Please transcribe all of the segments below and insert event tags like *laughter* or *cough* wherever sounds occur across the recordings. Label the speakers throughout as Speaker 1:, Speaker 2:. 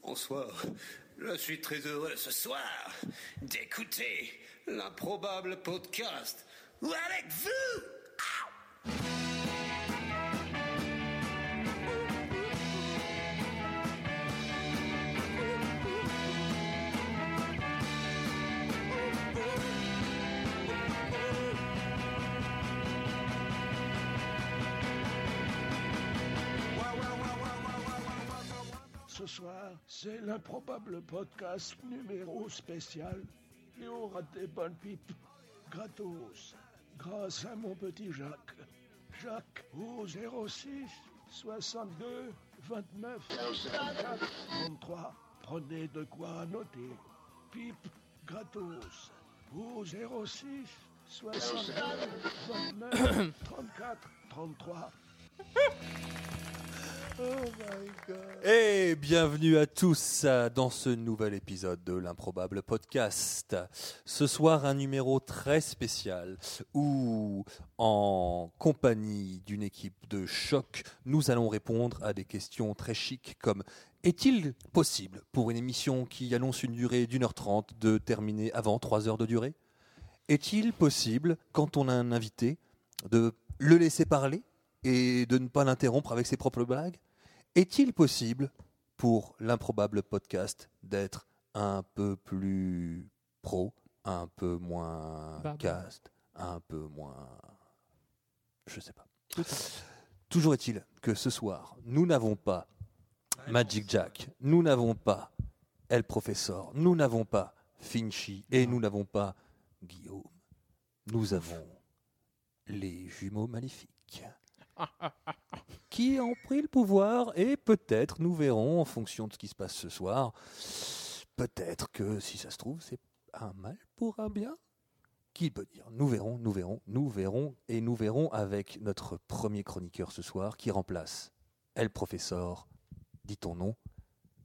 Speaker 1: François, je suis très heureux ce soir d'écouter l'improbable podcast avec vous.
Speaker 2: Ce soir, c'est l'improbable podcast numéro spécial Léo raté bonne pipe gratos grâce à mon petit Jacques. Jacques au 06 62 29 34 33. Prenez de quoi noter. Pipe gratos au 06 62 29 34 33. *laughs* Oh my god.
Speaker 3: Et bienvenue à tous euh, dans ce nouvel épisode de l'improbable podcast. Ce soir, un numéro très spécial où, en compagnie d'une équipe de choc, nous allons répondre à des questions très chic comme est-il possible pour une émission qui annonce une durée d'une heure trente de terminer avant trois heures de durée Est-il possible, quand on a un invité, de le laisser parler et de ne pas l'interrompre avec ses propres blagues est-il possible pour l'improbable podcast d'être un peu plus pro, un peu moins
Speaker 4: Barbare.
Speaker 3: cast, un peu moins. Je sais pas. Toujours est-il que ce soir, nous n'avons pas Magic Jack, nous n'avons pas El Professor, nous n'avons pas Finchy et nous n'avons pas Guillaume. Nous avons les jumeaux maléfiques qui ont pris le pouvoir et peut-être nous verrons en fonction de ce qui se passe ce soir. Peut-être que si ça se trouve, c'est un mal pour un bien. Qui peut dire Nous verrons, nous verrons, nous verrons et nous verrons avec notre premier chroniqueur ce soir qui remplace El Professeur. Dis ton nom.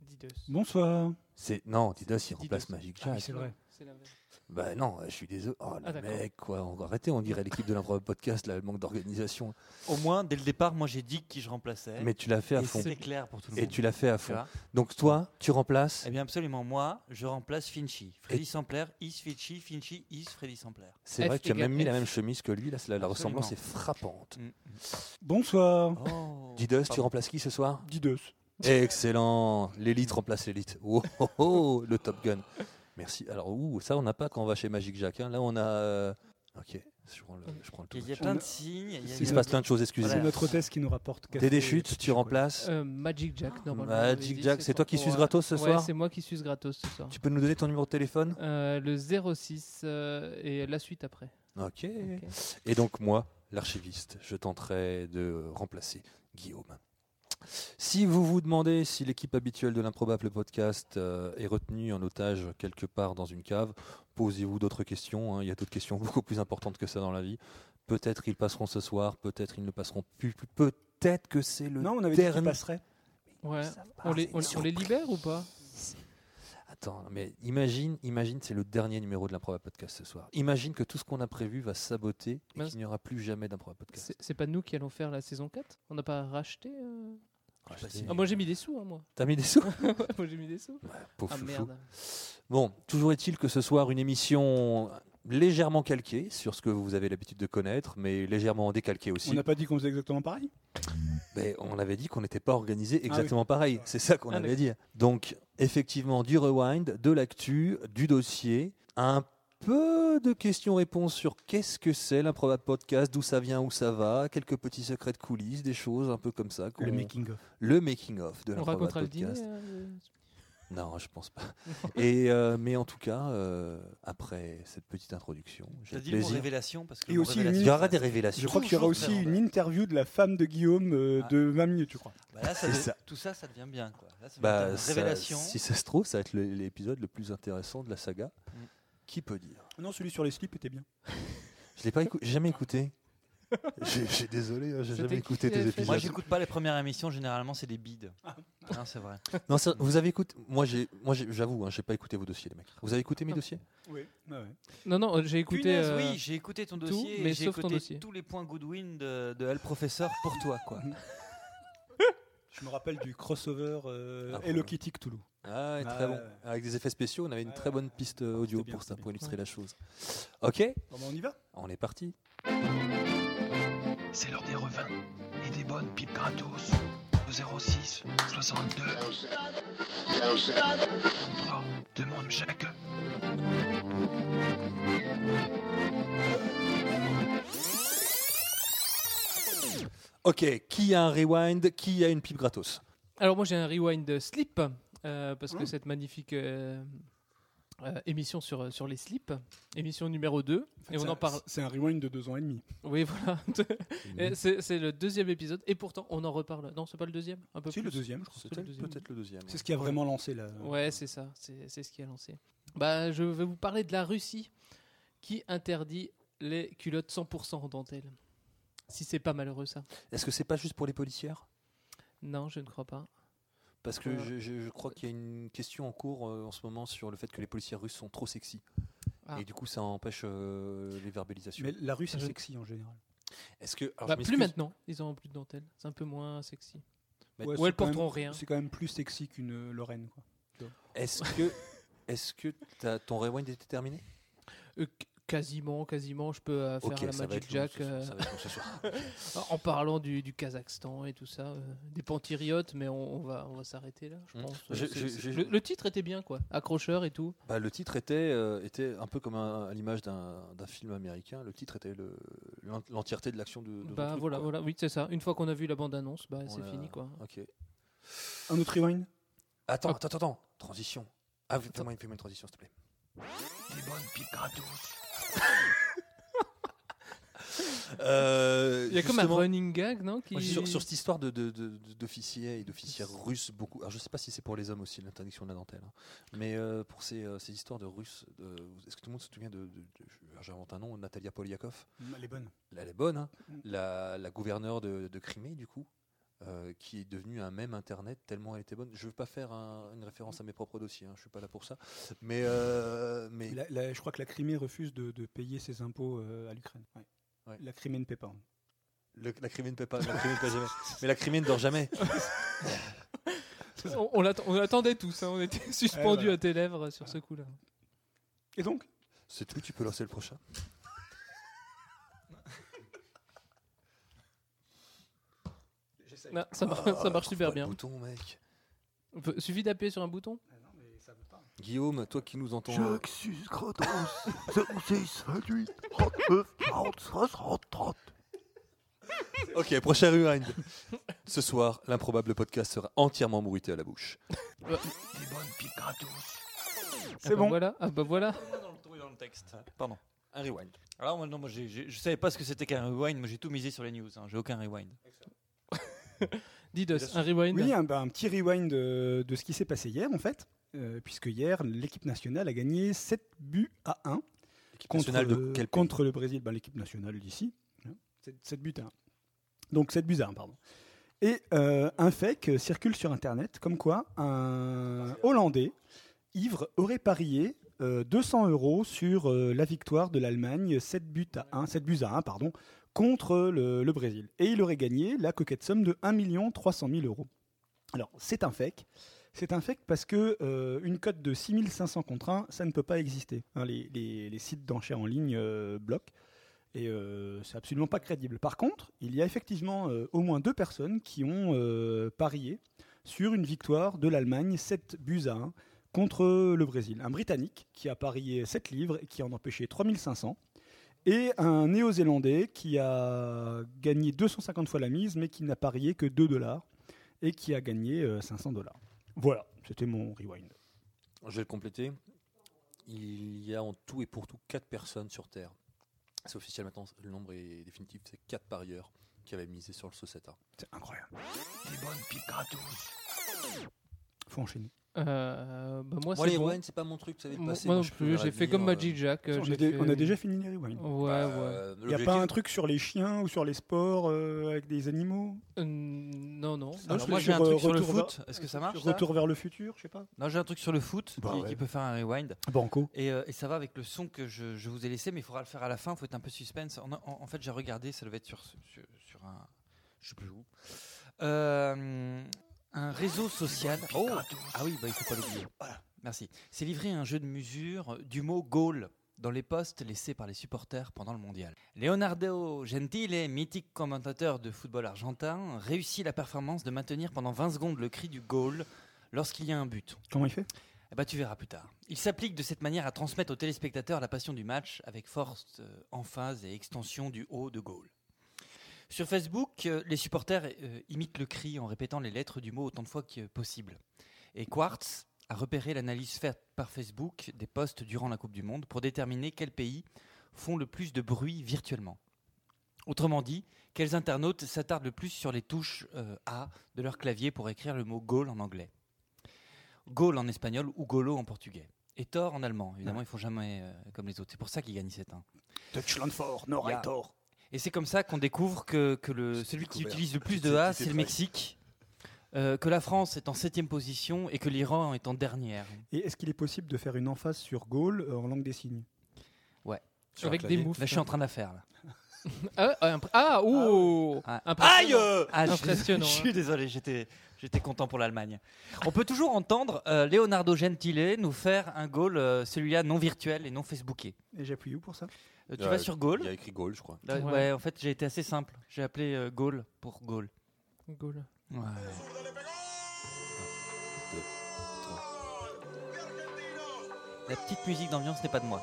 Speaker 4: Didos.
Speaker 5: Bonsoir.
Speaker 3: C'est non, Didas il
Speaker 4: Didos.
Speaker 3: remplace Magic
Speaker 5: Ah,
Speaker 3: Jack.
Speaker 5: oui, c'est vrai.
Speaker 4: C'est l'inverse.
Speaker 3: Bah non, je suis désolé. Oh
Speaker 4: Ah,
Speaker 3: le
Speaker 4: d'accord.
Speaker 3: mec quoi, on- arrêtez, on dirait l'équipe de l'improbable podcast là, le manque d'organisation.
Speaker 6: Au moins, dès le départ, moi j'ai dit qui je remplaçais.
Speaker 3: Mais tu l'as fait à
Speaker 6: Eh, et
Speaker 3: fond.
Speaker 6: c'était clair pour tout le
Speaker 3: Et
Speaker 6: monde.
Speaker 3: tu l'as fait à
Speaker 6: Tu
Speaker 3: fond.
Speaker 6: vois
Speaker 3: Donc toi, tu remplaces
Speaker 6: Eh bien, absolument. Moi, je remplace Finchy. Freddy
Speaker 3: Et-
Speaker 6: Sampler is Finchy, Finchy is Freddy Sampler.
Speaker 3: C'est
Speaker 4: F
Speaker 3: vrai que tu as
Speaker 4: égale
Speaker 3: même mis la
Speaker 4: F.
Speaker 3: même chemise que lui, là, c'est la, la
Speaker 6: Absolument. Mm.
Speaker 3: ressemblance est frappante.
Speaker 5: Bonsoir.
Speaker 6: Oh.
Speaker 3: Didos, tu remplaces qui ce soir
Speaker 5: Dideus.
Speaker 3: Excellent L'élite remplace l'élite. Oh, oh, oh, le Top Gun. Merci. Alors, ouh, ça, on n'a pas quand on va chez Magic Jack. hein. Là, on a. euh, Ok, je prends le, je prends le
Speaker 6: Il y a
Speaker 3: tour.
Speaker 6: plein de signes. Il, y a
Speaker 3: Il se passe plein de choses, excusez.
Speaker 5: C'est
Speaker 6: Voilà.
Speaker 5: notre hôtesse qui nous rapporte. café
Speaker 3: T'es des
Speaker 5: et
Speaker 3: chutes,
Speaker 5: petit
Speaker 3: tu
Speaker 5: chocolat.
Speaker 3: remplaces.
Speaker 4: Euh, Magic
Speaker 3: Ah.
Speaker 4: Jack, normalement. on avait
Speaker 3: Magic
Speaker 4: dit,
Speaker 3: Jack, c'est toi qui
Speaker 4: pour- euh,
Speaker 3: suces gratos ce
Speaker 4: Ouais,
Speaker 3: soir
Speaker 4: c'est moi qui suce gratos ce soir.
Speaker 3: Tu peux nous donner ton numéro de téléphone
Speaker 4: Euh, le 06 euh, et la suite après.
Speaker 3: Ok.
Speaker 4: Ok.
Speaker 3: Et donc moi, l'archiviste, je tenterai de remplacer Guillaume. Si vous vous demandez si l'équipe habituelle de l'improbable podcast euh, est retenue en otage quelque part dans une cave, posez-vous d'autres questions. hein. Il y a d'autres questions *laughs* beaucoup plus importantes que ça dans la vie. Peut-être ils passeront ce soir, peut-être ils ne passeront plus. plus- Peut-être que c'est le
Speaker 5: Non, on avait dit
Speaker 3: dernier.
Speaker 5: qu'il passerait.
Speaker 4: Ouais.
Speaker 3: Ça va,
Speaker 4: On les,
Speaker 3: c'est
Speaker 4: on,
Speaker 3: une
Speaker 4: on les
Speaker 3: surprise.
Speaker 4: libère ou pas
Speaker 3: Attends, mais imagine, imagine, c'est le dernier numéro de l'improbable podcast ce soir. Imagine que tout ce qu'on a prévu va saboter et
Speaker 4: Mince.
Speaker 3: qu'il n'y aura plus jamais d'improbable podcast.
Speaker 4: C'est c'est pas nous qui allons faire la saison 4 On n'a pas racheté euh
Speaker 6: Je sais pas
Speaker 3: Racheter.
Speaker 6: si-
Speaker 4: Ah, Moi j'ai mis des sous, hein, moi.
Speaker 3: T'as mis
Speaker 4: *laughs*
Speaker 3: des sous
Speaker 4: moi j'ai mis des sous.
Speaker 3: Pauvre
Speaker 4: Ah
Speaker 3: chouchou.
Speaker 4: merde.
Speaker 3: Bon, toujours est-il que ce soir une émission légèrement calquée sur ce que vous avez l'habitude de connaître, mais légèrement décalquée aussi.
Speaker 5: On n'a pas dit qu'on faisait exactement pareil.
Speaker 3: Mais on avait dit qu'on n'était pas organisé exactement pareil. C'est ça qu'on
Speaker 4: Ah,
Speaker 3: avait dit. Donc, effectivement, du rewind, de l'actu, du dossier, un peu de questions-réponses sur qu'est-ce que c'est l'improbable podcast, d'où ça vient, où ça va, quelques petits secrets de coulisses, des choses un peu comme ça. qu'on-
Speaker 5: Le making of.
Speaker 3: le making of de
Speaker 4: On
Speaker 3: l'improbable
Speaker 4: racontera le
Speaker 3: podcast.
Speaker 4: dîner. euh,
Speaker 3: Non, je
Speaker 4: *laughs*
Speaker 3: pense pas. Et euh, mais en tout cas, euh, après cette petite introduction, j'ai
Speaker 6: T'as
Speaker 3: le
Speaker 6: dit le mot
Speaker 3: plaisir.
Speaker 6: révélation parce que
Speaker 5: Et
Speaker 6: le mot
Speaker 5: aussi une-
Speaker 3: Il
Speaker 6: révélation,
Speaker 3: y aura des
Speaker 6: ça-
Speaker 5: Je
Speaker 3: révélations.
Speaker 5: crois qu'il y aura
Speaker 6: Toujours
Speaker 5: aussi
Speaker 6: très
Speaker 5: une
Speaker 6: vendeur.
Speaker 5: interview de la femme de Guillaume euh,
Speaker 6: Ah.
Speaker 5: de 20 minutes, je crois.
Speaker 6: Bah là, ça
Speaker 3: C'est
Speaker 6: dev-
Speaker 3: ça.
Speaker 6: Tout ça, ça devient bien. Quoi. Là, ça devient
Speaker 3: Bah,
Speaker 6: une
Speaker 3: ça-
Speaker 6: révélation.
Speaker 3: si ça se trouve, ça va être le- l'épisode le plus intéressant de la saga.
Speaker 6: Mm.
Speaker 3: Qui peut dire
Speaker 5: Non, celui sur les slips était bien.
Speaker 3: Je l'ai pas écou- j'ai
Speaker 5: *laughs*
Speaker 3: jamais écouté. *laughs* J'ai j'ai- désolé, hein,
Speaker 4: C'était
Speaker 3: j'ai jamais
Speaker 4: qui
Speaker 3: écouté
Speaker 4: qui
Speaker 3: tes
Speaker 4: avait fait
Speaker 6: Moi,
Speaker 4: ça
Speaker 3: épisodes.
Speaker 6: j'écoute pas les premières émissions. Généralement, c'est des bides.
Speaker 5: Ah.
Speaker 6: Non, c'est
Speaker 5: *laughs*
Speaker 6: vrai.
Speaker 3: Non, ça- vous avez écouté Moi, j'ai, moi, j'ai- j'avoue, hein, j'ai pas écouté vos dossiers, les mecs. Vous avez écouté mes
Speaker 4: Ah.
Speaker 3: dossiers
Speaker 5: Oui.
Speaker 4: Non, non, j'ai écouté.
Speaker 6: Punaise,
Speaker 4: euh,
Speaker 6: oui, j'ai écouté ton dossier. et
Speaker 4: mais
Speaker 6: j'ai
Speaker 4: sauf ton
Speaker 6: écouté
Speaker 4: dossier.
Speaker 6: tous les points Goodwin de, de El Professeur pour toi. Quoi.
Speaker 5: *laughs* Je me rappelle du crossover euh,
Speaker 3: Ah,
Speaker 5: Hello
Speaker 3: voilà.
Speaker 5: Kitty Cthulhu.
Speaker 3: Ah, et
Speaker 5: Bah,
Speaker 3: très bon.
Speaker 5: ouais.
Speaker 3: Avec des effets spéciaux, on avait une
Speaker 5: Ouais,
Speaker 3: très
Speaker 5: ouais,
Speaker 3: bonne
Speaker 5: ouais.
Speaker 3: piste euh, audio
Speaker 5: C'était bien,
Speaker 3: pour ça,
Speaker 5: c'était
Speaker 3: pour
Speaker 5: bien.
Speaker 3: illustrer la chose. Ok,
Speaker 5: Bon, bah, on y va.
Speaker 3: on est parti.
Speaker 7: C'est l'heure des revins et des bonnes pipes gratos. Au 06 62 3 demande chacun.
Speaker 3: Ok, qui a un rewind Qui a une pipe gratos
Speaker 4: Alors moi j'ai un rewind slip euh, parce que
Speaker 5: Hmm.
Speaker 4: cette magnifique euh, euh, émission sur, sur les slips, émission numéro 2,
Speaker 5: En fait,
Speaker 4: et on
Speaker 5: c'est
Speaker 4: en
Speaker 5: un-
Speaker 4: parle.
Speaker 5: C'est un Mmh. rewind de deux ans et demi.
Speaker 4: Oui voilà, *laughs* Et c'est c'est le deuxième épisode et pourtant on en reparle. Non c'est pas le deuxième, un peu
Speaker 5: C'est
Speaker 4: plus.
Speaker 5: le deuxième, je crois.
Speaker 4: C'était le deuxième.
Speaker 3: le deuxième.
Speaker 5: C'est ce qui a vraiment lancé la.
Speaker 4: Ouais, c'est ça, c'est c'est ce qui a lancé. Bah, je vais vous parler de la Russie qui interdit les culottes 100% en dentelle. Si c'est pas malheureux ça.
Speaker 3: Est-ce que c'est pas juste pour les policières
Speaker 4: Non, je ne crois pas.
Speaker 3: Parce que
Speaker 4: Ouais.
Speaker 3: je, je- je crois qu'il y a une question en cours euh, en ce moment sur le fait que les policières russes sont trop sexy.
Speaker 4: Ah. Ah,
Speaker 3: Et du coup, ça empêche euh, les verbalisations.
Speaker 5: Mais la rue, c'est
Speaker 4: Je-
Speaker 5: sexy en général.
Speaker 3: Est-ce que. alors,
Speaker 4: Bah,
Speaker 3: je
Speaker 4: plus
Speaker 3: m'excuse,
Speaker 4: maintenant, ils ont plus de dentelle. C'est un peu moins sexy.
Speaker 3: Mais-
Speaker 4: Ou
Speaker 5: c'est
Speaker 4: elles
Speaker 5: quand
Speaker 4: porteront
Speaker 5: même-
Speaker 4: rien.
Speaker 5: C'est quand même plus sexy qu'une euh, Lorraine. Quoi.
Speaker 3: Est-ce que. *laughs* Est-ce que t'as- ton rewind était terminé
Speaker 4: Euh, qu- quasiment, quasiment, je peux euh, faire
Speaker 3: Ok,
Speaker 4: la
Speaker 3: ça va
Speaker 4: Magic
Speaker 3: être long
Speaker 4: Jack
Speaker 3: ce soir,
Speaker 4: euh,
Speaker 3: ça va être long ce soir.
Speaker 4: *laughs* en parlant du, du Kazakhstan et tout ça. euh, des pantiriotes, mais on, on va, on va s'arrêter là, je
Speaker 3: Hmm.
Speaker 4: pense.
Speaker 3: Je-
Speaker 4: Euh, c'est-
Speaker 3: je-
Speaker 4: c'est-
Speaker 3: je-
Speaker 4: le, le titre était bien, quoi. Accrocheur et tout.
Speaker 3: Bah, le titre était, euh, était un peu comme un- à l'image d'un d'un film américain. Le titre était le- l'en- l'entièreté de l'action de, de
Speaker 4: bah
Speaker 3: truc,
Speaker 4: voilà,
Speaker 3: quoi.
Speaker 4: voilà, oui, c'est ça. Une fois qu'on a vu la bande-annonce, bah,
Speaker 3: On
Speaker 4: c'est
Speaker 3: a-
Speaker 4: fini, quoi.
Speaker 3: Ok.
Speaker 5: Un autre rewind
Speaker 3: Attends,
Speaker 4: Hop.
Speaker 3: attends, attends. Transition. Ah, fais-moi une, fais-moi une transition, s'il te plaît.
Speaker 7: Des bonnes pipes gratos.
Speaker 3: Euh,
Speaker 4: Il y a comme un
Speaker 3: justement,
Speaker 4: running gag, non qui...
Speaker 3: Sur, sur cette histoire de- de- de- de- d'officiers et d'officières russes, beaucoup. Alors, je sais pas si c'est pour les hommes aussi l'interdiction de la dentelle, hein. mais euh, pour ces, euh, ces histoires de Russes, euh, est-ce que tout le monde se souvient de, de- de- j'invente un nom, Natalia Poliakov
Speaker 5: Mm, Elle est bonne.
Speaker 3: Là, elle est bonne, hein.
Speaker 5: Mm.
Speaker 3: la, la gouverneure de, de Crimée, du coup, euh, qui est devenue un même Internet tellement elle était bonne. Je veux pas faire un- une référence à mes propres dossiers, hein, je suis pas là pour ça. Mais, euh, mais
Speaker 5: La- la- je crois que la Crimée refuse de, de payer ses impôts euh, à l'Ukraine. Ouais.
Speaker 3: Ouais.
Speaker 5: La Crimée ne paie pas. hein.
Speaker 3: *laughs* le- la Crimée ne paie pas, la Crimée ne paie jamais. Mais la Crimée ne
Speaker 5: *laughs*
Speaker 3: dort jamais.
Speaker 4: *laughs* On, on l'att- on l'attendait tous, hein, on
Speaker 3: *laughs* Eh
Speaker 4: était suspendus
Speaker 5: voilà.
Speaker 4: à tes lèvres sur ce coup-là.
Speaker 5: Et donc
Speaker 3: C'est tout, tu peux lancer le prochain.
Speaker 4: Non, ça, mar- ça marche
Speaker 3: Ah,
Speaker 4: super
Speaker 3: trouve pas
Speaker 4: bien.
Speaker 3: le bouton, mec.
Speaker 4: Fe- Suffit d'appuyer sur un bouton
Speaker 3: Guillaume, toi qui nous entends. euh,
Speaker 2: Jaxus
Speaker 3: *laughs*
Speaker 2: Gratos 06 28 39 40 60 30
Speaker 3: Ok, prochain rewind. Ce soir, l'improbable podcast sera entièrement bruité à la bouche.
Speaker 7: Des bonnes pipes gratos.
Speaker 5: C'est
Speaker 4: Ah bah
Speaker 5: bon.
Speaker 4: Voilà. Ah bah voilà.
Speaker 6: dans le dans le texte. Pardon.
Speaker 3: Un rewind.
Speaker 6: Alors moi, non, moi, j'ai- j'ai- je savais pas ce que c'était qu'un rewind, moi j'ai tout misé sur les news, hein. j'ai aucun rewind.
Speaker 4: Didos, un rewind.
Speaker 5: Oui, un, bah, un petit rewind euh, de ce qui s'est passé hier, en fait. Euh, puisque hier, l'équipe nationale a gagné 7 buts à 1
Speaker 3: nationale de
Speaker 5: le-
Speaker 3: quel pays
Speaker 5: contre le Brésil. Ben, l'équipe nationale d'ici. 7, buts à 1. Donc 7 buts à 1, pardon. Et euh, un fake circule sur Internet comme quoi un Hollandais ivre aurait parié euh, 200 euros sur euh, la victoire de l'Allemagne 7 buts à 1, 7 buts à 1 pardon, contre le, le Brésil. Et il aurait gagné la coquette somme de 1 300 000 euros. Alors c'est un fake. C'est un fake parce que euh, une cote de 6500 contre 1, ça ne peut pas exister. Hein, les, les- les sites d'enchères en ligne euh, bloquent. Et euh, c'est absolument pas crédible. Par contre, il y a effectivement euh, au moins deux personnes qui ont euh, parié sur une victoire de l'Allemagne 7 buts à 1 contre le Brésil. Un Britannique qui a parié 7 livres et qui en empêchait 3500. Et un Néo-Zélandais qui a gagné 250 fois la mise mais qui n'a parié que 2 dollars et qui a gagné euh, 500 dollars. Voilà, c'était mon rewind.
Speaker 6: Bah,
Speaker 3: Je vais le compléter. Il y a en tout et pour tout 4 personnes sur Terre. C'est officiel maintenant, le nombre est définitif, c'est 4 parieurs qui avaient misé sur le Societa.
Speaker 5: C'est incroyable.
Speaker 7: Des bonnes pipes gratos.
Speaker 5: Faut enchaîner.
Speaker 4: Euh, bah moi,
Speaker 3: Moi,
Speaker 4: c'est
Speaker 3: les
Speaker 4: bon.
Speaker 3: Wine, c'est pas mon truc, vous savez, le
Speaker 4: Moi
Speaker 3: passé,
Speaker 4: moi non
Speaker 3: je peux
Speaker 4: plus, j'ai
Speaker 3: revenir,
Speaker 4: fait comme
Speaker 3: euh,
Speaker 4: Magic Jack. euh,
Speaker 5: on,
Speaker 4: j'ai
Speaker 5: a dé-
Speaker 4: fait-
Speaker 5: on a déjà fini les rewinds.
Speaker 4: Ouais,
Speaker 6: Bah,
Speaker 4: ouais.
Speaker 3: euh,
Speaker 5: Il n'y a
Speaker 3: l'objectif-
Speaker 5: pas un truc sur les chiens ou sur les sports euh, avec des animaux
Speaker 4: Euh, non, non.
Speaker 5: Non,
Speaker 6: Alors
Speaker 5: je
Speaker 6: Ah, moi
Speaker 5: suis
Speaker 6: j'ai un
Speaker 5: sur, euh,
Speaker 6: truc sur le
Speaker 5: retour vers-
Speaker 6: foot, est-ce que ça marche ça
Speaker 5: Retour vers le futur, je sais pas.
Speaker 6: Non j'ai un truc sur le foot
Speaker 5: Bah
Speaker 6: qui,
Speaker 5: ouais.
Speaker 6: qui peut faire un rewind.
Speaker 5: Banco.
Speaker 6: Et, euh, et ça va avec le son que je, je vous ai laissé, mais il faudra le faire à la fin. Il faut être un peu suspense. En, en- en fait, j'ai regardé, ça devait être sur, sur, sur un. Je sais plus où. Euh, Un réseau social. Oh Ah oui, bah, il faut pas l'oublier. Voilà. Merci. C'est livré à un jeu de mesure euh, du mot goal dans les postes laissés par les supporters pendant le mondial. Leonardo Gentile, mythique commentateur de football argentin, réussit la performance de maintenir pendant 20 secondes le cri du goal lorsqu'il y a un but.
Speaker 5: Comment il fait
Speaker 6: Eh ben, tu verras plus tard. Il s'applique de cette manière à transmettre aux téléspectateurs la passion du match avec force, euh, emphase et extension du haut de Gaulle. Sur Facebook, euh, les supporters euh, imitent le cri en répétant les lettres du mot autant de fois que possible. Et Quartz a repéré l'analyse faite par Facebook des postes durant la Coupe du Monde pour déterminer quels pays font le plus de bruit virtuellement. Autrement dit, quels internautes s'attardent le plus sur les touches euh, A de leur clavier pour écrire le mot goal en anglais. Goal en espagnol ou golo en portugais. Et Thor en allemand, évidemment, ils font jamais euh, comme les autres. C'est pour ça qu'ils gagnent 7 1
Speaker 5: Touchland for, no
Speaker 6: right
Speaker 5: or.
Speaker 6: Et c'est comme ça qu'on découvre que, que le, celui qui utilise le plus de A, c'est le Mexique, euh, que la France est en septième position et que l'Iran est en dernière.
Speaker 5: Et est-ce qu'il est possible de faire une emphase sur Gaulle euh, en langue des signes
Speaker 3: Sur un
Speaker 4: Avec des
Speaker 3: clavier.
Speaker 4: moves.
Speaker 6: Là, je suis en train de la faire. Là.
Speaker 4: Ah, ah, impr- ah, oh
Speaker 6: Ah.
Speaker 4: Impressionnant.
Speaker 6: Ah, je suis-
Speaker 4: Impressionnant,
Speaker 6: Je
Speaker 4: hein.
Speaker 6: suis désolé, j'étais, j'étais content pour l'Allemagne. On peut toujours entendre euh, Leonardo Gentile nous faire un goal, euh, celui-là non virtuel et non Facebooké.
Speaker 5: Et j'appuie où pour ça
Speaker 6: Euh, tu
Speaker 3: Ouais,
Speaker 6: vas sur
Speaker 3: Il y
Speaker 6: goal.
Speaker 3: a écrit Gaulle, je crois.
Speaker 6: Là,
Speaker 4: Ouais.
Speaker 6: ouais, en fait, j'ai été assez simple. J'ai appelé euh, goal pour goal.
Speaker 4: Goal.
Speaker 6: La petite musique d'ambiance n'est pas de moi.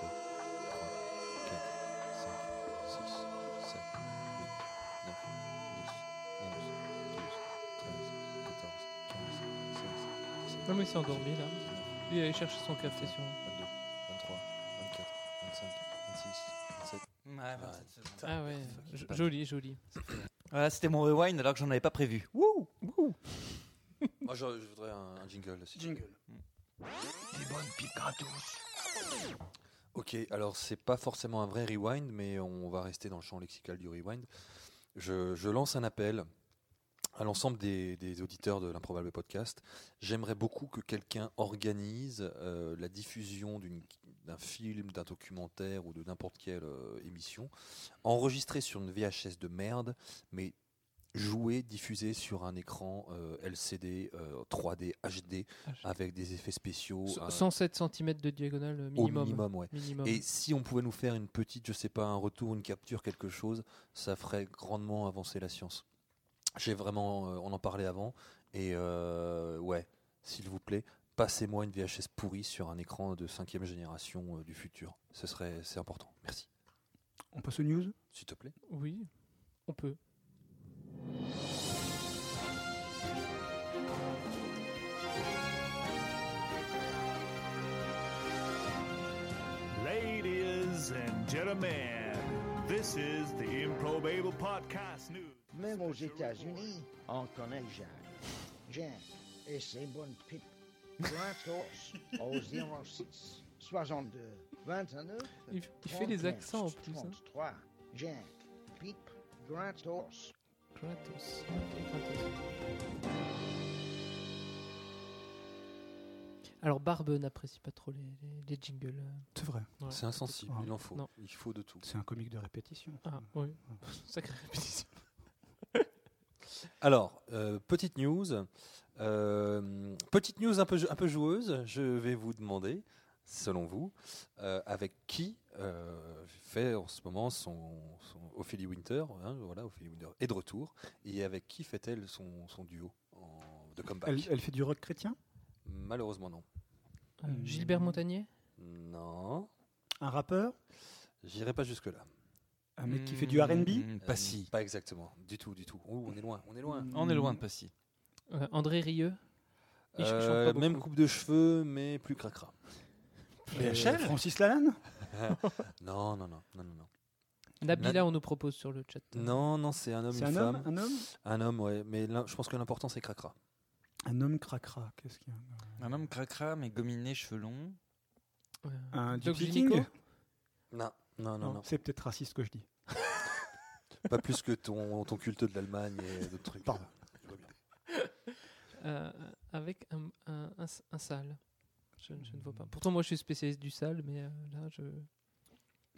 Speaker 3: 5, 6, 7, 8, 9, 10, 11, 12, 13, 14, 15, 16, 17.
Speaker 4: Non, mais il s'est endormi, là. Lui, il allait chercher son café sur.
Speaker 3: 22, 23, 24, 25, 26, 27.
Speaker 6: Ouais, bah, c'est-
Speaker 4: Ah ouais, jo- joli, joli.
Speaker 6: Voilà, c'était mon rewind alors que j'en avais pas prévu. Wouh
Speaker 5: *laughs*
Speaker 3: Moi, Ah, je, je voudrais un, un jingle aussi.
Speaker 7: Des bonnes pipes gratos.
Speaker 3: Ok, alors c'est pas forcément un vrai rewind, mais on va rester dans le champ lexical du rewind. Je, je lance un appel à l'ensemble des, des auditeurs de l'improbable podcast. J'aimerais beaucoup que quelqu'un organise euh, la diffusion d'une- d'un film, d'un documentaire ou de n'importe quelle euh, émission, enregistrée sur une VHS de merde, mais jouée, diffusée sur un écran euh, LCD, euh, 3D, HD, avec des effets spéciaux
Speaker 4: So-
Speaker 3: un-
Speaker 4: 107 cm de diagonale euh,
Speaker 3: au
Speaker 4: minimum.
Speaker 3: minimum. ouais.
Speaker 4: Minimum.
Speaker 3: Et si on pouvait nous faire une petite, je sais pas, un retour, une capture, quelque chose, ça ferait grandement avancer la science. J'ai vraiment, euh, on en parlait avant, et euh, ouais, s'il vous plaît, passez-moi une VHS pourrie sur un écran de cinquième génération euh, du futur. Ce serait, c'est important. Merci.
Speaker 5: On passe aux news
Speaker 3: S'il te plaît.
Speaker 4: Oui, on peut.
Speaker 8: Ladies and gentlemen, this is the Improbable Podcast News.
Speaker 9: Même aux États-Unis, on connaît Jack. Jack et ses bonnes pipes. *laughs* Gratos au 06 62 29
Speaker 4: Il, f- il fait les
Speaker 9: 39
Speaker 4: accents en plus. hein.
Speaker 9: 33. Jack, pipe, gratos.
Speaker 4: Kratos. Ok, Kratos. Alors Barbe n'apprécie pas trop les, les, les jingles. euh,
Speaker 5: C'est vrai.
Speaker 4: ouais.
Speaker 3: C'est insensible.
Speaker 5: Ah,
Speaker 3: Il en faut.
Speaker 4: non.
Speaker 3: Il faut de tout.
Speaker 5: C'est un comique de répétition.
Speaker 4: Ah oui, *laughs* sacrée
Speaker 5: *laughs*
Speaker 4: répétition.
Speaker 3: Alors, euh, petite news. Euh, petite news un peu, un peu joueuse. Je vais vous demander, selon vous, euh, avec qui euh, fait en ce moment son, son Ophélie Winter. hein, voilà, Ophélie Winter est de retour. Et avec qui fait-elle son, son duo en- de comeback
Speaker 5: Elle, elle fait du rock chrétien
Speaker 3: Malheureusement, non.
Speaker 4: Euh,
Speaker 5: Hmm.
Speaker 4: Gilbert Montagnier
Speaker 3: Non,
Speaker 5: Un rappeur
Speaker 3: j'irai pas jusque-là.
Speaker 5: Un mec qui fait du RB
Speaker 6: Mm, Pas
Speaker 3: Euh,
Speaker 6: si.
Speaker 3: Pas exactement. Du tout, du tout. Ouh, on est loin, on est loin.
Speaker 6: On est loin de pas si.
Speaker 4: Euh, André Rieu Il ch- chante pas
Speaker 3: Euh,
Speaker 4: beaucoup.
Speaker 3: même coupe de cheveux, mais
Speaker 5: *laughs*
Speaker 3: plus cracra.
Speaker 5: Euh, Francis Lalanne
Speaker 3: *laughs* Non, non, non, non, non, non.
Speaker 4: Nabila, on nous propose sur le chat.
Speaker 3: Non, non, c'est un homme,
Speaker 5: C'est
Speaker 3: une
Speaker 5: un
Speaker 3: femme.
Speaker 5: homme Un homme
Speaker 3: Un homme, ouais. Mais l'un- je pense que l'important, c'est Cracra.
Speaker 5: Un homme cracra. Qu'est-ce qu'il y a
Speaker 6: Un homme cracra mais gominé, cheveux longs.
Speaker 4: Euh,
Speaker 5: Un
Speaker 4: Doc
Speaker 5: Gypsy
Speaker 4: Gynéco
Speaker 5: King
Speaker 3: Non, non, non, non.
Speaker 5: C'est peut-être raciste ce que je dis.
Speaker 3: Pas plus que ton, ton culte de l'Allemagne et d'autres trucs.
Speaker 5: Pardon.
Speaker 4: Euh, avec un, un, un s- un sale. Je, je ne vois
Speaker 3: Hmm.
Speaker 4: pas. Pourtant, moi, je suis spécialiste du sale, mais euh, là, je.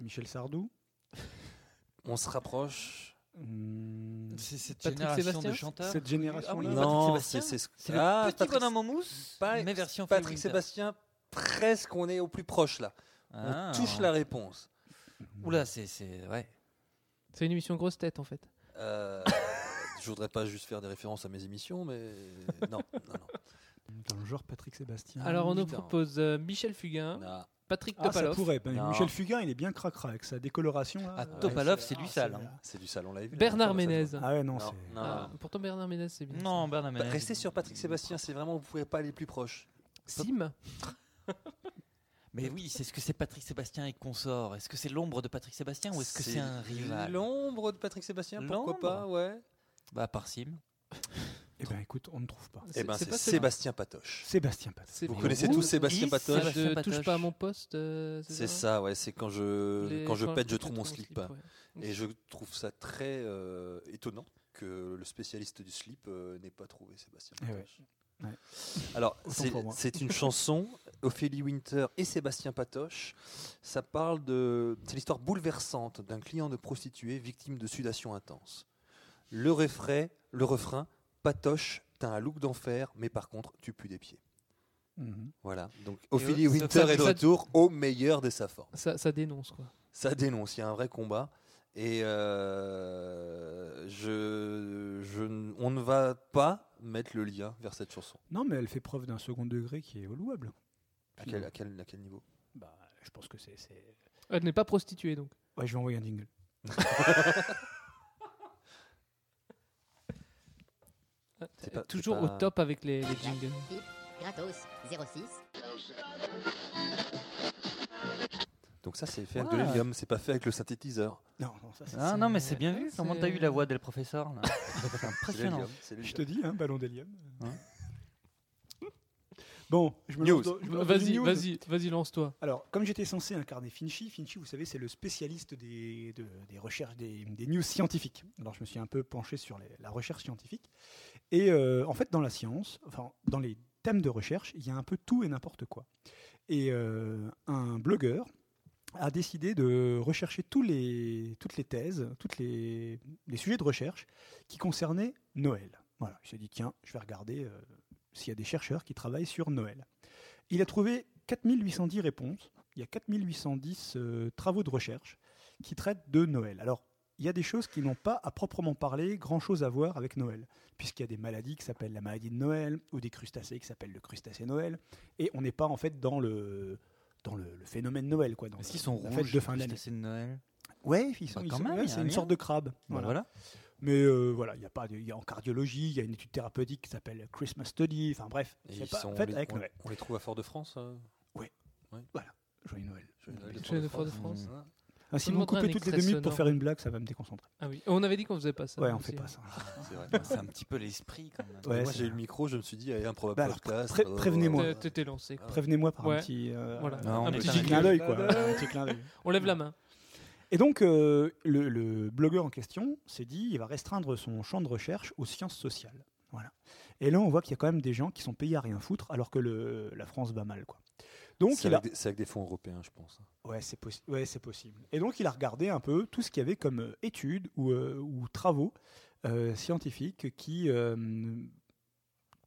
Speaker 5: Michel Sardou
Speaker 3: On se rapproche.
Speaker 5: Hmm,
Speaker 6: C'est cette
Speaker 4: Patrick
Speaker 6: génération
Speaker 4: Sébastien
Speaker 6: de chanteurs.
Speaker 5: Cette génération-là.
Speaker 6: Ah oui,
Speaker 3: Non,
Speaker 6: Patrick
Speaker 3: c'est
Speaker 6: Sébastien
Speaker 3: c'est
Speaker 6: C'est le
Speaker 3: Ah,
Speaker 6: petit
Speaker 3: Patrick-
Speaker 6: bonhomme en mousse,
Speaker 3: pas-
Speaker 6: mais version
Speaker 3: Patrick
Speaker 6: Phil Winter.
Speaker 3: Sébastien, presque, on est au plus proche là. On
Speaker 6: Ah.
Speaker 3: touche la réponse.
Speaker 6: Oula, c'est c'est ouais.
Speaker 4: C'est une émission grosse tête en fait.
Speaker 5: *laughs*
Speaker 3: Euh, je voudrais pas juste faire des références à mes émissions, mais non, non,
Speaker 5: Dans le genre Patrick Sébastien.
Speaker 4: Alors on nous
Speaker 3: putain.
Speaker 4: propose euh, Michel Fugain,
Speaker 3: non. Non.
Speaker 4: Patrick
Speaker 5: Ah, ça
Speaker 4: Topalov,
Speaker 5: pourrait. Ben,
Speaker 3: Non.
Speaker 5: Michel Fugain, il est bien cracra avec sa décoloration. là.
Speaker 6: Ah,
Speaker 5: Euh,
Speaker 6: Topalov, c'est du
Speaker 5: ah,
Speaker 6: sale. hein.
Speaker 3: C'est du salon live.
Speaker 4: Bernard Ménez.
Speaker 5: Ah ouais, non,
Speaker 3: Non,
Speaker 5: c'est.
Speaker 3: non.
Speaker 4: Ah, pourtant Bernard Ménez c'est bien.
Speaker 6: Non, Bernard
Speaker 3: Bah,
Speaker 6: Ménez.
Speaker 3: Restez sur Patrick Sébastien, c'est vraiment, vous pouvez pas aller plus proche.
Speaker 4: Sim,
Speaker 6: *laughs* Mais oui, c'est ce que c'est Patrick Sébastien et consort. Est-ce que c'est l'ombre de Patrick Sébastien ou est-ce que c'est un rival
Speaker 3: L'ombre de Patrick Sébastien,
Speaker 6: L'ombre
Speaker 3: pourquoi pas, ouais.
Speaker 6: Bah, par Sim.
Speaker 5: Eh ben écoute, on ne trouve pas.
Speaker 3: Eh
Speaker 4: C'est-
Speaker 3: ben,
Speaker 4: c'est
Speaker 3: c'est
Speaker 4: pas celui-
Speaker 3: Sébastien Patoche.
Speaker 5: Sébastien Patrick.
Speaker 4: c'est
Speaker 3: Vous
Speaker 4: pas-
Speaker 3: connaissez tous Sébastien
Speaker 6: Oui,
Speaker 3: Patoche
Speaker 4: Ça
Speaker 6: Sébastien
Speaker 4: ne touche
Speaker 6: Patoche.
Speaker 4: pas à mon poste. euh,
Speaker 3: C'est ça, ouais, c'est quand je,
Speaker 4: Les-
Speaker 3: quand je pète, je trouve
Speaker 4: trouve
Speaker 3: mon slip.
Speaker 4: ouais.
Speaker 3: Et je trouve ça très euh, étonnant que le spécialiste du slip euh, n'ait pas trouvé Sébastien
Speaker 5: Eh
Speaker 3: Patoche.
Speaker 5: ouais. Ouais.
Speaker 3: Alors,
Speaker 5: Autant
Speaker 3: c'est
Speaker 5: pour moi.
Speaker 3: c'est une chanson, Ophélie Winter et Sébastien Patoche. Ça parle de. C'est l'histoire bouleversante d'un client de prostituée victime de sudation intense. Le refrain, le refrain Patoche, t'as un look d'enfer, mais par contre, tu pues des pieds.
Speaker 5: Mhm.
Speaker 3: Voilà. Donc, Ophélie
Speaker 6: ça-
Speaker 3: Winter
Speaker 4: ça-
Speaker 3: est de
Speaker 4: ça-
Speaker 3: retour au meilleur de sa forme
Speaker 4: Ça, ça dénonce quoi.
Speaker 3: ça dénonce, il y a un vrai combat. Et euh, je, je, n- on ne va pas mettre le lien vers cette chanson.
Speaker 5: Non, mais elle fait preuve d'un second degré qui est louable.
Speaker 3: À quel, à quel, à quel niveau
Speaker 5: Bah, je pense que c'est. c'est-
Speaker 4: Elle n'est pas prostituée donc.
Speaker 5: Ouais, je vais envoyer un
Speaker 3: *laughs*
Speaker 5: jingle.
Speaker 3: C'est pas- c'est
Speaker 4: Toujours
Speaker 3: pas-
Speaker 4: au top avec les, les jingles.
Speaker 10: Gratos 06.
Speaker 3: Donc ça, c'est fait avec de l'hélium, c'est pas fait avec le synthétiseur.
Speaker 5: Non, non, ça c'est.
Speaker 6: Ah non, mais c'est bien vu.
Speaker 4: C'est-
Speaker 6: Comment t'as eu la voix d'El Professeur *laughs* là C'est
Speaker 3: C'est
Speaker 6: impressionnant.
Speaker 3: l'hélium, c'est
Speaker 5: Je
Speaker 3: l'hélium.
Speaker 5: te dis, hein, ballon d'hélium.
Speaker 6: Hein
Speaker 5: bon, je me
Speaker 3: News.
Speaker 5: lance dans- je me lance dans
Speaker 4: Vas-y,
Speaker 5: une news.
Speaker 4: vas-y, vas-y, lance-toi.
Speaker 5: Alors, comme j'étais censé incarner Finchy, Finchy, vous savez, c'est le spécialiste des, de- des recherches, des, des news scientifiques. Alors, je me suis un peu penché sur les- la recherche scientifique. Et euh, en fait, dans la science, enfin, dans les thèmes de recherche, il y a un peu tout et n'importe quoi. Et euh, un blogueur a décidé de rechercher tous les, toutes les thèses, tous les, les sujets de recherche qui concernaient Noël. Voilà, il s'est dit, tiens, je vais regarder euh, s'il y a des chercheurs qui travaillent sur Noël. Il a trouvé 4810 réponses. Il y a 4810 euh, travaux de recherche qui traitent de Noël. Alors, il y a des choses qui n'ont pas à proprement parler grand-chose à voir avec Noël, puisqu'il y a des maladies qui s'appellent la maladie de Noël, ou des crustacés qui s'appellent le crustacé Noël, et on n'est pas en fait dans le, dans le, le phénomène Noël. quoi. Dans
Speaker 6: Est-ce
Speaker 5: la-
Speaker 6: qu'ils sont
Speaker 5: la
Speaker 6: rouges
Speaker 5: fête de fin
Speaker 6: parce que
Speaker 5: d'année.
Speaker 6: C'est de Noël.
Speaker 5: Ouais, ils sont,
Speaker 6: Bah,
Speaker 5: ils
Speaker 6: quand
Speaker 5: sont-
Speaker 6: même,
Speaker 5: ouais,
Speaker 6: il y a
Speaker 5: c'est
Speaker 6: un
Speaker 5: une
Speaker 6: lien.
Speaker 5: sorte de crabe.
Speaker 6: Bah,
Speaker 5: Voilà.
Speaker 6: voilà.
Speaker 5: Mais euh, voilà, il y a pas, de- il y a en cardiologie, il y a une étude thérapeutique qui s'appelle Christmas Study. Enfin bref,
Speaker 3: Et
Speaker 5: c'est
Speaker 3: ils
Speaker 5: pas-
Speaker 3: sont-
Speaker 5: en
Speaker 3: on,
Speaker 5: fait
Speaker 3: les,
Speaker 5: avec
Speaker 3: on-
Speaker 5: Noël.
Speaker 3: on les trouve à Fort-de-France euh,
Speaker 5: Joyeux Noël.
Speaker 3: Joyeux Noël de
Speaker 4: Chez le Fort de
Speaker 3: Fort-de-France.
Speaker 4: France.
Speaker 3: Mmh.
Speaker 5: Ah, si
Speaker 4: On
Speaker 5: vous me
Speaker 4: demandera
Speaker 5: coupez
Speaker 4: un
Speaker 5: toutes les
Speaker 4: extrait
Speaker 5: deux minutes pour
Speaker 4: sonore.
Speaker 5: faire une blague, ça va me déconcentrer.
Speaker 4: Ah oui. On avait dit qu'on faisait pas ça.
Speaker 5: ouais,
Speaker 4: nous
Speaker 5: on fait
Speaker 4: aussi. hein.
Speaker 5: pas ça. *laughs*
Speaker 4: *laughs*
Speaker 3: C'est vrai.
Speaker 6: C'est un petit peu l'esprit quand même.
Speaker 5: Ouais,
Speaker 3: Moi,
Speaker 5: c'est
Speaker 3: j'ai eu
Speaker 5: vrai.
Speaker 3: le micro, je me suis dit, allez, improbable
Speaker 5: Bah, alors,
Speaker 3: podcast. euh,
Speaker 5: pré- prévenez-moi.
Speaker 4: T'es- T'étais lancé. quoi.
Speaker 5: Prévenez-moi par
Speaker 4: Ouais.
Speaker 5: un petit, euh,
Speaker 4: Voilà.
Speaker 3: Ah,
Speaker 6: Non, on
Speaker 4: un
Speaker 6: est
Speaker 4: petit
Speaker 5: petit
Speaker 6: pas
Speaker 4: jingle.
Speaker 5: clin
Speaker 4: *laughs*
Speaker 5: d'œil, quoi. Un petit clin d'œil.
Speaker 4: On lève la main.
Speaker 5: Et donc, euh, le, le blogueur en question s'est dit, il va restreindre son champ de recherche aux sciences sociales. Voilà. Et là, on voit qu'il y a quand même des gens qui sont payés à rien foutre, alors que le- la France va mal, quoi. Donc,
Speaker 3: C'est
Speaker 5: il a,
Speaker 3: avec, des- c'est avec des fonds européens, je pense.
Speaker 4: Ah,
Speaker 5: Ouais, c'est possi- ouais, c'est possible. Et donc, il a regardé un peu tout ce qu'il y avait comme euh, études ou, euh, ou travaux euh, scientifiques qui euh,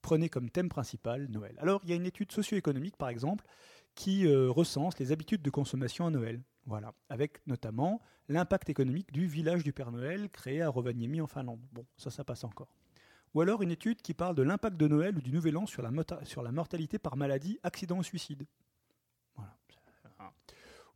Speaker 5: prenaient comme thème principal Noël. Alors, il y a une étude socio-économique, par exemple, qui euh, recense les habitudes de consommation à Noël. Voilà, avec notamment l'impact économique du village du Père Noël créé à Rovaniemi en Finlande. Bon, ça, ça passe encore. Ou alors une étude qui parle de l'impact de Noël ou du Nouvel An sur la, mota- sur la mortalité par maladie, accident ou suicide. Voilà.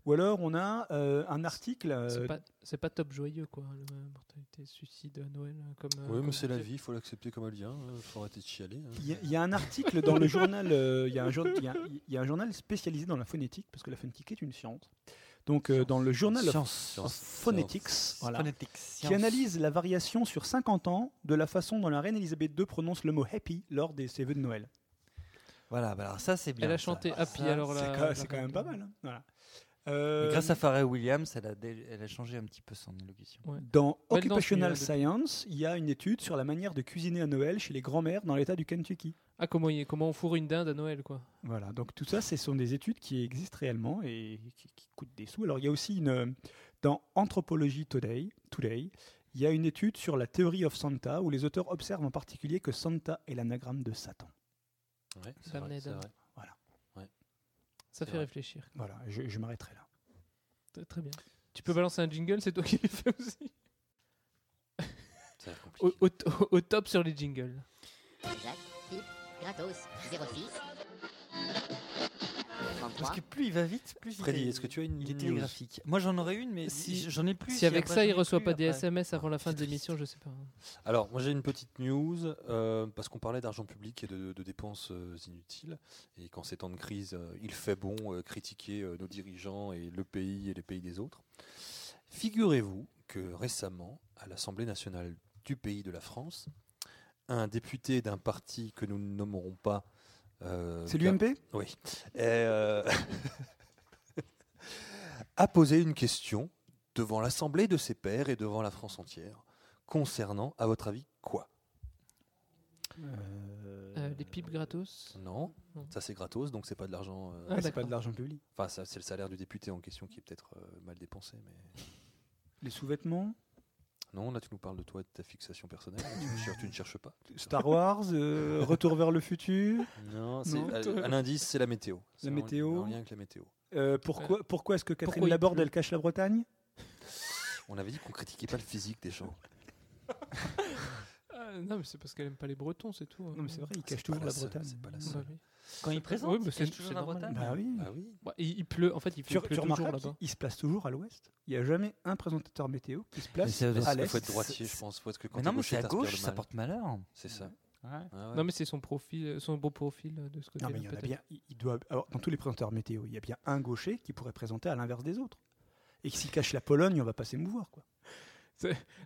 Speaker 5: Ou alors on a euh, un article. euh,
Speaker 4: C'est pas, c'est pas top joyeux, quoi. La mortalité, suicide à Noël, euh, comme. euh,
Speaker 3: oui, mais
Speaker 4: comme
Speaker 3: c'est la
Speaker 4: sujet.
Speaker 3: vie, il faut l'accepter comme elle
Speaker 5: hein.
Speaker 3: vient. Il faut arrêter de chialer. hein.
Speaker 5: Il y, a- il y a un article dans le journal. euh, Il y, a un jour- il y a- il y a un journal spécialisé dans la phonétique parce que la phonétique est une science. Donc euh, dans le journal of,
Speaker 6: Science.
Speaker 5: of Phonetics, voilà,
Speaker 6: Phonetics.
Speaker 5: qui
Speaker 11: *laughs*
Speaker 5: analyse la variation sur 50 ans de la façon dont la reine Elisabeth II prononce le mot happy lors des ses vœux de Noël.
Speaker 6: Voilà, bah alors ça c'est bien.
Speaker 4: Elle a
Speaker 6: ça.
Speaker 4: chanté
Speaker 6: Ah,
Speaker 4: Happy,
Speaker 6: ça,
Speaker 4: alors
Speaker 5: C'est
Speaker 4: là.
Speaker 5: quand, c'est quand même pas mal. hein. Voilà. Euh,
Speaker 6: Mais Grâce à Pharrell Williams, elle a, dé- elle a changé un petit peu son élocution.
Speaker 5: Dans
Speaker 4: Belle danse, euh,
Speaker 5: Occupational
Speaker 4: celui-là,
Speaker 5: Science, il y a une étude sur la manière de cuisiner à Noël chez les grands-mères dans l'État du Kentucky.
Speaker 4: Ah, comment, il- comment on fourre une dinde à Noël, quoi.
Speaker 5: Voilà, donc tout ça, ce sont des études qui existent réellement et qui, qui coûtent des sous. Alors il y a aussi une, dans Anthropology Today, Today, il y a une étude sur la Theory of Santa où les auteurs observent en particulier que Santa est l'anagramme de Satan.
Speaker 12: Ouais, c'est
Speaker 4: Sam
Speaker 12: vrai, c'est
Speaker 4: Neill.
Speaker 12: vrai.
Speaker 5: Voilà.
Speaker 12: Ouais.
Speaker 4: Ça
Speaker 12: C'est
Speaker 4: fait
Speaker 12: vrai.
Speaker 4: réfléchir.
Speaker 5: Voilà, je, je m'arrêterai là.
Speaker 4: Très, très bien. Tu peux balancer un jingle, c'est toi qui le fais aussi.
Speaker 12: Ça
Speaker 4: *laughs*
Speaker 12: va être compliqué.
Speaker 4: Au, au t- au top sur les jingles.
Speaker 10: Jacques, Pip, Gratos, 06.
Speaker 6: Parce que plus il va vite, plus
Speaker 3: Freddy,
Speaker 6: il est,
Speaker 3: est-ce que tu as une
Speaker 6: il est
Speaker 3: news
Speaker 6: télégraphique. Moi j'en aurais une, mais si j'en ai plus.
Speaker 4: Si
Speaker 6: il y a
Speaker 4: avec
Speaker 6: pas-
Speaker 4: ça,
Speaker 6: j'en
Speaker 4: il
Speaker 6: ai
Speaker 4: reçoit
Speaker 6: plus
Speaker 4: pas des
Speaker 6: après.
Speaker 4: SMS avant la fin de l'émission, je sais pas.
Speaker 3: Alors, moi j'ai une petite news, euh, parce qu'on parlait d'argent public et de, de dépenses euh, inutiles. Et qu'en ces temps de crise, euh, il fait bon euh, critiquer euh, nos dirigeants et le pays et les pays des autres. Figurez-vous que récemment, à l'Assemblée nationale du pays de la France, un député d'un parti que nous ne nommerons pas. euh,
Speaker 5: C'est
Speaker 3: qui a-
Speaker 5: l'UMP
Speaker 3: Oui. Et, euh, *laughs* a posé une question devant l'Assemblée de ses pairs et devant la France entière concernant, à votre avis, quoi
Speaker 4: Euh, les pipes gratos.
Speaker 3: Non,
Speaker 4: Non.
Speaker 3: ça c'est gratos, donc c'est pas de l'argent. euh,
Speaker 4: Ah,
Speaker 5: c'est pas
Speaker 4: d'accord.
Speaker 5: de l'argent public.
Speaker 3: Enfin, ça, c'est le salaire du député en question qui est peut-être euh, mal dépensé, mais
Speaker 5: Les sous-vêtements,
Speaker 3: non, là tu nous parles de toi, et de ta fixation personnelle. tu, ne cher- tu ne cherches pas.
Speaker 5: *laughs*
Speaker 3: *laughs*
Speaker 5: Star Wars, euh, Retour vers le futur.
Speaker 3: Non, c'est
Speaker 5: Non.
Speaker 3: euh, un indice, c'est la météo. C'est en-
Speaker 5: météo.
Speaker 3: En lien avec la météo.
Speaker 5: Euh, pourquoi pourquoi est-ce que Catherine
Speaker 4: Pourquoi il
Speaker 5: Laborde,
Speaker 4: pleut
Speaker 5: elle cache la Bretagne
Speaker 6: Ah,
Speaker 3: On avait dit qu'on critiquait pas le physique des gens.
Speaker 4: Euh, non, mais c'est parce qu'elle aime pas les Bretons, c'est tout. hein.
Speaker 5: Non, mais c'est vrai, il
Speaker 3: Ah, C'est
Speaker 5: cache
Speaker 3: pas
Speaker 5: toujours
Speaker 3: la
Speaker 5: la
Speaker 3: seule,
Speaker 5: Bretagne.
Speaker 3: c'est pas la
Speaker 4: Bah
Speaker 3: seule.
Speaker 4: oui.
Speaker 6: Quand il présente,
Speaker 4: Oui, mais c'est-
Speaker 6: c'est toujours
Speaker 4: c'est
Speaker 6: la
Speaker 4: normal.
Speaker 6: Bretagne.
Speaker 5: Bah oui.
Speaker 3: Ah oui.
Speaker 4: Bah, il, il pleut, en fait, il,
Speaker 5: Tu,
Speaker 4: pleut
Speaker 5: tu
Speaker 4: toujours
Speaker 5: remarques
Speaker 4: là-bas.
Speaker 5: qu'il se place toujours à l'ouest. Il n'y a jamais un présentateur météo qui se place
Speaker 6: Mais c'est-
Speaker 5: à
Speaker 3: Il faut être
Speaker 5: l'est.
Speaker 3: droitier, je pense. Parce que quand
Speaker 6: Mais non,
Speaker 3: t'es
Speaker 6: mais c'est à
Speaker 3: gaucher, t'aspires
Speaker 6: gauche,
Speaker 3: le
Speaker 6: ça
Speaker 3: mal.
Speaker 6: porte malheur.
Speaker 3: C'est ça.
Speaker 6: Ouais.
Speaker 3: Ah ouais.
Speaker 4: Non, mais c'est son profil, son beau profil euh, de ce côté.
Speaker 5: Non, mais il y en a bien. il- il doit, alors, dans tous les présentateurs météo, il y a bien un gaucher qui pourrait présenter à l'inverse des autres. Et que s'il cache la Pologne, on va pas s'émouvoir. Quoi.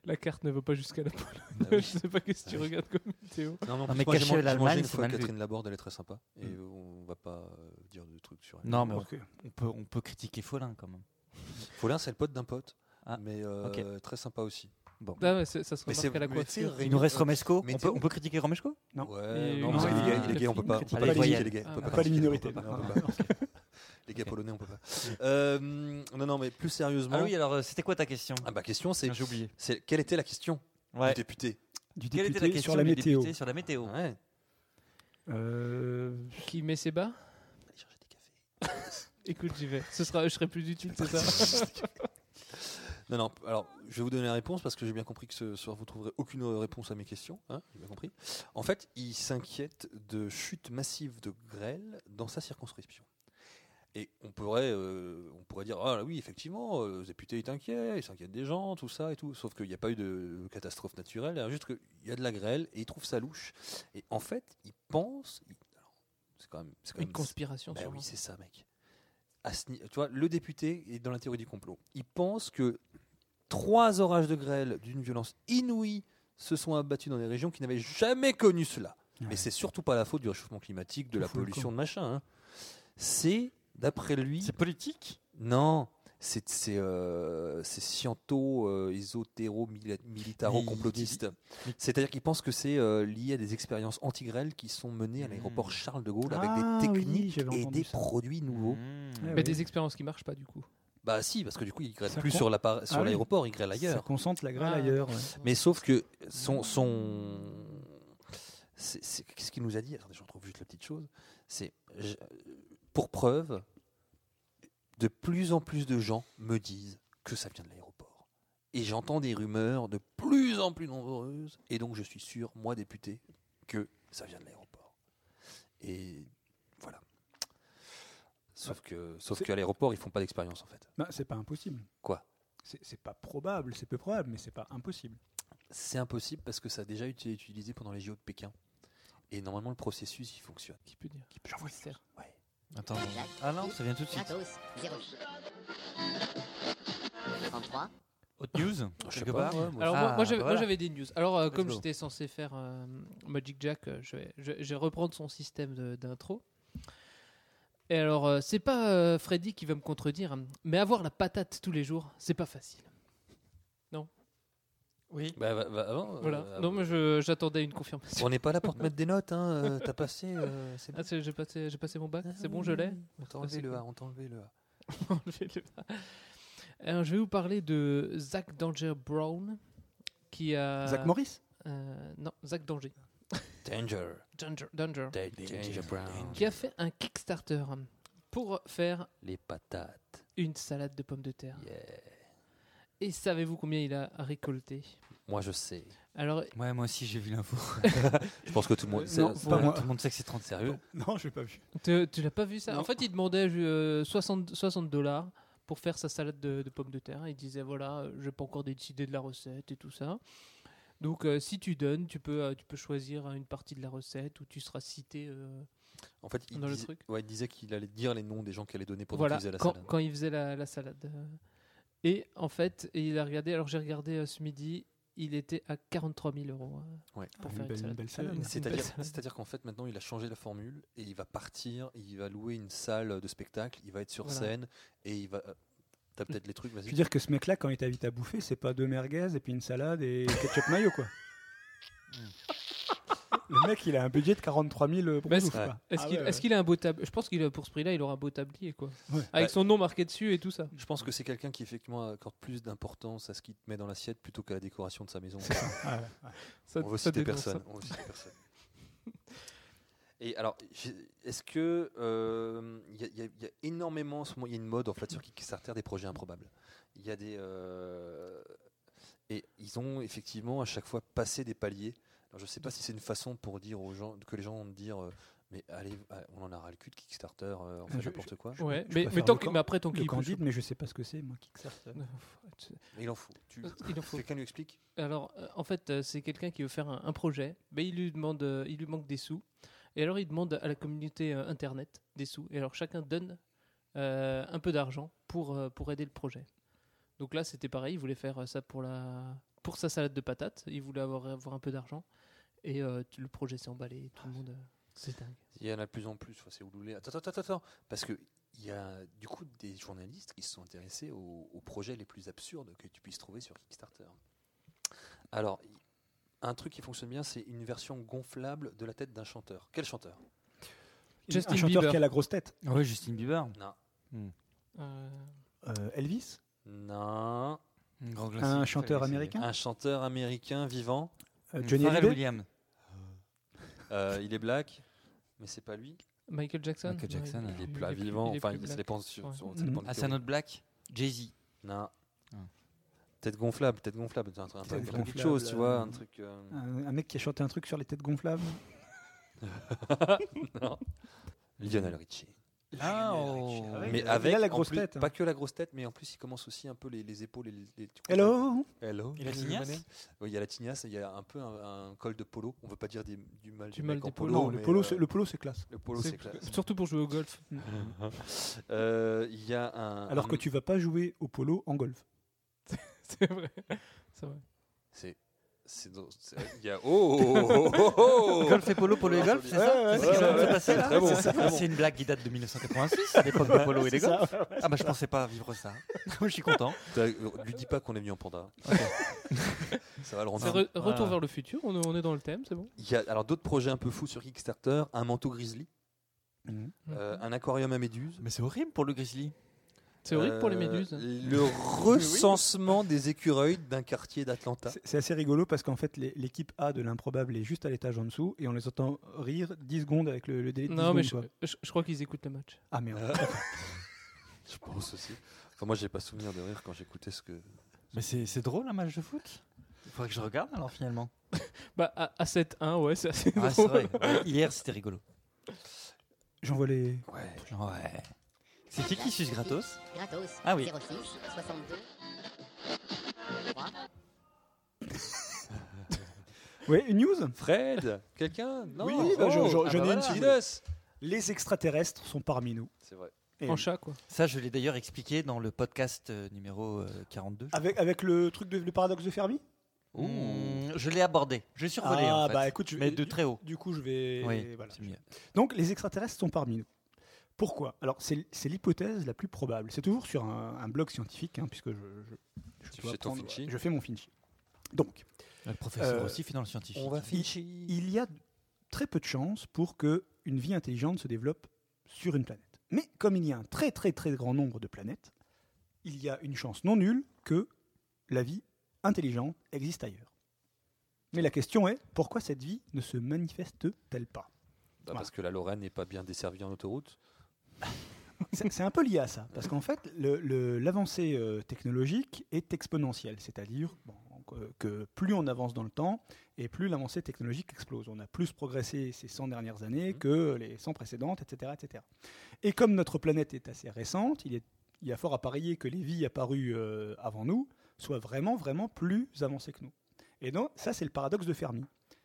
Speaker 4: La carte ne va pas jusqu'à la Pologne.
Speaker 3: Ah oui.
Speaker 4: *laughs* je sais pas qu'est-ce que
Speaker 3: Ah
Speaker 4: tu
Speaker 3: oui.
Speaker 4: regardes comme météo.
Speaker 3: Non, mais, en
Speaker 6: Non,
Speaker 3: plus,
Speaker 6: mais
Speaker 3: moi, j'ai
Speaker 6: cacher
Speaker 3: man- j'ai
Speaker 6: l'Allemagne,
Speaker 3: mangé une
Speaker 6: c'est
Speaker 3: fois
Speaker 6: mal vu. Hmm.
Speaker 3: Catherine Laborde, elle est très sympa. Et on va pas euh, dire de trucs sur elle.
Speaker 6: Non, mais on,
Speaker 5: Alors que-
Speaker 6: on peut, on peut critiquer Follin quand même.
Speaker 3: Follin, c'est le pote d'un pote.
Speaker 6: Ah,
Speaker 3: Mais euh, très sympa aussi.
Speaker 6: Bon.
Speaker 4: Ah ouais, c'est- ça se
Speaker 3: Mais c'est
Speaker 4: remarque à la
Speaker 3: mais tu sais,
Speaker 4: coiffure.
Speaker 6: Il
Speaker 3: Rémi-
Speaker 6: nous reste Romesco. On
Speaker 3: Météo.
Speaker 6: peut, on peut critiquer Romesco
Speaker 5: Non.
Speaker 3: Ouais,
Speaker 4: Et-
Speaker 3: non,
Speaker 5: Non,
Speaker 3: parce qu'il est
Speaker 5: ah,
Speaker 3: gay, il est gay, on peut
Speaker 4: Catherine,
Speaker 6: pas
Speaker 5: critique
Speaker 3: pas. on peut
Speaker 6: bah,
Speaker 3: pas
Speaker 6: les
Speaker 3: critiquer les gays.
Speaker 4: gays.
Speaker 3: on peut
Speaker 4: Ah,
Speaker 5: pas les
Speaker 3: critiquer, on peut
Speaker 5: minorités,
Speaker 3: pas,
Speaker 5: non,
Speaker 3: on peut
Speaker 5: non,
Speaker 3: pas. Les gays polonais, on peut pas. Euh, Non, non, mais plus sérieusement.
Speaker 6: Ah oui, alors euh, c'était quoi ta question
Speaker 3: Ah bah question, c'est
Speaker 6: Tiens, J'ai oublié.
Speaker 3: c'est- quelle était la question
Speaker 6: Ouais.
Speaker 3: du député
Speaker 5: Du
Speaker 6: Quelle était la
Speaker 5: député
Speaker 6: question
Speaker 5: sur la
Speaker 6: du
Speaker 5: météo.
Speaker 6: député sur la météo
Speaker 3: Ouais.
Speaker 5: Euh,
Speaker 4: Qui met ses bas
Speaker 3: Allez chercher des cafés.
Speaker 4: *laughs* Écoute, j'y vais. Ce sera, je serai plus utile, c'est
Speaker 3: *laughs*
Speaker 4: ça
Speaker 3: Non, non, alors je vais vous donner la réponse parce que j'ai bien compris que ce soir vous trouverez aucune réponse à mes questions. hein, j'ai bien compris. En fait, il s'inquiète de chutes massives de grêle dans sa circonscription. Et on pourrait, euh, on pourrait dire Ah oui, effectivement, euh, le député est inquiet, il s'inquiète des gens, tout ça et tout. Sauf qu'il n'y a pas eu de catastrophe naturelle, hein, juste qu'il y a de la grêle et il trouve ça louche. Et en fait, il pense. il- alors, c'est quand même. c'est quand
Speaker 4: Une
Speaker 3: même-
Speaker 4: conspiration,
Speaker 3: bah
Speaker 4: sûrement.
Speaker 3: oui, c'est ça, mec. À ce ni- tu vois, le député est dans la théorie du complot. Il pense que trois orages de grêle d'une violence inouïe se sont abattus dans des régions qui n'avaient jamais connu cela.
Speaker 5: Ouais.
Speaker 3: Mais c'est surtout pas la faute du réchauffement climatique, de la
Speaker 5: Fout le
Speaker 3: pollution, de machin. hein. C'est, d'après lui,
Speaker 6: C'est politique
Speaker 3: non, c'est c'est euh, c'est sciento euh, ésotéro mili- militaro complotiste. C'est-à-dire qu'ils pensent que c'est euh, lié à des expériences anti-grêle qui sont menées à l'aéroport Charles de Gaulle
Speaker 5: Hmm. Ah
Speaker 3: avec
Speaker 5: oui,
Speaker 3: des techniques
Speaker 5: j'avais
Speaker 3: et
Speaker 5: entendu
Speaker 3: des
Speaker 5: ça. Hmm. Ah
Speaker 3: produits nouveaux.
Speaker 6: Mmh.
Speaker 5: Ouais,
Speaker 4: Mais
Speaker 5: ouais.
Speaker 4: des expériences qui marchent pas, du coup.
Speaker 3: Bah si, parce que du coup ils grêlent
Speaker 5: Ça
Speaker 3: plus
Speaker 5: con-
Speaker 3: sur l'appare- sur
Speaker 5: Ah oui.
Speaker 3: l'aéroport, ils grêlent
Speaker 5: Ça
Speaker 3: ailleurs.
Speaker 5: concentre la grêle
Speaker 4: Ah,
Speaker 5: ailleurs. ouais.
Speaker 3: Mais sauf que son son c'est- c'est- qu'est-ce qu'il nous a dit Attendez, je retrouve juste la petite chose. C'est je- pour preuve, de plus en plus de gens me disent que ça vient de l'aéroport. Et j'entends des rumeurs de plus en plus nombreuses. Et donc je suis sûr, moi député, que ça vient de l'aéroport. Et voilà. Sauf que
Speaker 5: Ah.
Speaker 3: sauf
Speaker 5: C'est-
Speaker 3: qu'à l'aéroport ils font pas d'expérience en fait.
Speaker 5: Bah, c'est pas impossible.
Speaker 3: Quoi
Speaker 5: C'est c'est pas probable, c'est peu probable, mais c'est pas impossible. *laughs*
Speaker 3: C'est impossible parce que ça a déjà été utilisé pendant les JO de Pékin. Et normalement, le processus, il fonctionne.
Speaker 4: Qui peut dire
Speaker 3: J'envoie
Speaker 4: Mystère.
Speaker 6: Attends.
Speaker 10: Jacques,
Speaker 6: Ah non, ça vient tout de suite.
Speaker 10: Gratos, 06. 33.
Speaker 6: Autre news Quelque part
Speaker 4: Alors moi-
Speaker 6: Ah,
Speaker 4: moi, j'avais-
Speaker 6: bah
Speaker 4: moi,
Speaker 6: voilà.
Speaker 4: j'avais des news. Alors euh,
Speaker 6: Let's
Speaker 4: comme
Speaker 6: go.
Speaker 4: j'étais censé faire euh, Magic Jack, euh, je, vais, je, je vais reprendre son système de- d'intro. Et alors euh, c'est pas euh, Freddy qui va me contredire, hein, mais avoir la patate tous les jours, c'est pas facile.
Speaker 6: Oui.
Speaker 3: Bah, va- va- avant, euh,
Speaker 4: Voilà.
Speaker 3: avant.
Speaker 4: non mais je- j'attendais une confirmation.
Speaker 3: On n'est pas là
Speaker 4: *laughs*
Speaker 3: pour te mettre des notes, hein. euh, T'as passé. euh, c'est bon.
Speaker 4: Ah, c'est- j'ai passé, j'ai passé mon bac, c'est bon, je l'ai.
Speaker 3: On t'a
Speaker 4: Ah, c'est
Speaker 3: enlevé le
Speaker 4: cool.
Speaker 3: A, on t'a
Speaker 4: *laughs*
Speaker 3: enlevé le A.
Speaker 4: Euh, Enlevez-le. Alors, je vais vous parler de Zach Danger Brown, qui a.
Speaker 5: Zach Morris
Speaker 4: Euh, Non, Zach Danger.
Speaker 3: Danger.
Speaker 4: *laughs* Danger. Danger.
Speaker 3: Da- Danger Brown.
Speaker 4: Qui a fait un Kickstarter pour faire
Speaker 3: Les patates.
Speaker 4: une salade de pommes de terre. Et savez-vous combien il a récolté
Speaker 3: Moi, je sais.
Speaker 4: Alors, Euh,
Speaker 6: Ouais, moi aussi j'ai vu
Speaker 4: *laughs*
Speaker 6: l'info.
Speaker 3: Je pense que tout le monde- c'est- c'est pas- tout le monde sait que c'est 30 sérieux.
Speaker 5: Non, je l'ai pas vu.
Speaker 4: Tu, tu l'as pas vu ça
Speaker 5: Non.
Speaker 4: En fait, il demandait euh, 60 60 dollars pour faire sa salade de, de pommes de terre. Il disait voilà, euh, j'ai pas encore décidé de la recette et tout ça. Donc, euh, si tu donnes, tu peux, euh, tu peux choisir une partie de la recette où tu seras cité. euh,
Speaker 3: En fait, il,
Speaker 4: dans le
Speaker 3: dis-
Speaker 4: truc.
Speaker 3: ouais, il disait qu'il allait dire les noms des gens qui allaient donner pendant
Speaker 4: voilà,
Speaker 3: qu'ils faisaient la
Speaker 4: quand,
Speaker 3: salade.
Speaker 4: quand il faisait la, la salade. euh. Et en fait, et il a regardé. Alors, j'ai regardé euh, ce midi. Il était à 43 000 euros euh,
Speaker 3: Ouais.
Speaker 4: pour faire une, salade.
Speaker 3: Mais
Speaker 4: Une
Speaker 3: C'est-à-dire,
Speaker 4: belle salade.
Speaker 3: c'est-à-dire qu'en fait, maintenant, il a changé la formule et il va partir, il va louer une salle de spectacle, il va être sur
Speaker 4: Voilà.
Speaker 3: scène et il va. euh, T'as peut-être les trucs, vas-y.
Speaker 5: Je veux dire que ce mec-là, quand il t'invite à bouffer, c'est pas deux merguez et puis une salade et
Speaker 3: *laughs*
Speaker 5: ketchup mayo, quoi. Le mec, il a un budget de 43 000 pour
Speaker 4: Mais
Speaker 5: bouffe,
Speaker 4: Est-ce
Speaker 5: quoi.
Speaker 4: est-ce
Speaker 5: Ah
Speaker 4: qu'il
Speaker 5: ouais,
Speaker 4: est-ce qu'il a un beau tablier Je pense qu'il a- pour ce prix-là, il aura un beau tablier, quoi.
Speaker 5: Ouais.
Speaker 4: Avec
Speaker 3: Bah,
Speaker 4: son nom marqué dessus et tout ça.
Speaker 3: Je pense que c'est quelqu'un qui effectivement accorde plus d'importance à ce qu'il te met dans l'assiette plutôt qu'à la décoration de sa maison. *laughs*
Speaker 5: Ah ouais, ouais. Ça-
Speaker 3: on veut
Speaker 5: ça
Speaker 3: citer
Speaker 5: dénonce
Speaker 3: personne.
Speaker 5: ça.
Speaker 3: on veut citer personne. Et alors, j'ai- est-ce que euh, il y, a- il y a- il y a énormément, en ce moment, il y a une mode en fait sur Kickstarter des projets improbables. Il y a des euh, et ils ont effectivement à chaque fois passé des paliers. Alors, je ne sais pas si c'est une façon pour dire aux gens que les gens vont dire. euh, mais allez, ah, on en a ras le cul de Kickstarter, euh, on fait
Speaker 5: Je- je-
Speaker 3: n'importe quoi.
Speaker 5: je-
Speaker 4: Ouais,
Speaker 5: je
Speaker 4: mais-
Speaker 5: préfère
Speaker 4: mais tant
Speaker 5: le
Speaker 4: que-
Speaker 5: can-
Speaker 4: mais après, tant
Speaker 5: le
Speaker 4: qu'il Euh, est plus
Speaker 5: candide,
Speaker 4: chaud.
Speaker 5: mais je sais pas ce que c'est, moi, Kickstarter.
Speaker 3: Mais il en faut. Tu-
Speaker 4: Euh, Il en faut.
Speaker 3: Quelqu'un lui explique
Speaker 4: Alors, euh, en fait, euh, c'est quelqu'un qui veut faire un, un projet, mais il lui demande, euh, il lui manque des sous, et alors il demande à la communauté euh, internet des sous, et alors chacun donne euh, un peu d'argent pour euh, pour aider le projet. Donc là, c'était pareil, il voulait faire euh, ça pour la pour sa salade de patates, il voulait avoir avoir un peu d'argent, et euh, t- le projet s'est emballé, tout le monde, euh, c'est dingue.
Speaker 3: Il y en a de plus en plus, enfin, c'est ouloulé. Attends, attends, attends, attends, parce que il y a du coup des journalistes qui se sont intéressés aux, aux projets les plus absurdes que tu puisses trouver sur Kickstarter. Alors, y- un truc qui fonctionne bien, c'est une version gonflable de la tête d'un chanteur. Quel chanteur
Speaker 5: Justin Un chanteur Bieber. qui a la grosse tête.
Speaker 6: Ah ouais, Justin Bieber.
Speaker 3: Non.
Speaker 5: Euh, Elvis
Speaker 3: Non.
Speaker 6: Un
Speaker 5: classique, chanteur très classique. américain
Speaker 3: Un chanteur américain vivant.
Speaker 5: Euh, Johnny Pharrell Hallyday
Speaker 6: Williams.
Speaker 3: Euh, il est black, mais c'est pas lui.
Speaker 4: Michael Jackson.
Speaker 6: Michael Jackson,
Speaker 3: il est
Speaker 6: il est
Speaker 3: plat
Speaker 6: plus-
Speaker 3: vivant.
Speaker 6: il est
Speaker 3: Enfin,
Speaker 6: plus
Speaker 3: il- ça
Speaker 6: black.
Speaker 3: dépend sur.
Speaker 6: Ouais.
Speaker 3: sur- ça dépend de
Speaker 6: Ah,
Speaker 3: qui
Speaker 6: c'est un
Speaker 3: on-
Speaker 6: autre black Jay-Z. Ah.
Speaker 3: Non. Tête gonflable, tête gonflable. Un, un- un-
Speaker 5: Tête
Speaker 3: quelque
Speaker 5: gonflable,
Speaker 3: chose, tu vois,
Speaker 5: euh,
Speaker 3: un truc. euh,
Speaker 5: Un, un mec qui a chanté un truc sur les têtes
Speaker 3: *laughs*
Speaker 5: gonflables
Speaker 3: non. Lionel Richie.
Speaker 6: Ah,
Speaker 3: Mais avec,
Speaker 5: oh. il a la
Speaker 3: en
Speaker 5: grosse
Speaker 3: plus-
Speaker 5: tête. hein.
Speaker 3: Pas que la grosse tête, mais en plus, il commence aussi un peu les, les épaules. Et les, les- tu
Speaker 5: Hello
Speaker 3: Hello
Speaker 5: Et la tignasse
Speaker 3: Oui, il y a la tignasse, et il y a un peu un, un col de polo. On veut pas dire des- du mal
Speaker 4: Du
Speaker 3: du,
Speaker 4: mal
Speaker 3: mec en
Speaker 4: des
Speaker 3: polo.
Speaker 5: polos. Non, le
Speaker 3: mais, euh,
Speaker 5: polo, c'est- le polo, c'est classe.
Speaker 3: Le polo, c'est
Speaker 4: C'est-
Speaker 3: classe.
Speaker 4: Surtout pour jouer au golf.
Speaker 3: *laughs* Euh, Il y a un.
Speaker 5: Alors que
Speaker 3: un-
Speaker 5: tu vas pas jouer au polo en golf.
Speaker 4: *laughs* c'est vrai. C'est vrai.
Speaker 3: C'est. c'est drôle, c'est- Il y a. Oh, oh, oh, oh, oh.
Speaker 6: Golf et polo, polo et golf, c'est ça
Speaker 3: Ouais,
Speaker 6: C'est
Speaker 3: ouais,
Speaker 6: ce qui
Speaker 3: ouais,
Speaker 6: vient de se
Speaker 3: ouais,
Speaker 6: passer,
Speaker 3: c'est
Speaker 6: là
Speaker 3: très bon,
Speaker 6: C'est ça.
Speaker 3: c'est très bon.
Speaker 6: C'est une blague qui date de 1986, à l'époque de polo et des
Speaker 3: C'est ça,
Speaker 6: golfs.
Speaker 3: ouais, ouais,
Speaker 6: Ah bah je
Speaker 3: c'est
Speaker 6: pensais pas vivre ça. hein.
Speaker 3: *laughs*
Speaker 6: Je suis content.
Speaker 3: T'as- euh, Lui dis pas qu'on est venu en panda. *laughs* Ça va le rendre.
Speaker 4: C'est
Speaker 3: fou.
Speaker 4: re- retour
Speaker 6: Ah.
Speaker 4: vers le futur, on, est- on est dans le thème, c'est bon
Speaker 3: Il y a alors d'autres projets un peu fous sur Kickstarter, un manteau grizzly, euh, un aquarium à méduses.
Speaker 6: Mm-hmm. Mais c'est horrible pour le grizzly.
Speaker 4: C'est horrible pour les
Speaker 3: Euh,
Speaker 4: méduses.
Speaker 3: Le recensement des écureuils d'un quartier d'Atlanta.
Speaker 5: C'est- C'est assez rigolo parce qu'en fait, les- l'équipe A de l'improbable est juste à l'étage en dessous et on les entend rire 10 secondes avec le, le délai de 10
Speaker 4: Non, mais je,
Speaker 5: secondes, quoi.
Speaker 4: je- je crois qu'ils écoutent le match.
Speaker 5: Ah merde.
Speaker 3: Je pense aussi. Enfin, moi, j'ai pas souvenir de rire quand j'écoutais ce que.
Speaker 6: Mais c'est c'est drôle un
Speaker 4: *laughs*
Speaker 6: match de foot. Il faudrait que je regarde alors finalement.
Speaker 4: Bah, à, à 7-1, ouais, c'est assez
Speaker 6: Ah, c'est
Speaker 4: drôle.
Speaker 6: vrai. Ouais, Hier c'était rigolo.
Speaker 5: J'envoie les.
Speaker 3: Ouais.
Speaker 6: Ouais. C'est qui qui suce gratos
Speaker 10: Gratos.
Speaker 6: Ah oui.
Speaker 10: 06 62 3.
Speaker 5: Ouais, une news
Speaker 3: Fred, quelqu'un Non.
Speaker 5: Oui, bah, je-
Speaker 3: Oh,
Speaker 5: je-
Speaker 3: ah
Speaker 5: j'en
Speaker 3: bah
Speaker 5: ai une
Speaker 3: voilà.
Speaker 5: si vous voulez.
Speaker 3: Dinos.
Speaker 5: Les extraterrestres sont parmi nous.
Speaker 3: C'est vrai.
Speaker 5: Et
Speaker 4: En
Speaker 5: oui.
Speaker 4: chat, quoi.
Speaker 6: Ça je l'ai d'ailleurs expliqué dans le podcast euh, numéro euh, 42.
Speaker 5: Avec, avec le truc de, le paradoxe de Fermi
Speaker 6: Mmh, je l'ai abordé. Je l'ai survolé
Speaker 5: Ah,
Speaker 6: en fait.
Speaker 5: bah, écoute, je-
Speaker 6: mais de
Speaker 5: du-
Speaker 6: très haut.
Speaker 5: Du coup, je vais.
Speaker 6: Oui,
Speaker 5: voilà.
Speaker 6: c'est mieux.
Speaker 5: Donc, les extraterrestres sont parmi nous. Pourquoi Alors, c'est c'est l'hypothèse la plus probable. C'est toujours sur un, un blog scientifique, hein, puisque je, je- je
Speaker 3: Tu
Speaker 5: dois
Speaker 3: fais ton
Speaker 5: prendre-
Speaker 3: Finchy.
Speaker 5: je fais mon Finchy. Donc,
Speaker 6: Ah, Le professeur
Speaker 5: Euh,
Speaker 6: aussi fait dans le scientifique.
Speaker 3: On va
Speaker 5: il,
Speaker 3: finir.
Speaker 5: il y a très peu de chances pour que une vie intelligente se développe sur une planète. Mais comme il y a un très très très grand nombre de planètes, il y a une chance non nulle que la vie intelligente existe ailleurs. Mais la question est, pourquoi cette vie ne se manifeste-t-elle pas
Speaker 3: Bah, Parce que la Lorraine n'est pas bien desservie en autoroute.
Speaker 5: C'est c'est un peu lié à ça, parce qu'en fait, le- le- l'avancée euh, technologique est exponentielle, c'est-à-dire bon, que- que plus on avance dans le temps et plus l'avancée technologique explose. On a plus progressé ces 100 dernières années que les 100 précédentes, etc. etc. Et comme notre planète est assez récente, il, est, il y a fort à parier que les vies apparues euh, avant nous soient vraiment, vraiment plus avancées que nous. Et donc, ça, c'est le paradoxe de Fermi.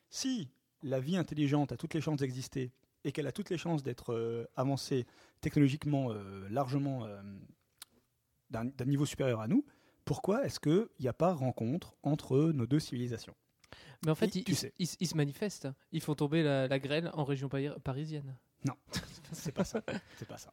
Speaker 5: Si la vie intelligente a toutes les chances d'exister et qu'elle a toutes les chances d'être euh, avancée technologiquement euh, largement euh, d'un d'un niveau supérieur à nous, pourquoi est-ce qu'il n'y a pas rencontre entre nos deux civilisations
Speaker 4: Mais en fait,
Speaker 5: Et
Speaker 4: ils,
Speaker 5: tu
Speaker 4: ils-
Speaker 5: sais.
Speaker 4: ils- ils se manifestent. Ils font tomber la, la grêle en région pari- parisienne. *laughs*
Speaker 5: Non, c'est pas ça. C'est pas ça.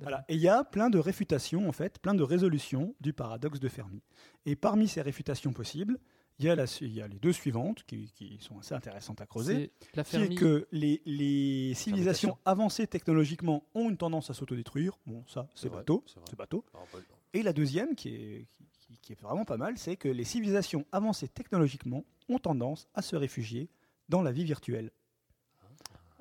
Speaker 5: Voilà. Et il y a plein de réfutations, en fait, plein de résolutions du paradoxe de Fermi. Et parmi ces réfutations possibles, il y a, la su- il y a les deux suivantes qui, qui sont assez intéressantes à creuser.
Speaker 4: C'est la
Speaker 5: qui est
Speaker 4: Fermi-
Speaker 5: que les, les civilisations avancées technologiquement ont une tendance à s'autodétruire. Bon, ça, c'est bateau. C'est bateau. Et la deuxième, qui est, qui- qui est vraiment pas mal, c'est que les civilisations avancées technologiquement ont tendance à se réfugier dans la vie virtuelle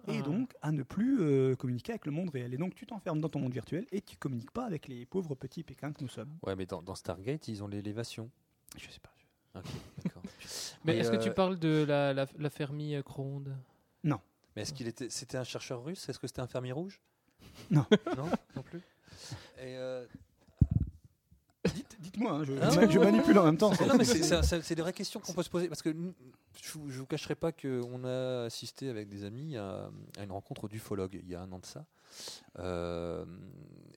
Speaker 5: et
Speaker 4: Ah.
Speaker 5: donc à ne plus euh, communiquer avec le monde réel. Et donc tu t'enfermes dans ton monde virtuel et tu communiques pas avec les pauvres petits pékins que nous sommes.
Speaker 3: Ouais, mais dans, dans Stargate, ils ont l'élévation.
Speaker 5: Je sais pas.
Speaker 3: Ok, d'accord.
Speaker 4: Mais
Speaker 3: Et,
Speaker 4: est-ce que tu
Speaker 3: euh,
Speaker 4: parles de la, la, la Fermi euh, Cro-onde
Speaker 5: Non.
Speaker 3: Mais est-ce qu'il était, c'était un chercheur russe Est-ce que c'était un fermier rouge
Speaker 5: Non.
Speaker 3: non, non plus. Et euh,
Speaker 5: Dites-moi, hein, je,
Speaker 3: Ah
Speaker 5: je-
Speaker 3: ouais,
Speaker 5: je
Speaker 3: ouais,
Speaker 5: manipule en
Speaker 3: ouais.
Speaker 5: même temps.
Speaker 3: Non, mais c'est- c'est c'est- c'est des vraies questions qu'on peut se poser. Parce que nous, je ne vous cacherai pas qu'on a assisté avec des amis à, à une rencontre d'ufologues il y a un an de ça. Euh,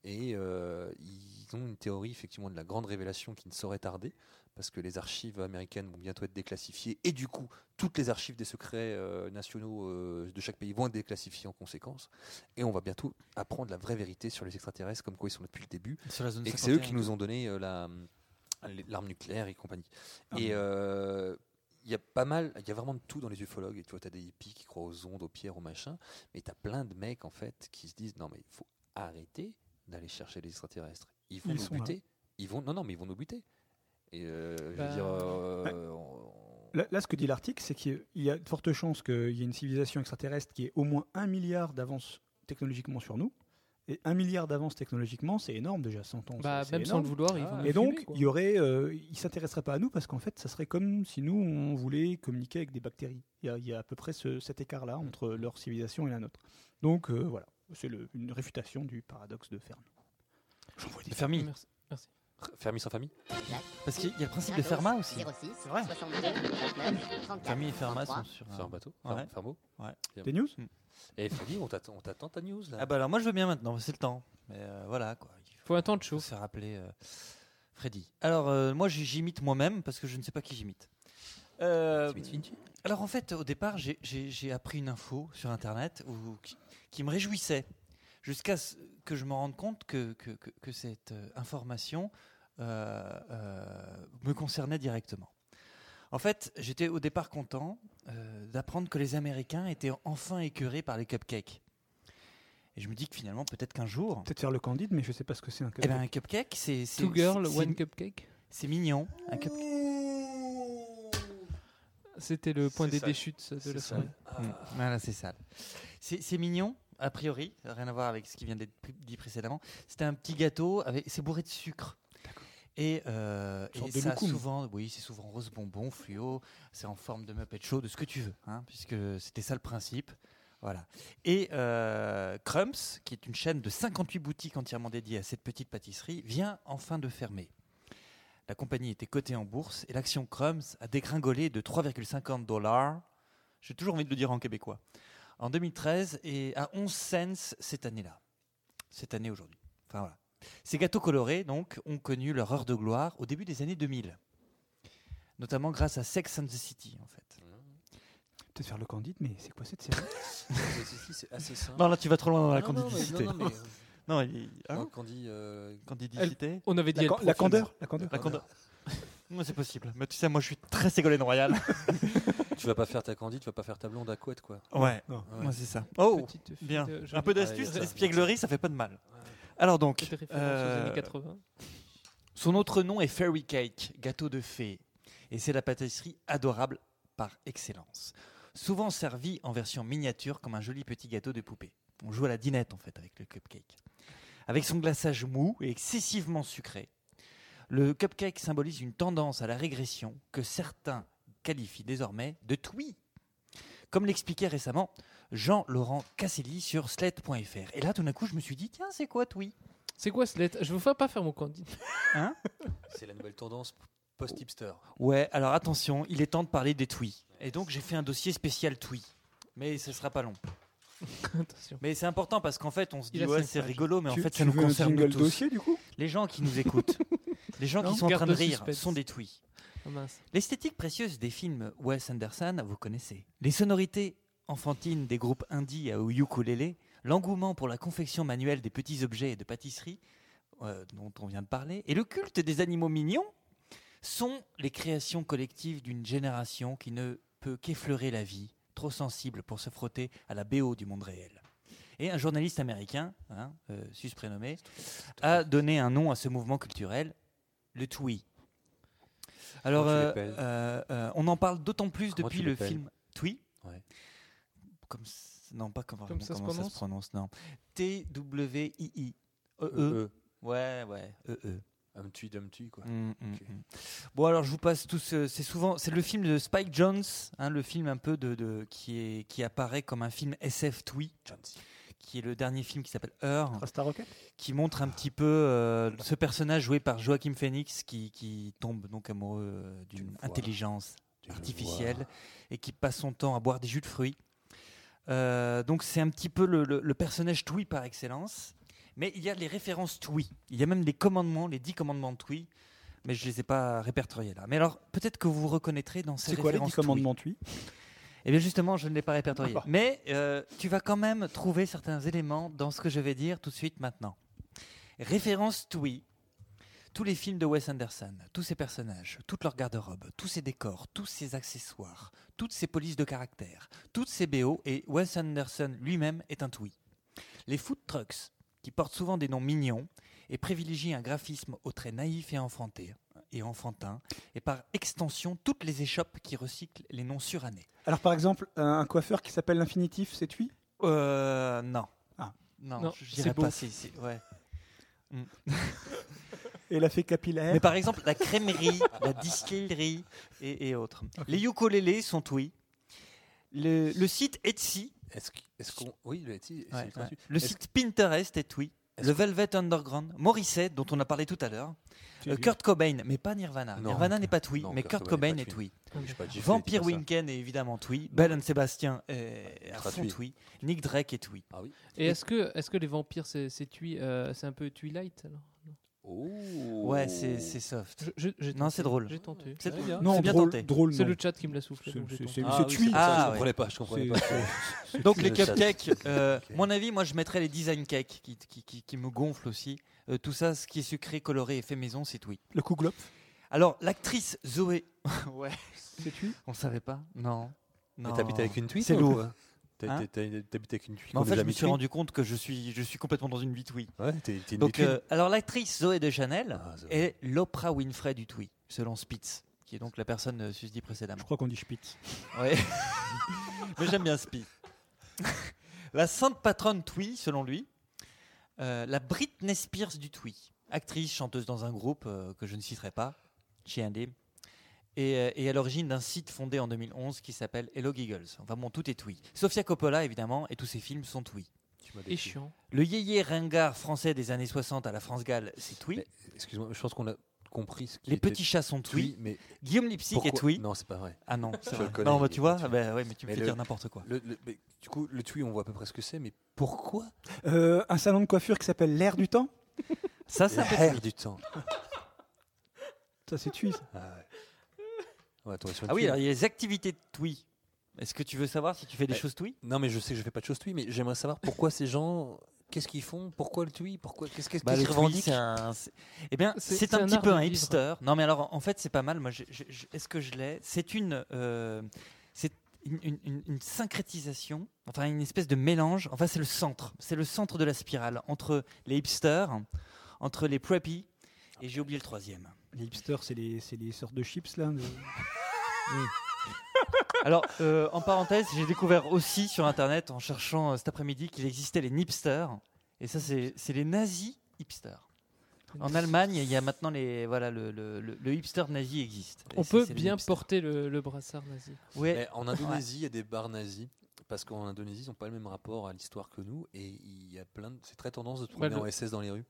Speaker 3: et euh, ils ont une théorie effectivement de la grande révélation qui ne saurait tarder. Parce que les archives américaines vont bientôt être déclassifiées. Et du coup, toutes les archives des secrets euh, nationaux euh, de chaque pays vont être déclassifiées en conséquence. Et on va bientôt apprendre la vraie vérité sur les extraterrestres, comme quoi ils sont là depuis le début.
Speaker 6: Sur la zone
Speaker 3: et que c'est eux
Speaker 6: 51,
Speaker 3: qui nous ont donné euh, la, l'arme nucléaire et compagnie.
Speaker 6: Ah
Speaker 3: et
Speaker 6: bon.
Speaker 3: euh, il y a pas mal, il y a vraiment de tout dans les ufologues. Et tu vois, tu as des hippies qui croient aux ondes, aux pierres, aux machins. Mais tu as plein de mecs, en fait, qui se disent non, mais il faut arrêter d'aller chercher les extraterrestres. Ils vont
Speaker 5: Ils
Speaker 3: nous
Speaker 5: sont là.
Speaker 3: buter. Ils vont, non, non, mais ils vont nous buter. Et euh, je
Speaker 5: Bah,
Speaker 3: veux dire. euh, on-
Speaker 5: Là, là, ce que dit l'article, c'est qu'il y a de fortes chances qu'il y ait une civilisation extraterrestre qui ait au moins un milliard d'avance technologiquement sur nous. Et un milliard d'avance technologiquement, c'est énorme déjà, 100 ans.
Speaker 4: Bah,
Speaker 5: c'est- c'est
Speaker 4: même sans
Speaker 5: énorme.
Speaker 4: le vouloir, ils vont nous
Speaker 5: Et donc,
Speaker 4: fumer, quoi.
Speaker 5: il y aurait, euh, ils s'intéresseraient pas à nous parce qu'en fait, ça serait comme si nous, on voulait communiquer avec des bactéries. Il y a, il y a à peu près ce- cet écart-là entre leur civilisation et la nôtre. Donc, euh, voilà, c'est le- une réfutation du paradoxe de Fermi.
Speaker 6: Mais Fermi.
Speaker 4: Merci. Merci.
Speaker 3: Fermi sans famille
Speaker 6: Parce qu'il y a le principe de Fermat aussi.
Speaker 10: 06,
Speaker 6: C'est vrai.
Speaker 10: 62, 39, 34,
Speaker 6: Fermi et Fermat sont
Speaker 10: 33.
Speaker 6: sur
Speaker 3: Sur un bateau
Speaker 6: Ouais.
Speaker 3: Fer- Fermo
Speaker 6: Ouais.
Speaker 3: Bien.
Speaker 5: Des news
Speaker 3: Et Freddy, on t'attend on t'attend ta news là.
Speaker 6: Ah bah alors moi je veux bien maintenant, c'est le temps. Mais euh, voilà quoi. Il
Speaker 4: faut attendre chaud.
Speaker 6: Se rappeler euh, Freddy. Alors euh, moi j- j'imite moi-même parce que je ne sais pas qui j'imite. Euh, alors en fait au départ j'ai- j'ai j'ai appris une info sur internet où- qui, qui me réjouissait jusqu'à ce que je me rende compte que, que, que- que cette euh, information euh, euh, me concernait directement. En fait, j'étais au départ content euh, d'apprendre que les Américains étaient enfin écœurés par les cupcakes. Et je me dis que finalement, peut-être qu'un jour.
Speaker 5: Peut-être faire le candide, mais je sais pas ce que c'est un
Speaker 6: Eh ben, un cupcake, c'est. c'est-
Speaker 4: Two girl,
Speaker 6: c'est-
Speaker 4: one
Speaker 6: c'est-
Speaker 4: cupcake
Speaker 6: C'est mignon. Un cup-
Speaker 4: C'était le point
Speaker 6: C'est
Speaker 4: des
Speaker 6: ça.
Speaker 4: déchutes de
Speaker 6: C'est
Speaker 4: la
Speaker 6: ça.
Speaker 4: soirée.
Speaker 6: Mm. Voilà, c'est sale. C'est c'est mignon, a priori, rien à voir avec ce qui vient d'être pr- dit précédemment. C'était un petit gâteau, avec- c'est bourré de sucre. Et, euh,
Speaker 5: Une sorte
Speaker 6: et
Speaker 5: de
Speaker 6: ça, a
Speaker 5: loukoum.
Speaker 6: souvent, oui, c'est souvent rose bonbon, fluo, c'est en forme de Muppet Show, de ce que tu veux, hein, puisque c'était ça le principe. Voilà. Et euh, Crumbs, qui est une chaîne de 58 boutiques entièrement dédiées à cette petite pâtisserie, vient enfin de fermer. La compagnie était cotée en bourse et l'action Crumbs a dégringolé de 3,50 dollars. J'ai toujours envie de le dire en québécois. En 2013 et à 11 cents cette année-là. Cette année aujourd'hui. Enfin voilà. Ces gâteaux colorés, donc, ont connu leur heure de gloire au début des années 2000. Notamment grâce à Sex and the City, en fait.
Speaker 5: Peut-être faire le candide, mais c'est quoi cette série
Speaker 3: c'est assez simple.
Speaker 6: Non, là, tu vas trop loin dans la
Speaker 3: Ah non, non, mais-
Speaker 6: candidicité.
Speaker 3: non, non, mais- euh,
Speaker 6: Non, il- hein
Speaker 3: Non, Candy, euh,
Speaker 6: Candidicité.
Speaker 4: on avait dit La elle Ah, can- la profite. candeur, la candeur.
Speaker 12: *laughs*
Speaker 6: La candeur. Moi, c'est possible. Mais tu sais, moi, je suis très Ségolène *laughs* Royal.
Speaker 3: tu vas pas faire ta Candy, tu vas pas faire ta blonde à couette quoi.
Speaker 6: Ouais, moi c'est ça. Oh,
Speaker 4: Petite fille
Speaker 6: bien.
Speaker 4: de
Speaker 6: Un
Speaker 4: jolie-
Speaker 6: peu d'astuce,
Speaker 4: Ouais, ça.
Speaker 6: d'espièglerie, ça fait pas de mal. Alors donc, euh,
Speaker 4: Des références aux années 80.
Speaker 6: son autre nom est Fairy Cake, gâteau de fée. Et c'est la pâtisserie adorable par excellence. Souvent servi en version miniature comme un joli petit gâteau de poupée. On joue à la dinette en fait avec le cupcake. Avec son glaçage mou et excessivement sucré, le cupcake symbolise une tendance à la régression que certains qualifient désormais de twi. Comme l'expliquait récemment Jean-Laurent Casselli sur slate.fr. Et là, tout d'un coup, je me suis dit, tiens, c'est quoi twi
Speaker 4: C'est quoi slate Je vous fais pas faire mon candidat.
Speaker 6: Hein
Speaker 12: C'est la nouvelle tendance post-hipster.
Speaker 6: Ouais, alors attention, il est temps de parler des tweets. Et donc j'ai fait un dossier spécial tweets. Mais ce sera
Speaker 4: *laughs*
Speaker 6: pas long. Mais c'est important parce qu'en fait on se
Speaker 5: Il
Speaker 6: dit
Speaker 5: a
Speaker 6: ouais
Speaker 5: cinq
Speaker 6: c'est
Speaker 5: pages.
Speaker 6: rigolo mais
Speaker 5: Tu-
Speaker 6: en fait
Speaker 5: tu
Speaker 6: ça nous
Speaker 5: veux un
Speaker 6: concerne
Speaker 5: jingle
Speaker 6: tous.
Speaker 5: dossier, du coup
Speaker 6: les gens qui nous écoutent, les gens
Speaker 5: Non.
Speaker 6: qui sont en train
Speaker 5: Garde
Speaker 6: de
Speaker 5: le
Speaker 6: rire
Speaker 5: suspense.
Speaker 6: sont des tweets.
Speaker 4: Ah mince.
Speaker 6: L'esthétique précieuse des films Wes Anderson, vous connaissez. Les sonorités enfantines des groupes indies à ukulélé, l'engouement pour la confection manuelle des petits objets et de pâtisseries euh, dont on vient de parler, et le culte des animaux mignons sont les créations collectives d'une génération qui ne peut qu'effleurer la vie, trop sensible pour se frotter à la BO du monde réel. Et un journaliste américain, hein, euh, sus prénommé, a donné un nom à ce mouvement culturel, le Twee. Alors,
Speaker 12: Comment tu
Speaker 6: euh,
Speaker 12: l'appelles
Speaker 6: euh, euh, on en parle d'autant plus
Speaker 12: Comment
Speaker 6: depuis
Speaker 12: tu
Speaker 6: le
Speaker 12: l'appelles
Speaker 6: film Twee.
Speaker 12: Ouais.
Speaker 6: Comme c- non, pas comment,
Speaker 12: Comme ça se
Speaker 6: comment ça se prononce, non. T-W-I-I. E-E. Euh, Ouais, ouais. E-E.
Speaker 12: Humpty Dumpty, quoi.
Speaker 6: Euh, Mm, mm,
Speaker 12: Ok.
Speaker 6: mm. Bon alors je vous passe tous. euh, c'est souvent c'est le film de Spike Jones, hein, le film un peu de, de- qui est qui apparaît comme un film SF Twee, qui est le dernier film qui s'appelle Heure, qui montre un petit peu euh, ce personnage joué par Joaquin Phoenix qui, qui tombe donc amoureux euh, d'une intelligence artificielle et qui passe son temps à boire des jus de fruits. Euh, donc c'est un petit peu le, le- le personnage Twee par excellence. Mais il y a les références Twee. Il y a même les commandements, les 10 commandements de Twee. Mais je ne les ai pas répertoriés là. Mais alors, peut-être que vous vous reconnaîtrez dans ces
Speaker 5: C'est quoi les
Speaker 6: références
Speaker 5: 10 commandements Twee
Speaker 6: Eh bien justement, je ne l'ai pas répertorié.
Speaker 5: Ah.
Speaker 6: Mais euh, tu vas quand même trouver certains éléments dans ce que je vais dire tout de suite maintenant. Référence Twee. Tous les films de Wes Anderson, tous ses personnages, toute leur garde-robe, tous ses décors, tous ses accessoires, toutes ses polices de caractère, toutes ses BO et Wes Anderson lui-même est un Twee. Les food trucks, qui portent souvent des noms mignons et privilégient un graphisme au trait naïf et enfanté et enfantin, et par extension toutes les échoppes qui recyclent les noms surannés.
Speaker 5: Alors, par exemple, un coiffeur qui s'appelle l'infinitif, c'est Tui
Speaker 6: Euh, non.
Speaker 5: Ah.
Speaker 6: Non,
Speaker 5: Non,
Speaker 6: je
Speaker 5: c'est
Speaker 6: dirais
Speaker 5: beau.
Speaker 6: pas. si- si-
Speaker 5: *laughs*
Speaker 6: ouais. Mm. *laughs*
Speaker 5: Et la fée capillaire
Speaker 6: Mais par exemple, la crèmerie, la distillerie et, et autres. Les ukulélés sont oui. Le, le site Etsy.
Speaker 12: Est-ce qu'- est-ce qu'on. Oui, le Etsy. c'est
Speaker 6: Ouais,
Speaker 12: ultra
Speaker 6: ouais.
Speaker 12: dessus.
Speaker 6: Le
Speaker 12: Est-ce-
Speaker 6: site Pinterest est oui. Le Velvet Underground, Morrissey, dont on a parlé tout à l'heure,
Speaker 12: Tu
Speaker 6: euh,
Speaker 12: as vu.
Speaker 6: Kurt Cobain, mais pas Nirvana.
Speaker 12: Non.
Speaker 6: Nirvana n'est pas Twee,
Speaker 12: Non,
Speaker 6: mais
Speaker 12: Kurt
Speaker 6: Kurt
Speaker 12: Cobain
Speaker 6: Cobain,
Speaker 12: n'est pas
Speaker 6: est
Speaker 12: Twee.
Speaker 6: Twee.
Speaker 12: Oui, je sais pas, j'ai fait des
Speaker 6: Vampire
Speaker 12: trucs comme
Speaker 6: Weekend est évidemment Twee. Belen Sébastien est à
Speaker 12: Ultra
Speaker 6: fond
Speaker 12: Twee.
Speaker 6: Twee. Nick Drake est Twee.
Speaker 12: Ah oui.
Speaker 4: Et est-ce que, est que les vampires, c'est c'est tui- euh, c'est un peu Twilight alors Non.
Speaker 6: Ouais, c'est c'est soft.
Speaker 4: Je- je- j'ai
Speaker 6: non,
Speaker 4: tenté.
Speaker 6: c'est drôle.
Speaker 4: J'ai tenté.
Speaker 6: C'est
Speaker 4: Très
Speaker 6: drôle.
Speaker 4: bien.
Speaker 6: C'est bien
Speaker 5: drôle-
Speaker 6: tenté.
Speaker 5: drôle,
Speaker 4: C'est
Speaker 5: non.
Speaker 4: le chat qui me l'a soufflé.
Speaker 5: C'est-
Speaker 4: donc j'ai
Speaker 5: c'est-
Speaker 4: tenté.
Speaker 5: c'est- Ah c'est oui, Tui.
Speaker 6: Ah,
Speaker 12: je comprenais
Speaker 6: ouais.
Speaker 12: pas, je comprenais
Speaker 4: *laughs*
Speaker 5: C'est-
Speaker 12: pas.
Speaker 5: c'est-
Speaker 6: Donc les
Speaker 12: Le chat.
Speaker 6: cupcakes, euh, mon avis, moi je mettrais les design cakes qui, qui, qui- qui me gonflent aussi. Euh, tout ça, ce qui est sucré, coloré et fait maison, c'est oui.
Speaker 5: Le Kouglop
Speaker 6: Alors l'actrice Zoé, *laughs* ouais,
Speaker 5: c'est tu
Speaker 6: On savait pas Non.
Speaker 12: Mais
Speaker 6: Non.
Speaker 12: t'habites avec une tweet
Speaker 6: C'est
Speaker 12: ou-
Speaker 6: lourd.
Speaker 12: T'as-
Speaker 6: Hein
Speaker 12: t'as- t'as- T'habites avec une tweet
Speaker 6: Mais en
Speaker 12: qu'on
Speaker 6: fait,
Speaker 12: nous a
Speaker 6: je me
Speaker 12: mis
Speaker 6: suis
Speaker 12: dessus
Speaker 6: rendu compte que je suis, je suis complètement dans une vie twee.
Speaker 12: Ouais, t'es t'es une
Speaker 6: Donc,
Speaker 12: tweet.
Speaker 6: euh, alors l'actrice Zoé de Chanel est l'Oprah Winfrey du Twee, selon Spitz, qui est donc la personne euh, susdite précédemment.
Speaker 5: Je crois qu'on dit Spitz.
Speaker 6: Ouais. *laughs* Mais j'aime bien Spitz. *laughs* la sainte patronne Twee, selon lui, euh, la Britney Spears du Twee, actrice, chanteuse dans un groupe euh, que je ne citerai pas, chez Indé, et, euh, et à l'origine d'un site fondé en 2011 qui s'appelle Hello Giggles. Enfin bon, tout est Twee. Sofia Coppola, évidemment, et tous ses films sont Twee.
Speaker 4: Et chiant.
Speaker 6: Le yéyé ringard français des années 60 à la France Galles, c'est Twee.
Speaker 12: Excuse-moi, je pense qu'on a compris ce qui
Speaker 6: Les
Speaker 12: était
Speaker 6: petits chats sont
Speaker 12: Twee,
Speaker 6: Twee.
Speaker 12: mais
Speaker 6: Guillaume Lipsic est
Speaker 12: Pourquoi-
Speaker 6: Twee.
Speaker 12: Non, c'est pas vrai.
Speaker 6: Ah non,
Speaker 12: Je
Speaker 6: c'est
Speaker 12: le
Speaker 6: vrai.
Speaker 12: connais,
Speaker 6: Non, bah,
Speaker 12: il
Speaker 6: tu
Speaker 12: est
Speaker 6: vois,
Speaker 12: Twee.
Speaker 6: bah ouais, mais tu me fais
Speaker 12: le-
Speaker 6: dire n'importe quoi.
Speaker 12: le- le- mais du coup, le Twee, on voit à peu près ce que c'est, mais pourquoi
Speaker 5: Euh, un salon de coiffure qui s'appelle L'air du temps
Speaker 6: Ça,
Speaker 12: c'est un peu L'air Twee. du temps.
Speaker 5: Ça, c'est Tui, ça.
Speaker 12: Ah Ouais, attends, sur une
Speaker 6: Ah oui,
Speaker 12: tweet.
Speaker 6: alors il y a les activités de Twee. Est-ce que tu veux savoir si tu fais des
Speaker 12: Bah,
Speaker 6: choses Twee
Speaker 12: Non, mais je sais que je fais pas de choses Twee, mais j'aimerais savoir pourquoi ces gens. Qu'est-ce qu'ils font Pourquoi le Twee Pourquoi Qu'est-ce qu'est-ce
Speaker 6: Bah,
Speaker 12: qu'ils
Speaker 6: le Twee,
Speaker 12: revendiquent
Speaker 6: c'est un- c'est- Eh bien,
Speaker 4: C'est-
Speaker 6: c'est
Speaker 4: c'est
Speaker 6: un
Speaker 4: un
Speaker 6: petit
Speaker 4: art
Speaker 6: peu
Speaker 4: de
Speaker 6: un
Speaker 4: vivre.
Speaker 6: hipster. Non, mais alors en fait, c'est pas mal. Moi, je- je- je- est-ce que je l'ai C'est une, euh, c'est une, une- une- une syncrétisation, enfin une espèce de mélange. Enfin, c'est le centre. C'est le centre de la spirale entre les hipsters, entre les preppy, et j'ai oublié le troisième. *laughs*
Speaker 5: Les hipsters, c'est les, c'est les sortes de chips, là. de-
Speaker 6: Alors, euh, en parenthèse, j'ai découvert aussi sur Internet, en cherchant euh, cet après-midi, qu'il existait les nipsters. Et ça, c'est c'est les nazis hipsters. En Allemagne, il y a maintenant les voilà le, le- le- le hipster nazi existe. Et
Speaker 4: On
Speaker 6: c'est-
Speaker 4: peut
Speaker 6: c'est les
Speaker 4: bien
Speaker 6: hipsters.
Speaker 4: porter le, le brassard nazi.
Speaker 6: Ouais.
Speaker 3: Mais en Indonésie, il y a des bars nazis. Parce qu'en Indonésie, ils n'ont pas le même rapport à l'histoire que nous. Et il y a plein de... C'est très tendance de te
Speaker 4: Bah,
Speaker 3: promener
Speaker 4: le-
Speaker 3: en SS dans les rues.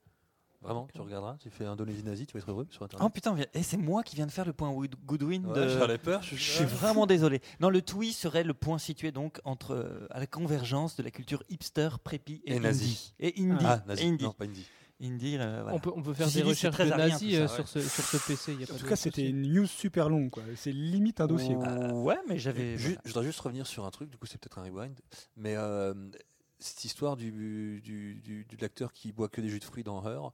Speaker 3: Vraiment, tu regarderas. Tu fais Indonésie nazie, tu vas être heureux sur Internet.
Speaker 6: Oh putain, vi- eh, c'est moi qui viens de faire le point Wood- Goodwin.
Speaker 3: Ouais,
Speaker 6: de-
Speaker 3: j'avais peur, je-
Speaker 6: Je suis vraiment désolé. Non, le Twi serait le point situé donc entre euh, à la convergence de la culture hipster, prépi et,
Speaker 3: Et
Speaker 6: indie.
Speaker 3: nazi.
Speaker 6: Et indie.
Speaker 3: Ah, nazi.
Speaker 6: Et indie.
Speaker 3: Non, pas indie.
Speaker 6: Indie, euh, voilà.
Speaker 4: On, peut, on peut
Speaker 6: Ceci
Speaker 4: faire des
Speaker 6: dit, c'est
Speaker 4: recherches
Speaker 6: très
Speaker 4: de
Speaker 6: arien, tout
Speaker 4: nazis
Speaker 6: ça,
Speaker 4: euh,
Speaker 6: ouais.
Speaker 4: sur, ce, sur ce PC. y a pas
Speaker 5: En tout
Speaker 4: de
Speaker 5: cas, c'était
Speaker 4: souci.
Speaker 5: une news super longue, quoi. C'est limite un dossier. quoi.
Speaker 6: Euh, ouais, mais j'avais.
Speaker 3: Ju-
Speaker 6: voilà.
Speaker 3: Je voudrais juste revenir sur un truc, du coup c'est peut-être un rewind, mais euh, cette histoire du, du, du- de l'acteur qui boit que des jus de fruits dans Her,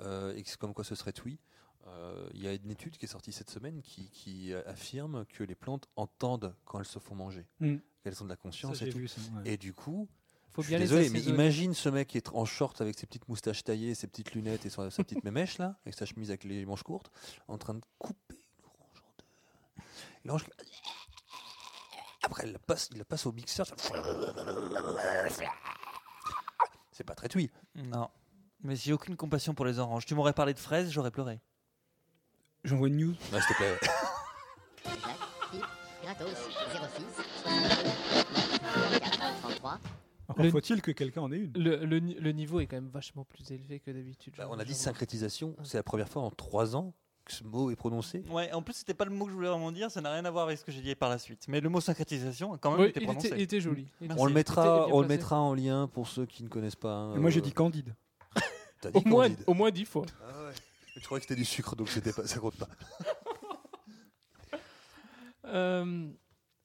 Speaker 3: euh, et que c'est comme quoi ce serait oui, euh, il y a une étude qui est sortie cette semaine qui, qui affirme que les plantes entendent quand elles se font manger,
Speaker 5: Mm.
Speaker 3: qu'elles ont de la conscience
Speaker 5: Ça,
Speaker 3: et
Speaker 5: j'ai
Speaker 3: tout.
Speaker 5: vu ça, ouais.
Speaker 3: Et du coup,
Speaker 4: Faut
Speaker 3: je suis
Speaker 4: bien les
Speaker 3: désolé, mais
Speaker 4: assaisonner.
Speaker 3: imagine ce mec qui est en short avec ses petites moustaches taillées, ses petites lunettes et son- sa petite mémèche là, avec sa chemise avec les manches courtes, en train de couper une orange en deux. L'orange- *laughs* Après, il la passe, il la passe au mixeur. ça- *laughs* C'est pas très tuy.
Speaker 6: Mm. Non. Mais j'ai aucune compassion pour les oranges. Tu m'aurais parlé de fraises, j'aurais pleuré.
Speaker 5: J'envoie une news.
Speaker 3: Non,
Speaker 4: *laughs*
Speaker 3: s'il te plaît.
Speaker 10: Gratos 06 64 33
Speaker 5: Encore
Speaker 4: Le-
Speaker 5: faut-il que quelqu'un en ait une
Speaker 4: Le, le ni- le niveau est quand même vachement plus élevé que d'habitude.
Speaker 3: Bah,
Speaker 4: genre-
Speaker 3: on a dit
Speaker 4: genre-
Speaker 3: syncrétisation. C'est la première fois en trois ans que ce mot est prononcé.
Speaker 6: Ouais, en plus, c'était pas le mot que je voulais vraiment dire, ça n'a rien à voir avec ce que j'ai dit par la suite. Mais le mot syncrétisation a quand même
Speaker 4: Ouais,
Speaker 6: été
Speaker 4: il,
Speaker 6: prononcé.
Speaker 4: était, il était joli. Il était-
Speaker 3: On le
Speaker 4: il
Speaker 3: mettra,
Speaker 4: était bien
Speaker 3: on le
Speaker 4: placé.
Speaker 3: mettra en lien pour ceux qui ne connaissent pas. hein.
Speaker 5: Et Moi, j'ai
Speaker 3: Euh,
Speaker 5: dit Candide.
Speaker 3: t'as dit
Speaker 4: Au moins,
Speaker 3: Candide.
Speaker 4: au moins dix fois.
Speaker 3: Ah ouais. Je croyais que c'était du sucre, donc c'était pas, ça compte pas.
Speaker 4: Euh,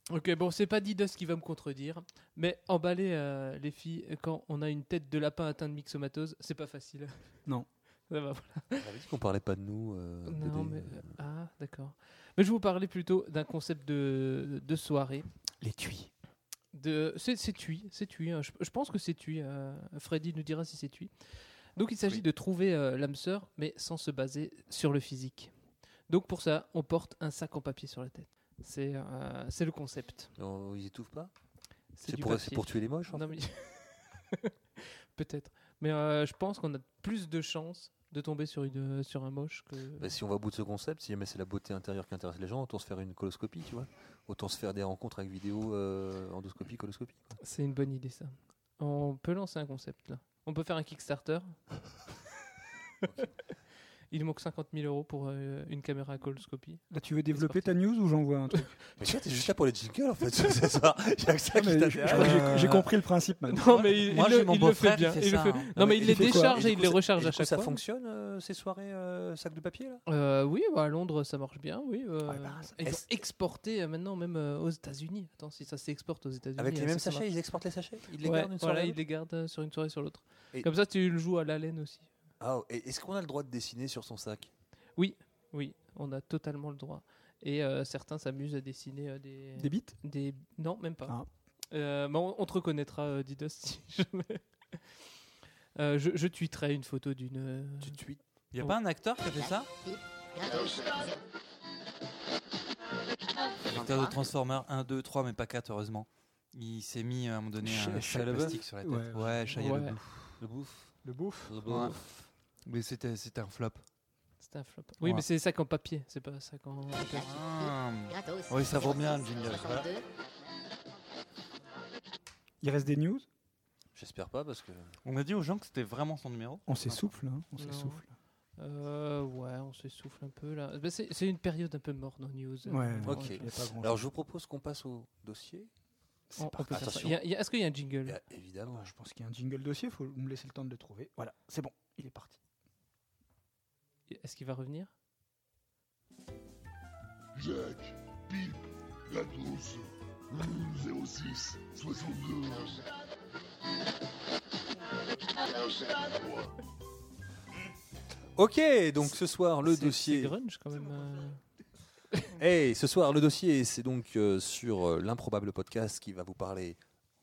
Speaker 4: ok, bon, c'est pas Didos qui va me contredire, mais emballer euh, les filles quand on a une tête de lapin atteinte de myxomatose, c'est pas facile.
Speaker 5: Non.
Speaker 4: *laughs* Ça va,
Speaker 3: On avait dit qu'on parlait pas de nous. euh,
Speaker 4: Non,
Speaker 3: BD,
Speaker 4: mais.
Speaker 3: euh.
Speaker 4: Ah, d'accord. Mais je vous parlais plutôt d'un concept de, de soirée.
Speaker 6: Les tuyaux.
Speaker 4: De... C'est c'est tui, c'est tui. hein. Je, je pense que c'est tui. euh, Freddy nous dira si c'est tui. Donc il s'agit de trouver euh, l'âme sœur, mais sans se baser sur le physique. Donc pour ça, on porte un sac en papier sur la tête. C'est euh, c'est le concept.
Speaker 3: On- Euh, ils étouffent pas C'est
Speaker 4: du
Speaker 3: pour,
Speaker 4: papier.
Speaker 3: c'est pour tuer les moches en
Speaker 4: Non, mais... *laughs* Peut-être. Mais euh, je pense qu'on a plus de chances de tomber sur, une, sur un moche que...
Speaker 3: Bah, si on va au bout de ce concept, si jamais c'est la beauté intérieure qui intéresse les gens, autant se faire une coloscopie, tu vois. Autant se faire des rencontres avec vidéo, euh, endoscopie, coloscopie.
Speaker 4: C'est une bonne idée ça. On peut lancer un concept là. On peut faire un
Speaker 3: *laughs*
Speaker 4: Kickstarter. Il nous manque 50 000 euros pour euh, une caméra à coloscopie.
Speaker 5: Là, tu veux développer ta news ou j'envoie un truc
Speaker 3: Mais tu t'es juste là pour les jingles *laughs* en fait ce soir. Il y a que ça
Speaker 5: Ah, mais je-
Speaker 3: qui
Speaker 5: je crois que j'ai-
Speaker 6: Euh,
Speaker 5: J'ai compris le principe maintenant.
Speaker 4: Non mais il,
Speaker 6: Moi,
Speaker 4: il
Speaker 6: j'ai
Speaker 4: le-
Speaker 6: mon
Speaker 4: il le fait
Speaker 6: beau-frère, il
Speaker 4: bien.
Speaker 6: fait
Speaker 4: il le
Speaker 6: ça,
Speaker 4: fait-
Speaker 6: hein.
Speaker 4: Non mais
Speaker 5: mais
Speaker 4: il
Speaker 5: il
Speaker 4: les
Speaker 5: fait quoi
Speaker 4: décharge et, il les recharge à chaque
Speaker 3: ça
Speaker 4: fois.
Speaker 3: fonctionne ces soirées sac de papier là
Speaker 4: Euh, oui, bah, à Londres ça marche bien, oui. euh,
Speaker 3: Ouais, bah, ça-
Speaker 4: ils ont
Speaker 3: est-ce-
Speaker 4: exporté euh, maintenant même euh, aux États-Unis. Attends, si ça s'exporte aux États-Unis.
Speaker 3: Avec les
Speaker 4: euh,
Speaker 3: mêmes
Speaker 4: ça, ça
Speaker 3: sachets,
Speaker 4: marche.
Speaker 3: ils exportent les sachets Ils les
Speaker 4: Ouais,
Speaker 3: gardent une
Speaker 4: voilà,
Speaker 3: soirée
Speaker 4: ils les gardent euh, sur une soirée sur l'autre.
Speaker 3: Et-
Speaker 4: Comme ça tu le joues à la laine aussi.
Speaker 3: Ah, et Est-ce qu'on a le droit de dessiner sur son sac
Speaker 4: Oui, on a totalement le droit. Et euh, certains s'amusent à dessiner euh, des...
Speaker 5: Des bites
Speaker 4: Des- Non, même pas.
Speaker 5: Ah.
Speaker 4: Euh, bah, on, on te reconnaîtra, euh, Didos, *laughs* si jamais. Euh, je, je tweeterai une photo d'une. euh,
Speaker 3: Tu tweets
Speaker 6: Y a pas un acteur qui a fait ça
Speaker 10: Gratos 0
Speaker 6: L'acteur de Transformers 1, 2, 3, mais pas 4, heureusement. Il s'est mis à un moment donné
Speaker 3: Shia-
Speaker 6: un
Speaker 3: Shia
Speaker 6: sac
Speaker 3: LaBeouf
Speaker 6: plastique sur la tête.
Speaker 5: Ouais.
Speaker 6: Ouais, Shia
Speaker 4: Ouais.
Speaker 6: LaBeouf.
Speaker 3: Le bouffe
Speaker 5: Le bouffe
Speaker 3: Le
Speaker 6: Ouais.
Speaker 3: bouffe
Speaker 6: Mais c'était c'était un flop.
Speaker 4: C'était un flop. Oui,
Speaker 6: Ouais.
Speaker 4: mais c'est des sacs en papier, c'est pas un sac en. en plastique.
Speaker 10: Gratos
Speaker 6: Ah. Oui, ça vaut bien, le jingle.
Speaker 10: 62
Speaker 5: Il reste des news
Speaker 3: J'espère pas parce que.
Speaker 6: On a dit aux gens que c'était vraiment son numéro.
Speaker 5: On s'essouffle, hein, on
Speaker 4: Non.
Speaker 5: s'essouffle.
Speaker 4: Euh, ouais, on s'essouffle un peu là. Bah, c'est c'est une période un peu morte dans News.
Speaker 5: Ouais,
Speaker 4: Vraiment,
Speaker 3: Ok.
Speaker 4: je-
Speaker 5: Il y a pas grand
Speaker 3: Alors je vous propose qu'on passe au dossier.
Speaker 4: on- on peut faire ça.
Speaker 3: Attention.
Speaker 4: Y a- y a- Est-ce qu'il y a un jingle
Speaker 3: Bien, évidemment.
Speaker 5: Ah, Je pense qu'il y a un jingle dossier, faut me laisser le temps de le trouver. Voilà, c'est bon, il est parti.
Speaker 4: Est-ce qu'il va revenir
Speaker 8: Jack, Pip, Gatos, 06, 62.
Speaker 3: Ok, donc ce soir le
Speaker 4: C'est- C'est
Speaker 3: dossier.
Speaker 4: grunge quand même. euh.
Speaker 3: *laughs* Hey, ce soir le dossier, c'est donc euh, sur euh, l'improbable podcast qui va vous parler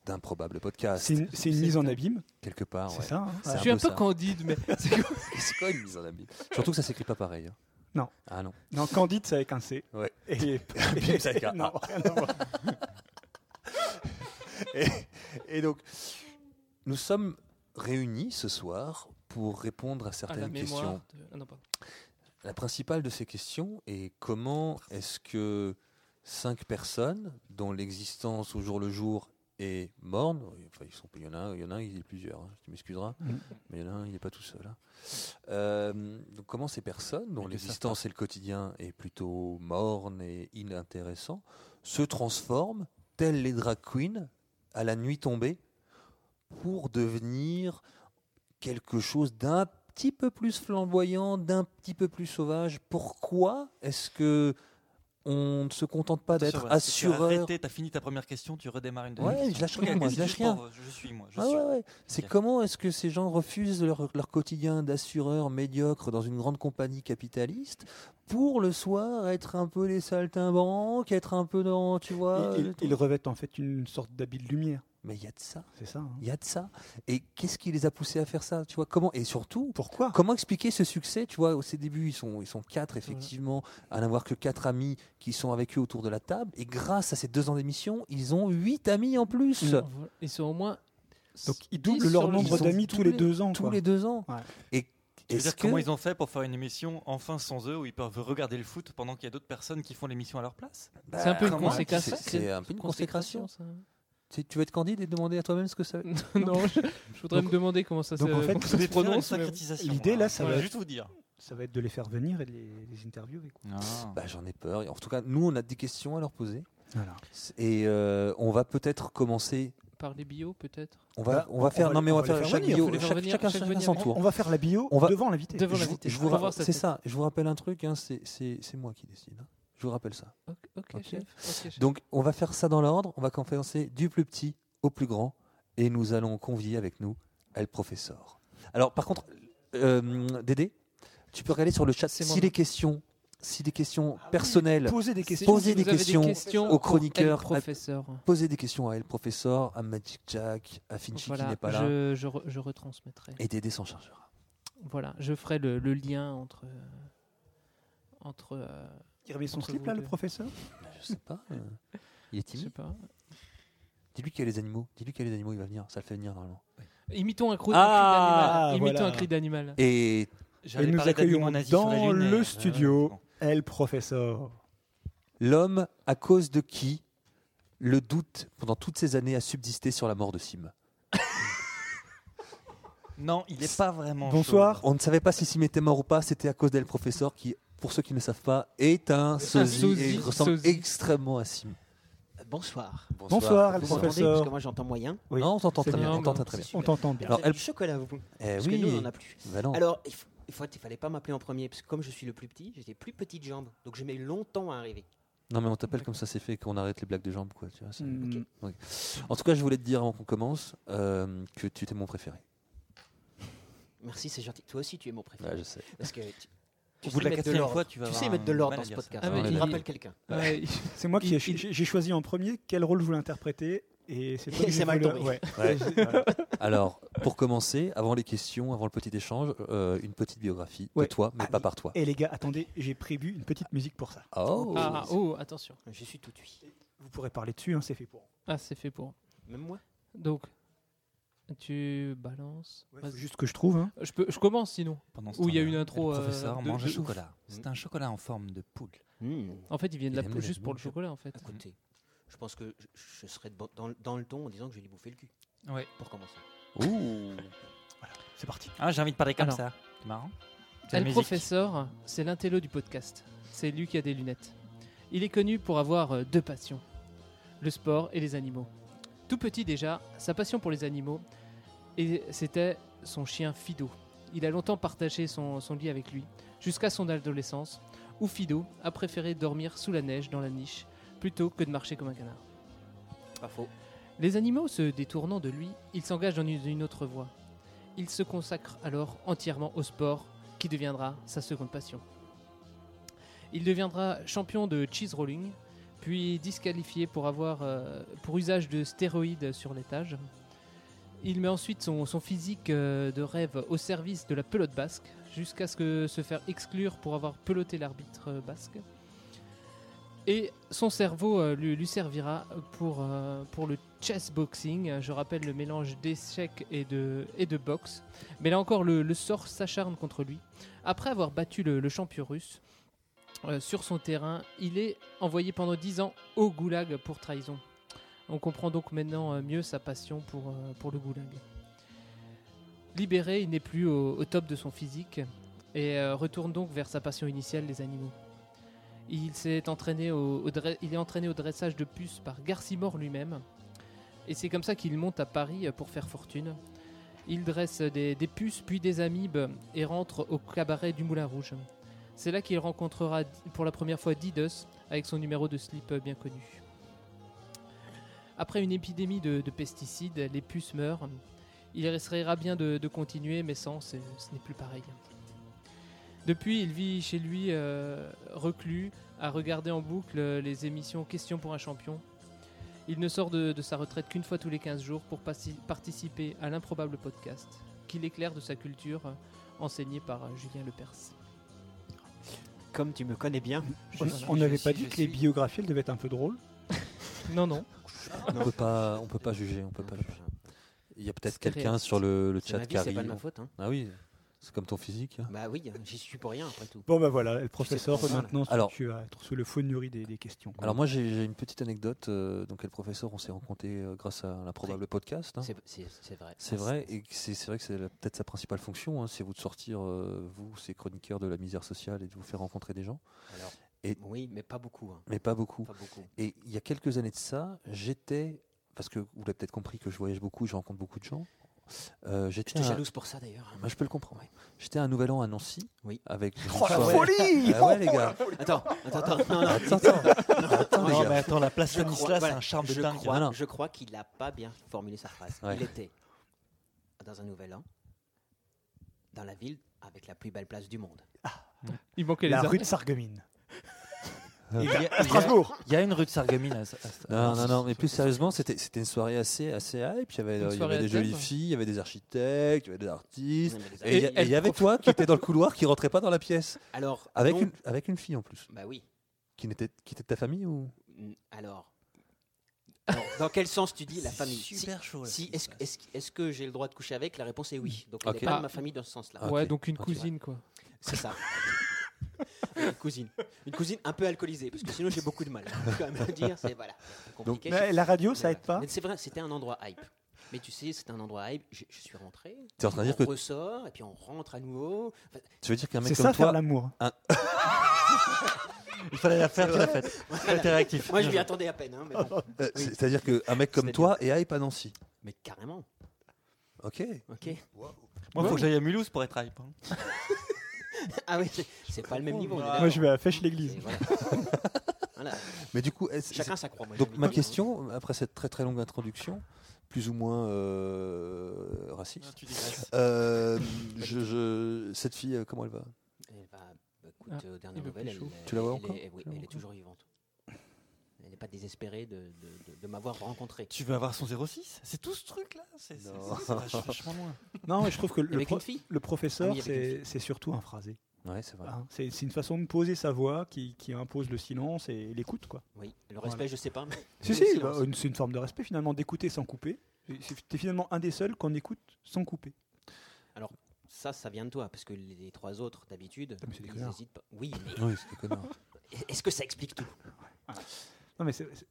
Speaker 3: d'improbable podcast
Speaker 5: C'est une, c'est une mise en abîme,
Speaker 3: quelque part.
Speaker 5: c'est
Speaker 3: ouais.
Speaker 5: ça hein
Speaker 3: C'est
Speaker 4: Je suis un
Speaker 3: peu
Speaker 4: peu
Speaker 3: *laughs* ça.
Speaker 4: candide, mais. c'est quoi
Speaker 3: C'est quoi une mise en abîme Surtout que ça s'écrit pas pareil. hein.
Speaker 5: Non.
Speaker 3: Ah non.
Speaker 5: Non, Candide, c'est avec un C.
Speaker 3: Ouais.
Speaker 5: Et,
Speaker 3: *laughs* Bim, c'est avec un A.
Speaker 5: Non, rien à voir.
Speaker 3: et, *laughs* et donc, nous sommes réunis ce soir pour répondre à
Speaker 4: à la
Speaker 3: certaines
Speaker 4: mémoire.
Speaker 3: questions.
Speaker 4: de- Ah non, pardon.
Speaker 3: La principale de ces questions est comment est-ce que cinq personnes dont l'existence au jour le jour est morne, enfin, ils sont, il, y en a, un- il y en a un, il y a plusieurs, hein, tu m'excuseras,
Speaker 5: Mhm.
Speaker 3: mais il y en a un, il n'est pas tout seul. hein. Euh, donc comment ces personnes dont
Speaker 6: Ils le savent
Speaker 3: l'existence et le quotidien est plutôt morne et inintéressant se transforment, tels les drag queens, à la nuit tombée, pour devenir quelque chose d'un petit peu plus flamboyant, d'un petit peu plus sauvage. Pourquoi est-ce que on ne se contente pas d'être
Speaker 6: Attention, voilà,
Speaker 3: assureur
Speaker 6: Tu as fini ta première question, tu redémarres une
Speaker 3: Ouais,
Speaker 6: deuxième.
Speaker 3: je lâche
Speaker 6: Ok,
Speaker 3: rien, moi, je
Speaker 6: c'est
Speaker 3: lâche
Speaker 6: juste
Speaker 3: rien.
Speaker 6: pour- euh, Je suis, moi. Je
Speaker 3: Ah
Speaker 6: suis.
Speaker 3: ouais, ouais. C'est
Speaker 6: Ok.
Speaker 3: comment est-ce que ces gens refusent leur, leur quotidien d'assureur médiocre dans une grande compagnie capitaliste pour le soir être un peu les saltimbanques, être un peu dans, tu vois,
Speaker 5: Ils-
Speaker 3: le
Speaker 5: ils-
Speaker 3: truc.
Speaker 5: Ils revêtent en fait une sorte d'habit de lumière.
Speaker 3: mais il y a de ça.
Speaker 5: C'est ça. hein.
Speaker 3: Il y a de ça. Et qu'est-ce qui les a poussés à faire ça Tu vois comment Et surtout,
Speaker 5: Pourquoi
Speaker 3: comment expliquer ce succès Tu vois, au ses débuts, ils sont, ils sont quatre effectivement, à n'avoir que quatre amis qui sont avec eux autour de la table. Et grâce à ces deux ans d'émission, ils ont huit amis en plus
Speaker 4: Voilà. Ils sont au moins.
Speaker 5: Donc ils
Speaker 4: dix
Speaker 5: doublent leur
Speaker 4: sur le
Speaker 5: nombre
Speaker 4: liste.
Speaker 5: d'amis tous les deux ans.
Speaker 3: tous
Speaker 5: quoi.
Speaker 3: les deux ans.
Speaker 5: Ouais.
Speaker 3: Et
Speaker 6: Tu veux
Speaker 3: est-ce
Speaker 6: dire comment
Speaker 3: que-
Speaker 6: ils ont fait pour faire une émission enfin sans eux où ils peuvent regarder le foot pendant qu'il y a d'autres personnes qui font l'émission à leur place
Speaker 3: Bah,
Speaker 6: Bah,
Speaker 4: C'est un peu une
Speaker 6: comment-
Speaker 4: consécration.
Speaker 3: c'est- c'est un peu une consécration.
Speaker 4: ça.
Speaker 3: Tu, tu veux être candide et demander à toi-même ce que ça veut
Speaker 4: *laughs* non, je, je voudrais me
Speaker 5: Donc-
Speaker 4: demander comment ça
Speaker 5: donc,
Speaker 4: se,
Speaker 5: en fait,
Speaker 4: comment ça se prononce. mais-
Speaker 5: L'idée, là, ça
Speaker 6: va
Speaker 5: hein. va
Speaker 6: juste vous dire.
Speaker 5: Ça va être de les faire venir et de les, les interviewer. quoi.
Speaker 3: Bah, J'en ai peur. En tout cas, nous, on a des questions à leur poser.
Speaker 5: Voilà.
Speaker 3: Et euh, on va peut-être commencer.
Speaker 4: Par les bio, peut-être.
Speaker 3: On va,
Speaker 5: Bah,
Speaker 3: on va faire.
Speaker 5: on va
Speaker 3: non,
Speaker 5: les-
Speaker 3: mais on
Speaker 5: on
Speaker 3: va
Speaker 5: va
Speaker 3: faire
Speaker 5: les faire
Speaker 3: chaque
Speaker 5: venir,
Speaker 3: bio-
Speaker 4: on va les faire
Speaker 3: chaque-
Speaker 4: venir,
Speaker 3: chacun
Speaker 4: chaque
Speaker 3: chacun
Speaker 4: venir.
Speaker 3: son
Speaker 4: On-
Speaker 3: tour.
Speaker 5: On va faire la bio
Speaker 3: On va-
Speaker 5: devant l'invité.
Speaker 4: Devant
Speaker 3: Je vous-
Speaker 4: l'invité.
Speaker 3: je
Speaker 4: On
Speaker 3: vous
Speaker 4: va
Speaker 3: ra-
Speaker 4: voir sa
Speaker 3: C'est
Speaker 4: tête.
Speaker 3: ça. Je vous rappelle un truc. hein, c'est- c'est c'est moi qui décide. hein. Je vous rappelle ça.
Speaker 4: Ok, ok,
Speaker 3: Ok.
Speaker 4: chef. ok, chef.
Speaker 3: Donc, on va faire ça dans l'ordre. On va commencer du plus petit au plus grand. Et nous allons convier avec nous El Professeur. Alors, par contre, euh, Dédé, tu peux regarder sur le chat
Speaker 4: C'est
Speaker 3: si
Speaker 4: moi-même.
Speaker 3: les questions, si des questions personnelles,
Speaker 5: Poser des
Speaker 4: Si
Speaker 5: questions.
Speaker 3: Pose- posez
Speaker 4: vous
Speaker 3: des
Speaker 4: avez
Speaker 3: questions aux
Speaker 4: pour elle,
Speaker 3: chroniqueurs.
Speaker 4: professeur.
Speaker 3: posez des questions à El Professeur, à Magic Jack, à Finchi qui
Speaker 4: Voilà,
Speaker 3: n'est pas là,
Speaker 4: je, je, re- je retransmettrai.
Speaker 3: et Dédé s'en chargera.
Speaker 4: Voilà, je ferai le, le lien entre. euh, entre euh,
Speaker 5: Il remet son
Speaker 4: Entre
Speaker 5: slip
Speaker 4: vous
Speaker 5: là, le
Speaker 4: deux.
Speaker 5: professeur
Speaker 3: Je sais pas. euh, il est
Speaker 4: je sais
Speaker 3: timide.
Speaker 4: pas.
Speaker 3: Dis-lui qu'il y a les animaux. Dis-lui qu'il y a les animaux. Il va venir. Ça le fait venir normalement.
Speaker 4: Imitons un, cro- un
Speaker 5: Ah,
Speaker 4: cri d'animal. Imitons
Speaker 5: voilà.
Speaker 4: un cri d'animal.
Speaker 3: Et
Speaker 5: Et nous accueillons dans le studio El Professeur.
Speaker 3: l'homme, à cause de qui le doute pendant toutes ces années a subsisté sur la mort de Sim.
Speaker 6: Non, il n'est pas vraiment.
Speaker 5: Bonsoir.
Speaker 3: On ne savait pas si Sim était mort ou pas. C'était à cause d'El Professeur qui, pour ceux qui ne savent pas, est un sosie,
Speaker 4: sosie,
Speaker 3: et il ressemble
Speaker 4: sosie.
Speaker 3: extrêmement à Sim.
Speaker 13: Bonsoir.
Speaker 5: Bonsoir, El
Speaker 13: Vous m'entendez
Speaker 5: Professeur.
Speaker 13: Parce que moi j'entends moyen.
Speaker 5: Oui.
Speaker 3: Non, on t'entend
Speaker 5: C'est
Speaker 3: très bien.
Speaker 4: bien,
Speaker 3: on t'entend
Speaker 4: mais
Speaker 3: très bien.
Speaker 5: On t'entend bien.
Speaker 3: Alors,
Speaker 13: Alors,
Speaker 3: elle-
Speaker 13: du chocolat, vous.
Speaker 3: Eh
Speaker 13: Parce
Speaker 3: oui.
Speaker 13: que nous, on n'en a plus.
Speaker 3: Bah non.
Speaker 13: Alors, il, faut- il faut- il fallait pas m'appeler en premier, parce que comme je suis le plus petit, j'ai des plus petites jambes. Donc, je mets longtemps à arriver.
Speaker 3: Non, mais on t'appelle comme ça, c'est fait qu'on arrête les blagues de jambes, quoi. Tu vois, c'est-
Speaker 5: Hmm.
Speaker 13: Ok.
Speaker 3: En tout cas, je voulais te dire avant qu'on commence euh, que tu étais mon préféré.
Speaker 13: Merci, c'est gentil. Toi aussi, tu es mon préféré.
Speaker 3: je sais.
Speaker 13: Parce que tu, tu
Speaker 6: Au bout de la
Speaker 13: sais mettre
Speaker 6: quatrième
Speaker 13: l'ordre.
Speaker 6: fois, tu vas
Speaker 13: Tu
Speaker 6: avoir
Speaker 13: sais mettre de
Speaker 6: un
Speaker 13: l'ordre
Speaker 6: mal
Speaker 13: dans
Speaker 6: à
Speaker 13: ce
Speaker 6: dire ça.
Speaker 13: podcast.
Speaker 4: Ah ouais,
Speaker 13: tu
Speaker 3: il-
Speaker 13: me rappelles quelqu'un.
Speaker 4: Ouais, il-
Speaker 5: *laughs* C'est moi qui ai,
Speaker 4: Il-
Speaker 5: j'ai j'ai choisi en premier quel rôle je voulais interpréter et c'est toi
Speaker 13: Et
Speaker 5: qui
Speaker 13: c'est mal
Speaker 5: voulais-
Speaker 13: tombé.
Speaker 5: ouais.
Speaker 3: *laughs* Ouais.
Speaker 5: Voilà.
Speaker 3: Alors, pour commencer, avant les questions, avant le petit échange, euh, une petite biographie
Speaker 5: Ouais.
Speaker 3: de toi, mais
Speaker 5: Ah
Speaker 3: pas
Speaker 5: oui.
Speaker 3: par toi.
Speaker 5: Et les gars, attendez, j'ai prévu une petite musique pour ça.
Speaker 3: Oh.
Speaker 4: Ah, oh, attention.
Speaker 13: Je suis tout de suite.
Speaker 5: Vous pourrez parler dessus, hein, c'est fait pour.
Speaker 4: Ah, c'est fait pour.
Speaker 13: Même moi.
Speaker 4: Donc, tu balances.
Speaker 5: Ouais,
Speaker 4: Vas-y.
Speaker 5: faut juste que je trouve. hein.
Speaker 4: Je, peux, je commence sinon.
Speaker 6: Pendant ce
Speaker 4: Où il y a
Speaker 6: temps-là,
Speaker 4: une intro,
Speaker 6: Le professeur
Speaker 4: euh, de-
Speaker 6: mange
Speaker 4: de
Speaker 6: un
Speaker 4: ouf.
Speaker 6: chocolat. C'est un chocolat en forme de poule.
Speaker 13: Mmh.
Speaker 4: En fait, ils viennent
Speaker 3: Il
Speaker 4: là
Speaker 3: aime
Speaker 4: pour-
Speaker 3: les
Speaker 4: juste pour
Speaker 3: animaux,
Speaker 4: le
Speaker 3: je-
Speaker 4: chocolat, en fait.
Speaker 13: Écoutez, je pense que je, je serais de bon- dans, le- dans le ton en disant que je vais lui bouffer le cul.
Speaker 6: Ouais.
Speaker 13: Pour commencer.
Speaker 3: Ouh.
Speaker 5: C'est parti.
Speaker 6: Ah, j'ai envie de parler comme
Speaker 4: Alors.
Speaker 6: ça. C'est marrant. C'est la
Speaker 4: El
Speaker 6: musique.
Speaker 4: Professeur, c'est l'intello du podcast. C'est lui qui a des lunettes. Il est connu pour avoir euh, deux passions, le sport et les animaux. Tout petit déjà, sa passion pour les animaux, et c'était son chien Fido. Il a longtemps partagé son, son lit avec lui, jusqu'à son adolescence, où Fido a préféré dormir sous la neige dans la niche, plutôt que de marcher comme un canard.
Speaker 13: Pas faux.
Speaker 4: Les animaux se détournant de lui, il s'engage dans une une autre voie. Il se consacre alors entièrement au sport, qui deviendra sa seconde passion. Il deviendra champion de cheese rolling, puis disqualifié pour, avoir, euh, pour usage de stéroïdes sur l'étage. Il met ensuite son, son physique euh, de rêve au service de la pelote basque, jusqu'à ce que se faire exclure pour avoir peloté l'arbitre euh, basque. Et son cerveau euh, lui, lui servira pour, euh, pour le chess boxing, je rappelle le mélange d'échecs et de, et de boxe. Mais là encore, le, le sort s'acharne contre lui. Après avoir battu le, le champion russe euh, sur son terrain, il est envoyé pendant 10 ans au goulag pour trahison. On comprend donc maintenant euh, mieux sa passion pour, euh, pour le goulag. Libéré, il n'est plus au, au top de son physique et euh, retourne donc vers sa passion initiale, les animaux. Il, s'est entraîné au, au dre- il est entraîné au dressage de puces par Garcimore lui-même. Et c'est comme ça qu'il monte à Paris euh, pour faire fortune. Il dresse des, des puces puis des amibes et rentre au cabaret du Moulin Rouge. C'est là qu'il rencontrera pour la première fois Didus avec son numéro de slip euh, bien connu. Après une épidémie de, de pesticides, les puces meurent. Il restera bien de, de continuer, mais sans, c'est- ce n'est plus pareil. Depuis, il vit chez lui, euh, reclus, à regarder en boucle euh, les émissions Questions pour un champion. Il ne sort de, de sa retraite qu'une fois tous les 15 jours pour passi- participer à l'improbable podcast qu'il éclaire de sa culture, euh, enseignée par euh, Julien Lepers.
Speaker 13: Comme tu me connais bien.
Speaker 5: On- On n'avait pas dit que les biographies elles devaient être un peu drôles.
Speaker 4: Non, non.
Speaker 3: On peut pas, on peut pas juger, on peut pas juger. Il y a peut-être
Speaker 13: C'était
Speaker 3: quelqu'un
Speaker 13: réel.
Speaker 3: sur le, le
Speaker 13: C'est ma
Speaker 3: chat
Speaker 13: vie,
Speaker 3: qui
Speaker 13: c'est
Speaker 3: arrive.
Speaker 13: pas de ma faute, hein.
Speaker 3: Ah oui, c'est comme ton physique. hein.
Speaker 13: Bah oui, j'y suis pour rien après tout.
Speaker 5: Bon, bah voilà, le professeur,
Speaker 13: pour ça, là.
Speaker 5: maintenant, *laughs*
Speaker 3: Alors-
Speaker 5: tu as trouvé le faunuri des, des questions.
Speaker 3: Alors moi j'ai j'ai une petite anecdote. euh, donc le professeur, on s'est rencontrés euh, grâce à l'improbable podcast. hein.
Speaker 13: C'est- c'est- c'est vrai.
Speaker 3: C'est vrai et que c'est c'est vrai que c'est la- peut-être sa principale fonction, hein, c'est vous de sortir euh, vous ces chroniqueurs de la misère sociale et de vous faire rencontrer des gens.
Speaker 13: Alors,
Speaker 3: et
Speaker 13: oui, mais pas beaucoup. hein.
Speaker 3: mais pas beaucoup.
Speaker 13: Pas beaucoup.
Speaker 3: Et il y a quelques années de ça, j'étais parce que vous l'avez peut-être compris que je voyage beaucoup, je rencontre beaucoup de gens. Euh, j'étais
Speaker 13: J'étais
Speaker 3: un-
Speaker 13: jalouse pour ça, d'ailleurs.
Speaker 3: Moi, je peux le comprendre. J'étais à un nouvel an à Nancy.
Speaker 13: Oui.
Speaker 3: Avec
Speaker 13: Oh, la folie
Speaker 3: Ah ouais, les gars.
Speaker 13: *laughs* Oh, la folie Attends, attends, attends. Non, *laughs* non.
Speaker 3: attends, attends.
Speaker 13: Non.
Speaker 3: Attends, les
Speaker 13: Non,
Speaker 3: gars.
Speaker 13: mais attends, la place
Speaker 6: Je Stanislas, crois- c'est voilà, un charme de
Speaker 13: je
Speaker 6: dingue.
Speaker 13: crois-
Speaker 3: Non, non.
Speaker 13: Je crois qu'il n'a pas bien formulé sa phrase.
Speaker 3: Ouais.
Speaker 13: Il était dans un nouvel an, dans la ville avec la plus belle place du monde.
Speaker 4: Il manquait
Speaker 5: Ah. La
Speaker 4: les
Speaker 5: rue de
Speaker 4: armes.
Speaker 5: Sarreguemines.
Speaker 6: Il y a- il y a-
Speaker 5: Strasbourg.
Speaker 6: Il y a une rue de Sarreguemines à,
Speaker 3: Non, non, non, mais plus sérieusement, c'était c'était une soirée assez, assez hype. Il y avait,
Speaker 6: Une
Speaker 3: euh, il y
Speaker 6: soirée
Speaker 3: avait
Speaker 6: à
Speaker 3: des jolies
Speaker 6: thème.
Speaker 3: filles, il y avait des architectes, il y avait des artistes.
Speaker 13: Oui, mais les
Speaker 3: Et il y a-
Speaker 13: artistes.
Speaker 3: et il y avait toi qui étais dans le couloir, qui rentrait pas dans la pièce.
Speaker 13: Alors,
Speaker 3: avec,
Speaker 13: donc-
Speaker 3: une, avec une fille en plus.
Speaker 13: Bah oui.
Speaker 3: Qui n'était qui était de ta
Speaker 13: *laughs*
Speaker 3: famille ou
Speaker 13: Mm, Alors, alors, dans quel sens tu dis la famille
Speaker 6: super
Speaker 13: si,
Speaker 6: chaud, là,
Speaker 13: si- est-ce est-ce- est-ce que j'ai le droit de coucher avec La réponse est oui. Donc, on n'est
Speaker 3: Ok.
Speaker 13: pas
Speaker 3: Ah.
Speaker 13: de ma famille dans ce sens-là.
Speaker 4: Ouais, donc une cousine, quoi.
Speaker 13: C'est ça. *laughs* une cousine. Une cousine un peu alcoolisée, parce que sinon j'ai beaucoup de mal. Je peux quand même le dire, c'est voilà, c'est un peu compliqué.
Speaker 5: Donc, mais la radio, ça
Speaker 13: Mais
Speaker 5: aide pas
Speaker 13: Mais C'est vrai, c'était un endroit hype. Mais tu sais, c'était un endroit hype. Je, je suis rentré.
Speaker 3: T'es en train de dire
Speaker 13: on
Speaker 3: que-
Speaker 13: ressort et puis on rentre à nouveau. Enfin,
Speaker 3: Tu veux dire qu'un mec
Speaker 5: C'est
Speaker 3: comme
Speaker 5: ça,
Speaker 3: toi.
Speaker 5: faire l'amour.
Speaker 3: un- *laughs*
Speaker 6: Il fallait la faire, tu l'as faite.
Speaker 13: Voilà.
Speaker 6: T'es réactif.
Speaker 13: Moi, je
Speaker 6: Bien
Speaker 13: m'y
Speaker 6: joué.
Speaker 13: attendais à peine. hein, mais bon.
Speaker 3: Euh,
Speaker 13: Oui.
Speaker 3: C'est-à-dire qu'un mec comme
Speaker 13: C'est
Speaker 3: toi est hype à Nancy.
Speaker 13: Mais carrément.
Speaker 3: Ok.
Speaker 13: Ok.
Speaker 6: Moi, faut que j'aille à Mulhouse pour être hype. *laughs* hein.
Speaker 13: *laughs* Ah oui, c'est- c'est pas le même
Speaker 4: Ah.
Speaker 13: niveau. on est
Speaker 5: Moi,
Speaker 13: d'accord.
Speaker 5: je vais à Fèche l'église.
Speaker 13: Et voilà. *laughs* Voilà.
Speaker 3: Mais du coup, est-ce-
Speaker 13: Chacun
Speaker 3: c'est-
Speaker 13: sa croix, moi, j'ai
Speaker 3: Donc
Speaker 13: envie
Speaker 3: ma
Speaker 13: de dire,
Speaker 3: question, après cette très très longue introduction, plus ou moins euh, raciste,
Speaker 6: Ah, tu digresses.
Speaker 3: euh, je, je- cette fille, euh, comment elle va
Speaker 13: Elle va, bah, écoute,
Speaker 4: Ah,
Speaker 13: euh,
Speaker 4: il
Speaker 13: dernière
Speaker 4: veut
Speaker 13: nouvelle,
Speaker 4: plus
Speaker 13: elle,
Speaker 4: chaud.
Speaker 13: est-
Speaker 3: Tu la vois
Speaker 13: elle
Speaker 3: encore
Speaker 13: est, oui,
Speaker 3: Tu la
Speaker 13: elle est
Speaker 3: vois
Speaker 13: toujours vivante. Elle n'est pas désespérée de, de- de- de m'avoir rencontré.
Speaker 6: Tu veux avoir son 06 C'est tout ce truc-là C'est c'est-
Speaker 3: Non.
Speaker 6: c'est vach- vachement loin.
Speaker 5: Non, mais je trouve que le,
Speaker 13: Avec
Speaker 5: pro-
Speaker 13: une fille
Speaker 5: le
Speaker 13: Ah
Speaker 5: professeur,
Speaker 13: oui, avec une
Speaker 5: c'est
Speaker 13: fille.
Speaker 5: c'est surtout un phrasé.
Speaker 3: Ouais, c'est vrai.
Speaker 5: hein. C'est c'est une façon de poser sa voix qui, qui impose le silence et l'écoute, quoi.
Speaker 13: Oui, le respect, je sais pas. mais-
Speaker 5: *laughs* Si,
Speaker 13: mais
Speaker 5: si,
Speaker 13: le silence.
Speaker 5: bah, une- c'est une forme de respect finalement d'écouter sans couper. C'est- T'es finalement un des seuls qu'on écoute sans couper.
Speaker 13: Ça, ça vient de toi, parce que les, les trois autres, d'habitude,
Speaker 5: Ah, mais c'est des
Speaker 13: ils
Speaker 5: connards.
Speaker 13: hésitent pas. Oui, mais
Speaker 3: Oui, c'est des
Speaker 13: *laughs*
Speaker 3: connards.
Speaker 13: est-ce que ça explique tout
Speaker 5: Non, mais c'est- c'est-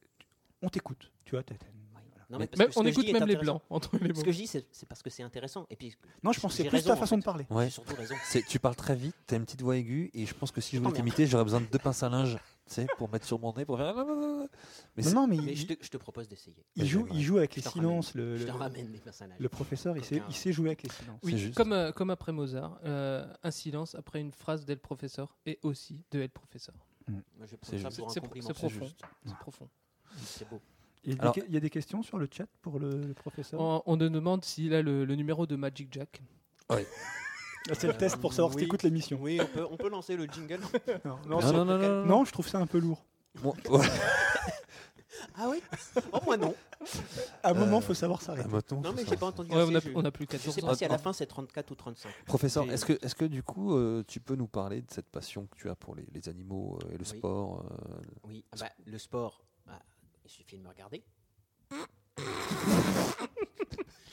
Speaker 5: on t'écoute, tu vois. t'as- t'as- voilà.
Speaker 13: Non,
Speaker 3: Mais-
Speaker 13: parce
Speaker 4: Même-
Speaker 13: que ce
Speaker 4: on
Speaker 13: que je
Speaker 4: écoute
Speaker 13: dis est
Speaker 4: même les
Speaker 13: intéressant.
Speaker 4: blancs entre les
Speaker 13: Ce
Speaker 4: mots.
Speaker 13: que je dis, c'est c'est parce que c'est intéressant. Et puis,
Speaker 5: Non, je pense que c'est
Speaker 13: j'ai
Speaker 5: plus
Speaker 13: raison,
Speaker 5: ta
Speaker 13: en
Speaker 5: façon
Speaker 13: fait.
Speaker 5: de parler.
Speaker 3: Ouais.
Speaker 13: j'ai surtout raison.
Speaker 3: C'est- Tu parles très vite, t'as une petite voix aiguë, et je pense que si je voulais
Speaker 13: Oh, merde.
Speaker 3: t'imiter, j'aurais besoin de deux pinces à linge, tu sais, pour mettre sur mon nez, pour faire. Mais
Speaker 5: Non,
Speaker 3: c'est-
Speaker 5: non, mais,
Speaker 13: Mais
Speaker 5: il,
Speaker 13: je te, je te propose d'essayer.
Speaker 5: il joue, il joue avec
Speaker 13: Je
Speaker 5: les
Speaker 13: t'en
Speaker 5: silences. Euh, Le,
Speaker 13: Je
Speaker 5: le-
Speaker 13: te ramène des personnages.
Speaker 5: le professeur, il sait,
Speaker 13: Coquin.
Speaker 5: il sait jouer avec les silences.
Speaker 3: c'est
Speaker 4: Oui,
Speaker 3: juste.
Speaker 4: comme, euh, comme après Mozart, euh, un silence après une phrase d'El Professeur et aussi de El Professeur.
Speaker 5: Mm.
Speaker 13: Moi, je prends
Speaker 3: C'est
Speaker 13: ça
Speaker 3: juste.
Speaker 13: pour un
Speaker 4: C'est
Speaker 13: compliment.
Speaker 4: c'est profond.
Speaker 3: juste.
Speaker 4: C'est profond.
Speaker 13: C'est beau.
Speaker 5: Il y, a Ah. des
Speaker 3: Alors-
Speaker 5: que- il y a des questions sur le chat pour le, le professeur
Speaker 4: On, on nous demande s'il a le, le numéro de Magic Jack.
Speaker 5: Ah, C'est le test pour savoir
Speaker 13: Oui.
Speaker 5: si t'écoutes l'émission.
Speaker 13: Oui, on peut, on peut lancer le jingle.
Speaker 5: *laughs* Non, non,
Speaker 3: Non,
Speaker 5: c'est-
Speaker 3: non, non, non, non.
Speaker 4: *laughs*
Speaker 5: non, je trouve ça un peu lourd.
Speaker 3: Moi- ouais.
Speaker 13: Ah oui Oh, moi non. Euh,
Speaker 5: À un moment, faut savoir s'arrêter.
Speaker 13: Non, mais j'ai pas entendu.
Speaker 4: Ouais, on a-
Speaker 13: assez, je-
Speaker 4: on a plus
Speaker 13: Je
Speaker 4: 14
Speaker 13: sais
Speaker 4: ans.
Speaker 13: pas si à la
Speaker 4: Ah.
Speaker 13: fin c'est 34 ou 35.
Speaker 3: Professeur,
Speaker 13: J'ai-
Speaker 3: est-ce que, est que du coup, euh, tu peux nous parler de cette passion que tu as pour les, les animaux euh, et le
Speaker 13: Oui.
Speaker 3: sport euh,
Speaker 13: Oui, ah bah, le sport, bah, il suffit de me regarder.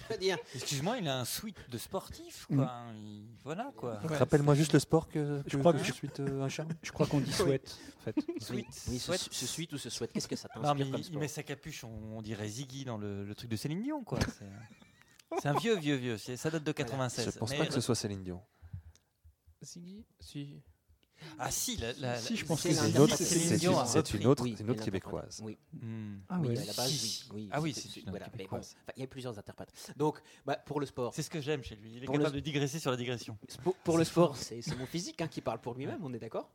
Speaker 13: Je veux dire,
Speaker 6: Excuse-moi, il a un suite de sportif, quoi.
Speaker 5: Mm.
Speaker 6: Il- Voilà, quoi.
Speaker 3: Rappelle-moi juste le sport que,
Speaker 6: Je crois que
Speaker 3: je
Speaker 6: *laughs* je-
Speaker 3: suis euh, incarne.
Speaker 5: Je crois qu'on dit souhaite, en
Speaker 6: *laughs*
Speaker 5: fait.
Speaker 13: oui,
Speaker 6: Sweat.
Speaker 13: oui, ce,
Speaker 6: Sweat.
Speaker 13: ce suite ou ce souhait, qu'est-ce que ça
Speaker 6: Non, mais
Speaker 13: t'inspire comme
Speaker 6: il, il
Speaker 13: sport
Speaker 6: met sa capuche, on, on dirait Ziggy dans le, le truc de Céline Dion,
Speaker 13: *laughs*
Speaker 6: quoi. C'est- C'est un vieux, vieux, vieux. C'est- Ça date de 96.
Speaker 3: Je pense
Speaker 6: Mais-
Speaker 3: pas que ce soit Céline Dion.
Speaker 4: Ziggy Si.
Speaker 6: Ah si, la- la-
Speaker 5: Si, je pense que
Speaker 3: C'est
Speaker 5: c'est
Speaker 3: une
Speaker 5: l'un
Speaker 3: autre,
Speaker 5: des-
Speaker 3: c'est-
Speaker 6: Céline
Speaker 3: c'est
Speaker 6: Dion
Speaker 3: une-
Speaker 6: a
Speaker 3: c'est une
Speaker 6: repris.
Speaker 3: autre,
Speaker 13: Oui,
Speaker 3: c'est une autre
Speaker 13: elle a
Speaker 3: québésoise.
Speaker 13: représenté- Oui.
Speaker 6: Hmm.
Speaker 5: Ah
Speaker 13: oui,
Speaker 5: ouais.
Speaker 13: à la base,
Speaker 6: Si,
Speaker 13: oui. oui,
Speaker 6: si. Ah oui,
Speaker 13: c'était-
Speaker 6: c'est une
Speaker 13: voilà, mais bon,
Speaker 6: Québécoise.
Speaker 13: enfin, Il y a plusieurs interprètes. Donc, bah, pour le sport,
Speaker 6: C'est ce que j'aime chez lui. Il est
Speaker 13: Pour le-
Speaker 6: capable de digresser sur la digression.
Speaker 13: pour, pour le sport, c'est c'est mon physique hein, qui parle pour lui-même, on est d'accord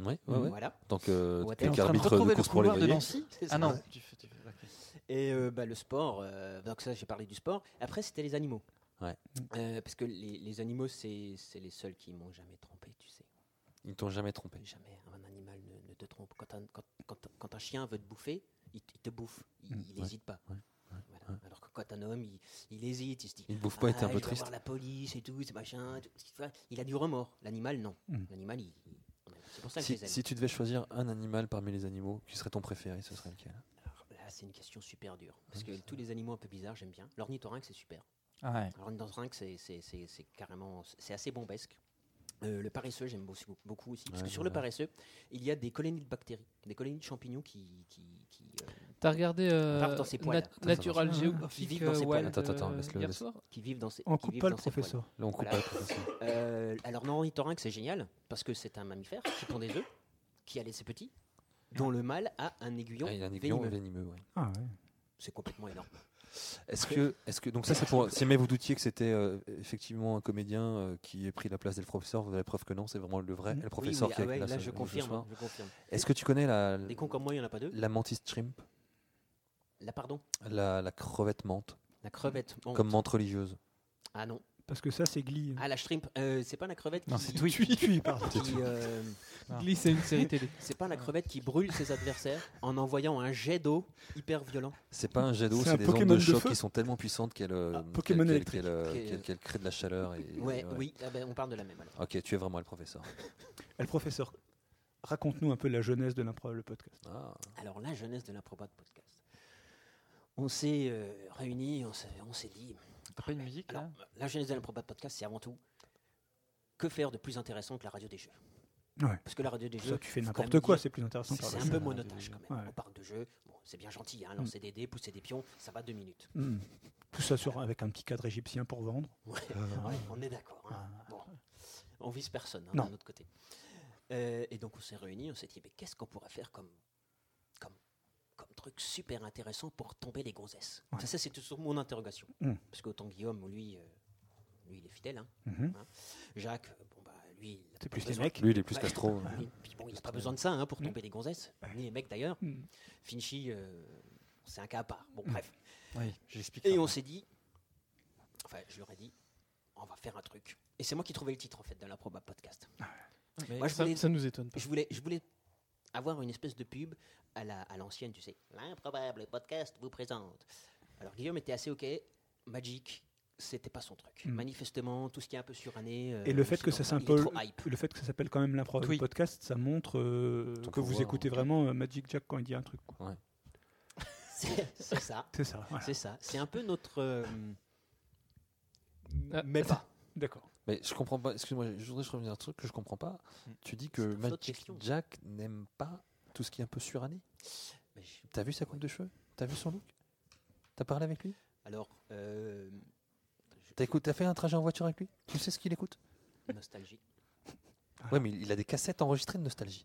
Speaker 3: Oui, ouais, ouais.
Speaker 13: Voilà.
Speaker 3: Donc, euh,
Speaker 13: Ouais,
Speaker 3: t'es
Speaker 13: t'es en train de
Speaker 3: arbitre de
Speaker 6: retrouver le
Speaker 3: course pour les
Speaker 6: couloir de
Speaker 3: loyers.
Speaker 6: Nancy.
Speaker 13: C'est
Speaker 6: Ah
Speaker 13: ça.
Speaker 6: non. Tu fais- tu fais- ok.
Speaker 13: Et euh, bah, le sport, euh, donc ça j'ai parlé du sport. Après c'était les animaux.
Speaker 3: Ouais.
Speaker 13: Euh, parce que les, les animaux, c'est c'est les seuls qui m'ont jamais trompé, tu sais.
Speaker 3: Ils t'ont jamais trompé.
Speaker 13: Jamais un animal ne, ne te trompe. Quand un, quand, quand- quand un chien veut te bouffer, il, t- il te bouffe.
Speaker 3: Mm.
Speaker 13: Il
Speaker 3: Ouais,
Speaker 13: n'hésite pas. Voilà. Alors que quand un homme, il, il hésite, il se dit.
Speaker 3: Il bouffe pas, il était
Speaker 13: Ah,
Speaker 3: un peu
Speaker 13: je vais
Speaker 3: triste.
Speaker 13: voir la police et tout, c'est machin. tout- tu vois, Il a du remords. L'animal, non.
Speaker 5: Mm.
Speaker 13: L'animal, il. il- C'est pour ça que
Speaker 3: Si,
Speaker 13: je les aime.
Speaker 3: si tu devais choisir un animal parmi les animaux, qui serait ton préféré Ce serait lequel
Speaker 13: Alors, là, Ah, c'est une question super dure. Parce que tous les animaux un peu bizarres, j'aime bien. L'ornithorynque, c'est super.
Speaker 6: Ah ouais.
Speaker 13: Alors, L'ornithorynque, c'est- c'est c'est- c'est carrément. C'est assez bombesque. Euh, le paresseux, j'aime beaucoup, beaucoup aussi. Parce
Speaker 3: Ouais,
Speaker 13: que sur le paresseux, il y a des colonies de bactéries, des colonies de champignons qui. qui, qui, euh,
Speaker 4: T'as regardé euh,
Speaker 13: Part dans ses poils.
Speaker 4: Nat-
Speaker 13: Attends,
Speaker 4: Natural
Speaker 5: attends.
Speaker 13: Ils
Speaker 4: Geographic
Speaker 13: vivent dans ses
Speaker 4: euh,
Speaker 13: poils.
Speaker 4: Wild,
Speaker 3: Ah, Attends, attends,
Speaker 4: euh,
Speaker 3: laisse-le,
Speaker 4: hier
Speaker 3: laisse-le.
Speaker 4: soir
Speaker 13: qui vivent dans ces.
Speaker 5: On
Speaker 13: qui
Speaker 5: coupe
Speaker 13: vivent
Speaker 5: pas le
Speaker 13: dans ces poils.
Speaker 5: professeur.
Speaker 3: Là, on coupe
Speaker 13: Voilà.
Speaker 3: pas le professeur.
Speaker 13: Euh, alors, non, ornithorynque, c'est génial. Parce que c'est un mammifère qui pond des œufs, qui a laissé petits, dont le mâle a un aiguillon.
Speaker 3: Ah, il y a un aiguillon
Speaker 13: venimeux.
Speaker 3: venimeux, ouais.
Speaker 5: Ah ouais.
Speaker 13: C'est complètement énorme.
Speaker 3: Est-ce que, est-ce que, donc ça c'est pour, si jamais vous doutiez que c'était euh, effectivement un comédien euh, qui ait pris la place d'El Professeur, vous avez preuve que non, c'est vraiment le vrai
Speaker 5: Mm.
Speaker 3: El
Speaker 13: Oui,
Speaker 3: Professeur
Speaker 13: oui,
Speaker 3: qui
Speaker 13: ah
Speaker 3: est
Speaker 13: ouais,
Speaker 3: là,
Speaker 13: là,
Speaker 3: ce-
Speaker 13: je
Speaker 3: ce
Speaker 13: confirme,
Speaker 3: soir.
Speaker 13: je confirme.
Speaker 3: Est-ce que tu connais la,
Speaker 13: Des cons comme moi, il n'y en a pas deux.
Speaker 3: la mantis shrimp,
Speaker 13: Là, pardon,
Speaker 3: la, la crevette menthe,
Speaker 13: la crevette. honte.
Speaker 3: comme menthe religieuse
Speaker 13: Ah non.
Speaker 5: Parce que ça, c'est Glee.
Speaker 13: Ah, la shrimp. euh, c'est pas la crevette qui.
Speaker 6: Non, c'est Twitch.
Speaker 5: Tui, pardon.
Speaker 13: *laughs*
Speaker 5: Ah.
Speaker 13: qui, euh,
Speaker 4: Glee, c'est une série télé.
Speaker 13: c'est pas la crevette qui brûle ses adversaires en envoyant un jet d'eau hyper violent.
Speaker 3: C'est pas un jet d'eau,
Speaker 5: C'est
Speaker 3: c'est
Speaker 5: un
Speaker 3: des
Speaker 5: Pokémon
Speaker 3: ondes de
Speaker 5: de
Speaker 3: choc
Speaker 5: feu.
Speaker 3: qui sont tellement puissantes qu'elles euh,
Speaker 5: Ah, Pokémon
Speaker 3: qu'elles-
Speaker 5: électrique.
Speaker 3: qu'elles, euh,
Speaker 13: Qui est-
Speaker 3: qu'elles- qu'elles créent de la chaleur. Et,
Speaker 13: Ouais,
Speaker 3: ouais.
Speaker 13: oui, ah ben, on parle de la même alors.
Speaker 3: Ok, tu es vraiment El Professeur.
Speaker 5: Eh, Le professeur, raconte-nous un peu la jeunesse de l'improbable podcast.
Speaker 3: Ah.
Speaker 13: Hein. Alors la jeunesse de l'improbable podcast. On s'est euh, réunis, on s'est, on s'est dit.
Speaker 6: T'as pas une musique
Speaker 13: Alors,
Speaker 6: là
Speaker 13: la jeunesse de l'improbable podcast, c'est avant tout que faire de plus intéressant que la radio des jeux.
Speaker 5: Ouais.
Speaker 13: Parce que la radio des
Speaker 5: Ça,
Speaker 13: jeux,
Speaker 5: tu fais
Speaker 13: faut quand
Speaker 5: n'importe
Speaker 13: même
Speaker 5: quoi,
Speaker 13: dire-
Speaker 5: c'est plus intéressant.
Speaker 13: c'est,
Speaker 5: par
Speaker 13: c'est
Speaker 5: le
Speaker 13: un
Speaker 5: jeu.
Speaker 13: peu monotage quand même.
Speaker 5: Ouais.
Speaker 13: On parle de jeu, bon, c'est bien gentil, hein, lancer des dés, pousser des pions, ça va deux minutes.
Speaker 5: Mm. Tout ça sur, avec un petit cadre égyptien pour vendre. Euh,
Speaker 13: Ouais, Euh, ouais, on est d'accord. hein. Bon, on vise personne hein,
Speaker 5: Ah. Non.
Speaker 13: d'un autre côté. Euh, et donc on s'est réunis, on s'est dit, mais qu'est-ce qu'on pourrait faire comme, comme, comme truc super intéressant pour tomber les grossesses
Speaker 5: Ouais.
Speaker 13: Ça, ça, c'est toujours mon interrogation.
Speaker 5: Mm.
Speaker 13: Parce qu'autant Guillaume, lui, euh, lui, il est fidèle. hein.
Speaker 5: Mhm.
Speaker 13: Jacques, bon, bah, lui, il a
Speaker 5: C'est
Speaker 13: pas
Speaker 5: plus les
Speaker 13: besoin-
Speaker 5: mecs.
Speaker 3: Lui, il est plus
Speaker 13: Ouais.
Speaker 3: Castro.
Speaker 13: Et puis bon, *laughs* il n'a pas besoin de ça hein, pour
Speaker 5: Mm.
Speaker 13: tomber les gonzesses, ni les mecs d'ailleurs.
Speaker 5: Mm.
Speaker 13: Finchy, euh, c'est un cas à part. Bon,
Speaker 5: Hmm.
Speaker 13: bref.
Speaker 6: Oui, j'explique.
Speaker 13: Et on s'est dit, enfin, je leur ai dit, on va faire un truc. Et c'est moi qui trouvais le titre en fait de l'improbable podcast.
Speaker 5: Ah
Speaker 4: Mais
Speaker 13: Moi, je
Speaker 4: ça,
Speaker 13: voulais-
Speaker 4: ça nous étonne pas.
Speaker 13: Je voulais, je voulais avoir une espèce de pub à la- à l'ancienne, tu sais. L'improbable podcast vous présente. Alors Guillaume était assez ok. Magic, c'était pas son truc.
Speaker 5: Mm.
Speaker 13: Manifestement, tout ce qui est un peu suranné. euh,
Speaker 5: Et le fait
Speaker 13: chez
Speaker 5: que ça
Speaker 13: Laurent, il est
Speaker 5: s'impose-
Speaker 13: trop hype.
Speaker 5: Le fait que ça s'appelle quand même l'improbable
Speaker 6: Oui.
Speaker 5: podcast, ça montre euh, que
Speaker 3: Ton
Speaker 5: vous
Speaker 3: pouvoir,
Speaker 5: écoutez
Speaker 3: hein.
Speaker 5: vraiment euh, Magic Jack quand il dit un truc. quoi.
Speaker 13: C'est c'est ça.
Speaker 5: *laughs* C'est ça. voilà.
Speaker 13: C'est ça, c'est un peu notre. euh,
Speaker 4: Ah,
Speaker 13: mais pas.
Speaker 5: D'accord.
Speaker 3: Mais je comprends pas. Excuse-moi, je voudrais juste revenir à un truc que je comprends pas.
Speaker 6: Mm.
Speaker 3: Tu dis que
Speaker 13: Hmm. C'est une autre
Speaker 3: Magic
Speaker 13: question.
Speaker 3: Jack n'aime pas tout ce qui est un peu suranné.
Speaker 13: Mais je-
Speaker 3: T'as vu sa coupe de cheveux T'as vu son look T'as parlé avec lui
Speaker 13: Alors, euh, je-
Speaker 3: T'as écout- t'as fait un trajet en voiture avec lui Tu sais ce qu'il écoute
Speaker 13: nostalgie.
Speaker 3: Ouais, mais il a des cassettes enregistrées de nostalgie.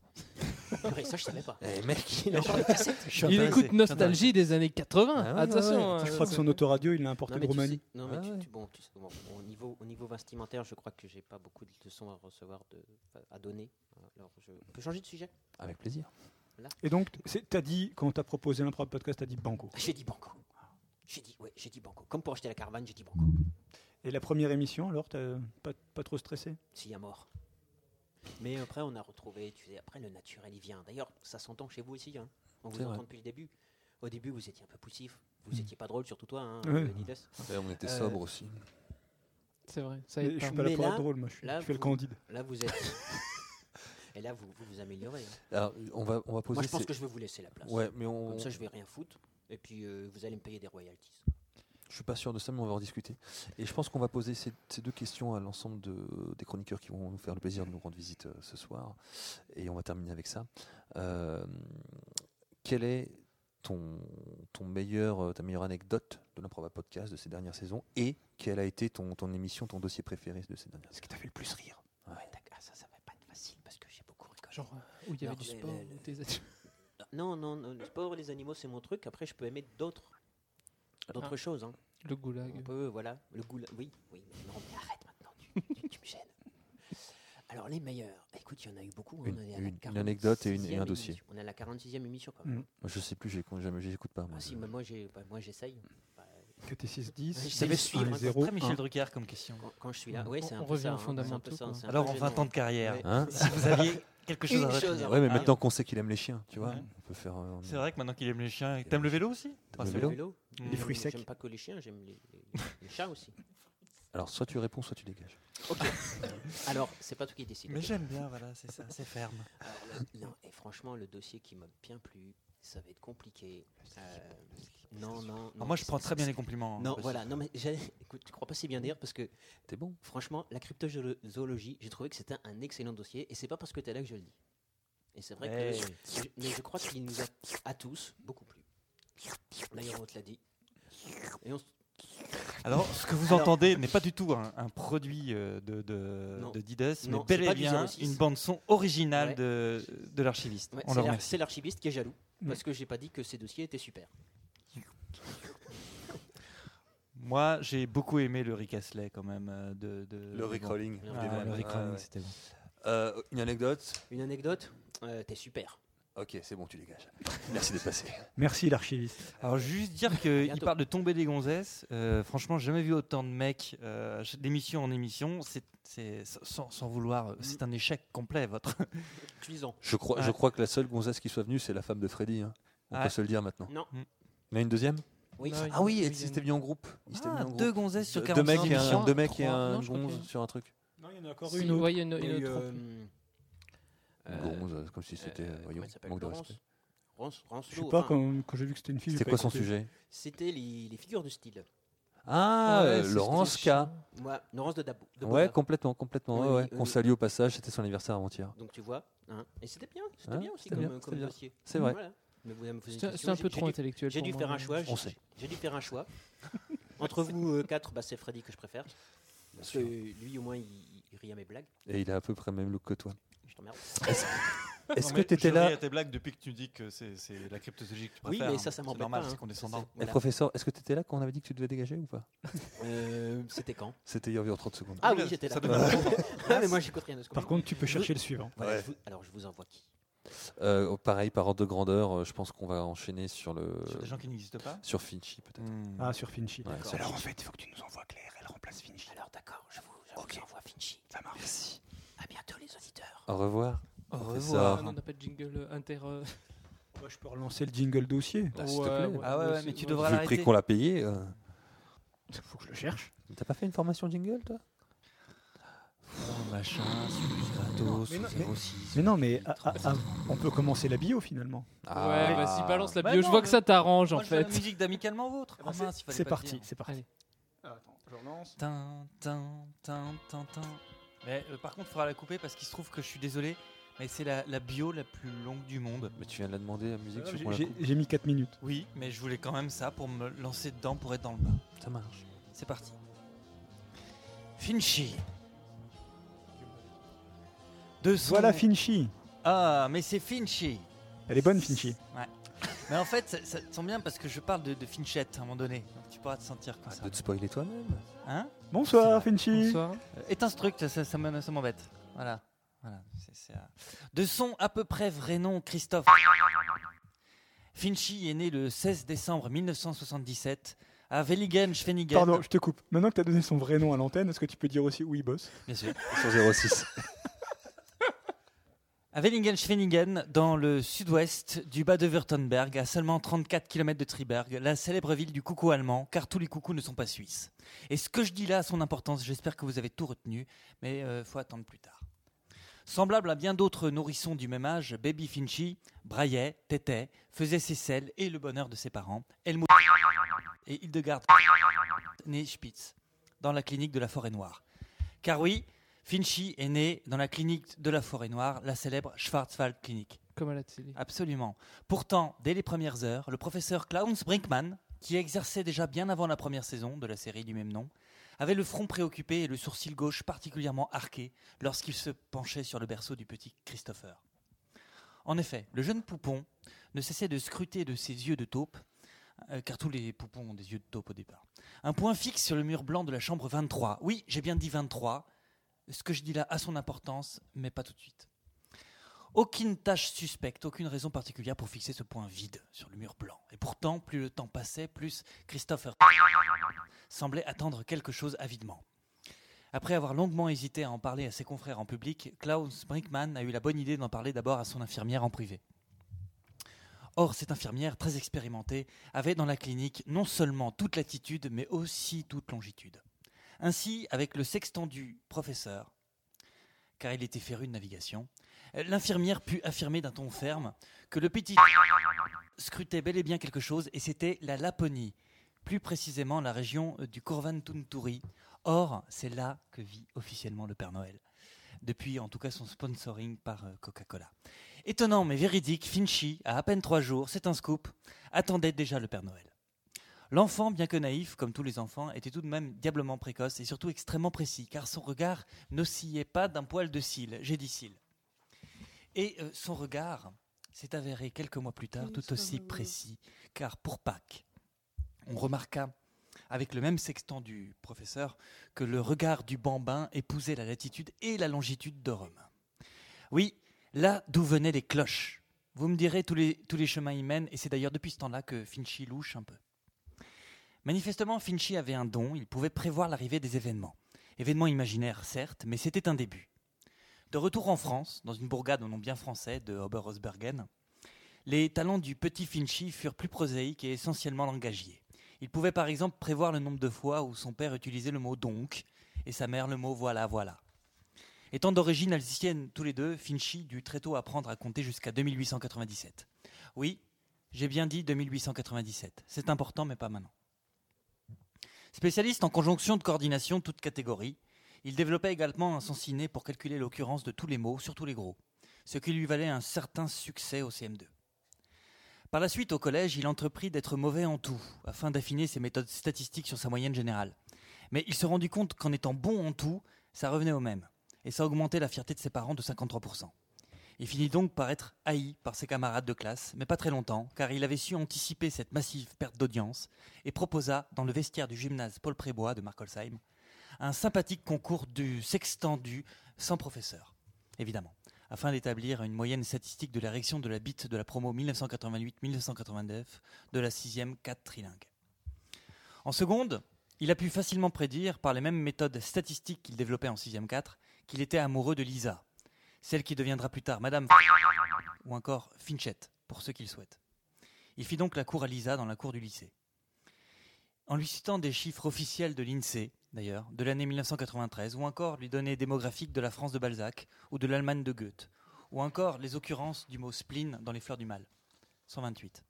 Speaker 13: Purée, ça, je savais pas.
Speaker 3: Eh mec, il
Speaker 13: Non, sur les cassettes.
Speaker 4: Il écoute Nostalgie des années 80.
Speaker 3: Ah ouais,
Speaker 4: Attention.
Speaker 3: ouais,
Speaker 4: hein,
Speaker 5: je crois que
Speaker 4: c'est-
Speaker 5: son autoradio, il l'a importé
Speaker 13: Non,
Speaker 5: de
Speaker 13: mais tu
Speaker 5: Roumanie.
Speaker 13: sais- non, mais
Speaker 3: Ah
Speaker 13: tu-
Speaker 3: ouais.
Speaker 13: tu- bon, tu sais- bon, au, niveau, au niveau vestimentaire, je crois que j'ai pas beaucoup de leçons à recevoir, de, à donner. Alors, je... on peut changer de sujet
Speaker 3: Avec plaisir.
Speaker 5: Et donc, t- c'est- t'as dit, quand t'as proposé l'improbable podcast, t'as dit banco.
Speaker 13: J'ai dit banco. J'ai dit, ouais, j'ai dit banco. Comme pour acheter la caravane, j'ai dit banco.
Speaker 5: Et la première émission, alors, t'as pas, pas trop stressé
Speaker 13: S'il y a mort. Mais après, on a retrouvé, tu sais, après le naturel, il vient. D'ailleurs, ça s'entend chez vous aussi. hein. On vous
Speaker 3: C'est
Speaker 13: entend
Speaker 3: vrai.
Speaker 13: depuis le début. Au début, vous étiez un peu poussif. Vous étiez pas drôle, surtout toi, hein,
Speaker 5: Ouais.
Speaker 13: Leonidas.
Speaker 3: Ouais, on était
Speaker 13: Euh,
Speaker 3: sobre aussi.
Speaker 4: C'est vrai.
Speaker 5: Mais je suis pas là
Speaker 13: Mais
Speaker 5: pour être drôle, moi, je, suis-
Speaker 13: là,
Speaker 5: je fais le
Speaker 13: vous-
Speaker 5: candide.
Speaker 13: Là, vous
Speaker 5: *laughs*
Speaker 13: êtes. Et là, vous vous, vous améliorez. hein.
Speaker 3: Alors, on va, on va poser.
Speaker 13: Moi, je pense
Speaker 3: ces-
Speaker 13: que je vais vous laisser la place.
Speaker 3: Ouais, mais on.
Speaker 13: Comme ça, je vais rien foutre. Et puis, euh, vous allez me payer des royalties.
Speaker 3: Je suis pas sûr de ça, mais on va en discuter. Et je pense qu'on va poser ces, ces deux questions à l'ensemble de, des chroniqueurs qui vont nous faire le plaisir de nous rendre visite euh, ce soir. Et on va terminer avec ça. Euh, quelle est ton, ton meilleur, euh, ta meilleure anecdote de l'improbable podcast de ces dernières saisons Et quelle a été ton, ton émission, ton dossier préféré de ces dernières Ce qui t'a fait le plus rire
Speaker 13: Ah, ça, ça va pas être facile parce que j'ai beaucoup rigolé.
Speaker 4: Genre, euh, où il y avait
Speaker 13: Non,
Speaker 4: du
Speaker 13: mais
Speaker 4: sport,
Speaker 13: le- le-
Speaker 4: ou des-
Speaker 13: *laughs* Non, non, non, le sport, les animaux, c'est mon truc. Après, je peux aimer d'autres d'autres
Speaker 4: Ah.
Speaker 13: choses. hein.
Speaker 4: Le goulag.
Speaker 13: On peut, voilà, le goulag. Oui, oui, mais non, mais arrête maintenant, tu, tu- tu
Speaker 4: *laughs*
Speaker 13: me gênes. Alors, les meilleurs. Écoute, il y en a eu beaucoup. hein,
Speaker 3: Une-
Speaker 13: on est à la
Speaker 3: une- une anecdote et une- et un
Speaker 13: 46e
Speaker 3: dossier.
Speaker 13: émission. On est à la 46e émission quand même.
Speaker 4: Mm.
Speaker 3: Moi, Je sais plus, j'ai- jamais- j'écoute pas. Moi,
Speaker 13: Ah si, mais moi, j'ai- bah, moi, j'essaye. Bah,
Speaker 5: Que t'es 6-10,
Speaker 13: je sais le
Speaker 5: 10,
Speaker 13: suivre, hein,
Speaker 5: 0,
Speaker 13: quand-
Speaker 6: Très Michel Drucker comme question.
Speaker 13: Quand, quand je suis là, ouais,
Speaker 4: On-
Speaker 13: c'est un
Speaker 4: on
Speaker 13: peu
Speaker 4: revient
Speaker 13: ça,
Speaker 4: aux
Speaker 13: hein, c'est un
Speaker 4: fondamentaux,
Speaker 13: peu ça,
Speaker 4: quoi.
Speaker 13: c'est un
Speaker 6: Alors,
Speaker 13: peu
Speaker 6: en 20
Speaker 13: gênant.
Speaker 6: ans de carrière,
Speaker 13: Ouais.
Speaker 3: Hein
Speaker 6: si vous aviez quelque chose
Speaker 13: Une
Speaker 6: à retenir.
Speaker 13: chose à
Speaker 3: Ouais, mais
Speaker 13: retenir.
Speaker 3: maintenant qu'on sait qu'il aime les chiens, tu vois,
Speaker 6: Ouais.
Speaker 3: on peut faire. euh,
Speaker 6: C'est vrai que maintenant qu'il aime les chiens, et que t'aimes le vélo aussi
Speaker 3: T'aimes
Speaker 6: c'est
Speaker 3: le vélo
Speaker 6: Mm.
Speaker 5: Les fruits
Speaker 13: J'aime-
Speaker 5: secs.
Speaker 13: J'aime pas que les chiens, j'aime les, les- les chats aussi.
Speaker 3: Alors, soit tu réponds, soit tu dégages.
Speaker 13: Ok. Alors, c'est pas toi qui décide.
Speaker 6: Mais
Speaker 13: ok.
Speaker 6: j'aime bien, voilà, c'est ça,
Speaker 13: *laughs*
Speaker 6: c'est ferme.
Speaker 13: Alors, Euh, le- non, et franchement, le dossier qui m'a bien plu, ça va être compliqué. Euh, non, non, non.
Speaker 6: Alors Ah, moi, je prends très bien les compliments. hein.
Speaker 13: Non,
Speaker 6: parce-
Speaker 13: voilà. Non, mais j'ai- écoute, je crois pas si bien dire parce que
Speaker 3: T'es bon
Speaker 13: franchement, la cryptozoologie, j'ai trouvé que c'était un excellent dossier et c'est pas parce que t'es là que je le dis. Et c'est vrai
Speaker 6: Hey.
Speaker 13: que. je- mais je crois qu'il nous a à tous beaucoup plu. D'ailleurs, on te l'a dit. Et on s-
Speaker 6: Alors, ce que vous
Speaker 13: Alors-
Speaker 6: entendez n'est pas du tout un, un produit euh, de, de,
Speaker 13: Non.
Speaker 6: de Didas,
Speaker 13: Non,
Speaker 6: mais bel
Speaker 13: c'est pas
Speaker 6: et
Speaker 13: du
Speaker 6: bien
Speaker 13: 06.
Speaker 6: une bande-son originale
Speaker 13: Ouais.
Speaker 6: de, de l'archiviste.
Speaker 13: ouais,
Speaker 6: On
Speaker 13: c'est
Speaker 6: le
Speaker 13: l'ar-
Speaker 6: remercie.
Speaker 13: c'est l'archiviste qui est jaloux
Speaker 5: Mm.
Speaker 13: parce que j'ai pas dit que ces dossiers étaient super.
Speaker 6: Moi, j'ai beaucoup aimé le Rick Astley quand même. euh, De, de-
Speaker 3: Le
Speaker 6: de-
Speaker 3: Rick Rolling.
Speaker 6: Ah,
Speaker 13: Il est
Speaker 6: le Rick
Speaker 3: Ah,
Speaker 6: Rolling,
Speaker 3: ouais.
Speaker 6: c'était bon.
Speaker 3: Euh, une anecdote
Speaker 13: Une anecdote, euh, t'es super.
Speaker 3: Ok, c'est bon, tu *laughs* dégages. Merci d'être passé.
Speaker 5: Merci l'archiviste.
Speaker 6: Alors juste dire
Speaker 13: *laughs*
Speaker 6: qu'il
Speaker 13: bientôt.
Speaker 6: parle de tomber des gonzesses. Euh, franchement, j'ai jamais vu autant de mecs euh, d'émission en émission. C'est, c'est- sans, sans vouloir, euh, c'est un échec complet votre.
Speaker 13: Mhm. *laughs*
Speaker 6: Ah.
Speaker 13: Cuisant.
Speaker 3: Je crois, je
Speaker 13: Ah.
Speaker 6: Ouais.
Speaker 3: crois que la seule gonzesse qui soit venue, c'est la femme de Freddy. hein. On
Speaker 6: Ouais.
Speaker 3: peut se le dire maintenant. Mm.
Speaker 13: Non.
Speaker 3: Il y en a une deuxième
Speaker 13: Oui.
Speaker 4: Non,
Speaker 3: Ah
Speaker 4: il
Speaker 3: oui,
Speaker 4: y en a
Speaker 3: elle
Speaker 4: une
Speaker 3: s'était venue en groupe. Ils s'étaient mis en groupe.
Speaker 6: Ah, deux gonzesses sur
Speaker 3: deux
Speaker 6: 45
Speaker 3: mecs et
Speaker 6: émissions.
Speaker 3: un, deux mecs et
Speaker 4: trois.
Speaker 3: un
Speaker 4: Non, je crois
Speaker 3: gonze
Speaker 4: qu'il y a-
Speaker 3: sur un truc.
Speaker 5: Non, il y en a encore
Speaker 4: Si, ouais, il y en a
Speaker 13: Il y
Speaker 4: une
Speaker 13: a eu,
Speaker 4: autre.
Speaker 13: euh, euh,
Speaker 3: gonze, comme si c'était.
Speaker 13: euh,
Speaker 3: voyons,
Speaker 13: comment elle s'appelle,
Speaker 3: manque de
Speaker 13: Laurence
Speaker 3: respect.
Speaker 13: Laurence- Laurence
Speaker 5: Je sais
Speaker 13: Lowe,
Speaker 5: pas,
Speaker 13: enfin,
Speaker 5: quand, quand j'ai vu que c'était une fille. j'ai
Speaker 3: C'était
Speaker 5: pas
Speaker 3: quoi son
Speaker 5: écouté.
Speaker 3: sujet
Speaker 13: C'était les, les figures de style.
Speaker 3: Ah,
Speaker 4: Ouais,
Speaker 3: euh,
Speaker 4: c'est-
Speaker 3: Laurence
Speaker 4: c'était
Speaker 3: K.
Speaker 4: chiant.
Speaker 13: Moi, Laurence de Dabo. de
Speaker 3: Ouais,
Speaker 13: Beauvoir.
Speaker 3: complètement, complètement.
Speaker 13: Oui,
Speaker 3: ouais,
Speaker 13: oui,
Speaker 3: ouais.
Speaker 13: oui,
Speaker 3: Qu'on
Speaker 13: oui.
Speaker 3: salue au passage, c'était son anniversaire avant-hier.
Speaker 13: Donc tu vois. hein. Et c'était bien. C'était
Speaker 3: Ouais,
Speaker 13: bien aussi
Speaker 3: c'était
Speaker 13: comme,
Speaker 3: bien,
Speaker 13: euh,
Speaker 3: c'était
Speaker 13: comme
Speaker 3: bien.
Speaker 13: dossier.
Speaker 3: C'est vrai.
Speaker 13: Voilà. Mais vous avez me posé une
Speaker 4: C'est un- c'est
Speaker 13: question,
Speaker 4: un
Speaker 13: j'ai-
Speaker 4: peu
Speaker 13: j'ai
Speaker 4: trop
Speaker 13: dû-
Speaker 4: intellectuel.
Speaker 13: J'ai
Speaker 4: pour
Speaker 13: dû
Speaker 4: moi,
Speaker 13: faire un
Speaker 4: mais-
Speaker 13: choix.
Speaker 3: On
Speaker 13: j'ai-
Speaker 3: sait.
Speaker 13: J'ai dû faire un choix. *laughs* Entre vous euh, quatre, bah, c'est Freddy que je préfère. Parce que
Speaker 3: sûr.
Speaker 13: lui, au moins, il, il rit à mes blagues.
Speaker 3: Et il a à peu près le même look que toi.
Speaker 13: Je t'emmerde.
Speaker 11: Non,
Speaker 3: Est-ce que
Speaker 11: mais
Speaker 3: t'étais
Speaker 11: Je ris
Speaker 3: là,
Speaker 11: à tes blagues depuis que tu dis que c'est c'est la cryptozoologie que tu
Speaker 13: Oui,
Speaker 11: préfères.
Speaker 13: mais ça, ça
Speaker 11: hein.
Speaker 13: m'embête
Speaker 11: C'est normal,
Speaker 13: pas, hein.
Speaker 11: c'est condescendant.
Speaker 13: Voilà.
Speaker 3: professeur Est-ce que t'étais là quand on avait dit que tu devais dégager ou pas
Speaker 13: Euh, C'était quand
Speaker 3: C'était il y a environ 30 secondes.
Speaker 13: Ah
Speaker 11: là,
Speaker 13: oui, j'étais là.
Speaker 11: ça devient
Speaker 13: *laughs* Ah, mais moi, j'écoute rien de ce qu'on
Speaker 5: Par
Speaker 13: dit.
Speaker 5: contre, tu peux chercher le suivant.
Speaker 13: Voilà,
Speaker 3: Ouais.
Speaker 13: je vous- Alors, je vous envoie qui
Speaker 3: Euh, pareil, par ordre de grandeur, euh, je pense qu'on va enchaîner sur le
Speaker 6: Sur des gens qui n'existent pas.
Speaker 3: sur Finchy peut-être.
Speaker 5: Ah, sur Finchy.
Speaker 3: Ouais,
Speaker 13: D'accord.
Speaker 3: sur
Speaker 5: Alors en
Speaker 3: Finchy.
Speaker 5: fait, il faut que tu nous envoies Claire, elle remplace Finchy.
Speaker 13: Alors, d'accord, je vous, je vous envoie Finchy.
Speaker 5: Ça marche. Merci.
Speaker 13: À bientôt, les auditeurs.
Speaker 3: Au revoir.
Speaker 6: Au
Speaker 3: professeur.
Speaker 4: Ah, non, on n'a pas de jingle euh, inter. euh,
Speaker 5: Moi, je peux relancer le jingle dossier.
Speaker 3: Ah, s'il te
Speaker 4: ouais,
Speaker 3: plaît.
Speaker 4: ouais,
Speaker 6: Ah ouais,
Speaker 4: moi
Speaker 6: ouais, mais
Speaker 4: aussi,
Speaker 6: tu
Speaker 4: ouais.
Speaker 6: devras-
Speaker 3: Vu le prix
Speaker 6: l'arrêter.
Speaker 3: qu'on l'a payé, euh,
Speaker 5: Faut que je le cherche.
Speaker 3: t'as pas fait une formation jingle toi
Speaker 6: Oh, machin, Suisse, gratos,
Speaker 5: Mais non,
Speaker 6: 06.
Speaker 5: Mais non, mais ah, ah, ah, on peut commencer la bio finalement.
Speaker 3: Ah.
Speaker 4: Ouais, bah si balance la
Speaker 6: Bah
Speaker 4: bio, je
Speaker 6: non,
Speaker 4: vois que
Speaker 6: mais-
Speaker 4: ça t'arrange en
Speaker 6: Moi, je fais
Speaker 4: fait.
Speaker 6: la musique d'amicalement vôtre. Ah, mince, il fallait
Speaker 5: c'est
Speaker 6: pas le
Speaker 5: parti,
Speaker 6: dire.
Speaker 5: c'est parti.
Speaker 4: Allez.
Speaker 5: attends, je relance.
Speaker 6: Tin, tin, tin, tin, tin. Mais euh, par contre, il faudra la couper parce qu'il se trouve que je suis désolé, mais c'est la, la bio la plus longue du monde.
Speaker 3: Mais tu viens de la demander la musique, tu veux qu'on la
Speaker 5: Euh, J'ai
Speaker 3: coupe
Speaker 5: j'ai mis 4 minutes.
Speaker 6: Oui, mais je voulais quand même ça pour me lancer dedans pour être dans le bain.
Speaker 3: Ça marche.
Speaker 6: C'est parti. Finchy. De son-
Speaker 5: Voilà Finchy.
Speaker 6: Ah, mais c'est Finchy.
Speaker 5: Elle est bonne Finchy.
Speaker 6: Mais en fait, ça, ça te sent bien parce que je parle de, de Finchette à un moment donné. Donc tu pourras te sentir comme
Speaker 3: Arrête
Speaker 6: ça.
Speaker 3: Ah, de te spoiler toi-même.
Speaker 6: Hein
Speaker 5: Bonsoir
Speaker 6: C'est
Speaker 5: Finchy.
Speaker 4: Bonsoir.
Speaker 6: Euh, Est instruct, ça, ça m'en- ça m'embête. Voilà. voilà. c'est- c'est, euh, De son à peu près vrai nom, Christophe. Finchy est né le 16 décembre 1977 à Veligen, Schwenningen.
Speaker 5: Pardon, je te coupe. Maintenant que tu as donné son vrai nom à l'antenne, est-ce que tu peux dire aussi où il bosse
Speaker 6: Bien sûr.
Speaker 3: Sur 06.
Speaker 6: À Vellingen-Schwenningen, dans le sud-ouest du bas de Württemberg, à seulement 34 km de Triberg, la célèbre ville du coucou allemand, car tous les coucous ne sont pas suisses. Et ce que je dis là a son importance, j'espère que vous avez tout retenu, mais il faut attendre plus tard. Semblable à bien d'autres nourrissons du même âge, Baby Finchy braillait, tétait, faisait ses selles et le bonheur de ses parents, Helmut et Hildegard né Spitz, dans la clinique de la Forêt Noire. Car oui, Finchy est né dans la clinique de la Forêt Noire, la célèbre Schwarzwald Clinic.
Speaker 4: Comme à la télé.
Speaker 6: Absolument. Pourtant, dès les premières heures, le professeur Klaus Brinkmann, qui exerçait déjà bien avant la première saison de la série du même nom, avait le front préoccupé et le sourcil gauche particulièrement arqué lorsqu'il se penchait sur le berceau du petit Christopher. En effet, le jeune poupon ne cessait de scruter de ses yeux de taupe, euh, car tous les poupons ont des yeux de taupe au départ, un point fixe sur le mur blanc de la chambre 23. Oui, j'ai bien dit 23. Ce que je dis là a son importance, mais pas tout de suite. Aucune tâche suspecte, aucune raison particulière pour fixer ce point vide sur le mur blanc. Et pourtant, plus le temps passait, plus Christopher semblait attendre quelque chose avidement. Après avoir longuement hésité à en parler à ses confrères en public, Klaus Brinkmann a eu la bonne idée d'en parler d'abord à son infirmière en privé. Or, cette infirmière, très expérimentée, avait dans la clinique non seulement toute latitude, mais aussi toute longitude. Ainsi, avec le sextant du professeur, car il était féru de navigation, l'infirmière put affirmer d'un ton ferme que le petit scrutait bel et bien quelque chose, et c'était la Laponie, plus précisément la région euh, du Korvan-Tunturi. Or, c'est là que vit officiellement le Père Noël, depuis en tout cas son sponsoring par euh, Coca-Cola. Étonnant mais véridique, Finchy, à à peine trois jours, c'est un scoop, attendait déjà le Père Noël. L'enfant, bien que naïf, comme tous les enfants, était tout de même diablement précoce et surtout extrêmement précis, car son regard n'oscillait pas d'un poil de cils, j'ai dit cils. Et euh, son regard s'est avéré quelques mois plus tard tout aussi précis, car pour Pâques, on remarqua, avec le même sextant du professeur, que le regard du bambin épousait la latitude et la longitude de Rome. Oui, là d'où venaient les cloches. Vous me direz, tous les, tous les chemins y mènent, et c'est d'ailleurs depuis ce temps-là que Finchy louche un peu. Manifestement, Finchy avait un don, il pouvait prévoir l'arrivée des événements. Événements imaginaires, certes, mais c'était un début. De retour en France, dans une bourgade au nom bien français de Oberhausbergen, les talents du petit Finchy furent plus prosaïques et essentiellement langagiers. Il pouvait par exemple prévoir le nombre de fois où son père utilisait le mot donc et sa mère le mot voilà voilà. Étant d'origine alsacienne tous les deux, Finchy dut très tôt apprendre à compter jusqu'à 2897. Oui, j'ai bien dit 2897. C'est important mais pas maintenant. Spécialiste en conjonction de coordination toutes catégories, il développait également un sens inné pour calculer l'occurrence de tous les mots, surtout les gros, ce qui lui valait un certain succès au CM2. Par la suite, au collège, il entreprit d'être mauvais en tout, afin d'affiner ses méthodes statistiques sur sa moyenne générale. Mais il se rendit compte qu'en étant bon en tout, ça revenait au même, et ça augmentait la fierté de ses parents de 53%. Il finit donc par être haï par ses camarades de classe, mais pas très longtemps, car il avait su anticiper cette massive perte d'audience, et proposa, dans le vestiaire du gymnase Paul Prébois de Markolsheim, un sympathique concours du sextendu sans professeur, évidemment, afin d'établir une moyenne statistique de l'érection de la bite de la promo 1988-1989 de la 6e 4 trilingue. En seconde, il a pu facilement prédire, par les mêmes méthodes statistiques qu'il développait en 6e 4, qu'il était amoureux de Lisa, celle qui deviendra plus tard Madame ou encore Finchette, pour ceux qui le souhaitent. Il fit donc la cour à Lisa dans la cour du lycée. En lui citant des chiffres officiels de l'INSEE, d'ailleurs, de l'année 1993, ou encore lui donner démographiques de la France de Balzac ou de l'Allemagne de Goethe, ou encore les occurrences du mot spleen dans Les Fleurs du Mal. 128.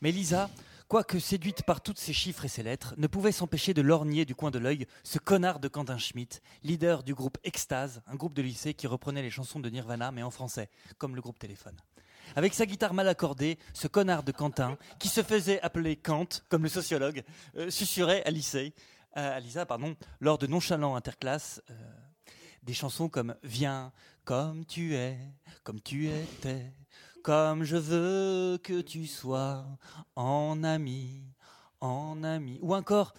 Speaker 6: Mais Lisa, quoique séduite par tous ces chiffres et ces lettres, ne pouvait s'empêcher de lorgner du coin de l'œil ce connard de Quentin Schmitt, leader du groupe Extase, un groupe de lycée qui reprenait les chansons de Nirvana mais en français, comme le groupe Téléphone. Avec sa guitare mal accordée, ce connard de Quentin, qui se faisait appeler Kant, comme le sociologue, euh, susurrait à, lycée, euh, à Lisa pardon, lors de nonchalants interclasses euh, des chansons comme Viens, comme tu es, comme tu étais, comme je veux que tu sois en ami, en ami. Ou encore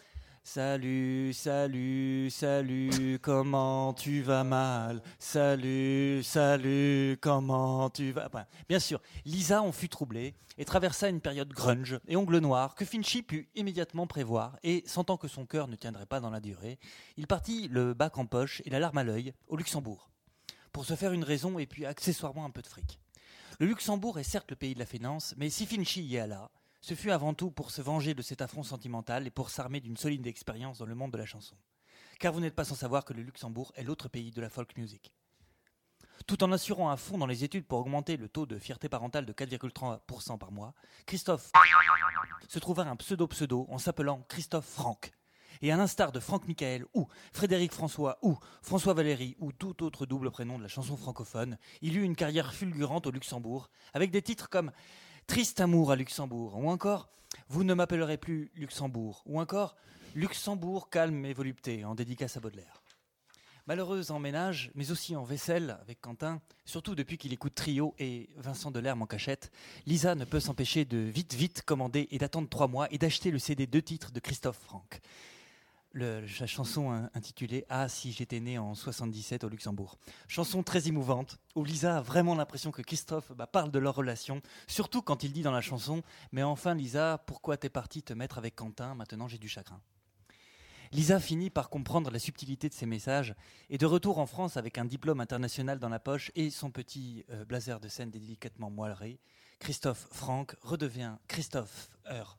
Speaker 6: Salut, salut, salut, comment tu vas mal Salut, salut, comment tu vas Enfin, Bien sûr, Lisa en fut troublée et traversa une période grunge et ongle noir que Finchy put immédiatement prévoir et, sentant que son cœur ne tiendrait pas dans la durée, il partit le bac en poche et la larme à l'œil au Luxembourg pour se faire une raison et puis accessoirement un peu de fric. Le Luxembourg est certes le pays de la finance, mais si Finchy y est là, ce fut avant tout pour se venger de cet affront sentimental et pour s'armer d'une solide expérience dans le monde de la chanson. Car vous n'êtes pas sans savoir que le Luxembourg est l'autre pays de la folk music. Tout en assurant un fonds dans les études pour augmenter le taux de fierté parentale de 4,3% par mois, Christophe se trouva un pseudo-pseudo en s'appelant Christophe Franck. Et à l'instar de Franck Michael ou Frédéric François ou François Valéry ou tout autre double prénom de la chanson francophone, il eut une carrière fulgurante au Luxembourg, avec des titres comme Triste amour à Luxembourg, ou encore Vous ne m'appellerez plus Luxembourg, ou encore Luxembourg calme et volupté, en dédicace à Baudelaire. Malheureuse en ménage, mais aussi en vaisselle avec Quentin, surtout depuis qu'il écoute Trio et Vincent Delerme en cachette, Lisa ne peut s'empêcher de vite vite commander et d'attendre trois mois et d'acheter le CD deux titres de Christophe Franck. Le- la chanson hein, intitulée Ah si j'étais né en 77 au Luxembourg. Chanson très émouvante où Lisa a vraiment l'impression que Christophe bah, parle de leur relation, surtout quand il dit dans la chanson Mais enfin Lisa, pourquoi t'es partie te mettre avec Quentin Maintenant j'ai du chagrin. Lisa finit par comprendre la subtilité de ces messages et de retour en France avec un diplôme international dans la poche et son petit euh, blazer de scène délicatement moelleré, Christophe Franck redevient Christophe Heur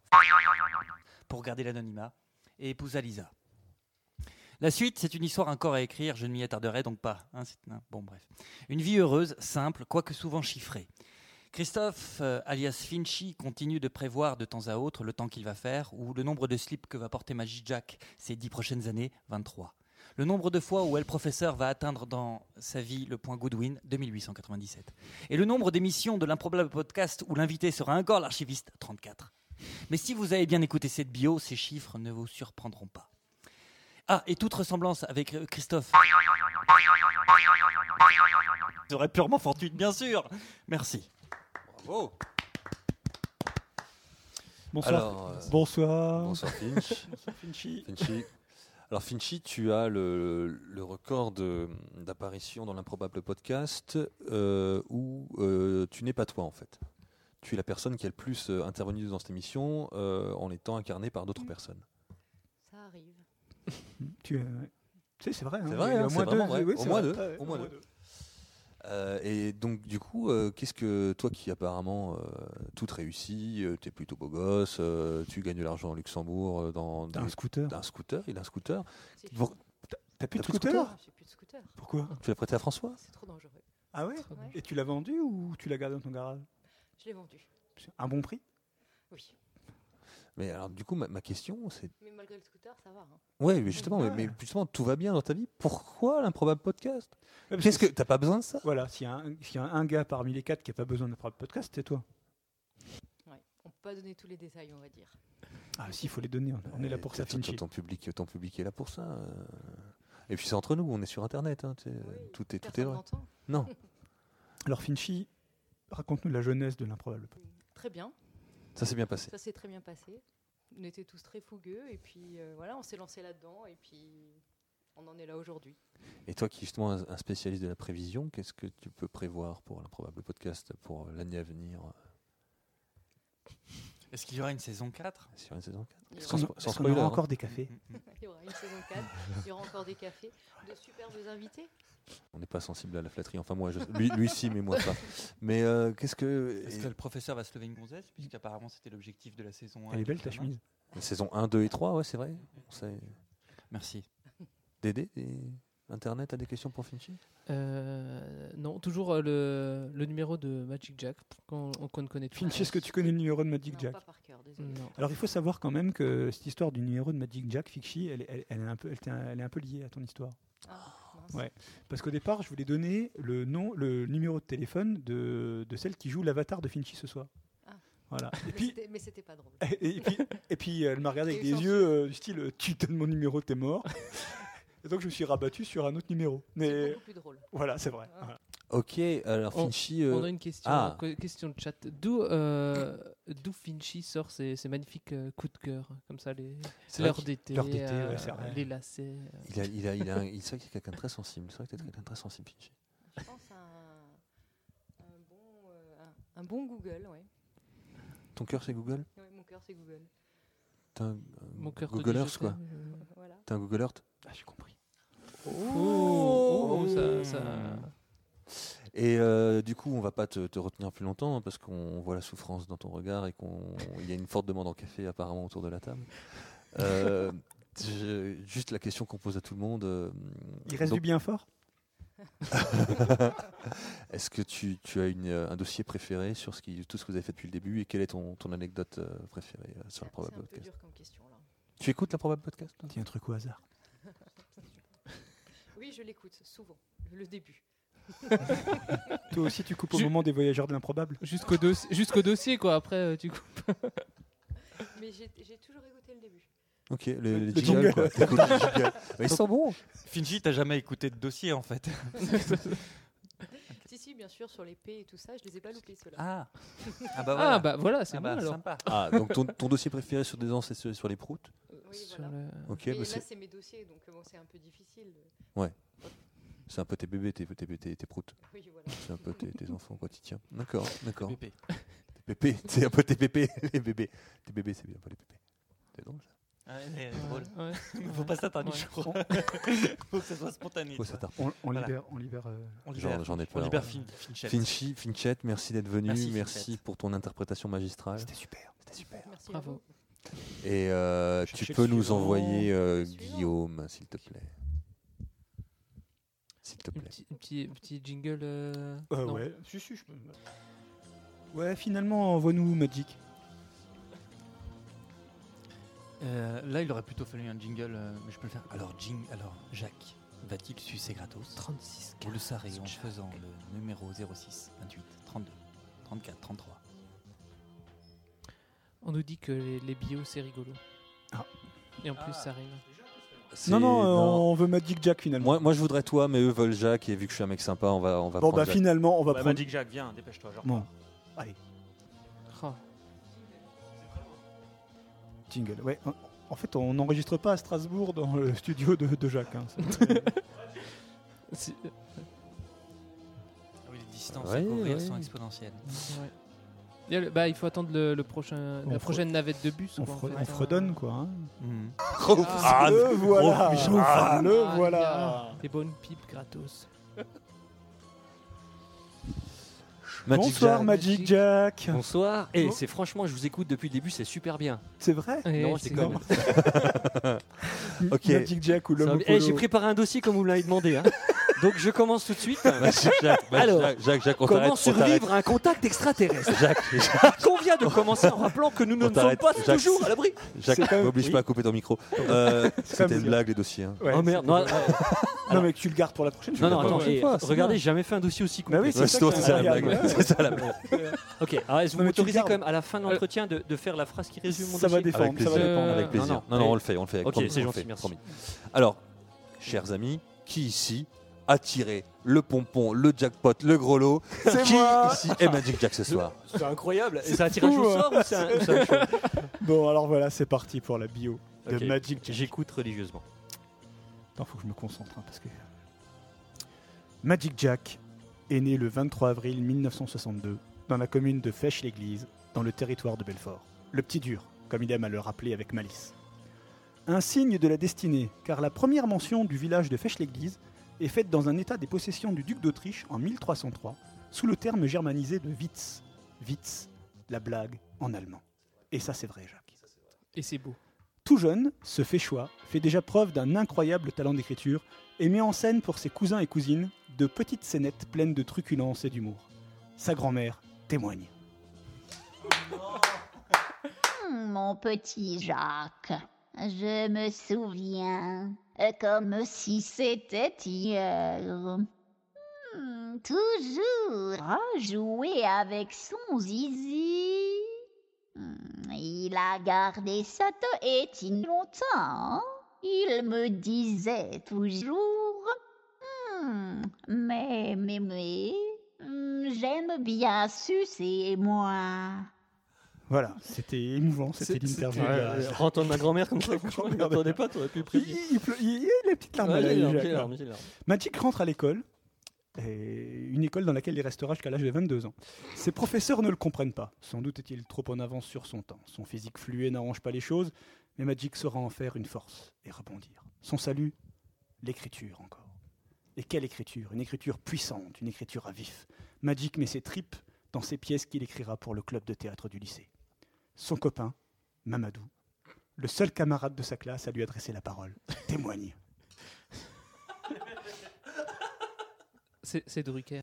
Speaker 6: pour garder l'anonymat et épousa Lisa. La suite, c'est une histoire encore à écrire, je ne m'y attarderai donc pas. hein, c'est- hein, bon, bref. Une vie heureuse, simple, quoique souvent chiffrée. Christophe, euh, alias Finchy, continue de prévoir de temps à autre le temps qu'il va faire ou le nombre de slips que va porter Magie Jack ces dix prochaines années, 23. Le nombre de fois où El Professeur va atteindre dans sa vie le point Goodwin, 2897. Et le nombre d'émissions de l'improbable podcast où l'invité sera encore l'archiviste, 34. Mais si vous avez bien écouté cette bio, ces chiffres ne vous surprendront pas. Ah, et toute ressemblance avec euh, Christophe serait purement fortuite, bien sûr. Merci. Bravo.
Speaker 5: Bonsoir.
Speaker 3: Alors, euh,
Speaker 5: bonsoir. *laughs*
Speaker 3: Bonsoir Finch.
Speaker 5: Bonsoir, Finchy.
Speaker 3: Finchy. Alors Finchy, tu as le, le record de- d'apparition dans l'improbable podcast euh, où euh, tu n'es pas toi en fait. Tu es la personne qui a le plus euh, intervenu dans cette émission euh, en étant incarnée par
Speaker 5: Mm.
Speaker 3: d'autres personnes.
Speaker 14: Ça arrive.
Speaker 5: Tu, euh, tu sais, c'est vrai. hein,
Speaker 3: C'est
Speaker 5: il y
Speaker 3: vrai,
Speaker 5: a
Speaker 3: hein,
Speaker 5: au
Speaker 3: c'est
Speaker 5: moins
Speaker 3: vraiment
Speaker 5: deux,
Speaker 3: vrai.
Speaker 5: oui,
Speaker 3: au
Speaker 5: c'est
Speaker 3: moins
Speaker 5: vrai.
Speaker 3: deux.
Speaker 5: Ouais,
Speaker 3: au moins deux. Euh, et donc, du coup, euh, qu'est-ce que toi qui apparemment euh, tout réussit, euh, t'es plutôt beau gosse, euh, tu gagnes de l'argent au Luxembourg euh, dans
Speaker 5: D'un
Speaker 3: des-
Speaker 5: scooter.
Speaker 3: d'un scooter, il a un scooter.
Speaker 14: C'est
Speaker 3: Vous-
Speaker 14: fini.
Speaker 3: t'as-
Speaker 5: T'as plus de
Speaker 3: plus de
Speaker 5: scooter
Speaker 14: J'ai plus de scooter.
Speaker 5: Pourquoi
Speaker 3: Tu l'as prêté à François
Speaker 14: C'est trop dangereux.
Speaker 5: Ah ouais
Speaker 14: Très bien.
Speaker 5: Et tu l'as vendu ou tu l'as gardé dans ton garage
Speaker 14: Je l'ai vendu.
Speaker 5: Un bon prix
Speaker 14: Oui.
Speaker 3: Mais alors, du coup, ma, ma question, c'est.
Speaker 14: Mais malgré le scooter, ça va. hein.
Speaker 3: Ouais, mais justement, mais, mais justement, tout va bien dans ta vie. Pourquoi l'improbable podcast Qu'est-ce que t'as pas besoin de ça
Speaker 5: Voilà, s'il y, a un- s'il y a un gars parmi les quatre qui n'a pas besoin d'un podcast, c'est toi.
Speaker 14: Ouais. On peut pas donner tous les détails, on va dire.
Speaker 5: Ah si, il faut les donner, on, on est là
Speaker 3: Eh,
Speaker 5: pour ça,
Speaker 3: t- t-
Speaker 5: Finchy.
Speaker 3: Ton public, ton public est là pour ça. euh. Et puis c'est entre nous, on est sur Internet. hein, tu sais, tout est, tout est
Speaker 14: personne
Speaker 3: vrai.
Speaker 14: n'entend.
Speaker 3: Non.
Speaker 5: Alors Finchy, raconte-nous la jeunesse de l'improbable.
Speaker 14: Très bien.
Speaker 3: Ça s'est bien passé.
Speaker 14: Ça s'est très bien passé. On était tous très fougueux et puis euh, voilà, on s'est lancé là-dedans et puis on en est là aujourd'hui.
Speaker 3: Et toi, qui es justement un un spécialiste de la prévision, qu'est-ce que tu peux prévoir pour l'improbable podcast pour l'année à venir euh,
Speaker 6: Est-ce qu'il y aura une saison 4
Speaker 3: sur une saison 4
Speaker 14: Il y
Speaker 3: Sans
Speaker 5: aura- est-ce
Speaker 3: spo- sans
Speaker 5: qu'on aura
Speaker 3: spoiler, hein.
Speaker 5: encore des cafés
Speaker 14: *laughs* Il y aura une saison 4, il y aura encore des cafés, de superbes invités.
Speaker 3: On n'est pas sensible à la flatterie. Enfin, moi, je- lui, lui, si, mais moi
Speaker 5: *laughs*
Speaker 3: pas. Mais euh, qu'est-ce que.
Speaker 6: Est-ce que le professeur va se lever une gonzesse Puisqu'apparemment, c'était l'objectif de la saison 1.
Speaker 5: Elle est belle ta chemise.
Speaker 3: La Saison 1, 2 et 3, ouais, c'est vrai. On sait-
Speaker 6: Merci.
Speaker 3: Dédé, et Internet a des questions pour Finchy
Speaker 4: Euh, non, toujours euh, le, le numéro de Magic Jack qu'on qu'on ne connaît
Speaker 5: Finch, est-ce que tu connais le numéro de Magic Jack
Speaker 4: Non.
Speaker 5: Alors il faut savoir quand même que cette histoire du numéro de Magic Jack, Fichy, elle, est- elle- elle est, un peu, elle, t'est- elle est un peu liée à ton histoire.
Speaker 14: Ah,
Speaker 5: Ouais. Parce qu'au départ, je voulais donner le nom, le numéro de téléphone de, de celle qui joue l'avatar de Finchy ce soir.
Speaker 14: Ah.
Speaker 5: Voilà. Et
Speaker 14: Mais *laughs*
Speaker 5: puis, Eh.
Speaker 14: c'était- mais c'était pas drôle.
Speaker 5: et, et puis, et puis, elle m'a regardé avec
Speaker 14: Il y a eu
Speaker 5: des yeux euh, du style Tu donnes mon numéro, t'es
Speaker 14: *laughs*
Speaker 5: mort. et donc je me suis rabattu sur un autre numéro. Mais
Speaker 14: beaucoup plus drôle. Ah.
Speaker 5: Voilà, c'est vrai. Voilà.
Speaker 3: Ok, alors
Speaker 4: On-
Speaker 3: Finchy.
Speaker 4: on,
Speaker 3: euh,
Speaker 4: a une question,
Speaker 3: Ah,
Speaker 4: que- question de chat. D'où euh, d'où Finchy sort ses, ses magnifiques euh, coups de cœur, comme ça, les
Speaker 3: C'est vrai
Speaker 4: l'heure
Speaker 3: qu'il-
Speaker 4: d'été,
Speaker 3: l'heure d'été,
Speaker 4: euh,
Speaker 3: ouais, c'est vrai.
Speaker 4: les lacets. euh.
Speaker 3: il a, il a, il a, un- il sait qu'il est quelqu'un de très sensible. C'est vrai que t'es quelqu'un de très sensible, Finchy.
Speaker 14: Je pense à un, un bon, euh, un- un bon Google, ouais.
Speaker 3: Ton cœur, c'est Google
Speaker 14: Ouais, mon cœur,
Speaker 5: *laughs*
Speaker 14: c'est Google.
Speaker 3: T'es un,
Speaker 4: Mon cœur te dit
Speaker 3: Google
Speaker 4: je Ah,
Speaker 3: Earth, quoi.
Speaker 4: t'aime, euh.
Speaker 14: Voilà.
Speaker 3: T'es un Google Earth
Speaker 5: Ah, j'ai compris.
Speaker 4: Oh, oh, ça, ça-
Speaker 3: Et euh, du coup, on va pas te, te retenir plus longtemps hein, parce qu'on voit la souffrance dans ton regard et qu'il y a une forte demande en café apparemment autour de la table. Euh, je- juste la question qu'on pose à tout le monde. euh,
Speaker 5: Il reste
Speaker 3: donc-
Speaker 5: du bien fort
Speaker 3: *laughs*
Speaker 5: *laughs*
Speaker 3: Est-ce que tu, tu as une, euh, un dossier préféré sur ce qui, tout ce que vous avez fait depuis le début et quelle est ton, ton anecdote euh, préférée euh, sur la probable podcast Tu écoutes la probable podcast toi
Speaker 5: Dis un truc au hasard.
Speaker 14: Oui, je l'écoute souvent, le début.
Speaker 5: Toi aussi, tu coupes au
Speaker 4: Ju-
Speaker 5: moment des voyageurs de l'improbable
Speaker 4: Jusqu'au dossi- jusqu'au dossier, quoi. Après, euh, tu coupes.
Speaker 14: *laughs*
Speaker 4: *laughs*
Speaker 14: Mais j'ai j'ai toujours écouté le début.
Speaker 3: Ok, le, le
Speaker 6: Le
Speaker 3: jingle,
Speaker 6: jingle.
Speaker 3: quoi. T'écoutes
Speaker 5: *laughs*
Speaker 3: le jingle.
Speaker 6: *laughs*
Speaker 3: Bah, il sent bon.
Speaker 6: euh, Finji, t'as jamais écouté de dossier en fait.
Speaker 14: Si, si, bien sûr, sur les P et tout ça, je les ai pas loupés, ceux-là.
Speaker 6: Ah.
Speaker 14: Ah
Speaker 4: bah voilà. Ah bah voilà, c'est
Speaker 6: Ah
Speaker 4: bon,
Speaker 6: bah,
Speaker 4: alors.
Speaker 6: sympa.
Speaker 3: Ah, donc ton, ton dossier préféré sur des ans, c'est celui sur les proutes
Speaker 14: Euh, Oui, voilà.
Speaker 3: Ok,
Speaker 14: Mais
Speaker 3: bah,
Speaker 14: là,
Speaker 3: c'est-
Speaker 14: c'est mes dossiers, donc euh, bon, c'est un peu difficile.
Speaker 3: Ouais. C'est un peu tes bébés, tes, tes, tes, tes proutes.
Speaker 14: Oui, voilà.
Speaker 3: C'est un peu tes, tes enfants, quoi, tu tiens. D'accord, d'accord.
Speaker 6: Pépé.
Speaker 3: Tes pépés, c'est un peu tes pépés, *laughs* les bébés. Tes bébés, c'est bien, pas les pépés. C'est drôle, ça.
Speaker 6: *laughs* Ouais, mais euh, drôle.
Speaker 4: Ouais.
Speaker 6: *laughs* Faut pas s'attarder,
Speaker 4: Ouais.
Speaker 6: je crois. Faut que ça soit spontané.
Speaker 3: Faut
Speaker 6: tu vois.
Speaker 3: s'attarder.
Speaker 5: On, on
Speaker 6: Voilà.
Speaker 5: libère, on libère. euh,
Speaker 6: On libère.
Speaker 3: J'en j'en ai
Speaker 6: On
Speaker 3: plein.
Speaker 6: libère
Speaker 3: ouais.
Speaker 6: Fin- Finchette.
Speaker 3: Finchi- Finchette, merci d'être venu. Merci,
Speaker 6: Merci, Finchette.
Speaker 3: pour ton interprétation magistrale. C'était
Speaker 5: super.
Speaker 3: C'était super.
Speaker 14: Merci à
Speaker 4: Bravo.
Speaker 14: vous.
Speaker 3: Et euh,
Speaker 5: Cherchez
Speaker 3: tu
Speaker 5: le
Speaker 3: peux nous
Speaker 5: suivant.
Speaker 3: envoyer euh, Guillaume, s'il te plaît. S'il te
Speaker 4: Un
Speaker 3: plaît.
Speaker 4: petit, un petit, un petit jingle. euh,
Speaker 5: Euh,
Speaker 4: non.
Speaker 5: ouais, si, si, je peux. Ouais, finalement, envoie-nous Magic.
Speaker 6: Euh, là, il aurait plutôt fallu un jingle, euh, mais je peux le faire. Alors, Jing, alors Jacques, va-t-il sucer gratos
Speaker 4: 36
Speaker 6: Vous le saurez en faisant le numéro 06 28 32 34 33.
Speaker 4: On nous dit que les, les bios, c'est rigolo.
Speaker 5: Ah.
Speaker 4: Et
Speaker 3: Ah.
Speaker 4: en plus, ça rime.
Speaker 5: Non, non, euh,
Speaker 3: non.
Speaker 5: on veut Magic Jack finalement.
Speaker 3: Moi, moi, je voudrais toi, mais eux veulent Jacques. Et vu que je suis un mec sympa, on va, on va
Speaker 5: bon,
Speaker 3: prendre
Speaker 5: bah
Speaker 3: Jacques.
Speaker 5: finalement, on va
Speaker 11: Ouais,
Speaker 5: prendre.
Speaker 11: Magic Jack, viens, dépêche-toi. genre.
Speaker 5: Bon, allez,
Speaker 4: Oh.
Speaker 5: jingle. Ouais, en- en fait, on n'enregistre pas à Strasbourg dans le studio de, de Jacques. hein. C'est-
Speaker 4: *laughs* Si-
Speaker 6: Ah Oui, les distances
Speaker 3: Ouais,
Speaker 6: à courir
Speaker 3: ouais.
Speaker 6: sont exponentielles.
Speaker 4: ouais. Il y a le- bah, il faut attendre le, le prochain,
Speaker 5: On
Speaker 4: la
Speaker 5: fre-
Speaker 4: prochaine navette de bus.
Speaker 5: on,
Speaker 4: quoi, en
Speaker 5: fre-
Speaker 4: fait,
Speaker 5: on
Speaker 4: hein.
Speaker 5: fredonne quoi. hein.
Speaker 4: Hmm. Ah,
Speaker 5: le voilà,
Speaker 4: Michel.
Speaker 5: Ah, le
Speaker 4: Ah,
Speaker 5: voilà.
Speaker 4: Des bonnes pipes gratos.
Speaker 12: Magic
Speaker 5: Bonsoir
Speaker 12: Jack.
Speaker 6: *laughs*
Speaker 5: Magic Jack.
Speaker 12: Bonsoir. Et
Speaker 5: Bon.
Speaker 12: c'est franchement, je vous écoute depuis le début, c'est super bien.
Speaker 5: C'est vrai
Speaker 4: Eh,
Speaker 12: non,
Speaker 4: c'est
Speaker 12: c'est comme.
Speaker 4: bon.
Speaker 5: *laughs*
Speaker 3: Ok.
Speaker 5: Magic Jack ou l'homme au
Speaker 12: Eh,
Speaker 5: polo.
Speaker 12: j'ai préparé un dossier comme vous me l'avez
Speaker 5: *laughs*
Speaker 12: demandé. hein. Donc je commence tout de suite.
Speaker 3: Magic Jack, Magic
Speaker 12: Alors,
Speaker 3: Jack, Bah, Jacques, Jacques, on
Speaker 12: Comment
Speaker 3: t'arrête. on t'arrête.
Speaker 12: survivre à un contact extraterrestre
Speaker 3: Jacques,
Speaker 12: Convient de commencer en rappelant que nous
Speaker 3: On
Speaker 12: ne sommes
Speaker 3: t'arrête,
Speaker 12: pas
Speaker 3: Jacques.
Speaker 12: toujours à l'abri.
Speaker 3: Jacques,
Speaker 5: C'est quand même-
Speaker 3: m'oblige
Speaker 5: oui.
Speaker 3: pas à couper
Speaker 12: *laughs*
Speaker 3: ton micro. Euh,
Speaker 5: quand
Speaker 3: C'était
Speaker 5: même
Speaker 3: une
Speaker 5: bien.
Speaker 3: blague, les dossiers. hein.
Speaker 5: Ouais,
Speaker 12: oh merde, non,
Speaker 5: c'est- Non, mais que tu le gardes pour la prochaine.
Speaker 12: non, non,
Speaker 5: tu le
Speaker 12: attends,
Speaker 5: gardes
Speaker 12: eh,
Speaker 5: pour la prochaine fois, c'est
Speaker 12: regardez,
Speaker 5: bien.
Speaker 12: j'ai jamais fait un dossier aussi
Speaker 5: Bah
Speaker 12: complet.
Speaker 5: oui,
Speaker 3: Ouais,
Speaker 5: c'est Euh, ça
Speaker 3: c'est
Speaker 5: qui est
Speaker 3: ça la
Speaker 5: incroyable.
Speaker 3: blague.
Speaker 15: *laughs*
Speaker 5: Ouais.
Speaker 3: C'est ça la blague.
Speaker 5: *laughs*
Speaker 12: Ok, alors est-ce que vous
Speaker 5: Non, mais tu le
Speaker 12: m'autorisez
Speaker 5: gardes.
Speaker 12: quand même à la fin de l'entretien de, de faire la phrase qui résume mon
Speaker 5: Ça va
Speaker 12: dossier
Speaker 5: défendre,
Speaker 3: Avec
Speaker 5: ça va
Speaker 3: plaisir.
Speaker 5: dépendre.
Speaker 4: Euh,
Speaker 3: Avec plaisir.
Speaker 12: non,
Speaker 3: Non,
Speaker 12: non.
Speaker 3: non, on le fait, on le fait.
Speaker 12: Ok,
Speaker 3: promis,
Speaker 12: c'est
Speaker 3: on le
Speaker 12: gentil,
Speaker 3: fait,
Speaker 12: merci.
Speaker 3: promis. Alors, chers amis, qui ici a tiré le pompon, le jackpot, le gros lot
Speaker 5: C'est
Speaker 3: Qui
Speaker 5: moi.
Speaker 3: ici est Magic Jack
Speaker 12: *laughs*
Speaker 3: ce soir
Speaker 12: C'est incroyable. C'est un tirage
Speaker 5: fou,
Speaker 12: au
Speaker 5: hein.
Speaker 12: sort ou c'est un, ou c'est
Speaker 5: *laughs*
Speaker 12: un show
Speaker 5: Bon, alors voilà, c'est parti pour la bio de
Speaker 12: Ok.
Speaker 5: Magic Jack.
Speaker 12: J'écoute religieusement.
Speaker 5: Attends, faut que je me concentre hein, parce que. Magic Jack est né le 23 avril 1962 dans la commune de Fèche-l'Église, dans le territoire de Belfort. Le petit dur, comme il aime à le rappeler avec malice. Un signe de la destinée, car la première mention du village de Fèche-l'Église est faite dans un état des possessions du duc d'Autriche en 1303, sous le terme germanisé de Witz. Witz, la blague en allemand. Et ça, c'est vrai, Jacques.
Speaker 4: Et c'est beau.
Speaker 5: Tout jeune, ce Féchois fait déjà preuve d'un incroyable talent d'écriture et met en scène pour ses cousins et cousines de petites scénettes pleines de truculence et d'humour. Sa grand-mère témoigne.
Speaker 16: Hum, Mon petit Jacques, je me souviens euh, comme si c'était hier. Hmm, toujours à jouer avec son zizi. Hmm, Il a gardé cette étine longtemps. Il me disait toujours Hmm, Mais, mais, mais, hmm, j'aime bien sucer, moi.
Speaker 5: Voilà, c'était émouvant, c'était l'interview. de la-
Speaker 12: Ouais, Rentendre ma grand-mère comme
Speaker 5: *laughs*
Speaker 12: ça, franchement, je m'attendais pas, t'aurais pu le prévenir.
Speaker 5: Il, il pleu- il y a les petites larmes. à
Speaker 12: Ouais, j'ai
Speaker 5: l'œil,
Speaker 12: l'air,
Speaker 5: Jacques.
Speaker 12: j'ai l'air, j'ai l'air.
Speaker 5: Magic rentre à l'école, et une école dans laquelle il restera jusqu'à l'âge de 22 ans. Ses professeurs ne le comprennent pas. Sans doute est-il trop en avance sur son temps. Son physique fluet n'arrange pas les choses, mais Magic saura en faire une force et rebondir. Son salut, l'écriture encore. Et quelle écriture Une écriture puissante, une écriture à vif. Magic met ses tripes dans ses pièces qu'il écrira pour le club de théâtre du lycée. Son copain, Mamadou, le seul camarade de sa classe à lui adresser la parole, témoigne.
Speaker 4: C'est c'est Drucker.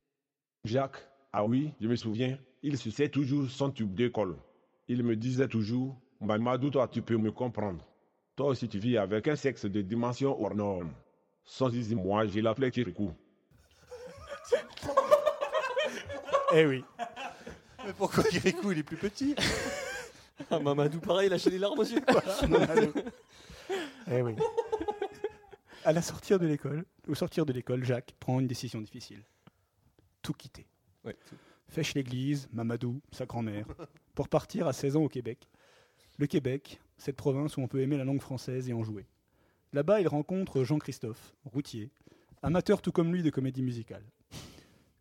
Speaker 17: Jacques, ah oui, je me souviens, il suçait toujours son tube d'école. Il me disait toujours, Mamadou, toi tu peux me comprendre. Toi aussi tu vis avec un sexe de dimension hors norme. Sans zizi, moi j'ai l'appelais Kirikou.
Speaker 5: *laughs* Eh oui.
Speaker 3: Mais pourquoi Kirikou, il est plus petit
Speaker 15: Ah, Mamadou, pareil, il a des larmes aux yeux.
Speaker 5: Mamadou. Eh oui. *laughs* À la sortie de l'école, au sortir de l'école, Jacques prend une décision difficile. Tout quitter.
Speaker 3: Ouais.
Speaker 5: Fèche l'église, Mamadou, sa grand-mère, pour partir à 16 ans au Québec. Le Québec, cette province où on peut aimer la langue française et en jouer. Là-bas, il rencontre Jean-Christophe, routier, amateur tout comme lui de comédie musicale.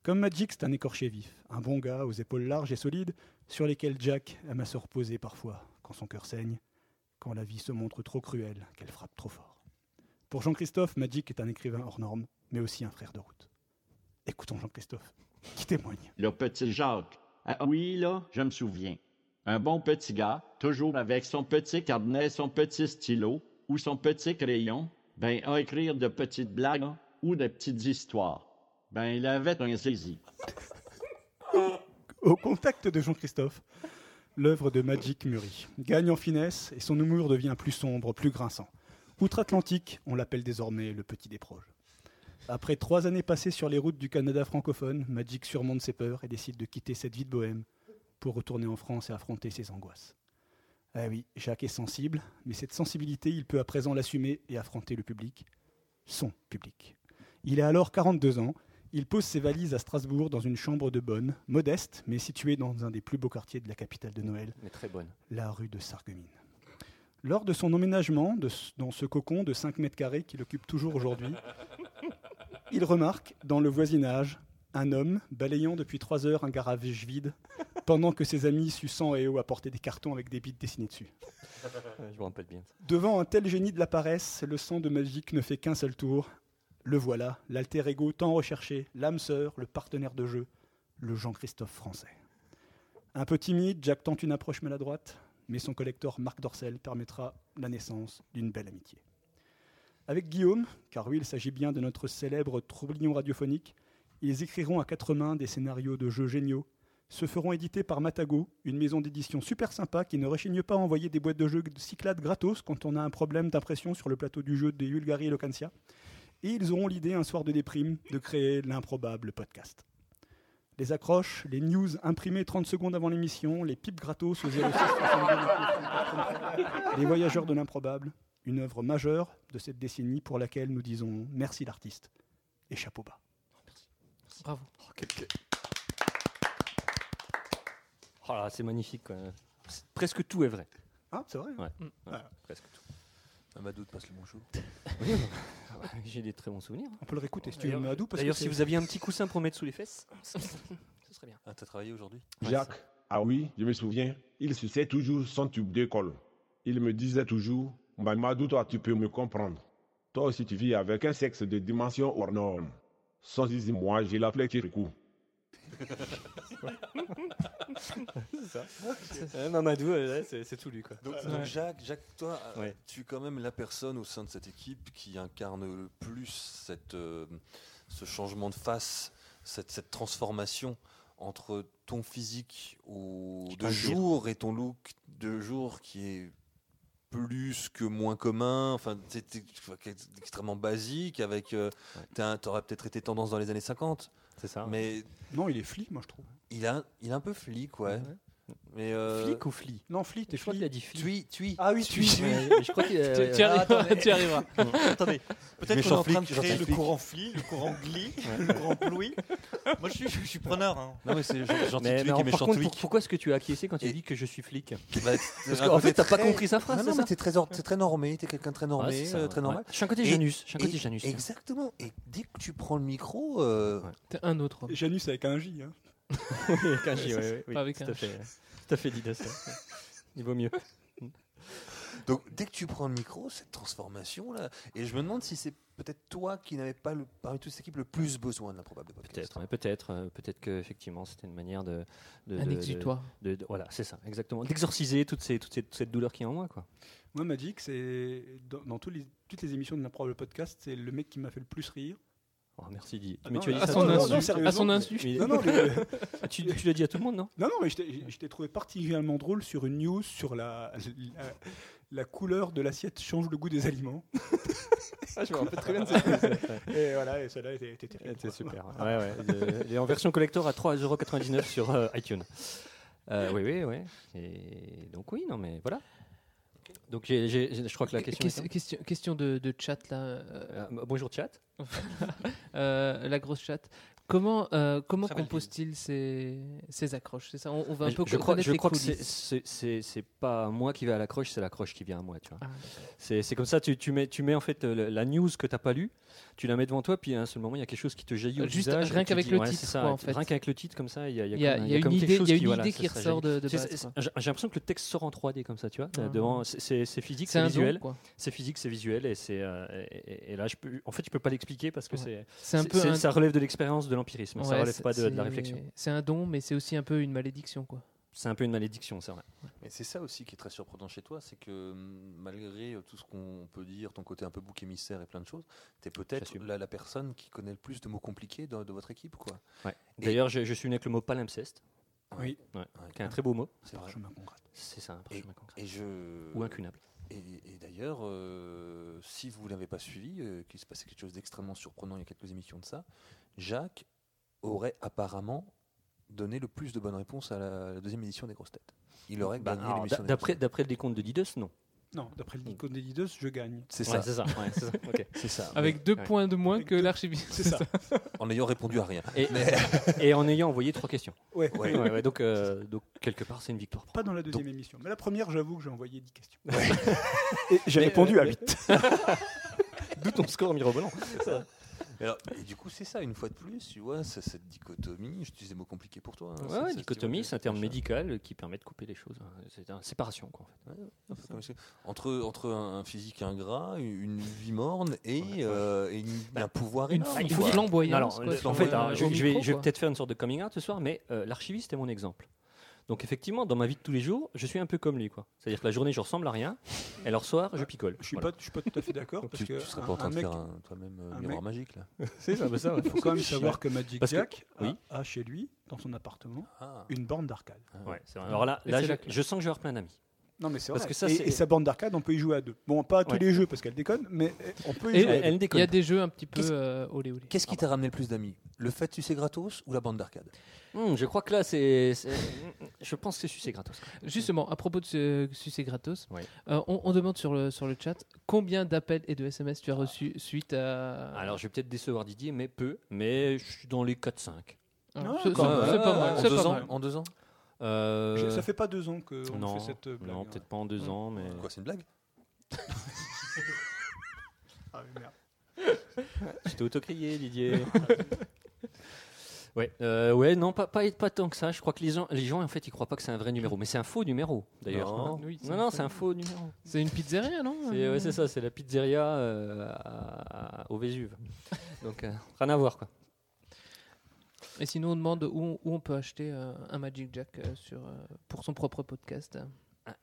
Speaker 5: Comme Magic, c'est un écorché vif, un bon gars aux épaules larges et solides, sur lesquelles Jack aime à se reposer parfois, quand son cœur saigne, quand la vie se montre trop cruelle, qu'elle frappe trop fort. Pour Jean-Christophe, Magic est un écrivain hors norme, mais aussi un frère de route. Écoutons Jean-Christophe, qui témoigne.
Speaker 18: Le petit Jacques. Ah oui, là, je me souviens. Un bon petit gars, toujours avec son petit carnet, son petit stylo ou son petit crayon, ben à écrire de petites blagues hein, ou de petites histoires. Ben il avait un saisi.
Speaker 5: Au contact de Jean-Christophe, l'œuvre de Magic mûrit, gagne en finesse et son humour devient plus sombre, plus grinçant. Outre-Atlantique, on l'appelle désormais le petit des proches. Après trois années passées sur les routes du Canada francophone, Magic surmonte ses peurs et décide de quitter cette vie de bohème pour retourner en France et affronter ses angoisses. Ah oui, Jacques est sensible, mais cette sensibilité, il peut à présent l'assumer et affronter le public, son public. Il a alors 42 ans, il pose ses valises à Strasbourg dans une chambre de bonne, modeste, mais située dans un des plus beaux quartiers de la capitale de Noël,
Speaker 15: Mais très bonne.
Speaker 5: la rue de Sarreguemines. Lors de son emménagement de- dans ce cocon de 5 mètres carrés qu'il occupe toujours aujourd'hui, il *laughs* remarque, dans le voisinage, un homme balayant depuis trois heures un garage vide, pendant que ses amis suçant et eau apportaient des cartons avec des bites dessinées dessus.
Speaker 15: Je me rappelle bien.
Speaker 5: Devant un tel génie de la paresse, le sang de Magic ne fait qu'un seul tour. Le voilà, l'alter ego tant recherché, l'âme sœur, le partenaire de jeu, le Jean-Christophe français. Un peu timide, Jack tente une approche maladroite, mais son collector Marc Dorcel permettra la naissance d'une belle amitié. Avec Guillaume, car oui, il s'agit bien de notre célèbre troublion radiophonique, ils écriront à quatre mains des scénarios de jeux géniaux, se feront éditer par Matago, une maison d'édition super sympa qui ne réchigne pas à envoyer des boîtes de jeux de cyclades gratos quand on a un problème d'impression sur le plateau du jeu des Hulgari et Locantia. Et ils auront l'idée, un soir de déprime, de créer l'improbable podcast. Les accroches, les news imprimées 30 secondes avant l'émission, les pipes gratos aux 06 *laughs* les Voyageurs de l'improbable, une œuvre majeure de cette décennie pour laquelle nous disons merci l'artiste et chapeau bas.
Speaker 4: Bravo.
Speaker 15: Oh là, c'est magnifique. quoi. C'est- Presque tout est vrai.
Speaker 5: Ah, c'est vrai
Speaker 15: Ouais,
Speaker 5: Mm.
Speaker 15: ouais,
Speaker 5: Ah.
Speaker 15: presque tout.
Speaker 3: Mamadou Ah, te passe le bonjour.
Speaker 15: *laughs* Oui, bah, j'ai des très bons souvenirs.
Speaker 5: On peut le réécouter si tu veux, Mamadou, parce que
Speaker 15: D'ailleurs, si
Speaker 5: c'est-
Speaker 15: vous aviez un petit coussin pour mettre sous
Speaker 5: *laughs*
Speaker 15: les fesses, ce serait bien.
Speaker 3: Ah, t'as travaillé aujourd'hui
Speaker 17: Jacques, ah oui, je me souviens, il suçait toujours son tube d'école. Il me disait toujours, Mamadou, toi tu peux me comprendre. Toi aussi tu vis avec un sexe de dimension hors norme. Sans zizi, moi j'ai l'appelais Kirikou.
Speaker 3: C'est ça.
Speaker 12: Ah,
Speaker 15: Euh, Mamadou, euh, là, c'est c'est tout lui. Quoi.
Speaker 3: Donc,
Speaker 15: Ouais.
Speaker 3: donc Jacques, Jacques, toi, euh,
Speaker 15: Ouais.
Speaker 3: tu es quand même la personne au sein de cette équipe qui incarne le plus cette, euh, ce changement de face, cette, cette transformation entre ton physique au, de
Speaker 6: peint
Speaker 3: jour et ton look de jour qui est plus que moins commun, enfin, t'es- t'es- enfin, qui est extrêmement basique, avec, euh, t'as- t'aurais peut-être été tendance dans les années 50.
Speaker 15: C'est ça.
Speaker 3: Mais
Speaker 5: Non, il est fli, moi je trouve.
Speaker 3: il a, il est un peu flic, ouais. Mais euh,
Speaker 15: Flic ou fli
Speaker 5: Non, fli, t'es
Speaker 15: fli. Je crois qu'il a dit fli.
Speaker 3: Tui, tui.
Speaker 15: Ah oui, tui.
Speaker 3: Tui.
Speaker 15: Ouais, mais je crois qu'il a-
Speaker 3: Tu- tu
Speaker 15: Ah,
Speaker 3: arriveras,
Speaker 15: attendez.
Speaker 3: tu arriveras.
Speaker 15: attendez, peut-être
Speaker 3: Mais
Speaker 15: qu'on est
Speaker 3: sans
Speaker 15: en train de
Speaker 3: flic, j'entends
Speaker 15: créer le
Speaker 3: flic.
Speaker 15: courant fli, le courant gli,
Speaker 3: Ouais.
Speaker 15: le courant ploui. Moi, je suis, je suis preneur. hein.
Speaker 3: Non, mais *laughs* c'est gen- gentil
Speaker 15: Mais
Speaker 3: tweak et
Speaker 15: non, par
Speaker 3: méchant
Speaker 15: contre,
Speaker 3: tweak.
Speaker 15: pour- pourquoi est-ce que tu as acquiescé quand tu as dit que je suis flic *laughs*
Speaker 3: Bah, c'est
Speaker 15: Parce
Speaker 3: un
Speaker 15: qu'en
Speaker 3: côté
Speaker 15: fait, t'as pas
Speaker 3: très-
Speaker 15: compris sa phrase.
Speaker 3: Non, non,
Speaker 15: c'est
Speaker 3: mais
Speaker 15: ça
Speaker 3: t'es très, or- t'es très normé, t'es quelqu'un de très normé,
Speaker 15: Ouais, c'est ça,
Speaker 3: euh, très
Speaker 15: ouais.
Speaker 3: normal.
Speaker 15: Je suis un côté
Speaker 3: Et-
Speaker 15: Janus, je suis un côté
Speaker 3: et-
Speaker 15: Janus, hein.
Speaker 3: Exactement. Et dès que tu prends le micro, euh,
Speaker 4: T'es un autre. homme.
Speaker 5: Janus avec un J. Hein.
Speaker 15: *laughs* avec un
Speaker 4: Ouais, c'est
Speaker 15: J, ouais, ouais,
Speaker 4: ça.
Speaker 15: oui,
Speaker 4: Pas avec
Speaker 15: tout
Speaker 4: un
Speaker 15: à
Speaker 4: J.
Speaker 15: fait. Tout à fait, Didas. ouais. Il vaut
Speaker 3: *laughs*
Speaker 15: mieux. Mm.
Speaker 3: donc dès que tu prends le micro, cette transformation là, et je me demande si c'est peut-être toi qui n'avais pas le, parmi toute cette équipe le plus besoin de l'improbable podcast.
Speaker 15: Peut-être, ouais, peut-être, euh, peut-être que effectivement c'était une manière de, de,
Speaker 4: Un
Speaker 15: de- de-
Speaker 4: exutoire.
Speaker 15: de- de- voilà, c'est ça, exactement, d'exorciser toutes ces, toutes ces, toute cette douleur qui est en moi, quoi.
Speaker 5: Moi, Magic, c'est dans, dans tous les- toutes les émissions de l'improbable podcast, c'est le mec qui m'a fait le plus rire.
Speaker 15: Oh, merci, Guy.
Speaker 5: Ah
Speaker 15: Mais
Speaker 5: non,
Speaker 15: tu as
Speaker 5: non,
Speaker 15: dit ça
Speaker 5: non,
Speaker 15: à tout le
Speaker 5: non,
Speaker 15: monde.
Speaker 5: non,
Speaker 15: Mais-
Speaker 5: sérieusement.
Speaker 15: à son insu. Mais- Ah,
Speaker 5: Non, non,
Speaker 15: *laughs*
Speaker 5: le-
Speaker 3: *laughs*
Speaker 15: Tu- tu l'as dit à tout le monde, non
Speaker 5: Non, non, mais je t'ai- je t'ai trouvé particulièrement drôle sur une news sur la, la, la couleur de l'assiette change le goût des
Speaker 15: *laughs*
Speaker 5: aliments. *laughs*
Speaker 15: Ah, je me rappelle très bien de cette news.
Speaker 5: Et voilà, et celle-là était, était terrible.
Speaker 15: C'était super.
Speaker 5: *laughs*
Speaker 15: Ouais, ouais. Euh, Il est en version collector à 3,99€ sur euh, iTunes. Euh, oui, oui, oui. Et donc, oui, non, mais voilà. Donc, j'ai- j'ai- j'ai- je crois que la question.
Speaker 4: Ques- question, question de, de chat là. euh,
Speaker 15: Ah, bah, bonjour chat.
Speaker 4: *laughs* Euh, la grosse chat. Comment, euh, comment
Speaker 15: Très belle
Speaker 4: compose-t-il ces, ces accroches C'est ça. On, on va un
Speaker 15: Mais
Speaker 4: peu
Speaker 15: je crois,
Speaker 4: connaître
Speaker 15: je
Speaker 4: les
Speaker 15: crois que c'est-
Speaker 4: coulisses.
Speaker 15: c'est c'est- c'est pas moi qui vais à l'accroche, c'est l'accroche qui vient à moi. tu vois.
Speaker 4: Ah.
Speaker 15: C'est c'est comme ça, tu, tu mets, tu mets en fait euh, la news que t'as pas lue, tu la mets devant toi, puis à un seul moment, il y a quelque chose qui te jaillit au
Speaker 4: Euh, juste
Speaker 15: visage. et
Speaker 4: rien
Speaker 15: tu
Speaker 4: qu'avec
Speaker 15: dis,
Speaker 4: le
Speaker 15: ouais,
Speaker 4: titre,
Speaker 15: c'est ça,
Speaker 4: quoi, en fait.
Speaker 15: Rien qu'avec le titre, comme ça, il y a, il
Speaker 4: Il y a-
Speaker 15: comme-
Speaker 4: il y a
Speaker 15: comme
Speaker 4: une
Speaker 15: quelque
Speaker 4: idée-
Speaker 15: chose
Speaker 4: il y a
Speaker 15: qui,
Speaker 4: une
Speaker 15: voilà,
Speaker 4: idée
Speaker 15: ça-
Speaker 4: qui
Speaker 15: ça
Speaker 4: ressort
Speaker 15: jaillit.
Speaker 4: de- de
Speaker 15: C'est-
Speaker 4: base,
Speaker 15: c'est-
Speaker 4: quoi.
Speaker 15: J'ai j'ai l'impression que le texte sort en 3D comme ça, tu vois. euh,
Speaker 4: Ah.
Speaker 15: devant, c'est- C'est c'est physique,
Speaker 4: C'est
Speaker 15: c'est
Speaker 4: un don,
Speaker 15: visuel.
Speaker 4: quoi.
Speaker 15: C'est physique, c'est visuel, et c'est euh, et- et- et là, je peux, en fait, je peux pas l'expliquer parce que
Speaker 4: Ouais.
Speaker 15: c'est
Speaker 4: C'est un
Speaker 15: c'est-
Speaker 4: peu
Speaker 15: c'est-
Speaker 4: un-
Speaker 15: ça relève de l'expérience, de l'empirisme, ça
Speaker 4: Ouais,
Speaker 15: relève
Speaker 4: c'est-
Speaker 15: pas de, de la
Speaker 4: c'est-
Speaker 15: réflexion.
Speaker 4: C'est un don, mais c'est aussi un peu une malédiction, quoi.
Speaker 15: C'est un peu une malédiction, c'est vrai.
Speaker 12: Mais c'est ça aussi qui est très surprenant chez toi, c'est que hum, malgré euh, tout ce qu'on peut dire, ton côté un peu bouc émissaire et plein de choses, tu es peut-être la, la personne qui connaît le plus de mots compliqués dans- de votre équipe. quoi.
Speaker 15: Ouais. D'ailleurs, je, je suis né avec le mot palimpseste.
Speaker 5: Oui.
Speaker 15: Ouais. Qui est un très beau mot.
Speaker 12: C'est vrai.
Speaker 15: C'est ça, un
Speaker 12: et,
Speaker 15: parchemin concret.
Speaker 12: et je...
Speaker 15: Ou incunable.
Speaker 12: Et, et d'ailleurs, euh, si vous ne l'avez pas suivi, euh, qu'il se passait quelque chose d'extrêmement surprenant il y a quelques émissions de ça, Jacques aurait apparemment donné le plus de bonnes réponses à la, la deuxième édition des grosses têtes. Il aurait
Speaker 15: Bah,
Speaker 12: gagné
Speaker 15: alors,
Speaker 12: l'émission.
Speaker 15: d'a-
Speaker 12: des
Speaker 15: D'après d'après le décompte de Didus, non.
Speaker 5: Non, d'après le Nikon des Leaders, je gagne.
Speaker 12: C'est
Speaker 15: Ouais,
Speaker 12: ça.
Speaker 15: c'est ça. ouais,
Speaker 12: *laughs*
Speaker 15: c'est ça. ok.
Speaker 12: C'est ça.
Speaker 4: Avec deux
Speaker 15: Ouais.
Speaker 4: points de moins que l'archiviste. *laughs*
Speaker 5: C'est
Speaker 15: *laughs*
Speaker 5: ça.
Speaker 12: En ayant répondu à rien.
Speaker 15: Et,
Speaker 12: Mais-
Speaker 15: et en ayant envoyé trois questions.
Speaker 5: Ouais.
Speaker 15: Ouais, ouais, ouais, donc, euh, donc, quelque part, c'est une victoire.
Speaker 5: Pas dans la deuxième émission. Mais la première, j'avoue que j'ai envoyé 10 questions. *laughs* euh,
Speaker 15: Et
Speaker 5: j'ai répondu à huit.
Speaker 15: euh, *laughs*
Speaker 5: *laughs*
Speaker 15: D'où ton score mirobolant.
Speaker 12: Ça. Et alors, et du coup, c'est ça, une fois de plus, tu vois, c'est cette dichotomie. J'utilise des mots compliqués pour toi. hein,
Speaker 15: Ouais,
Speaker 12: c'est-
Speaker 15: ouais,
Speaker 12: c'est-
Speaker 15: dichotomie, c'est un terme médical qui permet de couper les choses. hein. C'est une séparation, quoi. En fait.
Speaker 12: un peu comme ça. Entre, entre un un physique ingrat, une vie morne et, euh, et une- un pouvoir
Speaker 4: Ah,
Speaker 15: Bah, Une,
Speaker 12: énorme,
Speaker 15: une
Speaker 12: quoi.
Speaker 15: flamboyance. en fait, alors, je, je vais, je vais peut-être faire une sorte de coming out ce soir, mais euh, l'archiviste est mon exemple. Donc effectivement, dans ma vie de tous les jours, je suis un peu comme lui, quoi. C'est-à-dire que la journée, je ressemble à rien, et le soir, je picole.
Speaker 5: Je suis
Speaker 15: Voilà.
Speaker 5: pas, je suis pas tout à fait d'accord.
Speaker 12: Donc
Speaker 5: parce
Speaker 12: tu-
Speaker 5: que
Speaker 12: tu serais
Speaker 5: un-
Speaker 12: pas en train
Speaker 5: un
Speaker 12: de
Speaker 5: mec-
Speaker 12: faire un- toi-même, euh,
Speaker 5: un
Speaker 12: miroir
Speaker 5: mec-
Speaker 12: magique,
Speaker 5: *laughs*
Speaker 12: là.
Speaker 15: C'est ça, bah ça, ouais.
Speaker 5: Il faut
Speaker 12: *laughs*
Speaker 5: quand même savoir que
Speaker 15: Chier.
Speaker 5: Magic
Speaker 15: Parce que-
Speaker 5: Jack a-
Speaker 15: oui.
Speaker 5: a, chez lui, dans son appartement,
Speaker 12: Ah.
Speaker 5: une borne d'arcade.
Speaker 15: Ouais, c'est vrai. Alors là, là,
Speaker 5: Et c'est
Speaker 15: je,
Speaker 5: la clé.
Speaker 15: je sens que je vais avoir plein d'amis.
Speaker 5: Non mais c'est
Speaker 15: Parce
Speaker 5: vrai.
Speaker 15: que ça,
Speaker 5: et,
Speaker 15: c'est-
Speaker 5: et sa borne d'arcade, on peut y jouer à deux. Bon, pas à tous
Speaker 15: Ouais.
Speaker 5: les jeux parce qu'elle déconne, mais euh, on peut y
Speaker 4: Et
Speaker 5: jouer. à
Speaker 4: elle
Speaker 5: deux.
Speaker 4: déconne. Il y a des jeux un petit peu
Speaker 12: Qu'est-ce-
Speaker 4: euh, olé olé.
Speaker 12: Qu'est-ce qui t'a ramené le plus d'amis Le fait tu sais gratos ou la bande d'arcade
Speaker 15: Hmm, je crois que là, c'est. c'est- *laughs* je pense que c'est sucé gratos.
Speaker 4: Justement, à propos de ce succès gratos,
Speaker 15: Oui.
Speaker 4: euh, on, on demande sur le, sur le chat combien d'appels et de SMS tu as reçus suite à.
Speaker 15: Alors, je vais peut-être décevoir Didier, mais peu. Mais je suis dans les 4-5.
Speaker 4: Ah, Ah, c'est- quand c'est- même. c'est pas mal,
Speaker 12: En
Speaker 4: c'est
Speaker 12: deux
Speaker 4: pas
Speaker 12: ans
Speaker 4: mal.
Speaker 12: En deux ans
Speaker 15: Euh,
Speaker 5: Je- Ça fait pas deux ans que on
Speaker 15: non,
Speaker 5: fait cette blague.
Speaker 15: non,
Speaker 5: hein.
Speaker 15: peut-être pas en
Speaker 5: *laughs*
Speaker 15: deux ans, mais.
Speaker 12: Quoi, c'est une blague
Speaker 5: Ah, oui, merde.
Speaker 15: Tu t'es autocrié, Didier. ouais, euh, ouais, non, pas, pas, pas tant que ça. Je crois que les gens, les gens, en fait, ils croient pas que c'est un vrai numéro, mais c'est un faux numéro, d'ailleurs.
Speaker 4: Non.
Speaker 15: non,
Speaker 4: Oui, c'est
Speaker 15: non,
Speaker 4: un
Speaker 15: non,
Speaker 4: faux
Speaker 15: c'est un faux numéro.
Speaker 4: C'est une pizzeria, non
Speaker 15: C'est ouais, c'est ça, c'est la pizzeria euh, à- à-
Speaker 4: *laughs*
Speaker 15: au Vésuve. Donc, euh, rien à voir, quoi.
Speaker 4: Et sinon, on demande où, on- où on peut acheter euh, un Magic Jack euh, sur, euh, pour son propre podcast.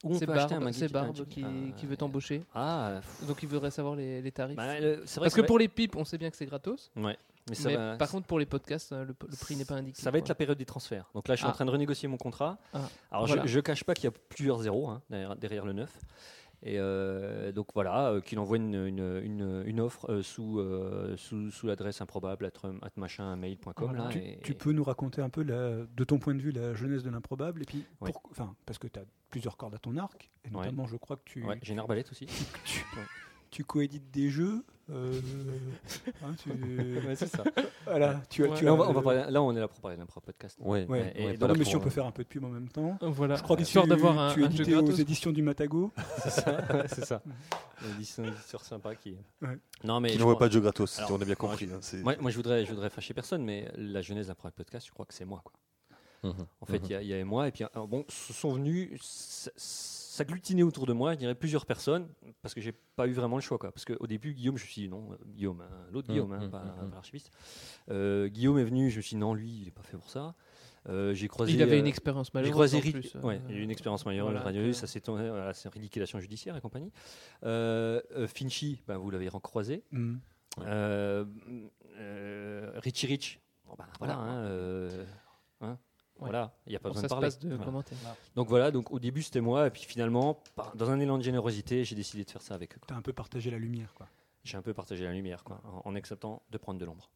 Speaker 15: où on
Speaker 4: C'est
Speaker 15: peut acheter un
Speaker 4: Barbe-
Speaker 15: Magic-
Speaker 4: C'est Barbe
Speaker 15: Magic-
Speaker 4: qui,
Speaker 15: un-
Speaker 4: qui veut t'embaucher.
Speaker 15: Ah,
Speaker 4: Donc il voudrait savoir les, les tarifs.
Speaker 15: Bah, le- c'est
Speaker 4: Parce
Speaker 15: vrai que ça
Speaker 4: que,
Speaker 15: va-
Speaker 4: pour les pipes, on sait bien que c'est gratos.
Speaker 15: Ouais. Mais ça va-
Speaker 4: par contre, pour les podcasts, euh, le, le prix n'est pas indiqué.
Speaker 15: Ça va être
Speaker 4: quoi.
Speaker 15: la période des transferts. Donc là, je suis en
Speaker 4: Ah.
Speaker 15: train de renégocier mon contrat.
Speaker 4: Ah,
Speaker 15: Alors,
Speaker 4: voilà.
Speaker 15: je, je cache pas qu'il y a plusieurs zéros hein, derrière, derrière le 9. Et euh, donc voilà, euh, qu'il envoie une, une- une- une offre euh, sous, euh, sous, sous l'adresse improbable, at, at machin, mail.com.
Speaker 5: Voilà.
Speaker 15: là,
Speaker 5: tu,
Speaker 15: et-
Speaker 5: tu peux nous raconter un peu, la- de ton point de vue, la jeunesse de l'improbable et puis,
Speaker 15: Oui.
Speaker 5: pour- enfin, parce que tu as plusieurs cordes à ton arc, et
Speaker 15: Ouais.
Speaker 5: notamment, je crois que tu,
Speaker 15: Ouais, j'ai une arbalète
Speaker 5: *laughs*
Speaker 15: aussi. Ouais.
Speaker 5: tu coédites des jeux.
Speaker 15: *laughs*
Speaker 5: euh, hein, tu-
Speaker 15: Ouais, c'est ça.
Speaker 5: Voilà, tu as,
Speaker 15: Ouais.
Speaker 5: tu
Speaker 15: Mais
Speaker 5: as
Speaker 15: on va- on
Speaker 5: le-
Speaker 15: va parler- là, on est là pour parler d'un propre podcast.
Speaker 12: Ouais.
Speaker 5: Ouais.
Speaker 15: Et
Speaker 5: Ouais,
Speaker 15: donc- euh,
Speaker 5: mais si on peut faire un peu de pub en même temps.
Speaker 4: Voilà.
Speaker 5: Je crois que
Speaker 4: Histoire
Speaker 5: tu,
Speaker 4: d'avoir un-
Speaker 5: tu es
Speaker 4: un jeu
Speaker 5: édité aux
Speaker 4: gratos.
Speaker 5: éditions du Matago.
Speaker 15: *laughs* C'est ça, ouais, c'est ça. Une édition- une histoire sympa qui.
Speaker 5: Ouais.
Speaker 15: Non, mais
Speaker 12: Qui
Speaker 15: je
Speaker 12: n'envoie
Speaker 15: crois-
Speaker 12: pas de jeu gratos, on a bien
Speaker 15: moi,
Speaker 12: compris,
Speaker 15: je-
Speaker 12: hein, c'est-
Speaker 15: moi, moi, je voudrais, je voudrais fâcher personne, mais la jeunesse d'un premier podcast, je crois que c'est moi. Quoi.
Speaker 19: Mhm.
Speaker 15: *laughs* En fait, il y a- il y, avait moi, et puis alors, bon, se sont venus s- s'agglutiner autour de moi, je dirais plusieurs personnes, parce que j'ai pas eu vraiment le choix. Quoi. Parce qu'au début, Guillaume, je me suis dit non, euh, Guillaume, hein, l'autre
Speaker 19: Mhm,
Speaker 15: Guillaume, hein,
Speaker 19: mhm,
Speaker 15: pas,
Speaker 19: mhm.
Speaker 15: pas l'archiviste. Euh, Guillaume est venu, je me suis dit non, lui, il est pas fait pour ça. Euh, j'ai croisé,
Speaker 4: Il avait
Speaker 15: euh,
Speaker 4: une expérience
Speaker 15: j'ai
Speaker 4: malheureuse
Speaker 15: croisé
Speaker 4: en
Speaker 15: Ri-
Speaker 4: plus, euh,
Speaker 15: ouais, il y a eu une expérience malheureuse,
Speaker 4: voilà,
Speaker 15: radieuse, ça euh, s'est tourné à la liquidation judiciaire et compagnie. Euh, euh, Finchy, ben, vous l'avez recroisé.
Speaker 5: Mhm.
Speaker 15: Euh, euh, Richie Rich, bon, ben, voilà.
Speaker 4: Voilà.
Speaker 15: hein, euh, hein,
Speaker 4: Ouais.
Speaker 15: Voilà, il n'y a pas
Speaker 4: Bon,
Speaker 15: besoin
Speaker 4: ça
Speaker 15: de
Speaker 4: se
Speaker 15: parler.
Speaker 4: passe de
Speaker 15: Voilà.
Speaker 4: commentaires.
Speaker 15: Donc voilà, donc au début c'était moi, et puis finalement, par- dans un élan de générosité, j'ai décidé de faire ça avec eux.
Speaker 5: T'as un peu partagé la lumière, quoi.
Speaker 15: J'ai un peu partagé la lumière, quoi, en- en acceptant de prendre de l'ombre.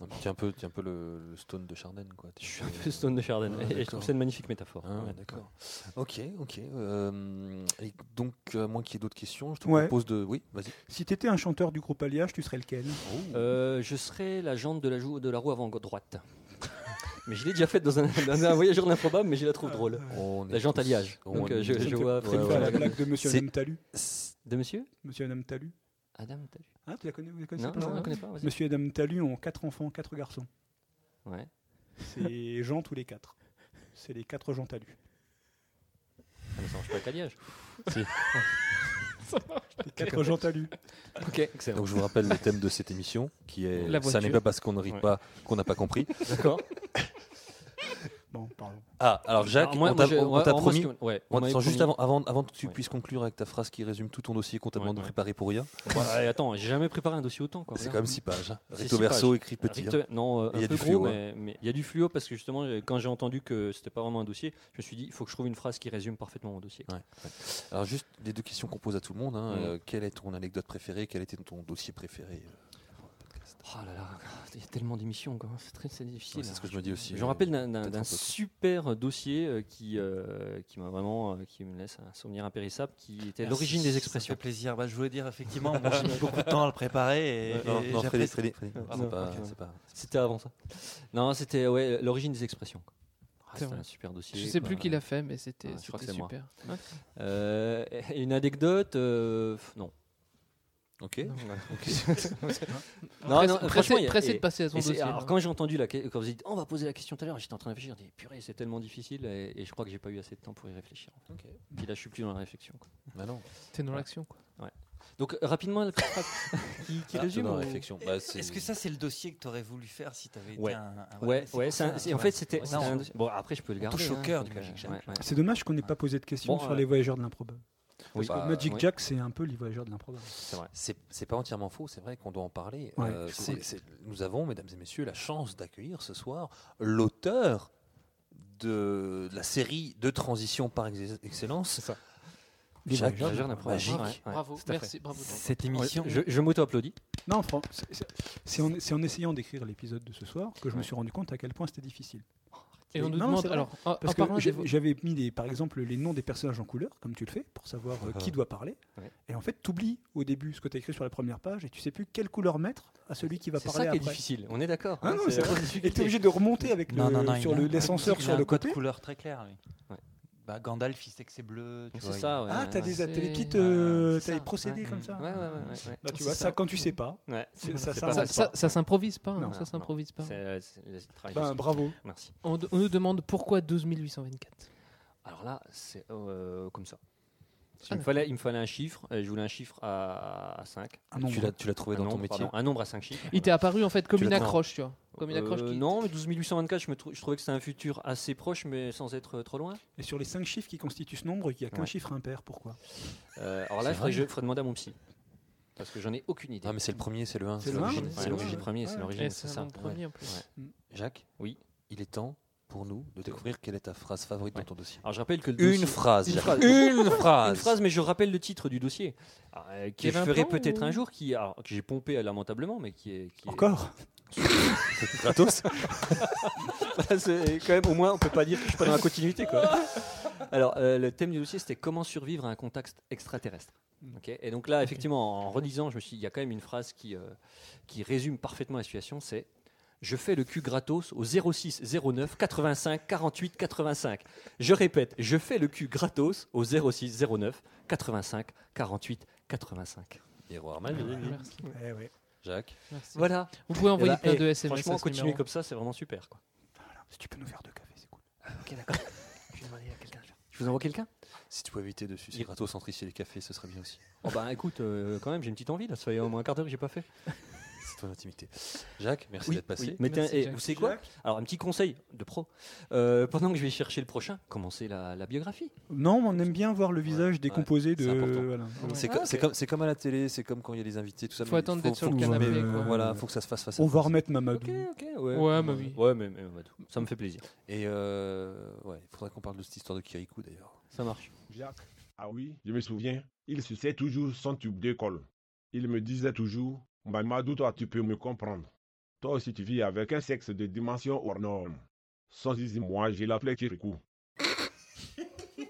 Speaker 3: Non, mais T'es un peu, t'es un peu le, le stone de Chardin, quoi. Je suis
Speaker 15: un peu stone de Chardin, et je trouve ça une magnifique métaphore.
Speaker 3: Ah, ouais,
Speaker 15: Ouais,
Speaker 3: d'accord. Ok, ok. euh, et donc, à moins qu'il y ait d'autres questions, je te
Speaker 5: Ouais.
Speaker 3: propose de. Oui, vas-y.
Speaker 5: *laughs* Si t'étais un chanteur du groupe Alliage, tu serais lequel
Speaker 15: Euh, je serai la jante de la, joue, de la roue avant droite. *laughs* mais je l'ai déjà faite dans un, dans un voyageur d'improbable, mais je la trouve
Speaker 5: Ah.
Speaker 15: drôle.
Speaker 3: On
Speaker 15: la
Speaker 3: est
Speaker 15: jante
Speaker 3: tous-
Speaker 15: alliage.
Speaker 3: on
Speaker 15: Donc euh, je,
Speaker 3: est-
Speaker 15: je vois.
Speaker 3: Ouais, ouais,
Speaker 5: la
Speaker 3: ouais.
Speaker 5: blague de Monsieur
Speaker 3: C'est-
Speaker 5: Adam Talu
Speaker 15: De Monsieur
Speaker 5: Monsieur Adam Talu
Speaker 15: Adam Talu.
Speaker 5: Ah, tu la connais, vous la connaissez
Speaker 15: Non,
Speaker 5: pas,
Speaker 15: non,
Speaker 5: ça
Speaker 15: je la connais pas, vas-y.
Speaker 5: Monsieur et Madame Talu ont quatre enfants, quatre garçons.
Speaker 15: Ouais. *laughs*
Speaker 5: C'est Jean tous les quatre. C'est les quatre Jean Talu.
Speaker 15: Ah, mais ça marche pas avec
Speaker 3: *laughs*
Speaker 15: alliage.
Speaker 5: Les quatre Jean Talu.
Speaker 15: Ok, excellent.
Speaker 3: Donc je vous rappelle le thème de cette émission qui est
Speaker 5: La
Speaker 3: ça n'est
Speaker 5: voiture.
Speaker 3: pas parce qu'on ne rit
Speaker 5: Ouais.
Speaker 3: pas qu'on n'a pas compris.
Speaker 15: D'accord.
Speaker 5: *laughs* Bon, pardon.
Speaker 3: Ah, alors Jacques,
Speaker 15: Alors, moi-
Speaker 3: on t'a-
Speaker 15: moi, je-
Speaker 3: on
Speaker 15: ouais,
Speaker 3: t'a
Speaker 15: en moi,
Speaker 3: promis.
Speaker 15: ce que- ouais,
Speaker 3: on
Speaker 15: on m'avait
Speaker 3: attends, juste
Speaker 15: promis.
Speaker 3: avant, avant, avant que tu puisses conclure avec ta phrase qui résume tout ton dossier qu'on t'a demandé de préparer pour rien.
Speaker 15: Ouais, attends, j'ai jamais préparé un dossier autant. quoi.
Speaker 3: C'est
Speaker 15: Regarde.
Speaker 3: quand même six pages, hein.
Speaker 15: C'est
Speaker 3: Recto
Speaker 15: six
Speaker 3: verso,
Speaker 15: pages.
Speaker 3: écrit petit,
Speaker 15: Recto-
Speaker 3: hein.
Speaker 15: Non, euh,
Speaker 3: Et
Speaker 15: un
Speaker 3: y a
Speaker 15: peu
Speaker 3: du fluo,
Speaker 15: gros,
Speaker 3: hein.
Speaker 15: mais mais il y a du fluo parce que justement, j'ai- quand j'ai entendu que c'était pas vraiment un dossier, je me suis dit, il faut que je trouve une phrase qui résume parfaitement mon dossier.
Speaker 3: Ouais, ouais. Alors juste les deux questions qu'on pose à tout le monde. hein.
Speaker 15: Mm.
Speaker 3: Euh, quelle est ton anecdote préférée Quel était ton dossier préféré
Speaker 15: Oh là là, il y a tellement d'émissions, quoi. c'est très c'est difficile. hein.
Speaker 3: Ouais, c'est ce que je me dis aussi. euh,
Speaker 15: Je me rappelle d'un- d'un
Speaker 3: Peut-être
Speaker 15: d'un
Speaker 3: un peu.
Speaker 15: super dossier euh, qui, euh, qui m'a vraiment, euh, qui me laisse un souvenir impérissable, qui était
Speaker 6: Merci,
Speaker 15: l'origine des
Speaker 6: ça
Speaker 15: expressions.
Speaker 6: fait plaisir. Bah, je voulais dire, effectivement, bon, j'ai mis beaucoup de temps à le préparer et-
Speaker 15: Ouais.
Speaker 6: et Non, non, j'apprécie. Freddy, Freddy, Freddy,
Speaker 15: Ah,
Speaker 6: c'est
Speaker 15: non,
Speaker 6: pas-
Speaker 15: ok.
Speaker 6: c'est pas-
Speaker 15: C'était avant ça. Non, c'était ouais, l'origine des expressions. quoi. Ah,
Speaker 4: C'est
Speaker 15: C'était
Speaker 4: vrai.
Speaker 15: un super dossier.
Speaker 4: Je sais
Speaker 15: quoi. Ah,
Speaker 4: plus qui l'a fait, mais c'était-
Speaker 15: je crois que
Speaker 4: c'était
Speaker 15: c'est moi.
Speaker 4: super. Ouais.
Speaker 15: Euh, et une anecdote euh, pff, Non. *laughs*
Speaker 3: Ok.
Speaker 15: non,
Speaker 4: Pressé-
Speaker 15: non,
Speaker 4: pressé-
Speaker 15: franchement, il y a-
Speaker 4: pressé de
Speaker 15: et-
Speaker 4: passer à son
Speaker 15: et c'est-
Speaker 4: dossier,
Speaker 15: Alors,
Speaker 4: là.
Speaker 15: quand j'ai entendu la que- quand vous dites, on va poser la question tout à l'heure, j'étais en train de réfléchir, je dis, purée, c'est tellement difficile, et, et je crois que j'ai pas eu assez de temps pour y réfléchir. en fait. Puis là, je suis plus dans la réflexion. Quoi.
Speaker 3: Bah non.
Speaker 4: T'es dans
Speaker 15: Ouais.
Speaker 4: l'action, quoi.
Speaker 15: Ouais. Donc, euh, rapidement, la petite phrase
Speaker 6: *laughs*
Speaker 15: qui, qui
Speaker 3: Ah,
Speaker 15: résume.
Speaker 3: dans la
Speaker 15: ou-
Speaker 3: réflexion. Bah, c'est-
Speaker 6: Est-ce que ça, c'est le dossier que tu aurais voulu faire si tu avais été
Speaker 15: Ouais,
Speaker 6: un. un-
Speaker 15: ouais,
Speaker 6: c'est
Speaker 15: ouais.
Speaker 6: pour
Speaker 15: c'est un-
Speaker 6: ça,
Speaker 15: c'est-
Speaker 6: tu
Speaker 15: en
Speaker 6: vois.
Speaker 15: fait, c'était.
Speaker 6: Ouais,
Speaker 15: c'était
Speaker 6: on-
Speaker 15: un dossier- Bon, après, je peux le
Speaker 6: on
Speaker 15: garder.
Speaker 6: touche au
Speaker 15: hein,
Speaker 6: cœur
Speaker 15: donc,
Speaker 6: du
Speaker 15: euh,
Speaker 6: Magic Jack.
Speaker 15: ouais, ouais.
Speaker 5: C'est dommage qu'on n'ait pas posé de questions
Speaker 15: Bon,
Speaker 5: sur
Speaker 15: euh,
Speaker 5: les voyageurs de l'improbable.
Speaker 3: Oui,
Speaker 5: Parce que
Speaker 3: bah,
Speaker 5: Magic
Speaker 3: oui.
Speaker 5: Jack, c'est un peu les voyageurs de l'improbable.
Speaker 3: C'est vrai. C'est, c'est pas entièrement faux, c'est vrai qu'on doit en parler.
Speaker 5: Ouais.
Speaker 3: Euh, c'est- c'est- nous avons, mesdames et messieurs, la chance d'accueillir ce soir l'auteur de la série de transition par ex- excellence.
Speaker 5: Les
Speaker 3: Jacques
Speaker 5: voyageurs
Speaker 15: Jacques Napron.
Speaker 3: Magique.
Speaker 15: Ouais, ouais,
Speaker 4: Bravo,
Speaker 15: tout à fait.
Speaker 4: merci, bravo.
Speaker 15: Cette émission. Je, je m'auto-applaudis.
Speaker 5: Non, Fran- c'est- c'est- c'est en, c'est en essayant d'écrire l'épisode de ce soir que je me suis rendu compte à quel point c'était difficile.
Speaker 4: Et on nous
Speaker 5: non, non,
Speaker 4: demande-
Speaker 5: c'est vrai.
Speaker 4: alors, en-
Speaker 5: parce
Speaker 4: en parlant
Speaker 5: que j'ai-
Speaker 4: des vo-
Speaker 5: j'avais mis des, par exemple les noms des personnages en couleur, comme tu le fais, pour savoir euh, qui doit parler.
Speaker 15: Ah. Ouais.
Speaker 5: Et en fait, t'oublies au début ce que t'as écrit sur la première page et tu sais plus quelle couleur mettre à celui qui va
Speaker 15: C'est
Speaker 5: parler
Speaker 15: ça qui est
Speaker 5: après.
Speaker 15: difficile, on est d'accord.
Speaker 5: Ah
Speaker 15: hein,
Speaker 5: non,
Speaker 15: c'est
Speaker 5: c'est
Speaker 15: la
Speaker 5: vrai.
Speaker 15: grosse
Speaker 5: Et
Speaker 15: difficulté.
Speaker 5: t'es obligé de remonter avec
Speaker 6: Non,
Speaker 5: le-
Speaker 6: non, non, il
Speaker 5: sur
Speaker 6: a
Speaker 5: le-
Speaker 6: un
Speaker 5: l'ascenseur
Speaker 6: code-
Speaker 5: sur
Speaker 6: il a
Speaker 5: le
Speaker 6: un code
Speaker 5: côté.
Speaker 6: couleur très clair, lui. Bah, Gandalf, il sait que c'est bleu. tu
Speaker 15: C'est
Speaker 6: vois,
Speaker 15: ça,
Speaker 6: il-
Speaker 15: ouais,
Speaker 5: Ah, t'as
Speaker 15: ouais,
Speaker 5: des, t'as des
Speaker 15: c'est-
Speaker 5: petites
Speaker 15: ouais,
Speaker 5: euh,
Speaker 15: c'est
Speaker 5: t'as des
Speaker 15: ça,
Speaker 5: procédés
Speaker 15: ouais.
Speaker 5: comme ça.
Speaker 15: Ouais, ouais, ouais, ouais.
Speaker 5: Bah, tu
Speaker 15: C'est
Speaker 5: vois, ça,
Speaker 15: ça.
Speaker 5: quand tu sais pas,
Speaker 15: Ouais.
Speaker 5: c'est- ça
Speaker 15: C'est
Speaker 5: s'invente
Speaker 15: pas-
Speaker 5: pas.
Speaker 4: Ça, ça, ça s'improvise pas, hein,
Speaker 5: Non.
Speaker 4: ça s'improvise pas.
Speaker 15: C'est- c'est- c'est le travail
Speaker 5: Ben,
Speaker 15: de ce-
Speaker 5: bravo.
Speaker 15: Merci.
Speaker 4: On, on nous demande pourquoi 12 824
Speaker 15: Alors là, c'est euh, comme ça.
Speaker 4: Ah,
Speaker 15: Il me,
Speaker 4: d'accord.
Speaker 15: fallait, il me fallait un chiffre, euh, je voulais un chiffre à, 5.
Speaker 5: Un nombre.
Speaker 3: Tu l'as- tu l'as trouvé dans ton métier.
Speaker 15: Un nombre à 5 chiffres.
Speaker 4: Il t'est apparu en fait comme
Speaker 15: Tu
Speaker 4: une
Speaker 15: l'as trouvé.
Speaker 4: accroche, tu vois. Comme une accroche
Speaker 15: Euh,
Speaker 4: qui.
Speaker 15: Non, mais 12 824, je, me trou- je trouvais que c'était un futur assez proche, mais sans être euh, trop loin.
Speaker 5: Et sur les cinq chiffres qui constituent ce nombre, il n'y a qu'un
Speaker 15: Ouais.
Speaker 5: chiffre impair. Pourquoi
Speaker 15: Euh, alors
Speaker 3: C'est
Speaker 15: là, il faudrait que
Speaker 3: vrai.
Speaker 15: je ferais demander à mon psy. Parce que j'en ai aucune idée.
Speaker 3: Ah, mais c'est le premier, c'est le 1.
Speaker 15: C'est le un,
Speaker 3: l'origine.
Speaker 15: ouais. C'est l'origine premier, c'est l'origine, Et c'est c'est un ça. nombre premier, en plus. Mm. Ouais.
Speaker 3: Jacques
Speaker 15: Oui.
Speaker 3: Il est temps pour nous de découvrir quelle est ta phrase favorite dans ton dossier.
Speaker 15: Alors je rappelle que le
Speaker 3: Une
Speaker 15: dossier-
Speaker 3: phrase,
Speaker 15: une
Speaker 3: Jacques.
Speaker 15: phrase,
Speaker 3: Une phrase.
Speaker 15: Une phrase, mais je rappelle le titre du dossier Alors, euh,
Speaker 3: Il y
Speaker 15: que je
Speaker 3: avait un
Speaker 15: ferai
Speaker 3: plan
Speaker 15: peut-être
Speaker 3: ou-
Speaker 15: un jour, qui alors, que j'ai pompé
Speaker 3: *laughs*
Speaker 15: euh, lamentablement, mais qui est qui est-
Speaker 5: Encore
Speaker 3: Gratos
Speaker 15: Voilà, c'est quand même au moins on peut pas dire que je suis pas dans la continuité quoi. *laughs* Alors euh, le thème du dossier c'était comment survivre à un contexte extraterrestre. Mm. Ok. Et donc là effectivement en relisant je me suis dit, il y a quand même une phrase qui euh, qui résume parfaitement la situation c'est je fais le cul gratos au 06 09 85 48 85. Je répète, je fais le cul gratos au 06 09 85 48 85.
Speaker 3: Miroir
Speaker 15: magique.
Speaker 4: Merci.
Speaker 5: Eh ouais.
Speaker 3: Jacques.
Speaker 4: Merci.
Speaker 15: Voilà.
Speaker 4: Vous pouvez envoyer
Speaker 15: Eh ben,
Speaker 4: plein
Speaker 15: eh,
Speaker 4: de SMS. à
Speaker 15: Franchement,
Speaker 4: ce
Speaker 15: continuer
Speaker 4: numéro.
Speaker 15: comme ça, c'est vraiment super. Quoi. Ah,
Speaker 5: Si tu peux nous faire deux cafés, c'est cool.
Speaker 20: ok, d'accord. Je vais demander à quelqu'un de faire.
Speaker 15: Je vous envoie quelqu'un
Speaker 3: Si tu peux éviter de sucer gratocentrifier les cafés, ce serait bien aussi.
Speaker 15: Oh bah écoute, euh, quand même, j'ai une petite envie là. Ça fait au moins un quart d'heure que j'ai pas fait.
Speaker 3: *laughs* C'est ton intimité. Jacques, merci
Speaker 15: Oui,
Speaker 3: d'être passé.
Speaker 15: oui. Mettez un- et vous savez quoi Alors un petit conseil de pro. Euh, pendant que je vais chercher le prochain, commencez la, la biographie.
Speaker 5: Non, mais on aime bien voir le visage décomposé de.
Speaker 3: C'est important.
Speaker 5: voilà.
Speaker 3: C'est comme, c'est comme- c'est comme à la télé, c'est comme quand il y a des invités, tout ça.
Speaker 5: Faut
Speaker 3: mais
Speaker 5: attendre d'être sur le
Speaker 3: que-
Speaker 5: canapé,
Speaker 3: mais,
Speaker 5: quoi.
Speaker 3: Voilà, faut que ça se fasse face à
Speaker 5: On
Speaker 3: face.
Speaker 5: va remettre Mamadou.
Speaker 15: Ok, ouais. bah
Speaker 4: Ouais, mais oui.
Speaker 15: Ouais, mais, mais, ouais, tout. ça me fait plaisir.
Speaker 3: Et euh, ouais, il faudrait qu'on parle de cette histoire de Kirikou d'ailleurs.
Speaker 15: Ça marche.
Speaker 17: Jacques, ah oui, je me souviens, il suçait toujours son tube de colle. Il me disait toujours, bah, Madou, toi, tu peux me comprendre. Toi aussi, tu vis avec un sexe de dimension hors norme. Sans ici, moi, j'ai l'appelé Kirikou.
Speaker 3: *laughs* Il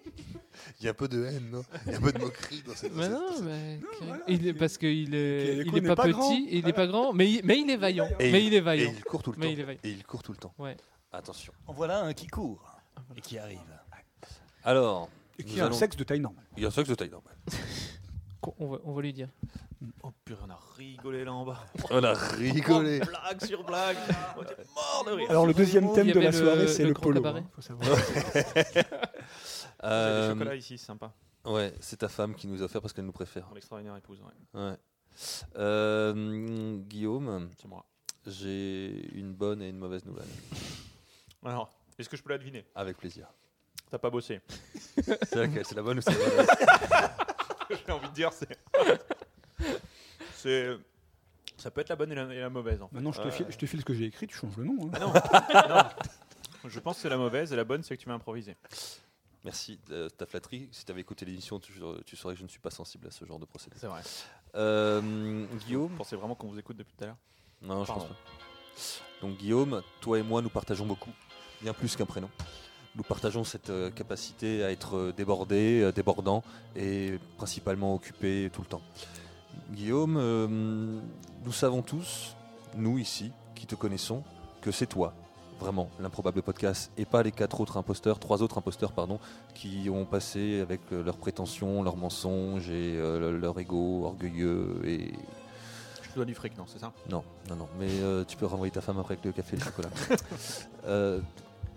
Speaker 3: y a un peu de haine, non Il y a un peu de moquerie dans cette.
Speaker 4: Mais non, mais il est, parce qu'il est,
Speaker 3: Kirikou
Speaker 4: il est
Speaker 3: n'est
Speaker 4: pas,
Speaker 3: pas
Speaker 4: petit,
Speaker 3: grand.
Speaker 4: il est pas grand, mais il, mais il est vaillant.
Speaker 3: Et
Speaker 4: mais il est
Speaker 3: Et
Speaker 4: vaillant.
Speaker 3: il court tout le
Speaker 4: Mais
Speaker 3: temps.
Speaker 4: il est vaillant.
Speaker 3: Et il court tout le temps.
Speaker 4: Ouais.
Speaker 3: Attention.
Speaker 20: En voilà un qui court et qui arrive.
Speaker 11: Ah,
Speaker 3: Alors.
Speaker 5: Et qui
Speaker 3: nous
Speaker 5: a un
Speaker 3: allons-
Speaker 5: sexe de taille normale.
Speaker 3: Il y a un sexe de
Speaker 4: *laughs*
Speaker 3: taille normale.
Speaker 4: Qu'on- On va, on va lui
Speaker 3: *laughs*
Speaker 4: dire.
Speaker 11: Oh purée, on a rigolé là en *laughs* bas.
Speaker 3: On a rigolé.
Speaker 11: Oh, *laughs* blague sur blague. On était mort de rire.
Speaker 5: Alors, le deuxième thème
Speaker 4: Il y
Speaker 5: de la
Speaker 4: avait le-
Speaker 5: soirée, c'est
Speaker 4: le
Speaker 5: le,
Speaker 4: grand
Speaker 5: polo.
Speaker 4: cabaret.
Speaker 5: hein, faut
Speaker 11: *laughs*
Speaker 3: *laughs*
Speaker 5: savoir.
Speaker 11: Euh, Vous avez des chocolats ici, c'est sympa.
Speaker 3: Euh, Ouais, c'est ta femme qui nous a offert parce qu'elle nous préfère.
Speaker 11: Mon extraordinaire épouse, ouais.
Speaker 3: Ouais. Euh, Guillaume,
Speaker 11: C'est moi.
Speaker 3: j'ai une bonne et une mauvaise nouvelle.
Speaker 11: Alors, est-ce que je peux la deviner
Speaker 3: Avec plaisir.
Speaker 11: T'as pas bossé.
Speaker 3: *laughs* C'est laquelle C'est la bonne ou c'est la mauvaise
Speaker 11: *laughs* J'ai envie de dire,
Speaker 3: *laughs*
Speaker 11: c'est. c'est. Ça peut être la bonne et la, et la mauvaise. En fait.
Speaker 5: Maintenant, Ah Bah je te, file,
Speaker 11: Euh,
Speaker 5: je te file ce que j'ai écrit, tu changes le nom. hein.
Speaker 11: Ah
Speaker 5: *laughs*
Speaker 11: non. non. Je pense que c'est la mauvaise et la bonne, c'est que tu m'as improvisé.
Speaker 3: Merci de ta flatterie. Si tu avais écouté l'émission, tu, tu saurais que je ne suis pas sensible à ce genre de procédé.
Speaker 11: C'est vrai.
Speaker 3: Euh, Guillaume
Speaker 11: Vous pensez vraiment qu'on vous écoute depuis tout à l'heure
Speaker 3: Non, je pense
Speaker 11: Pardon.
Speaker 3: pas. Donc Guillaume, toi et moi, nous partageons beaucoup, bien plus qu'un prénom. Nous partageons cette euh, capacité à être euh, débordé, euh, débordant et principalement occupé tout le temps. Guillaume, euh, nous savons tous, nous ici, qui te connaissons, que c'est toi, vraiment, l'improbable podcast, et pas les quatre autres imposteurs, trois autres imposteurs, pardon, qui ont passé avec euh, leurs prétentions, leurs mensonges et euh, leur ego orgueilleux et
Speaker 11: Je te dois du fric, non, c'est ça
Speaker 3: non, non, non. Mais euh, tu peux renvoyer ta femme après avec le café et le chocolat. *laughs* Euh,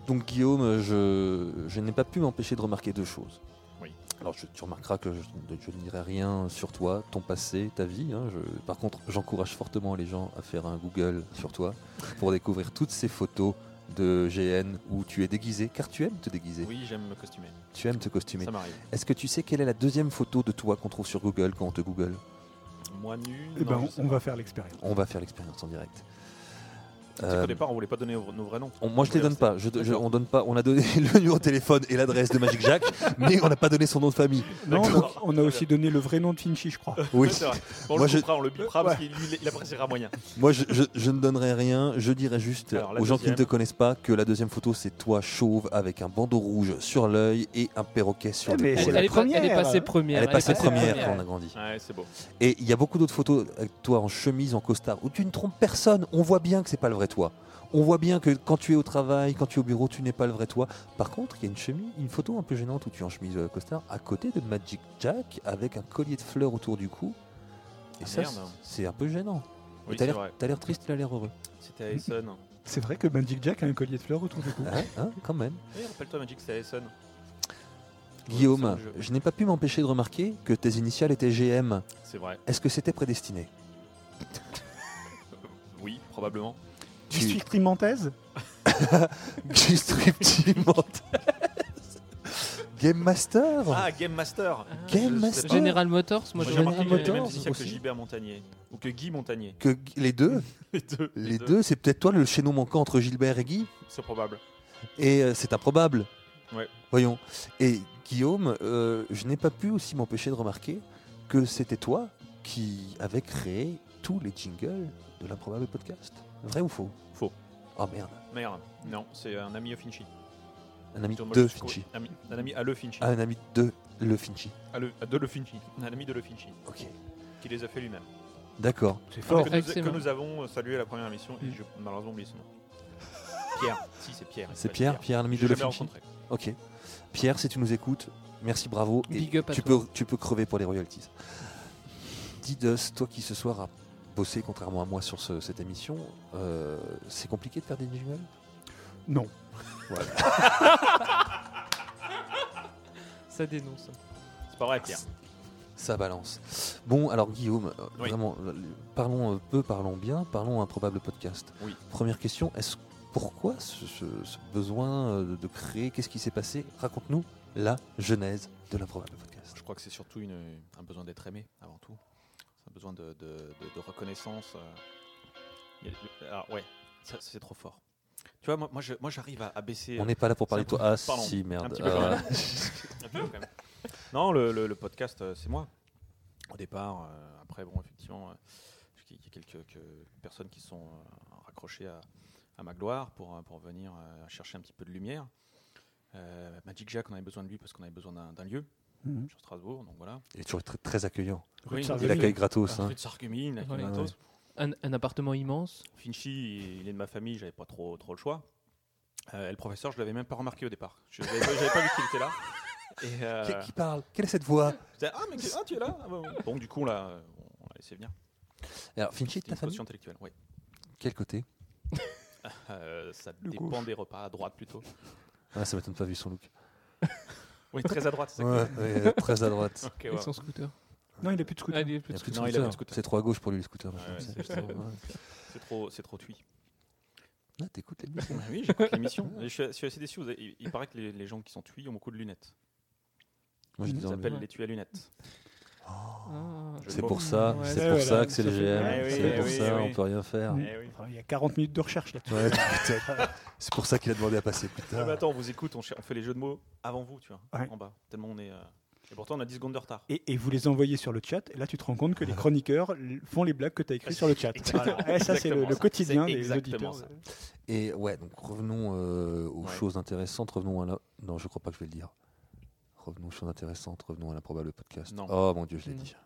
Speaker 3: donc Guillaume, je, je n'ai pas pu m'empêcher de remarquer deux choses.
Speaker 11: Oui.
Speaker 3: Alors je- tu remarqueras que je, je ne dirai rien sur toi, ton passé, ta vie. hein. Je- par contre, j'encourage fortement les gens à faire un Google sur toi pour découvrir toutes ces photos de GN où tu es déguisé, car tu aimes te déguiser.
Speaker 11: Oui, j'aime me costumer.
Speaker 3: Tu aimes te costumer.
Speaker 11: Ça m'arrive.
Speaker 3: Est-ce que tu sais quelle est la deuxième photo de toi qu'on trouve sur Google quand on te Google
Speaker 11: Moi nu.
Speaker 5: Eh ben,
Speaker 11: non, je
Speaker 5: on,
Speaker 11: sais
Speaker 5: on va
Speaker 11: pas.
Speaker 5: faire l'expérience.
Speaker 3: On va faire l'expérience en direct.
Speaker 11: C'est
Speaker 3: Euh,
Speaker 11: qu'au départ, on voulait pas donner nos vrais noms.
Speaker 3: On- moi, je
Speaker 11: On
Speaker 3: te les
Speaker 11: voulait
Speaker 3: donne pas. Je,
Speaker 11: rester-
Speaker 3: je-
Speaker 11: D'accord.
Speaker 3: on donne pas. On a donné *laughs* le numéro de téléphone et l'adresse de Magic Jack, mais on n'a pas donné son nom de famille.
Speaker 5: Non, on a,
Speaker 11: D'accord.
Speaker 5: on a aussi donné le vrai nom de Finchi, je crois.
Speaker 3: Oui.
Speaker 11: C'est vrai. On
Speaker 3: Moi,
Speaker 11: le
Speaker 3: je-
Speaker 11: coupera, on le bipera parce
Speaker 5: Ouais.
Speaker 11: qu'il lui, il appréciera moyen.
Speaker 3: Moi, je, je- je ne donnerai rien. Je dirai juste
Speaker 11: Alors, la
Speaker 3: aux gens qui ne te
Speaker 11: deuxième.
Speaker 3: connaissent pas que la deuxième photo, c'est toi chauve avec un bandeau rouge sur l'œil et un perroquet sur
Speaker 5: Eh, mais
Speaker 3: l'épaule.
Speaker 5: c'est la Elle est pas- elle est
Speaker 4: première. passée première.
Speaker 3: Elle est passée première
Speaker 4: première.
Speaker 3: quand on a grandi.
Speaker 11: Ouais, c'est beau.
Speaker 3: Et il y a beaucoup d'autres photos avec toi en chemise, en costard, où tu ne trompes personne. On voit bien que c'est pas le vrai toi. On voit bien que quand tu es au travail, quand tu es au bureau, tu n'es pas le vrai toi. Par contre, il y a une chemise, une photo un peu gênante où tu es en chemise euh, costard à côté de Magic Jack avec un collier de fleurs autour du cou. Et
Speaker 11: Ah,
Speaker 3: ça,
Speaker 11: merde.
Speaker 3: c'est un peu gênant.
Speaker 11: Oui,
Speaker 3: Et t'as
Speaker 11: c'est
Speaker 3: l'air-
Speaker 11: vrai.
Speaker 3: t'as l'air triste, il a l'air heureux.
Speaker 11: C'était à Essen.
Speaker 5: C'est vrai que Magic Jack a un collier de fleurs autour du cou.
Speaker 3: Hein, hein, quand même.
Speaker 11: Oui, rappelle-toi, Magic, c'était à Essen.
Speaker 3: Guillaume,
Speaker 11: c'est le jeu.
Speaker 3: je n'ai pas pu m'empêcher de remarquer que tes initiales étaient GM.
Speaker 11: C'est vrai.
Speaker 3: Est-ce que c'était prédestiné
Speaker 11: Oui, probablement.
Speaker 5: Tu suis
Speaker 3: *laughs*
Speaker 5: Trimantez
Speaker 3: Game Master
Speaker 11: Ah, Game Master
Speaker 3: Game
Speaker 11: Je sais
Speaker 3: Master
Speaker 11: pas.
Speaker 4: Général Motors, moi,
Speaker 11: J'ai
Speaker 4: j'aurais
Speaker 11: remarqué
Speaker 4: dit
Speaker 11: qu'il avait les
Speaker 4: Motors
Speaker 11: mêmes initiales que
Speaker 3: aussi.
Speaker 11: Gilbert Montagnier. Ou que Guy Montagnier.
Speaker 3: Que g- les deux
Speaker 11: *laughs* Les deux.
Speaker 3: Les deux, c'est peut-être toi le chaînon manquant entre Gilbert et Guy
Speaker 11: C'est probable.
Speaker 3: Et euh, c'est improbable.
Speaker 11: Ouais.
Speaker 3: Voyons. Et Guillaume, euh, je n'ai pas pu aussi m'empêcher de remarquer que c'était toi qui avais créé tous les jingles de l'improbable podcast. Vrai ou faux
Speaker 11: Faux.
Speaker 3: Oh merde.
Speaker 11: Merde. Non, c'est un ami au Finchi.
Speaker 3: Un ami
Speaker 11: Thomas
Speaker 3: de
Speaker 11: Jusco-
Speaker 3: Finchi.
Speaker 11: ami- Un ami à Le Finchi.
Speaker 3: Ah, un ami de Le Finchi.
Speaker 11: À Ah, le- à de Le Finchi. Un ami de Le Finchi.
Speaker 3: Ok.
Speaker 11: Qui les a fait lui-même.
Speaker 3: D'accord.
Speaker 5: C'est
Speaker 11: Que nous, que nous avons euh, salué à la première émission et
Speaker 5: Mm.
Speaker 11: je malheureusement oublié son nom. Pierre. Si, c'est Pierre. Il
Speaker 3: C'est
Speaker 11: s'appelle
Speaker 3: Pierre, Pierre, l'ami
Speaker 11: Je
Speaker 3: de
Speaker 11: l'ai
Speaker 3: Le
Speaker 11: jamais
Speaker 3: Finchi.
Speaker 11: rencontré.
Speaker 3: Ok. Pierre, si tu nous écoutes, merci, bravo. Et
Speaker 4: Big up à
Speaker 3: tu,
Speaker 4: toi.
Speaker 3: Peux, tu peux crever pour les royalties. Didus, toi qui ce soir a bossé, contrairement à moi, sur ce- cette émission, euh, c'est compliqué de faire des jingles
Speaker 5: Non.
Speaker 4: Ça dénonce.
Speaker 11: C'est pas vrai, Pierre.
Speaker 3: *laughs* Ça balance. Bon, alors Guillaume, euh,
Speaker 11: Oui.
Speaker 3: vraiment, euh, parlons euh, peu, parlons bien, parlons improbable podcast.
Speaker 11: Oui.
Speaker 3: Première question, est-ce pourquoi ce, ce- ce besoin euh, de, de créer Qu'est-ce qui s'est passé Raconte-nous la genèse de l'improbable podcast.
Speaker 11: Je crois que c'est surtout une- un besoin d'être aimé avant tout. C'est un besoin de, de- de- de reconnaissance. euh. Il y a- Alors, ouais, ça, c'est trop fort. Tu vois, moi, moi, je- moi, j'arrive à, à baisser. euh,
Speaker 3: On n'est pas là pour
Speaker 11: C'est un
Speaker 3: parler de
Speaker 11: peu-
Speaker 3: toi. Ah,
Speaker 11: pardon,
Speaker 3: si, merde.
Speaker 11: un petit peu quand
Speaker 3: Ah.
Speaker 11: même. Un petit peu
Speaker 3: *laughs*
Speaker 11: quand même. Non, le, le- le podcast, euh, c'est moi. Au départ, euh, après, bon, effectivement, euh, il y a quelques, que- personnes qui se sont euh, raccrochées à, à ma gloire pour, euh, pour venir euh, chercher un petit peu de lumière. Euh, Magic Jack, on avait besoin de lui parce qu'on avait besoin d'un d'un lieu
Speaker 5: Mhm.
Speaker 11: sur Strasbourg, donc voilà.
Speaker 3: Il est toujours très, très accueillant.
Speaker 11: Oui,
Speaker 3: il accueille gratos.
Speaker 11: Ah,
Speaker 3: hein.
Speaker 11: rue de Sarreguemines, il accueille
Speaker 4: Ouais.
Speaker 11: gratos.
Speaker 4: Un, un appartement immense.
Speaker 11: Finchy, il est de ma famille, j'avais pas trop, trop le choix. Euh, et le professeur, je l'avais même pas remarqué au départ. Je n'avais pas vu qu'il était là. Et, euh,
Speaker 3: Qui, qui parle Quelle est cette voix
Speaker 11: je disais, Ah, mais que- ah, tu es là Ah, bon. Donc, du coup, là, euh, on l'a laissé venir.
Speaker 3: Alors, Finchy,
Speaker 11: C'était
Speaker 3: ta
Speaker 11: une
Speaker 3: famille
Speaker 11: caution intellectuelle, oui. *laughs*
Speaker 3: Quel côté
Speaker 11: Euh, ça
Speaker 3: Le
Speaker 11: dépend
Speaker 3: gauche.
Speaker 11: des repas, à droite plutôt.
Speaker 3: ah, Ça m'étonne pas vu son look.
Speaker 11: Oui, très à droite, c'est ça que
Speaker 3: Ouais,
Speaker 11: tu dis
Speaker 3: ouais, euh, très à droite.
Speaker 11: *laughs* Ok,
Speaker 4: Et
Speaker 11: ouais. Euh,
Speaker 4: son scooter.
Speaker 5: Non, il a plus de scooter.
Speaker 4: Ah, il a plus
Speaker 3: Il
Speaker 4: de
Speaker 3: a plus de
Speaker 4: scooter.
Speaker 3: scooter. C'est trop à gauche pour lui, le scooter.
Speaker 11: Ouais,
Speaker 3: machin,
Speaker 11: ouais,
Speaker 3: c'est-
Speaker 11: c'est-
Speaker 3: putain, ouais.
Speaker 11: C'est trop, c'est trop tuy.
Speaker 3: Ah, t'écoutes les
Speaker 11: Bah *laughs* oui, j'écoute l'émission. Et Je suis- je suis assez déçu. vous avez- Il, il paraît que les, les gens qui sont tuy ont beaucoup de lunettes.
Speaker 3: Moi, je les ai
Speaker 11: Ils
Speaker 3: enlevées.
Speaker 11: appellent les tuy à lunettes. Je
Speaker 3: C'est
Speaker 11: le
Speaker 3: pour
Speaker 11: vois.
Speaker 3: ça,
Speaker 5: Ah. Ouais,
Speaker 3: c'est
Speaker 5: ouais,
Speaker 3: pour
Speaker 5: ouais,
Speaker 3: ça
Speaker 5: là,
Speaker 3: que c'est
Speaker 5: ça
Speaker 3: les
Speaker 5: fait-
Speaker 3: GM,
Speaker 5: Ouais,
Speaker 3: c'est
Speaker 5: oui, eh
Speaker 3: pour
Speaker 5: oui,
Speaker 3: ça,
Speaker 5: oui.
Speaker 3: on peut rien faire.
Speaker 5: Mm. Enfin, il y a 40 minutes de recherche là-dessus.
Speaker 3: Ouais, *laughs* putain. c'est pour ça qu'il a demandé à passer plus
Speaker 11: Ah, mais
Speaker 3: tard.
Speaker 11: attends, on vous écoute, on, cher- on fait les jeux de mots avant vous, tu vois,
Speaker 5: Ouais.
Speaker 11: en bas. Tellement on est. euh, Et pourtant, on a 10 secondes de retard.
Speaker 5: Et, et vous les envoyez sur le chat, et là tu te rends compte que les chroniqueurs l- font les blagues que tu as écrites sur le chat. *laughs*
Speaker 11: *laughs* Exactement.
Speaker 5: Voilà. Eh, ça, c'est le, le
Speaker 11: Exactement ça.
Speaker 5: quotidien
Speaker 11: C'est
Speaker 5: des
Speaker 11: exactement
Speaker 5: auditeurs.
Speaker 11: ça.
Speaker 3: Et ouais, donc revenons euh, aux
Speaker 11: Ouais.
Speaker 3: choses intéressantes, revenons à la... Non, je crois pas que je vais le dire. Revenons aux choses intéressantes, revenons à l'improbable podcast.
Speaker 11: Non.
Speaker 3: Oh mon dieu, je l'ai
Speaker 11: Non.
Speaker 3: dit.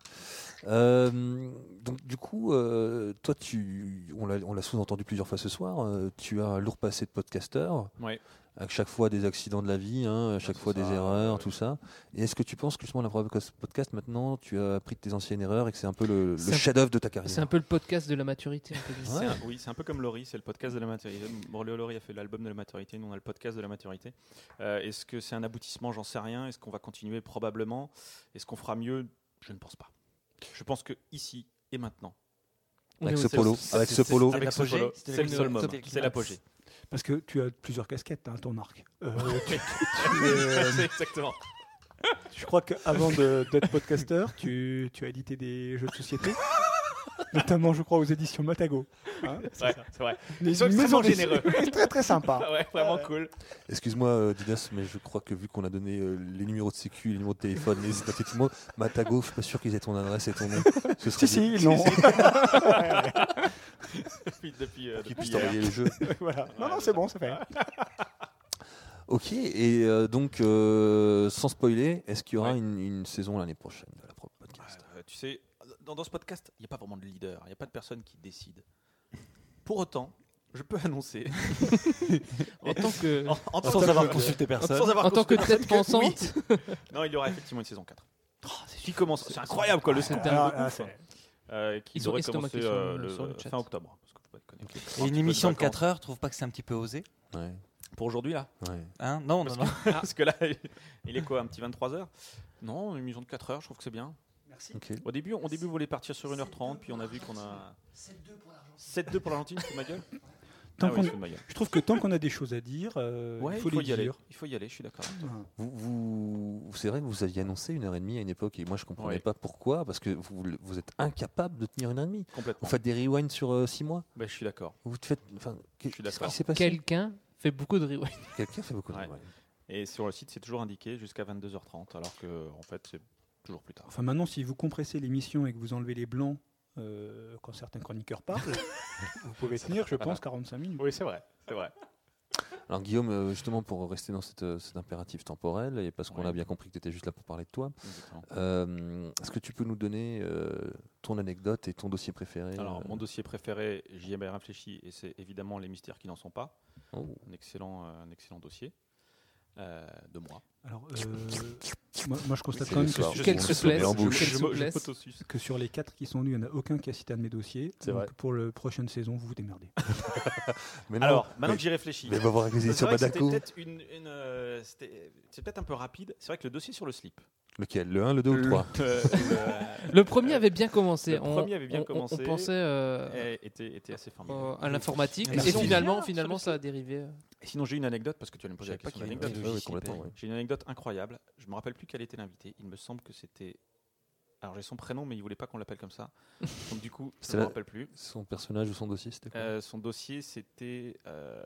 Speaker 3: Euh, donc du coup, euh, toi, tu, on l'a on l'a sous-entendu plusieurs fois ce soir, euh, tu as un lourd passé de podcasteur.
Speaker 11: Ouais.
Speaker 3: À chaque fois des accidents de la vie, hein, à chaque fois des erreurs, tout ça. Et est-ce que tu penses que justement l'improbable cos- podcast, maintenant, tu as appris de tes anciennes erreurs et que c'est un peu le, le
Speaker 4: C'est un-
Speaker 3: chef-d'œuvre de ta carrière
Speaker 4: C'est un peu le podcast de la maturité. on peut dire.
Speaker 11: C'est un- oui, c'est un peu comme Laurie, c'est le podcast de la maturité. Bon, Laurie a fait l'album de la maturité, nous on a le podcast de la maturité. Euh, Est-ce que c'est un aboutissement J'en sais rien. Est-ce qu'on va continuer Probablement. Est-ce qu'on fera mieux Je ne pense pas. Je pense que ici et maintenant.
Speaker 5: On
Speaker 3: Avec
Speaker 5: est
Speaker 3: ce
Speaker 5: au-
Speaker 3: polo,
Speaker 5: c'est-
Speaker 3: avec
Speaker 5: c'est-
Speaker 3: ce
Speaker 5: c'est-
Speaker 3: polo.
Speaker 5: c'est
Speaker 11: Avec ce
Speaker 5: l'apogée,
Speaker 11: polo,
Speaker 5: c'était
Speaker 11: c'est le
Speaker 5: la-
Speaker 11: seul moment,
Speaker 5: c'était
Speaker 11: c'est l'apogée.
Speaker 5: Parce que tu as plusieurs casquettes, hein, ton arc. *laughs* Euh,
Speaker 11: *laughs*
Speaker 5: tu- tu es, euh,
Speaker 11: C'est Exactement.
Speaker 5: je crois qu'avant d'être podcasteur, tu, tu as édité des jeux de société, notamment, je crois, aux éditions Matago. Hein, c'est
Speaker 11: Ouais,
Speaker 5: ça.
Speaker 11: c'est vrai.
Speaker 5: Mais
Speaker 11: Ils sont
Speaker 5: une maison
Speaker 11: extrêmement
Speaker 5: d'édition-
Speaker 11: généreux.
Speaker 5: très très sympa.
Speaker 11: Ouais, vraiment cool.
Speaker 3: Excuse-moi, euh, Didas, mais je crois que vu qu'on a donné euh, les numéros de sécu, les numéros de téléphone, *laughs* les identités de mots, Matago, je suis pas sûr qu'ils aient ton adresse et ton nom. Ce serait
Speaker 5: Si,
Speaker 3: bien.
Speaker 5: si, ils l'ont. *laughs*
Speaker 11: Depuis, depuis, euh, depuis
Speaker 3: Qu'ils puissent
Speaker 11: hier.
Speaker 3: t'envoyer
Speaker 5: *laughs*
Speaker 3: le jeu.
Speaker 5: voilà. Non, non, c'est bon, ça
Speaker 11: *laughs*
Speaker 5: fait.
Speaker 3: Ok, et euh, donc, euh, sans spoiler, est-ce qu'il y aura une, une saison l'année prochaine de la propre podcast
Speaker 11: Euh, tu sais, dans, dans ce podcast, il n'y a pas vraiment de leader, il n'y a pas de personne qui décide. Pour autant, je peux annoncer,
Speaker 4: En tant que.
Speaker 11: *laughs* en, en tant que- sans avoir
Speaker 4: En tant que
Speaker 11: consulté
Speaker 4: tête
Speaker 11: personne, que oui.
Speaker 4: pensante.
Speaker 11: *laughs*
Speaker 4: Oh,
Speaker 11: non, il y aura effectivement une saison 4. qui commence, c'est incroyable quoi, le
Speaker 4: c'est
Speaker 11: scoop.
Speaker 4: dingue.
Speaker 11: Ah,
Speaker 5: Ah,
Speaker 11: ouf,
Speaker 5: c'est-
Speaker 11: hein. Euh, qui
Speaker 4: Ils sont
Speaker 11: devrait
Speaker 4: estomaqués
Speaker 11: commencer
Speaker 4: sur
Speaker 11: euh,
Speaker 4: le-
Speaker 11: le,
Speaker 4: sur le chat.
Speaker 11: fin octobre. Parce que faut pas déconner.
Speaker 6: Et
Speaker 11: Un
Speaker 6: une
Speaker 11: petit peu de
Speaker 6: émission de
Speaker 11: vacances.
Speaker 6: 4 heures, trouve pas que c'est un petit peu osé
Speaker 3: Ouais.
Speaker 11: Pour aujourd'hui là
Speaker 3: Ouais.
Speaker 6: hein Non, non,
Speaker 11: parce,
Speaker 6: non.
Speaker 11: que, *laughs* parce que là, il est quoi, un petit 23h Non, une émission de 4 heures, je trouve que c'est bien.
Speaker 3: Ok.
Speaker 11: Au début, on- au début, on voulait partir sur 1h30, puis on a vu qu'on a. 7-2 pour l'Argentine. 7-2 pour l'Argentine, tu fous de ma gueule
Speaker 5: Tant
Speaker 11: Ah oui,
Speaker 5: qu'on-
Speaker 11: je fous de ma gueule.
Speaker 5: Je trouve que tant qu'on a des choses à dire, euh,
Speaker 11: Ouais,
Speaker 5: il faut, les
Speaker 11: y aller.
Speaker 5: dire.
Speaker 11: Il faut y aller, je suis d'accord.
Speaker 3: Vous, vous- c'est vrai que vous aviez annoncé une heure et demie à une époque, et moi je comprenais
Speaker 11: Ouais.
Speaker 3: pas pourquoi, parce que vous, vous êtes incapable de tenir une heure et demie.
Speaker 11: Complètement.
Speaker 3: Vous faites des rewinds sur euh, six mois
Speaker 11: Bah, je suis d'accord.
Speaker 3: Vous te faites. Enfin, qu'est-
Speaker 11: Je suis
Speaker 3: qu'est-ce
Speaker 11: d'accord.
Speaker 3: qui s'est passé
Speaker 4: Quelqu'un fait beaucoup de rewind.
Speaker 3: *laughs* Quelqu'un fait beaucoup de
Speaker 11: Ouais.
Speaker 3: rewinds.
Speaker 11: Et sur le site, c'est toujours indiqué jusqu'à 22h30, alors que en fait, c'est toujours plus tard.
Speaker 5: Enfin, maintenant, si vous compressez l'émission et que vous enlevez les blancs euh, quand certains chroniqueurs
Speaker 11: *laughs*
Speaker 5: parlent, vous pouvez tenir, je pense, 45 minutes.
Speaker 11: Oui, c'est vrai, c'est vrai.
Speaker 3: Alors Guillaume, euh, justement pour rester dans cette, euh, cet impératif temporel, et parce qu'on a bien compris que tu étais juste là pour parler de toi,
Speaker 11: Exactement.
Speaker 3: euh, est-ce que tu peux nous donner euh, ton anecdote et ton dossier préféré
Speaker 11: Alors,
Speaker 3: euh,
Speaker 11: mon dossier préféré, j'y ai bien réfléchi, et c'est évidemment les mystères qui n'en sont pas.
Speaker 3: oh,
Speaker 11: Un excellent, euh, un excellent dossier. euh, de moi.
Speaker 5: Alors, euh, moi, moi, je constate
Speaker 11: Oui,
Speaker 5: quand même
Speaker 11: c'est
Speaker 5: que sur,
Speaker 11: les soirs. Quelle souplesse,
Speaker 5: je-
Speaker 11: quelle
Speaker 5: je- je-
Speaker 11: souplesse.
Speaker 5: je m'autosuce. que sur les quatre qui sont venus, il n'y en a aucun qui a cité un de mes dossiers.
Speaker 11: C'est
Speaker 5: Donc,
Speaker 11: vrai.
Speaker 5: pour la prochaine saison, vous vous démerdez.
Speaker 11: *laughs* Mais non, Alors, maintenant que j'y réfléchis,
Speaker 5: on
Speaker 11: c'est vrai que c'était peut-être une- une, euh, c'était- c'est peut-être un peu rapide. C'est vrai que le dossier sur le slip.
Speaker 3: Lequel Le 1, le 2 ou le
Speaker 11: *laughs*
Speaker 3: 3
Speaker 11: euh,
Speaker 4: Le premier avait bien commencé.
Speaker 11: Le
Speaker 4: On-
Speaker 11: premier avait
Speaker 4: on-
Speaker 11: bien
Speaker 4: on- on
Speaker 11: commencé.
Speaker 4: pensait, euh,
Speaker 11: et était, était assez
Speaker 4: euh,
Speaker 11: formidable.
Speaker 4: à l'informatique. Et
Speaker 11: Sinon-
Speaker 4: finalement, finalement, ça a dérivé. euh,
Speaker 11: Et Sinon, j'ai une anecdote parce que tu allais me poser
Speaker 4: Je
Speaker 11: la
Speaker 4: savais
Speaker 11: question.
Speaker 4: pas qu'il y
Speaker 11: d'anecdote.
Speaker 4: avait une anecdote. Ouais, ouais, complètement, ouais.
Speaker 11: J'ai une anecdote incroyable. Je me rappelle plus quel était l'invité. Il me semble que c'était. Alors j'ai son prénom, mais il voulait pas qu'on l'appelle comme ça. Donc du coup, je
Speaker 3: C'est
Speaker 11: me
Speaker 3: la-
Speaker 11: rappelle plus.
Speaker 3: Son personnage ou son dossier, c'était quoi
Speaker 11: Euh, son dossier, c'était. euh,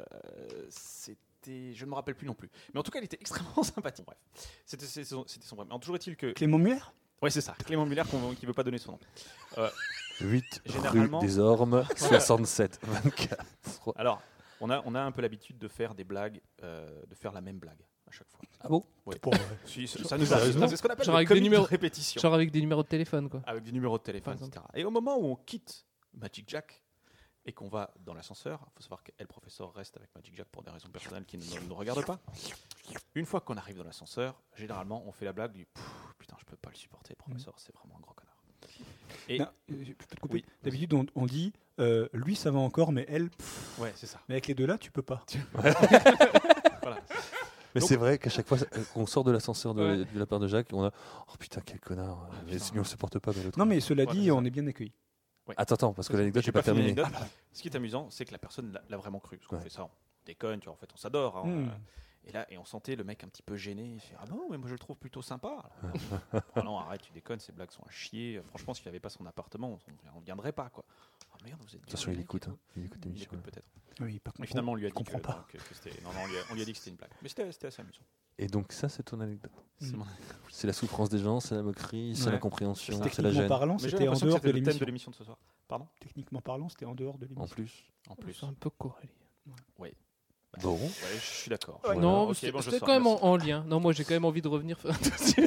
Speaker 11: c'était. Je ne me rappelle plus non plus. Mais en tout cas, il était *laughs* extrêmement sympathique. Bref. C'était c'est son, c'était son problème. Alors, toujours est-il que.
Speaker 5: Clément Muller
Speaker 11: Ouais, c'est ça. Clément Muller qu'on- qui ne veut pas donner son nom. Euh,
Speaker 3: 8 rue
Speaker 11: généralement-
Speaker 5: *laughs*
Speaker 11: *laughs*
Speaker 3: des Ormes,
Speaker 11: Voilà.
Speaker 3: 67 24.
Speaker 11: Alors, on a, on a un peu l'habitude de faire des blagues, euh, de faire la même blague à chaque fois.
Speaker 3: Ah bon
Speaker 11: Ouais.
Speaker 3: Pour-
Speaker 11: Si, ça, ça nous arrive. C'est ce qu'on appelle
Speaker 4: Genre
Speaker 11: le
Speaker 4: avec des
Speaker 11: comique de
Speaker 4: numéros-
Speaker 11: répétition.
Speaker 4: Genre avec des numéros de téléphone, quoi.
Speaker 11: Avec des numéros de téléphone,
Speaker 4: Par exemple.
Speaker 11: etc. Et au moment où on quitte Magic Jack et qu'on va dans l'ascenseur, il faut savoir que le professeur reste avec Magic Jack pour des raisons personnelles qui ne nous- nous regardent pas. Une fois qu'on arrive dans l'ascenseur, généralement, on fait la blague du Pff, putain, je peux pas le supporter, le professeur, c'est vraiment un gros connard. Et
Speaker 5: Non, euh, je peux te couper. D'habitude, on, on dit euh, lui, ça va encore, mais elle. pff.
Speaker 11: Ouais, c'est ça.
Speaker 5: Mais avec les deux là, tu peux pas.
Speaker 11: *laughs* Voilà.
Speaker 3: Mais
Speaker 11: Donc-
Speaker 3: c'est vrai qu'à chaque fois ça- qu'on sort de l'ascenseur de,
Speaker 5: Ouais.
Speaker 3: de la part de Jacques, on a Oh putain, quel connard mais, on ne supporte pas, mais l'autre.
Speaker 5: Non, mais cela dit, on est bien accueillis.
Speaker 11: Ouais.
Speaker 3: Attends, attends, parce que l'anecdote
Speaker 11: J'ai
Speaker 3: n'est pas,
Speaker 11: pas fini
Speaker 3: terminée.
Speaker 11: l'anecdote. Ce qui est amusant, c'est que la personne l'a- l'a vraiment cru. Parce qu'on fait ça, on déconne, tu vois, en fait, on s'adore. hein, on,
Speaker 5: Mm.
Speaker 11: euh, et là, et on sentait le mec un petit peu gêné. Il fait Ah bon, mais moi je le trouve plutôt sympa. Alors, non, Ah non, arrête, tu déconnes, ces blagues sont à chier. Franchement, s'il n'y avait pas son appartement, on ne viendrait pas, quoi. Ah merde, vous êtes. bien,
Speaker 3: Attention,
Speaker 11: le
Speaker 3: il
Speaker 11: mec.
Speaker 3: écoute. hein. Il écoute
Speaker 11: Il
Speaker 3: l'émission.
Speaker 11: écoute peut-être.
Speaker 5: Oui, par
Speaker 11: Mais
Speaker 5: contre,
Speaker 11: finalement, on lui a
Speaker 5: il
Speaker 11: dit que, euh,
Speaker 5: comprend pas.
Speaker 11: que- que c'était. Non, non, on lui a, on lui a dit que c'était une blague. Mais c'était c'était assez amusant.
Speaker 3: Et donc, ça, c'est ton anecdote.
Speaker 11: C'est mon
Speaker 3: C'est la souffrance des gens, c'est la moquerie, c'est
Speaker 5: Mm. Ouais.
Speaker 3: la compréhension,
Speaker 5: Parce que
Speaker 3: c'est la gêne.
Speaker 5: techniquement parlant,
Speaker 11: Mais j'ai
Speaker 5: c'était en
Speaker 11: l'impression que
Speaker 5: dehors de
Speaker 11: c'était le thème
Speaker 5: l'émission.
Speaker 11: de l'émission de ce soir. Pardon
Speaker 5: Techniquement parlant, c'était en dehors de l'émission.
Speaker 3: En plus.
Speaker 11: En plus.
Speaker 4: C'est un peu corrélé.
Speaker 11: Oui. Bah,
Speaker 3: Bon.
Speaker 11: Ouais, je suis d'accord.
Speaker 3: Ouais.
Speaker 11: Voilà.
Speaker 4: Non,
Speaker 11: Ok,
Speaker 4: c'était
Speaker 11: bon, je
Speaker 4: c'était
Speaker 11: sors,
Speaker 4: quand même
Speaker 11: merci.
Speaker 4: en, en lien. Non, moi j'ai quand même envie de revenir *laughs* faire un dossier.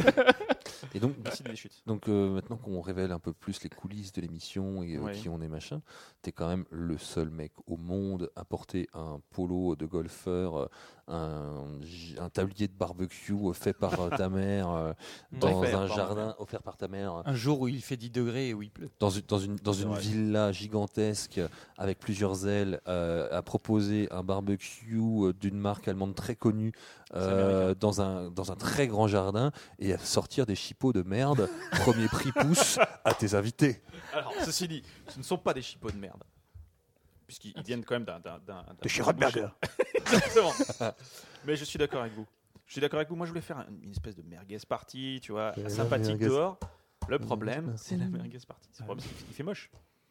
Speaker 3: Et donc,
Speaker 4: Bah,
Speaker 11: Merci de les chutes.
Speaker 3: donc euh, maintenant qu'on révèle un peu plus les coulisses de l'émission et euh,
Speaker 11: Ouais.
Speaker 3: qui on est machin, t'es quand même le seul mec au monde à porter un polo de golfeur, euh, un, j- un tablier de barbecue euh, fait par euh, ta
Speaker 15: *laughs*
Speaker 3: mère euh,
Speaker 15: Ouais.
Speaker 3: dans
Speaker 15: Offert
Speaker 3: un
Speaker 15: par ma
Speaker 3: jardin
Speaker 15: mère.
Speaker 3: offert par ta mère.
Speaker 15: Un jour où il fait 10 degrés et où il pleut.
Speaker 3: dans une, dans une, dans
Speaker 15: C'est
Speaker 3: une
Speaker 15: vrai.
Speaker 3: villa gigantesque euh, avec plusieurs ailes euh, à proposer un barbecue euh, d'une marque allemande très connue euh, dans, un, dans un très grand jardin et à sortir des chipots de
Speaker 11: *laughs*
Speaker 3: merde, premier prix pouce à tes invités.
Speaker 11: Alors, ceci dit, ce ne sont pas des chipots de merde. Puisqu'ils
Speaker 3: Ah,
Speaker 11: ils viennent quand même d'un. d'un- d'un- d'un-
Speaker 5: De chez Rothberger.
Speaker 11: *laughs* Exactement. Mais je suis d'accord avec vous. Je suis d'accord avec vous. Moi, je voulais faire une, une espèce de merguez party, tu vois,
Speaker 5: Et la
Speaker 11: sympathique
Speaker 5: merguez.
Speaker 11: dehors. Le problème,
Speaker 5: merguez
Speaker 11: c'est la merguez party. C'est le
Speaker 5: Ah
Speaker 11: problème, c'est qu'il fait moche.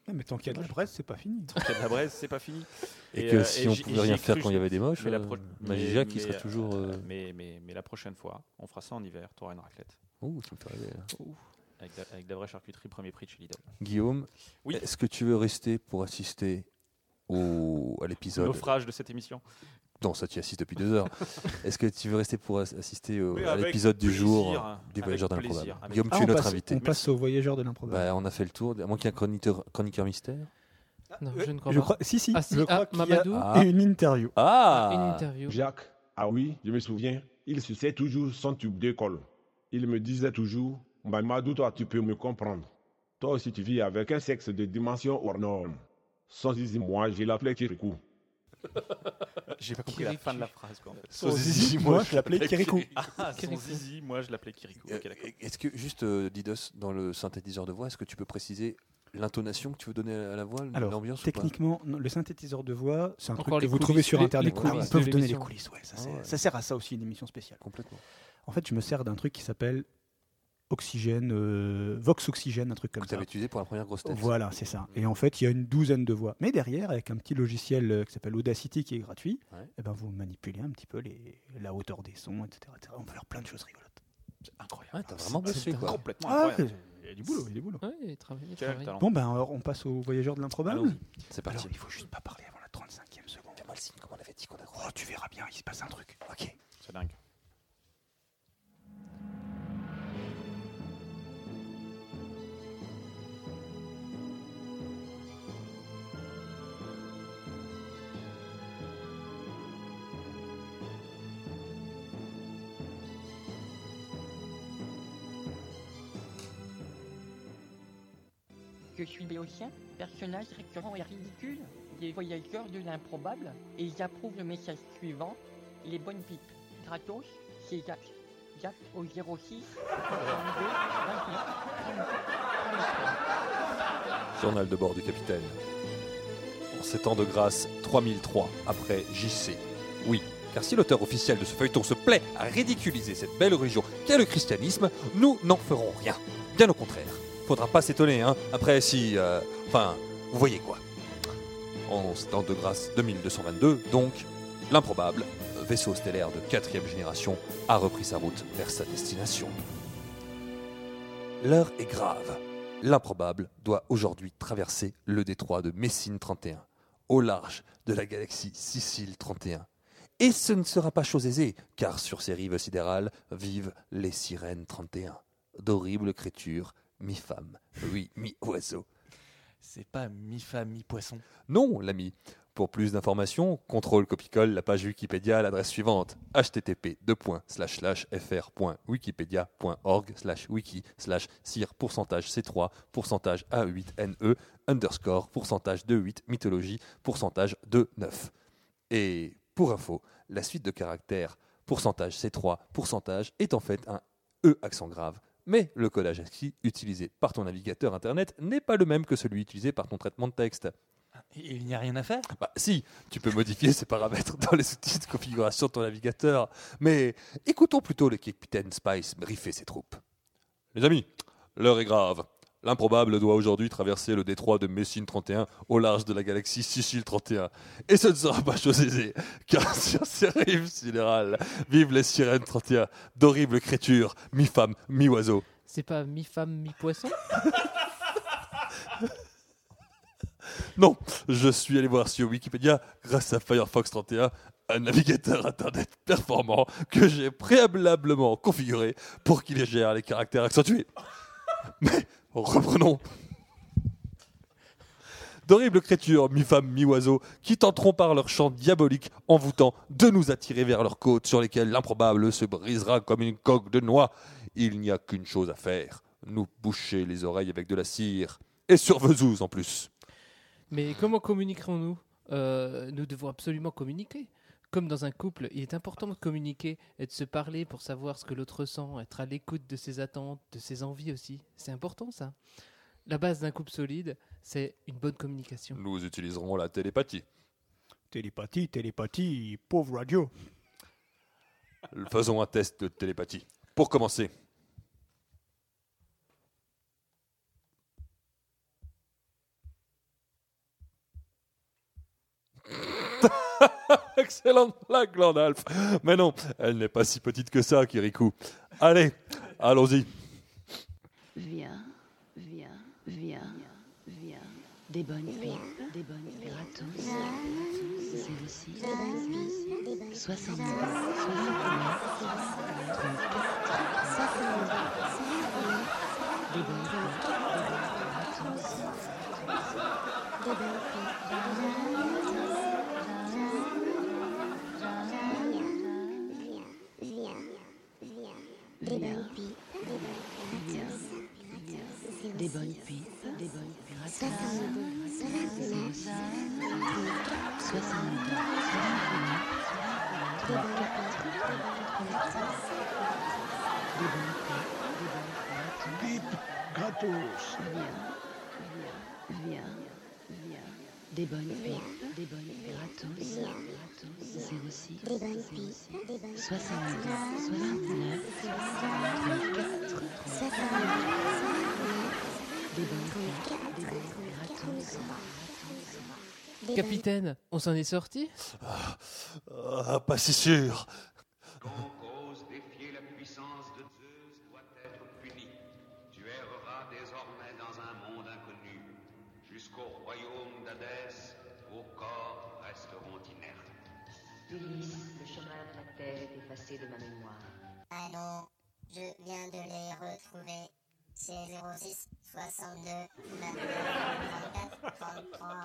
Speaker 5: Non, mais tant qu'il y a de la braise, c'est pas fini.
Speaker 11: Tant qu'il y a de la braise, c'est pas fini. euh,
Speaker 3: Et que si on
Speaker 11: j'y-
Speaker 3: pouvait
Speaker 11: j'y ai
Speaker 3: rien faire
Speaker 11: cru,
Speaker 3: quand il y avait des moches,
Speaker 11: mais la
Speaker 3: euh,
Speaker 11: pro-
Speaker 3: Magijac,
Speaker 11: mais-
Speaker 3: il serait
Speaker 11: mais,
Speaker 3: toujours,
Speaker 11: euh,
Speaker 3: euh,
Speaker 11: Mais, mais, mais la prochaine fois, on fera ça en hiver. T'auras une raclette.
Speaker 3: Ouh, tu me fais rêver, là.
Speaker 11: Avec de, avec de la vraie charcuterie, premier prix de chez Lidl.
Speaker 3: Guillaume,
Speaker 11: Oui.
Speaker 3: est-ce que tu veux rester pour assister au, à l'épisode
Speaker 11: Naufrage de cette
Speaker 3: *laughs*
Speaker 11: émission.
Speaker 3: Non, ça tu y assistes depuis
Speaker 5: *laughs*
Speaker 3: deux heures. Est-ce que tu veux rester pour as- assister au-
Speaker 11: Oui,
Speaker 3: à
Speaker 11: avec
Speaker 3: l'épisode du
Speaker 11: plaisir,
Speaker 3: jour euh,
Speaker 11: hein.
Speaker 3: des
Speaker 11: Avec
Speaker 3: Voyageurs de
Speaker 11: plaisir,
Speaker 3: l'improbable
Speaker 11: avec
Speaker 3: Guillaume,
Speaker 5: Ah,
Speaker 3: tu
Speaker 5: on
Speaker 3: es notre
Speaker 5: passe-
Speaker 3: invité.
Speaker 5: On passe aux voyageurs de l'improbable.
Speaker 3: Bah, on a fait le tour, à moins qu'il y ait un chroniqueur, chroniqueur mystère. ah,
Speaker 4: Non,
Speaker 3: euh,
Speaker 4: je ne crois
Speaker 5: Je
Speaker 4: pas.
Speaker 5: crois, si, si,
Speaker 4: Ah, si,
Speaker 5: je
Speaker 4: ah,
Speaker 5: crois qu'il y a
Speaker 4: Mamadou.
Speaker 5: une interview.
Speaker 3: Ah
Speaker 4: Une interview.
Speaker 17: Jacques, ah oui, je me souviens, il suçait toujours son tube d'école. Il me disait toujours, bah, Madou, toi, tu peux me comprendre. Toi aussi, tu vis avec un sexe de dimension hors norme. Sans zizi, moi, j'ai l'appelé Kirikou.
Speaker 11: J'ai pas compris la fin de la phrase. Quoi, en fait.
Speaker 3: Son zizi, moi, je l'appelais Kirikou.
Speaker 11: Ah, son
Speaker 3: Kirikou.
Speaker 11: zizi, moi je l'appelais Kirikou. Ok, d'accord.
Speaker 3: Euh, Est-ce que, juste euh, Didos, dans le synthétiseur de voix, est-ce que tu peux préciser l'intonation que tu veux donner à la voix,
Speaker 5: Alors,
Speaker 3: l'ambiance ou pas
Speaker 5: techniquement, non, le synthétiseur de voix, c'est un
Speaker 3: Encore
Speaker 5: truc que
Speaker 3: les
Speaker 5: vous
Speaker 3: coulisses,
Speaker 5: trouvez sur
Speaker 3: les-
Speaker 5: Internet.
Speaker 3: les
Speaker 5: Ils
Speaker 3: coulisses
Speaker 5: peuvent
Speaker 3: de
Speaker 5: donner les
Speaker 3: l'émission.
Speaker 5: coulisses, ouais, ça,
Speaker 3: Ah
Speaker 5: c'est-
Speaker 3: ouais.
Speaker 5: ça sert à ça aussi, une émission spéciale.
Speaker 3: Complètement.
Speaker 5: En fait, je me sers d'un truc qui s'appelle Oxygène, euh, Vox Oxygène, un truc comme
Speaker 3: Que tu
Speaker 5: ça.
Speaker 3: avais utilisé pour la première grosse tête.
Speaker 5: Voilà, c'est ça. Et en fait, il y a une douzaine de voix. Mais derrière, avec un petit logiciel euh, qui s'appelle Audacity, qui est gratuit,
Speaker 3: Ouais.
Speaker 5: eh ben, vous manipulez un petit peu les, la hauteur des sons, etc., etc. On va faire plein de choses rigolotes.
Speaker 11: Incroyable.
Speaker 3: t'as vraiment
Speaker 5: C'est-
Speaker 3: bossé,
Speaker 5: c'est
Speaker 3: quoi.
Speaker 11: Complètement
Speaker 5: Ah,
Speaker 11: incroyable.
Speaker 5: c'est- Il y a du boulot, il y a du boulot.
Speaker 4: Ouais, il travaille, il
Speaker 11: Quel
Speaker 4: travaille.
Speaker 11: talent.
Speaker 5: Bon, ben alors, on passe aux voyageurs de l'improbable.
Speaker 3: C'est parti.
Speaker 5: Alors, il faut juste pas parler avant la 35e seconde. Fais-moi le signe, comme on avait dit qu'on a Oh, tu verras bien, il se passe un truc. Ok.
Speaker 11: C'est dingue.
Speaker 21: Je suis Béotien, personnage récurrent et ridicule des voyageurs de l'improbable, et j'approuve le message suivant les bonnes pipes. Gratos, c'est Jack. Jack au 06 32
Speaker 3: Journal de bord du capitaine. En ces temps de grâce, 3003 après JC. Oui, car si l'auteur officiel de ce feuilleton se plaît à ridiculiser cette belle religion qu'est le christianisme, nous n'en ferons rien. Bien au contraire. Faudra pas s'étonner, hein. Après, si. euh, Enfin, vous voyez quoi. En ces temps de grâce 2222, donc, l'improbable vaisseau stellaire de quatrième génération a repris sa route vers sa destination. L'heure est grave. L'improbable doit aujourd'hui traverser le détroit de Messine 31, au large de la galaxie Sicile 31. Et ce ne sera pas chose aisée, car sur ces rives sidérales vivent les sirènes 31, d'horribles créatures, mi-femmes, oui, mi-oiseaux.
Speaker 6: C'est pas mi-femme, mi-poisson.
Speaker 3: Non, l'ami. Pour plus d'informations, contrôle copicole la page Wikipédia à l'adresse suivante http frwikipediaorg wiki cire pourcentage c3 pourcentage a8ne E, underscore pourcentage 28 mythologie pourcentage 29. Et pour info, la suite de caractères pourcentage c3 pourcentage est en fait un e accent grave. Mais le codage ASCII utilisé par ton navigateur internet n'est pas le même que celui utilisé par ton traitement de texte.
Speaker 6: Et Il n'y a rien à faire
Speaker 3: Bah si, tu peux modifier ces paramètres *laughs* dans les outils de configuration de ton navigateur. Mais écoutons plutôt le capitaine Spice briefer ses troupes. Les amis, l'heure est grave. L'improbable doit aujourd'hui traverser le détroit de Messine 31 au large de la galaxie Sicile 31. Et ce ne sera pas chose aisée, car *laughs* sur ces rives sidérales vivent les sirènes 31, d'horribles créatures, mi-femmes, mi-oiseaux.
Speaker 4: C'est pas mi-femme, mi-poisson
Speaker 3: *laughs* Non, je suis allé voir sur Wikipédia, grâce à Firefox 31, un navigateur internet performant que j'ai préalablement configuré pour qu'il gère les caractères accentués. *laughs* Mais reprenons. D'horribles créatures, mi-femmes, mi-oiseaux, qui tenteront par leur chant diabolique envoûtant de nous attirer vers leurs côtes sur lesquelles l'improbable se brisera comme une coque de noix. Il n'y a qu'une chose à faire, nous boucher les oreilles avec de la cire. Et sur Vezouz en plus.
Speaker 4: *laughs* Mais comment communiquerons-nous Euh, Nous devons absolument communiquer. Comme dans un couple, il est important de communiquer et de se parler pour savoir ce que l'autre ressent, être à l'écoute de ses attentes, de ses envies aussi. C'est important ça. La base d'un couple solide, c'est une bonne communication.
Speaker 3: Nous utiliserons la télépathie.
Speaker 5: Télépathie, télépathie, pauvre radio.
Speaker 3: Faisons un test de télépathie. Pour commencer. *laughs* Excellente blague, Glandalf. Mais non, elle n'est pas si petite que ça, Kirikou. Allez, allons-y.
Speaker 22: Viens, viens, viens, viens. Des bonnes pipes, des bonnes gratos. C'est 70, 70,
Speaker 9: Gratos.
Speaker 22: Viens, viens. Des bonnes pipes, des bonnes gratos. Gratos. 06, 06, 70, 69, 34, 34. Des bonnes pipes, des bonnes gratos.
Speaker 4: Capitaine, on s'en est sorti
Speaker 3: Ah, pas si sûr.
Speaker 23: Qu'en cause défier la puissance de Zeus doit être puni. Tu erreras désormais dans un monde inconnu. Jusqu'au royaume d'Hadès, vos corps resteront inertes.
Speaker 24: Ulysse, le chemin de la terre est effacé de ma mémoire.
Speaker 25: Allô, je viens de les retrouver. C'est 06 62 24 33.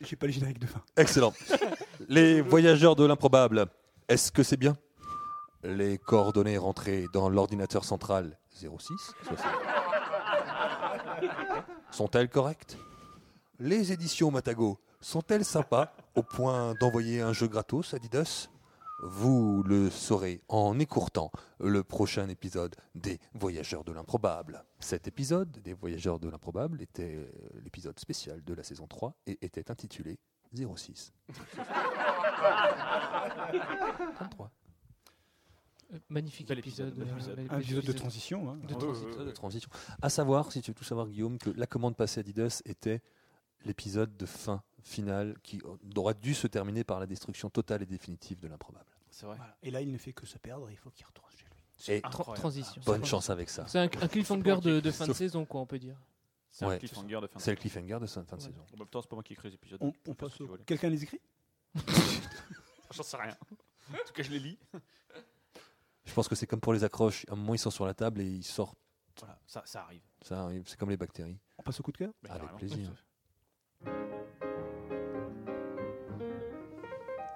Speaker 5: J'ai pas le générique de fin.
Speaker 3: Excellent. Les voyageurs de l'improbable, est-ce que c'est bien les coordonnées rentrées dans l'ordinateur central 06 60 sont-elles correctes Les éditions Matago sont-elles sympas au point d'envoyer un jeu gratos Adidas Vous le saurez en écourtant le prochain épisode des Voyageurs de l'improbable. Cet épisode des Voyageurs de l'improbable était euh, l'épisode spécial de la saison 3 et était intitulé 06. 33.
Speaker 4: Euh, Magnifique épisode. euh, bel
Speaker 5: Un épisode de transition, hein.
Speaker 4: De
Speaker 5: Ouais,
Speaker 4: transi-
Speaker 5: ouais, ouais.
Speaker 3: de transition. À savoir, si tu veux tout savoir, Guillaume, que la commande passée Adidas était l'épisode de fin finale qui aurait dû se terminer par la destruction totale et définitive de l'improbable.
Speaker 11: C'est vrai.
Speaker 5: Et là, il ne fait que se perdre, il faut qu'il retourne chez lui.
Speaker 3: Et
Speaker 4: Tra- transition.
Speaker 3: bonne chance avec ça.
Speaker 4: C'est un, un cliffhanger de, de fin de
Speaker 3: Sauf-
Speaker 4: saison, quoi, on peut dire.
Speaker 11: C'est
Speaker 3: Ouais.
Speaker 11: le cliffhanger de fin de
Speaker 3: C'est le cliffhanger de sa- fin de
Speaker 11: Ouais.
Speaker 3: saison.
Speaker 11: En même temps, c'est pas moi qui écris les épisodes.
Speaker 5: On,
Speaker 11: donc
Speaker 5: on
Speaker 11: tu fais ce
Speaker 5: passe
Speaker 11: que tu
Speaker 5: au...
Speaker 11: veux.
Speaker 5: Quelqu'un les écrit
Speaker 11: J'en sais
Speaker 3: *laughs*
Speaker 11: rien. En tout cas, je les lis.
Speaker 3: Je pense que c'est comme pour les accroches. À un moment, ils sont sur la table et ils sortent.
Speaker 11: Voilà, ça, ça arrive.
Speaker 3: Ça arrive. C'est comme les bactéries.
Speaker 5: On passe au coup de cœur
Speaker 11: Bah,
Speaker 3: Avec
Speaker 11: carrément.
Speaker 3: plaisir.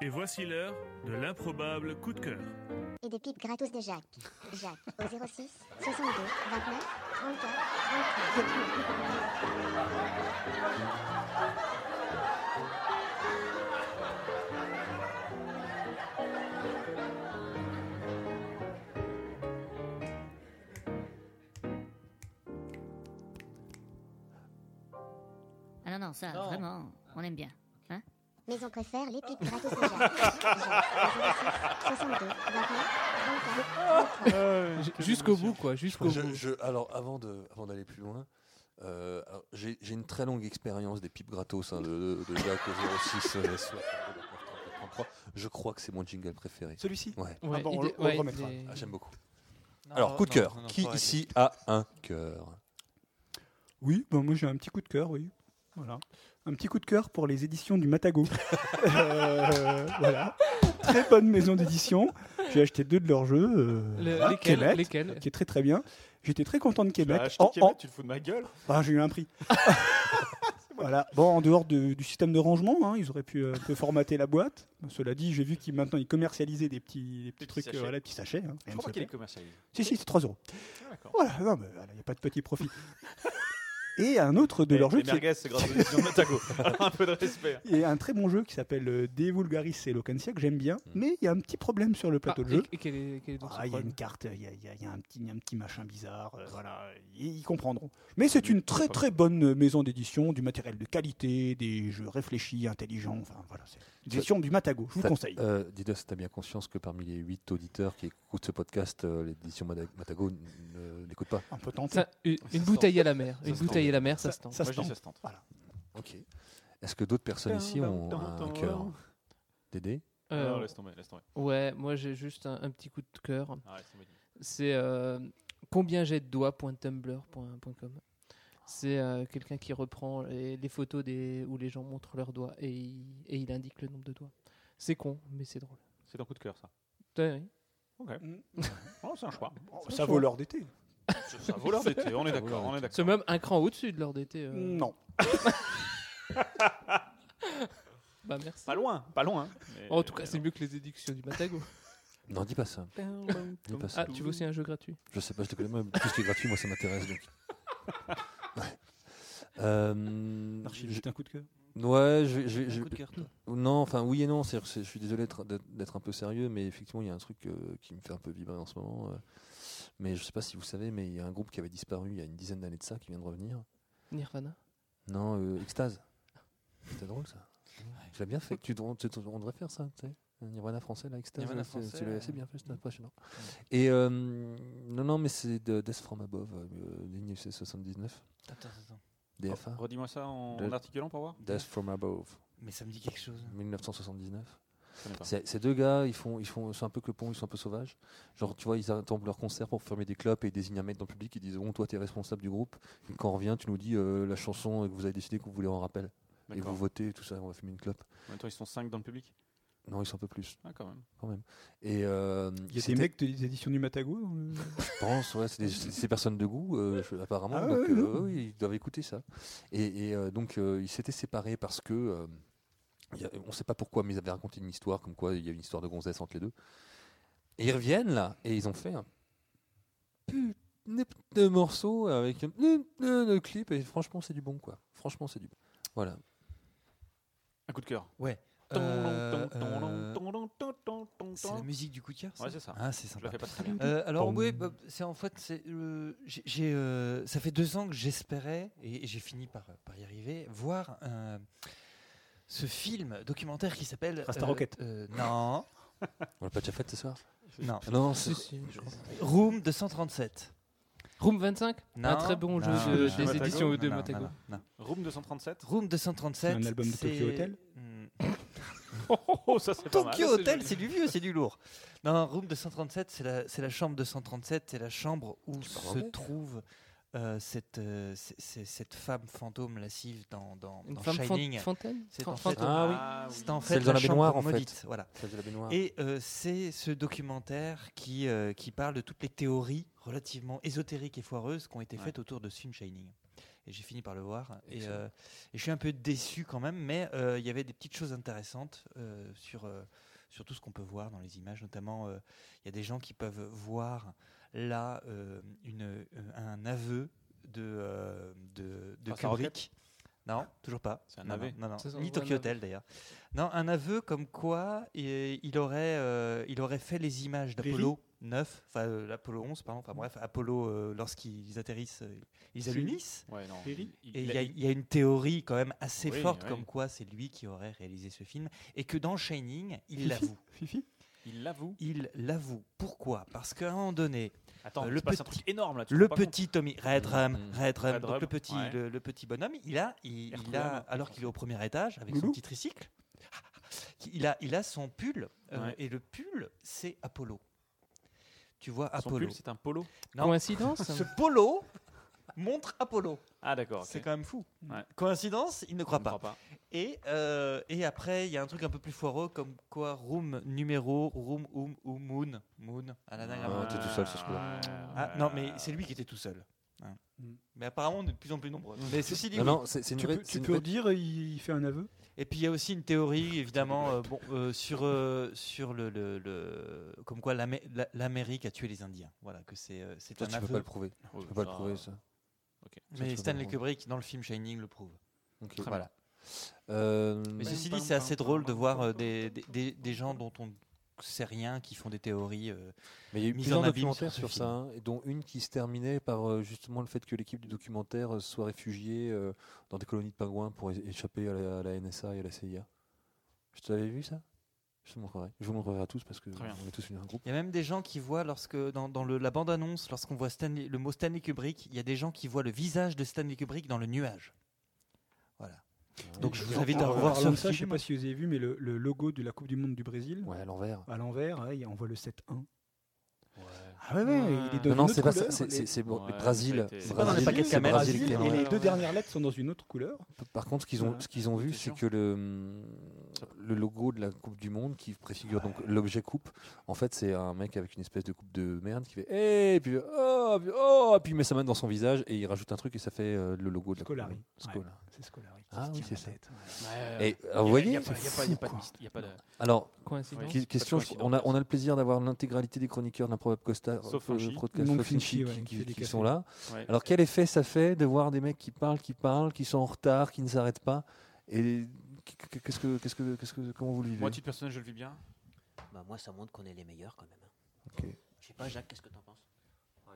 Speaker 8: Et voici l'heure de l'improbable coup de cœur.
Speaker 25: Et des pipes gratos de Jacques. Jacques, au 06 62 29 34
Speaker 1: Ah non, non, ça, vraiment, on aime bien. Hein
Speaker 25: Mais on préfère les pipes gratos de Jacques. Jacques, au 06 62 29 34
Speaker 3: Euh,
Speaker 4: J- Jusqu'au bout, quoi. Jusqu'au
Speaker 3: Je-
Speaker 4: bout.
Speaker 3: je- alors, avant de, avant d'aller plus loin, euh, alors, j'ai j'ai une très longue expérience des pipes gratos hein, de, de, de Jacques au
Speaker 4: *laughs*
Speaker 3: 06 euh, 62, 33. Je crois que c'est mon jingle préféré.
Speaker 5: Celui-ci
Speaker 3: Ouais.
Speaker 4: Ouais, Ah bon, on il le- est- on le ouais, remettra. il est-
Speaker 3: Ah, J'aime beaucoup.
Speaker 4: Non,
Speaker 3: alors, coup de
Speaker 4: non,
Speaker 3: cœur.
Speaker 4: non, non,
Speaker 3: Qui
Speaker 4: faut arrêter.
Speaker 3: ici a un cœur
Speaker 5: Oui, ben moi j'ai un petit coup de cœur, oui. Voilà. Un petit coup de cœur pour les éditions du Matago. *laughs* Euh, voilà. Très bonne maison d'édition. J'ai acheté deux de leurs jeux. euh,
Speaker 4: Le-
Speaker 3: hein,
Speaker 5: voilà,
Speaker 4: lesquels-
Speaker 5: Kemet,
Speaker 4: lesquels
Speaker 5: Qui est très très bien. J'étais très content de Québec.
Speaker 11: Bah, acheter Kemet, tu te fous de ma gueule
Speaker 5: Ah, j'ai eu un prix. *laughs* voilà. Bon, en dehors de- du système de rangement, hein, ils auraient pu euh, un peu formater la boîte. Cela dit, j'ai vu qu'ils maintenant ils commercialisaient des petits, des petits trucs,
Speaker 11: sachets.
Speaker 5: euh, voilà, petits sachets. hein.
Speaker 11: Je crois pas
Speaker 5: Ça
Speaker 11: qu'il est
Speaker 5: s'appelle.
Speaker 11: commercialisé.
Speaker 5: Si, si, c'est 3 euros.
Speaker 11: Ah, d'accord.
Speaker 5: voilà, non, mais il n'y a pas de petit profit. *laughs* Et un autre de
Speaker 11: Eh,
Speaker 5: leurs jeux
Speaker 11: les
Speaker 5: qui est-
Speaker 11: merguez, c'est grâce aux éditions de Matago.
Speaker 5: *laughs*
Speaker 11: Alors, *laughs* un peu de respect. hein.
Speaker 5: Il y a un très bon jeu qui s'appelle euh, De Vulgaris et Locantia que j'aime bien,
Speaker 11: Hmm.
Speaker 5: mais il y a un petit problème sur le
Speaker 11: Ah,
Speaker 5: plateau de jeu.
Speaker 4: Ah, Et quel est, quel est donc ce
Speaker 5: Ah, il y a
Speaker 4: problème
Speaker 5: une carte, il y a, il y a- il y a un, petit, il y a un petit machin bizarre, euh, voilà, ils, ils comprendront. Mais c'est une très très bonne maison d'édition, du matériel de qualité, des jeux réfléchis, intelligents, enfin voilà, c'est une édition du Matago, je vous
Speaker 3: T'as-
Speaker 5: conseille.
Speaker 3: Euh, Didos, tu as bien conscience que parmi les 8 auditeurs qui écoutent ce podcast, euh, l'édition Mada- Matago n- ne l'écoute pas
Speaker 5: On peut tenter.
Speaker 4: Ça- une une bouteille à la mer. Une bouteille à la mer, ça, se tente.
Speaker 5: Voilà.
Speaker 3: Ok. Est-ce que d'autres personnes ici ont un cœur Dédé
Speaker 4: Euh,
Speaker 11: Non, laisse tomber, laisse tomber.
Speaker 4: Ouais, moi j'ai juste un, un petit coup de cœur.
Speaker 11: Ah, laisse tomber.
Speaker 4: C'est euh, combien j'ai de doigts.tumblr.com. C'est euh, quelqu'un qui reprend les, les photos des, où les gens montrent leurs doigts et il, et il indique le nombre de doigts. C'est con, mais c'est drôle.
Speaker 11: C'est ton coup de cœur, ça.
Speaker 4: Ouais, ouais.
Speaker 11: Ok. Oh, c'est un choix.
Speaker 4: Mm. ça vaut l'heure
Speaker 5: d'été.
Speaker 11: Ça vaut l'heure d'été, on est
Speaker 4: Ça vaut
Speaker 11: d'accord.
Speaker 4: l'heure
Speaker 11: on est d'accord.
Speaker 4: C'est même un cran au-dessus de l'heure d'été. euh.
Speaker 5: Non.
Speaker 4: *laughs* bah merci.
Speaker 11: Pas loin, pas loin. hein. Mais-
Speaker 4: en tout cas, c'est mieux que les édictions du
Speaker 11: *laughs*
Speaker 4: Matago.
Speaker 3: Non, dis pas ça. Dis pas ça.
Speaker 4: ah, tu veux aussi un jeu gratuit
Speaker 3: Je sais pas, je te connais, moi, tout ce qui est gratuit, moi, ça
Speaker 5: *laughs*
Speaker 3: m'intéresse. Donc. Ouais. Euh,
Speaker 5: Archie,
Speaker 3: je-
Speaker 5: juste un coup de cœur
Speaker 3: Ouais, je, vais- je, vais-
Speaker 5: Un
Speaker 3: je-
Speaker 5: coup de cœur, toi.
Speaker 3: Non, enfin oui et non. c'est-à-dire que c'est- je suis désolé d'être- d'être d'être un peu sérieux, mais effectivement, il y a un truc euh, qui me fait un peu vibrer en ce moment. euh. mais je sais pas si vous savez, mais il y a un groupe qui avait disparu il y a une dizaine d'années de ça, qui vient de revenir.
Speaker 4: Nirvana
Speaker 3: Non, euh, Extase. C'était drôle ça. Je l'ai bien fait. Tu, te- tu te- on devrait faire ça, tu sais. Un Nirvana français, là, Extase.
Speaker 12: Nirvana
Speaker 3: euh, c'est-
Speaker 12: français,
Speaker 3: tu l'as
Speaker 12: euh,
Speaker 3: assez bien fait, c'était impressionnant. Et euh, non, non, mais c'est de Death From Above, euh, 1979.
Speaker 6: Attends, attends.
Speaker 3: DFA.
Speaker 11: Oh, redis-moi ça en-
Speaker 3: De-
Speaker 11: en articulant pour voir.
Speaker 3: Death From Above.
Speaker 6: Mais ça me dit quelque chose.
Speaker 3: 1979.
Speaker 11: Je connais pas.
Speaker 3: C'est- Ces deux gars, ils font, ils font, ils sont un peu clopons, ils sont un peu sauvages. Genre, tu vois, ils attendent leur concert pour fermer des clopes et ils désignent un mec dans le public. Ils disent, bon, toi, t'es responsable du groupe. Et quand on revient, tu nous dis euh, la chanson que vous avez décidé que vous voulez en rappel. Et
Speaker 11: D'accord.
Speaker 3: vous votez, tout ça, on va fumer une clope.
Speaker 11: En même temps, ils sont 5 dans le public.
Speaker 3: Non, ils sont un peu plus.
Speaker 11: Ah, quand même.
Speaker 3: Quand même. Et, euh,
Speaker 5: Il y a des
Speaker 3: c'était-
Speaker 5: mecs des éditions du Matago dans le-
Speaker 3: je pense, ouais, c'est des, c'est- c'est des personnes de goût, euh, je- apparemment.
Speaker 5: Ah
Speaker 3: donc,
Speaker 5: ouais,
Speaker 3: euh,
Speaker 5: ouais.
Speaker 3: oui, ils doivent écouter ça. Et, et, euh, donc, euh, ils s'étaient séparés parce que. euh, il y a- on ne sait pas pourquoi, mais ils avaient raconté une histoire, comme quoi il y a une histoire de gonzesse entre les deux. Et ils reviennent là, et ils ont fait un putain de morceau avec un putain de clip, et franchement, c'est du bon quoi. Franchement, c'est du bon. Voilà.
Speaker 11: Un coup de cœur.
Speaker 3: Ouais.
Speaker 11: Euh, euh,
Speaker 6: C'est la musique du coup de cœur
Speaker 11: Ouais, c'est ça.
Speaker 6: Ah, c'est
Speaker 11: Je
Speaker 6: sympa.
Speaker 11: la fais pas très bien.
Speaker 6: Euh, alors,
Speaker 11: Pom.
Speaker 6: oui, bah, c'est en fait, c'est, euh, j'ai- j'ai, euh, ça fait deux ans que j'espérais, et, et j'ai fini par, par y arriver, voir euh, ce film documentaire qui s'appelle.
Speaker 3: Rasta
Speaker 6: euh,
Speaker 3: Rocket.
Speaker 6: euh, non.
Speaker 3: On l'a pas déjà fait ce soir
Speaker 6: Non.
Speaker 3: Ah non, non,
Speaker 6: Si,
Speaker 3: c'est-
Speaker 6: si, je crois. Room 237.
Speaker 4: Room 25
Speaker 6: Non.
Speaker 4: Un très bon jeu
Speaker 6: Non,
Speaker 4: de-
Speaker 6: non,
Speaker 4: des
Speaker 6: non,
Speaker 4: éditions E
Speaker 6: non,
Speaker 4: de
Speaker 6: non,
Speaker 4: Motago.
Speaker 6: non, non.
Speaker 11: Room 237
Speaker 6: Room 237.
Speaker 5: Un album de Tokyo
Speaker 6: c'est-
Speaker 5: Hotel
Speaker 6: Hmm.
Speaker 11: Oh, ça, c'est pas mal.
Speaker 6: Tokyo
Speaker 11: Ça, c'est
Speaker 6: Hotel,
Speaker 11: joli.
Speaker 6: c'est du vieux, c'est du lourd. Non, non, Room 237, c'est la, c'est la chambre 237, c'est la chambre où
Speaker 3: parles
Speaker 6: se
Speaker 3: anglais
Speaker 6: trouve euh, cette, euh, c'est- c'est- cette femme fantôme lascive dans, dans,
Speaker 4: Une
Speaker 6: dans
Speaker 4: femme fan-
Speaker 6: Shining.
Speaker 4: fantôme
Speaker 6: C'est en fait,
Speaker 4: Fantôme. Ah oui.
Speaker 6: c'est en fait
Speaker 3: Celle dans la
Speaker 6: chambre
Speaker 3: baignoire, en fait.
Speaker 6: maudite, Voilà.
Speaker 3: Celle de la baignoire.
Speaker 6: Et euh, c'est ce documentaire qui, euh, qui parle de toutes les théories relativement ésotériques et foireuses qui ont été faites autour de ce film Shining. Et j'ai fini par le voir. Et,
Speaker 3: Excellent.
Speaker 6: euh, et je suis un peu déçu quand même, mais euh, il y avait des petites choses intéressantes euh, sur, euh, sur tout ce qu'on peut voir dans les images. Notamment, euh, il y a des gens qui peuvent voir là euh, une, euh, un aveu de, euh, de, de
Speaker 11: Ah, ça regrette.
Speaker 6: Kubrick. Non, toujours pas.
Speaker 11: C'est un
Speaker 6: Non,
Speaker 11: aveu.
Speaker 6: Non, non, non.
Speaker 11: Ça, ça
Speaker 6: Ni
Speaker 11: envoie un
Speaker 6: Tokyo
Speaker 11: aveu.
Speaker 6: Hotel d'ailleurs. Non, un aveu comme quoi euh, il aurait, euh, il aurait fait les images d'Apollo 9, enfin euh, l'Apollo 11, pardon, enfin bref, Apollo, euh, lorsqu'ils atterrissent, euh, ils
Speaker 11: Si.
Speaker 6: allunissent.
Speaker 11: Ouais, non,
Speaker 6: Et
Speaker 11: il- il-
Speaker 6: il y,
Speaker 11: il
Speaker 6: a-
Speaker 11: a-
Speaker 6: il y a une théorie quand même assez
Speaker 11: Oui,
Speaker 6: forte
Speaker 11: oui.
Speaker 6: comme quoi c'est lui qui aurait réalisé ce film et que dans Shining, il l'avoue.
Speaker 11: Il l'avoue.
Speaker 6: Il l'avoue. Pourquoi Parce qu'à un moment donné,
Speaker 11: Attends,
Speaker 6: euh,
Speaker 11: il se passe un truc énorme, là, tu te
Speaker 6: le
Speaker 11: rends pas compte.
Speaker 6: petit Tommy, Red Rum,
Speaker 11: Mhm.
Speaker 6: Red Rum,
Speaker 11: Red
Speaker 6: donc
Speaker 11: Rum,
Speaker 6: le petit,
Speaker 11: ouais.
Speaker 6: le, le petit bonhomme, il a, il, il a,
Speaker 11: Herculane.
Speaker 6: alors qu'il est au premier étage avec son petit tricycle, *laughs* il a, il a son pull euh,
Speaker 11: Ouais.
Speaker 6: et le pull c'est Apollo. Tu vois
Speaker 11: Son
Speaker 6: Apollo.
Speaker 11: pull, c'est un polo.
Speaker 6: Non.
Speaker 11: Coïncidence
Speaker 6: Ce polo montre Apollo.
Speaker 11: Ah, d'accord.
Speaker 6: C'est
Speaker 11: ok.
Speaker 6: quand même fou.
Speaker 11: Ouais.
Speaker 6: Coïncidence, il ne croit pas.
Speaker 11: croit pas.
Speaker 6: Et, euh, et après, il y a un truc un peu plus foireux, comme quoi Room numéro, Room, Oum, ou Moon. Moon, à la dernière
Speaker 3: Ah,
Speaker 6: minute.
Speaker 3: t'es tout seul sur ce coup-là.
Speaker 6: Ah, non, mais c'est lui qui était tout seul. Hein.
Speaker 11: Mm.
Speaker 6: Mais apparemment, on est de plus en plus nombreux. Mais ceci dit, oui.
Speaker 5: tu peux, tu peux dire, il, il fait un aveu
Speaker 6: Et puis il y a aussi une théorie, évidemment, euh, bon, euh, sur, euh, sur le, le- le- comme quoi l'Amé- la- l'Amérique a tué les Indiens. Voilà, que c'est euh, c'est
Speaker 3: Ça,
Speaker 6: un
Speaker 3: tu peux
Speaker 6: aveu.
Speaker 3: pas le prouver. Tu peux pas le prouver, ça. Ça, tu
Speaker 6: Mais
Speaker 3: peux
Speaker 6: Stanley
Speaker 3: pas le
Speaker 6: Kubrick, dans le film Shining, le prouve.
Speaker 3: Ok. Euh,
Speaker 6: Très
Speaker 3: Voilà.
Speaker 6: bien. Mais ceci dit, c'est assez drôle de voir euh, des, des- des- des gens dont on ne sait rien qui font des théories. euh,
Speaker 3: Mais il y a eu
Speaker 6: mises
Speaker 3: plusieurs
Speaker 6: en abîme
Speaker 3: documentaires
Speaker 6: ce
Speaker 3: sur
Speaker 6: film.
Speaker 3: ça, hein, et dont une qui se terminait par euh, justement le fait que l'équipe du documentaire euh, soit réfugiée euh, dans des colonies de pingouins pour é- échapper à la, à la NSA et à la CIA. Je te l'avais vu ça Je te le montrerai. Je vous le montrerai à tous parce que
Speaker 6: Très bien.
Speaker 3: on est tous un groupe.
Speaker 6: Il y a même des gens qui voient, lorsque dans, dans le- la bande-annonce, lorsqu'on voit Stanley- le mot Stanley Kubrick, il y a des gens qui voient le visage de Stanley Kubrick dans le nuage. Voilà. Donc je vous invite à revoir
Speaker 5: ça.
Speaker 6: ce
Speaker 5: Je ne sais
Speaker 6: film.
Speaker 5: pas si vous avez vu, mais le, le logo de la Coupe du Monde du Brésil.
Speaker 3: à l'envers.
Speaker 5: À l'envers, ouais, on voit le 7-1. Ah ouais, ouais, il est de
Speaker 3: Non, non,
Speaker 5: une
Speaker 3: c'est
Speaker 5: autre
Speaker 3: pas ça,
Speaker 5: couleur,
Speaker 3: c'est-
Speaker 5: les-
Speaker 3: c'est- c'est bon, Ouais, Brésil, ça a été-
Speaker 5: C'est pas dans la
Speaker 3: Brésil,
Speaker 5: paquet
Speaker 3: c'est
Speaker 5: Camel.
Speaker 3: Brésil,
Speaker 5: Brésil,
Speaker 3: Camel.
Speaker 5: Et les
Speaker 3: Ouais,
Speaker 5: deux
Speaker 3: ouais.
Speaker 5: dernières lettres sont dans une autre couleur.
Speaker 3: Par contre, ce qu'ils ont,
Speaker 5: Voilà.
Speaker 3: ce qu'ils ont vu, c'est que le, hum, le logo de la Coupe du Monde qui préfigure donc l'objet coupe, en fait, c'est un mec avec une espèce de coupe de merde qui fait Eh et puis oh, puis, oh, puis il met sa main dans son visage et il rajoute un truc et ça fait euh, le logo de la
Speaker 5: Scolari.
Speaker 3: Coupe du Monde. Scola.
Speaker 5: Ouais, c'est Scolari qui
Speaker 3: Ah
Speaker 5: se
Speaker 3: oui,
Speaker 5: tient
Speaker 3: c'est
Speaker 5: la
Speaker 3: ça.
Speaker 5: tête,
Speaker 11: ouais.
Speaker 3: Et
Speaker 11: Ouais, ouais,
Speaker 3: alors, vous
Speaker 11: ouais. Y
Speaker 3: voyez
Speaker 11: a pas- y a pas- y a pas de mystère, y a pas de-
Speaker 3: Alors,
Speaker 11: Coïncidence.
Speaker 3: qui-
Speaker 11: Pas de
Speaker 3: question je-
Speaker 11: coïncidence.
Speaker 3: on a, on a le plaisir d'avoir l'intégralité des chroniqueurs d'Improbable Costa,
Speaker 11: Sauf
Speaker 3: euh,
Speaker 11: Finchi.
Speaker 3: podcast,
Speaker 5: Donc
Speaker 3: sauf
Speaker 5: Finchi,
Speaker 3: Finchi,
Speaker 5: ouais,
Speaker 3: qui-
Speaker 5: qui
Speaker 3: qui,
Speaker 5: fait des
Speaker 3: qui
Speaker 5: cafés.
Speaker 3: sont là.
Speaker 11: Ouais.
Speaker 3: Alors quel effet ça fait de voir des mecs qui parlent, qui parlent, qui sont en retard, qui ne s'arrêtent pas Et qu- qu'est-ce que, qu'est-ce que, qu'est-ce que, comment vous le vivez
Speaker 11: Moi, à titre personnel, je le vis bien.
Speaker 13: Bah, moi, ça montre qu'on est les meilleurs quand même. hein.
Speaker 3: Ok.
Speaker 13: Je sais pas, Jacques, qu'est-ce que t'en penses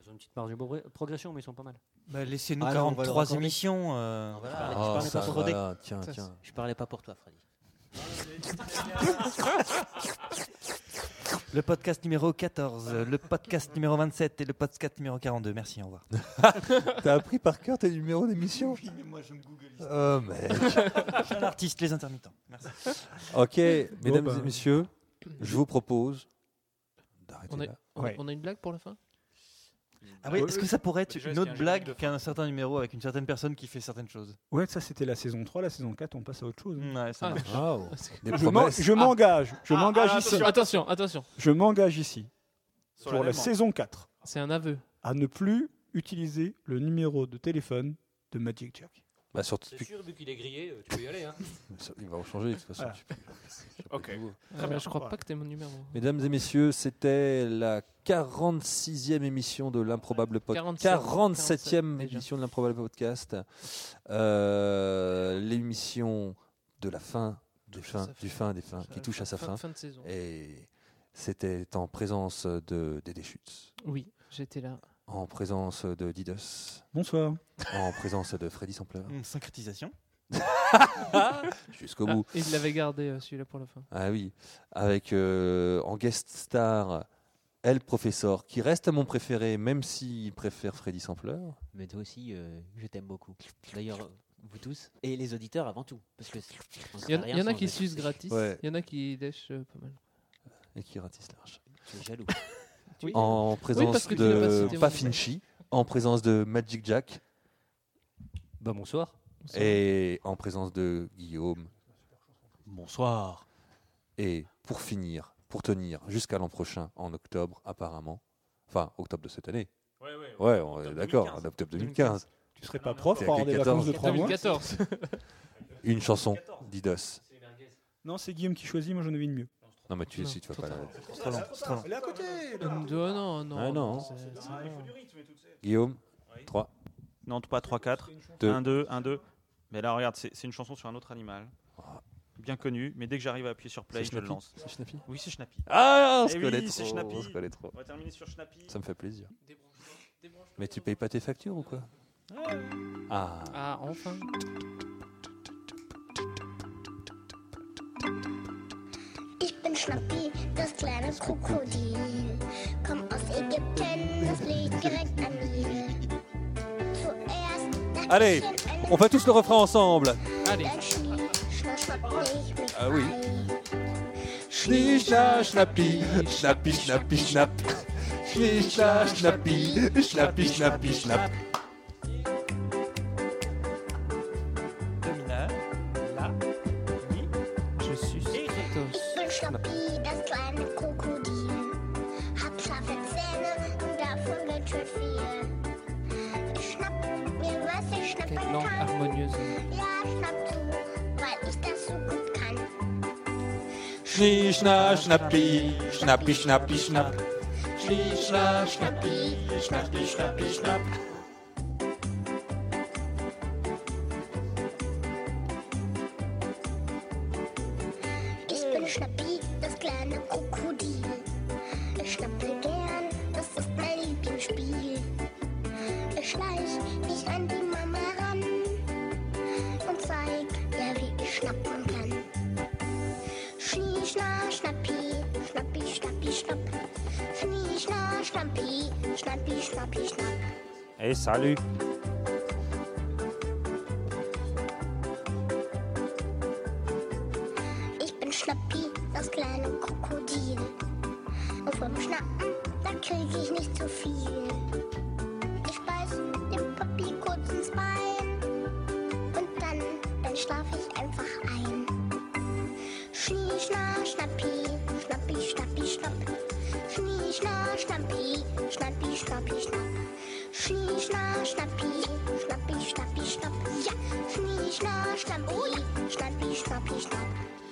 Speaker 15: Ils ont une petite marge de progr- progression, mais ils sont pas mal.
Speaker 6: Bah, laissez-nous
Speaker 3: Ah
Speaker 6: 43 émissions. euh,
Speaker 13: Non, voilà,
Speaker 6: Ah,
Speaker 13: je parlais
Speaker 6: ça
Speaker 13: pas pour
Speaker 6: va,
Speaker 13: Rodé.
Speaker 6: tiens, tiens.
Speaker 13: Je parlais pas pour toi, Freddy.
Speaker 6: Le podcast numéro 14, le podcast numéro 27 et le podcast numéro 42. Merci, au revoir.
Speaker 3: *laughs* T'as appris par cœur tes numéros d'émission
Speaker 6: mais moi, je me googlise.
Speaker 3: Oh, mec.
Speaker 6: Je suis un artiste, les intermittents. Merci.
Speaker 3: Ok, mesdames
Speaker 6: bah,
Speaker 5: ben.
Speaker 3: et messieurs, je vous propose d'arrêter
Speaker 4: On a,
Speaker 3: là.
Speaker 4: on-
Speaker 5: Ouais.
Speaker 4: on a une blague pour la fin
Speaker 6: Ah oui,
Speaker 5: Ouais,
Speaker 6: est-ce
Speaker 5: ouais.
Speaker 6: que ça pourrait être
Speaker 5: Déjà,
Speaker 6: une
Speaker 5: est-ce
Speaker 6: autre
Speaker 5: qu'il y a un générique
Speaker 6: blague qu'un certain numéro avec une certaine personne qui fait certaines choses
Speaker 5: Ouais, ça c'était la saison 3, la saison 4, on passe à autre chose. hein.
Speaker 6: Ouais, ça Ah, marche.
Speaker 3: waouh. Des
Speaker 5: Je m'en-
Speaker 3: promesses.
Speaker 5: je m'engage, je
Speaker 4: Ah,
Speaker 5: m'engage
Speaker 4: ah,
Speaker 5: ici.
Speaker 4: attention, attention, attention.
Speaker 5: Je m'engage ici
Speaker 4: Sur
Speaker 5: pour la
Speaker 4: l'allemand.
Speaker 5: saison 4
Speaker 4: C'est un aveu.
Speaker 5: à ne plus utiliser le numéro de téléphone de Magic Jack.
Speaker 3: Bah, surtout-
Speaker 15: C'est sûr, vu qu'il est grillé, euh, tu peux y aller. Hein.
Speaker 3: Ça, Il va rechanger de toute façon.
Speaker 15: Voilà.
Speaker 3: tu peux- tu peux
Speaker 15: Ok.
Speaker 3: de nouveau.
Speaker 15: Très bien,
Speaker 4: Euh, je crois pas que t'aies mon numéro.
Speaker 3: Mesdames et messieurs, c'était la 46e émission de l'improbable podcast.
Speaker 4: 47e,
Speaker 3: 47e émission de l'improbable podcast. Euh, L'émission de la fin, du fin, du fin des fins, qui touche à sa
Speaker 4: fin-
Speaker 3: fin.
Speaker 4: fin de saison.
Speaker 3: Et c'était en présence de Dédé Schütz,
Speaker 4: Oui, j'étais là.
Speaker 3: en présence de Didos.
Speaker 5: Bonsoir.
Speaker 3: En présence de Freddy Sampleur.
Speaker 6: Une syncrétisation.
Speaker 3: *laughs* Jusqu'au bout.
Speaker 4: Et Ah, il l'avait gardé euh, celui-là pour la fin.
Speaker 3: Ah oui, avec euh, en guest star El Professeur, qui reste mon préféré, même s'il préfère Freddy Sampleur.
Speaker 13: Mais toi aussi, euh, je t'aime beaucoup. D'ailleurs, euh, vous tous et les auditeurs avant tout, parce que
Speaker 4: Il
Speaker 13: on
Speaker 4: y
Speaker 13: serait
Speaker 4: en,
Speaker 13: rien
Speaker 4: il y en a
Speaker 13: sans
Speaker 4: qui
Speaker 13: eux.
Speaker 4: sucent gratis,
Speaker 3: Ouais.
Speaker 4: il y en a qui lèchent euh, pas mal.
Speaker 3: Et qui ratisse large.
Speaker 13: Tu es jaloux.
Speaker 4: Oui.
Speaker 3: En
Speaker 4: Oui,
Speaker 3: présence
Speaker 4: parce que tu l'as pas
Speaker 3: de
Speaker 4: cité, mon
Speaker 3: Pafinchi, en présence de Magic Jack.
Speaker 15: Bah bonsoir.
Speaker 3: Et en présence de Guillaume. Bonsoir. Et pour finir, pour tenir jusqu'à l'an prochain, en octobre apparemment, enfin octobre de cette année.
Speaker 11: Ouais, ouais,
Speaker 3: ouais,
Speaker 11: ouais,
Speaker 3: on est
Speaker 11: octobre
Speaker 3: d'accord,
Speaker 11: 2015.
Speaker 3: en octobre 2015.
Speaker 5: Tu serais pas prof
Speaker 3: T'es à
Speaker 5: pour avoir des
Speaker 3: quel
Speaker 5: vacances de
Speaker 3: 14?
Speaker 5: 3 mois
Speaker 4: 2014.
Speaker 3: *laughs* Une chanson, Didos.
Speaker 5: Non, c'est Guillaume qui choisit, moi j'en avais une mieux.
Speaker 3: Non, mais tu, si, tu vas pas la.
Speaker 5: Elle est à côté
Speaker 4: Euh, non, non.
Speaker 3: Ah non.
Speaker 4: c'est- c'est bon.
Speaker 3: Guillaume, 3.
Speaker 11: Non, pas 3, 4.
Speaker 3: Deux.
Speaker 11: 1, 2, 1, 2. Mais là, regarde, c'est c'est une chanson sur un autre animal. Bien connu, mais dès que j'arrive à appuyer sur play,
Speaker 3: Ah. C'est
Speaker 11: je le
Speaker 3: Schnappy
Speaker 11: lance.
Speaker 3: C'est Schnappy
Speaker 11: Oui, c'est Schnappy.
Speaker 3: Ah, on
Speaker 11: Eh
Speaker 3: se
Speaker 11: oui,
Speaker 3: connaît
Speaker 11: c'est
Speaker 3: trop,
Speaker 11: Schnappy.
Speaker 3: on se connaît trop.
Speaker 11: On va terminer sur Schnappy.
Speaker 3: Ça me fait plaisir. Mais tu payes pas tes factures ou quoi Ah.
Speaker 4: Ah, enfin.
Speaker 25: Ich bin Schnappi, das kleine Krokodil. Komm aus Ägypten, das liegt direkt am Nil. Zuerst
Speaker 3: Allez, on fait tous le refrain ensemble.
Speaker 4: Allez.
Speaker 25: Schnapp, schnapp, ich mich
Speaker 3: Ah oui. Schnischa, schnappi, schnappi, schnappi, schnapp. Schnischa, schnappi, schnappi, schnappi, schnapp.
Speaker 6: Dominal, la, mi,
Speaker 4: je suce.
Speaker 25: Ich bin Schnappi, das kleine Krokodil. Hab scharfe Zähne und davon ganz schön viel. Ich schnapp mir, was ich schnappen
Speaker 4: Quelle langue
Speaker 25: kann.
Speaker 4: harmonieuse.
Speaker 25: Ja, schnapp zu, weil ich das so gut kann.
Speaker 3: Schnischa, schnappi, schnappi, schnappi, schnapp.
Speaker 25: Schnischna, schnappi, schnappi, schnappi, schnapp. Ich bin Schnappi, das kleine Krokodil. Ich schnappe gern, das ist mein Lieblingsspiel. Ich schleich mich an die Mama ran und zeig ihr, wie ich schnappen kann. Schnischna, schnappi, schnappi, schnappi, schnapp. Schnischna, schnappi, schnappi, schnappi, schnapp.
Speaker 15: Eh,
Speaker 11: Et salut
Speaker 25: Ich bin Schnappi, das kleine Krokodil. Und vom Schnappen, da krieg ich nicht so viel. Ich beiß dem Papi kurz ins Bein. Und dann, dann schlaf ich einfach ein. Schnieschna, Schnappi, Schnappi, Schnappi, Schnapp. Schnieschna, Schnappi, Schnappi, Schnappi, Schnapp. Schnieschna, Schnappi, Schnappi, Schnappi, Schnapp. Ja, Schnieschna, Schnappi, Schnappi, Schnappi, Schnapp.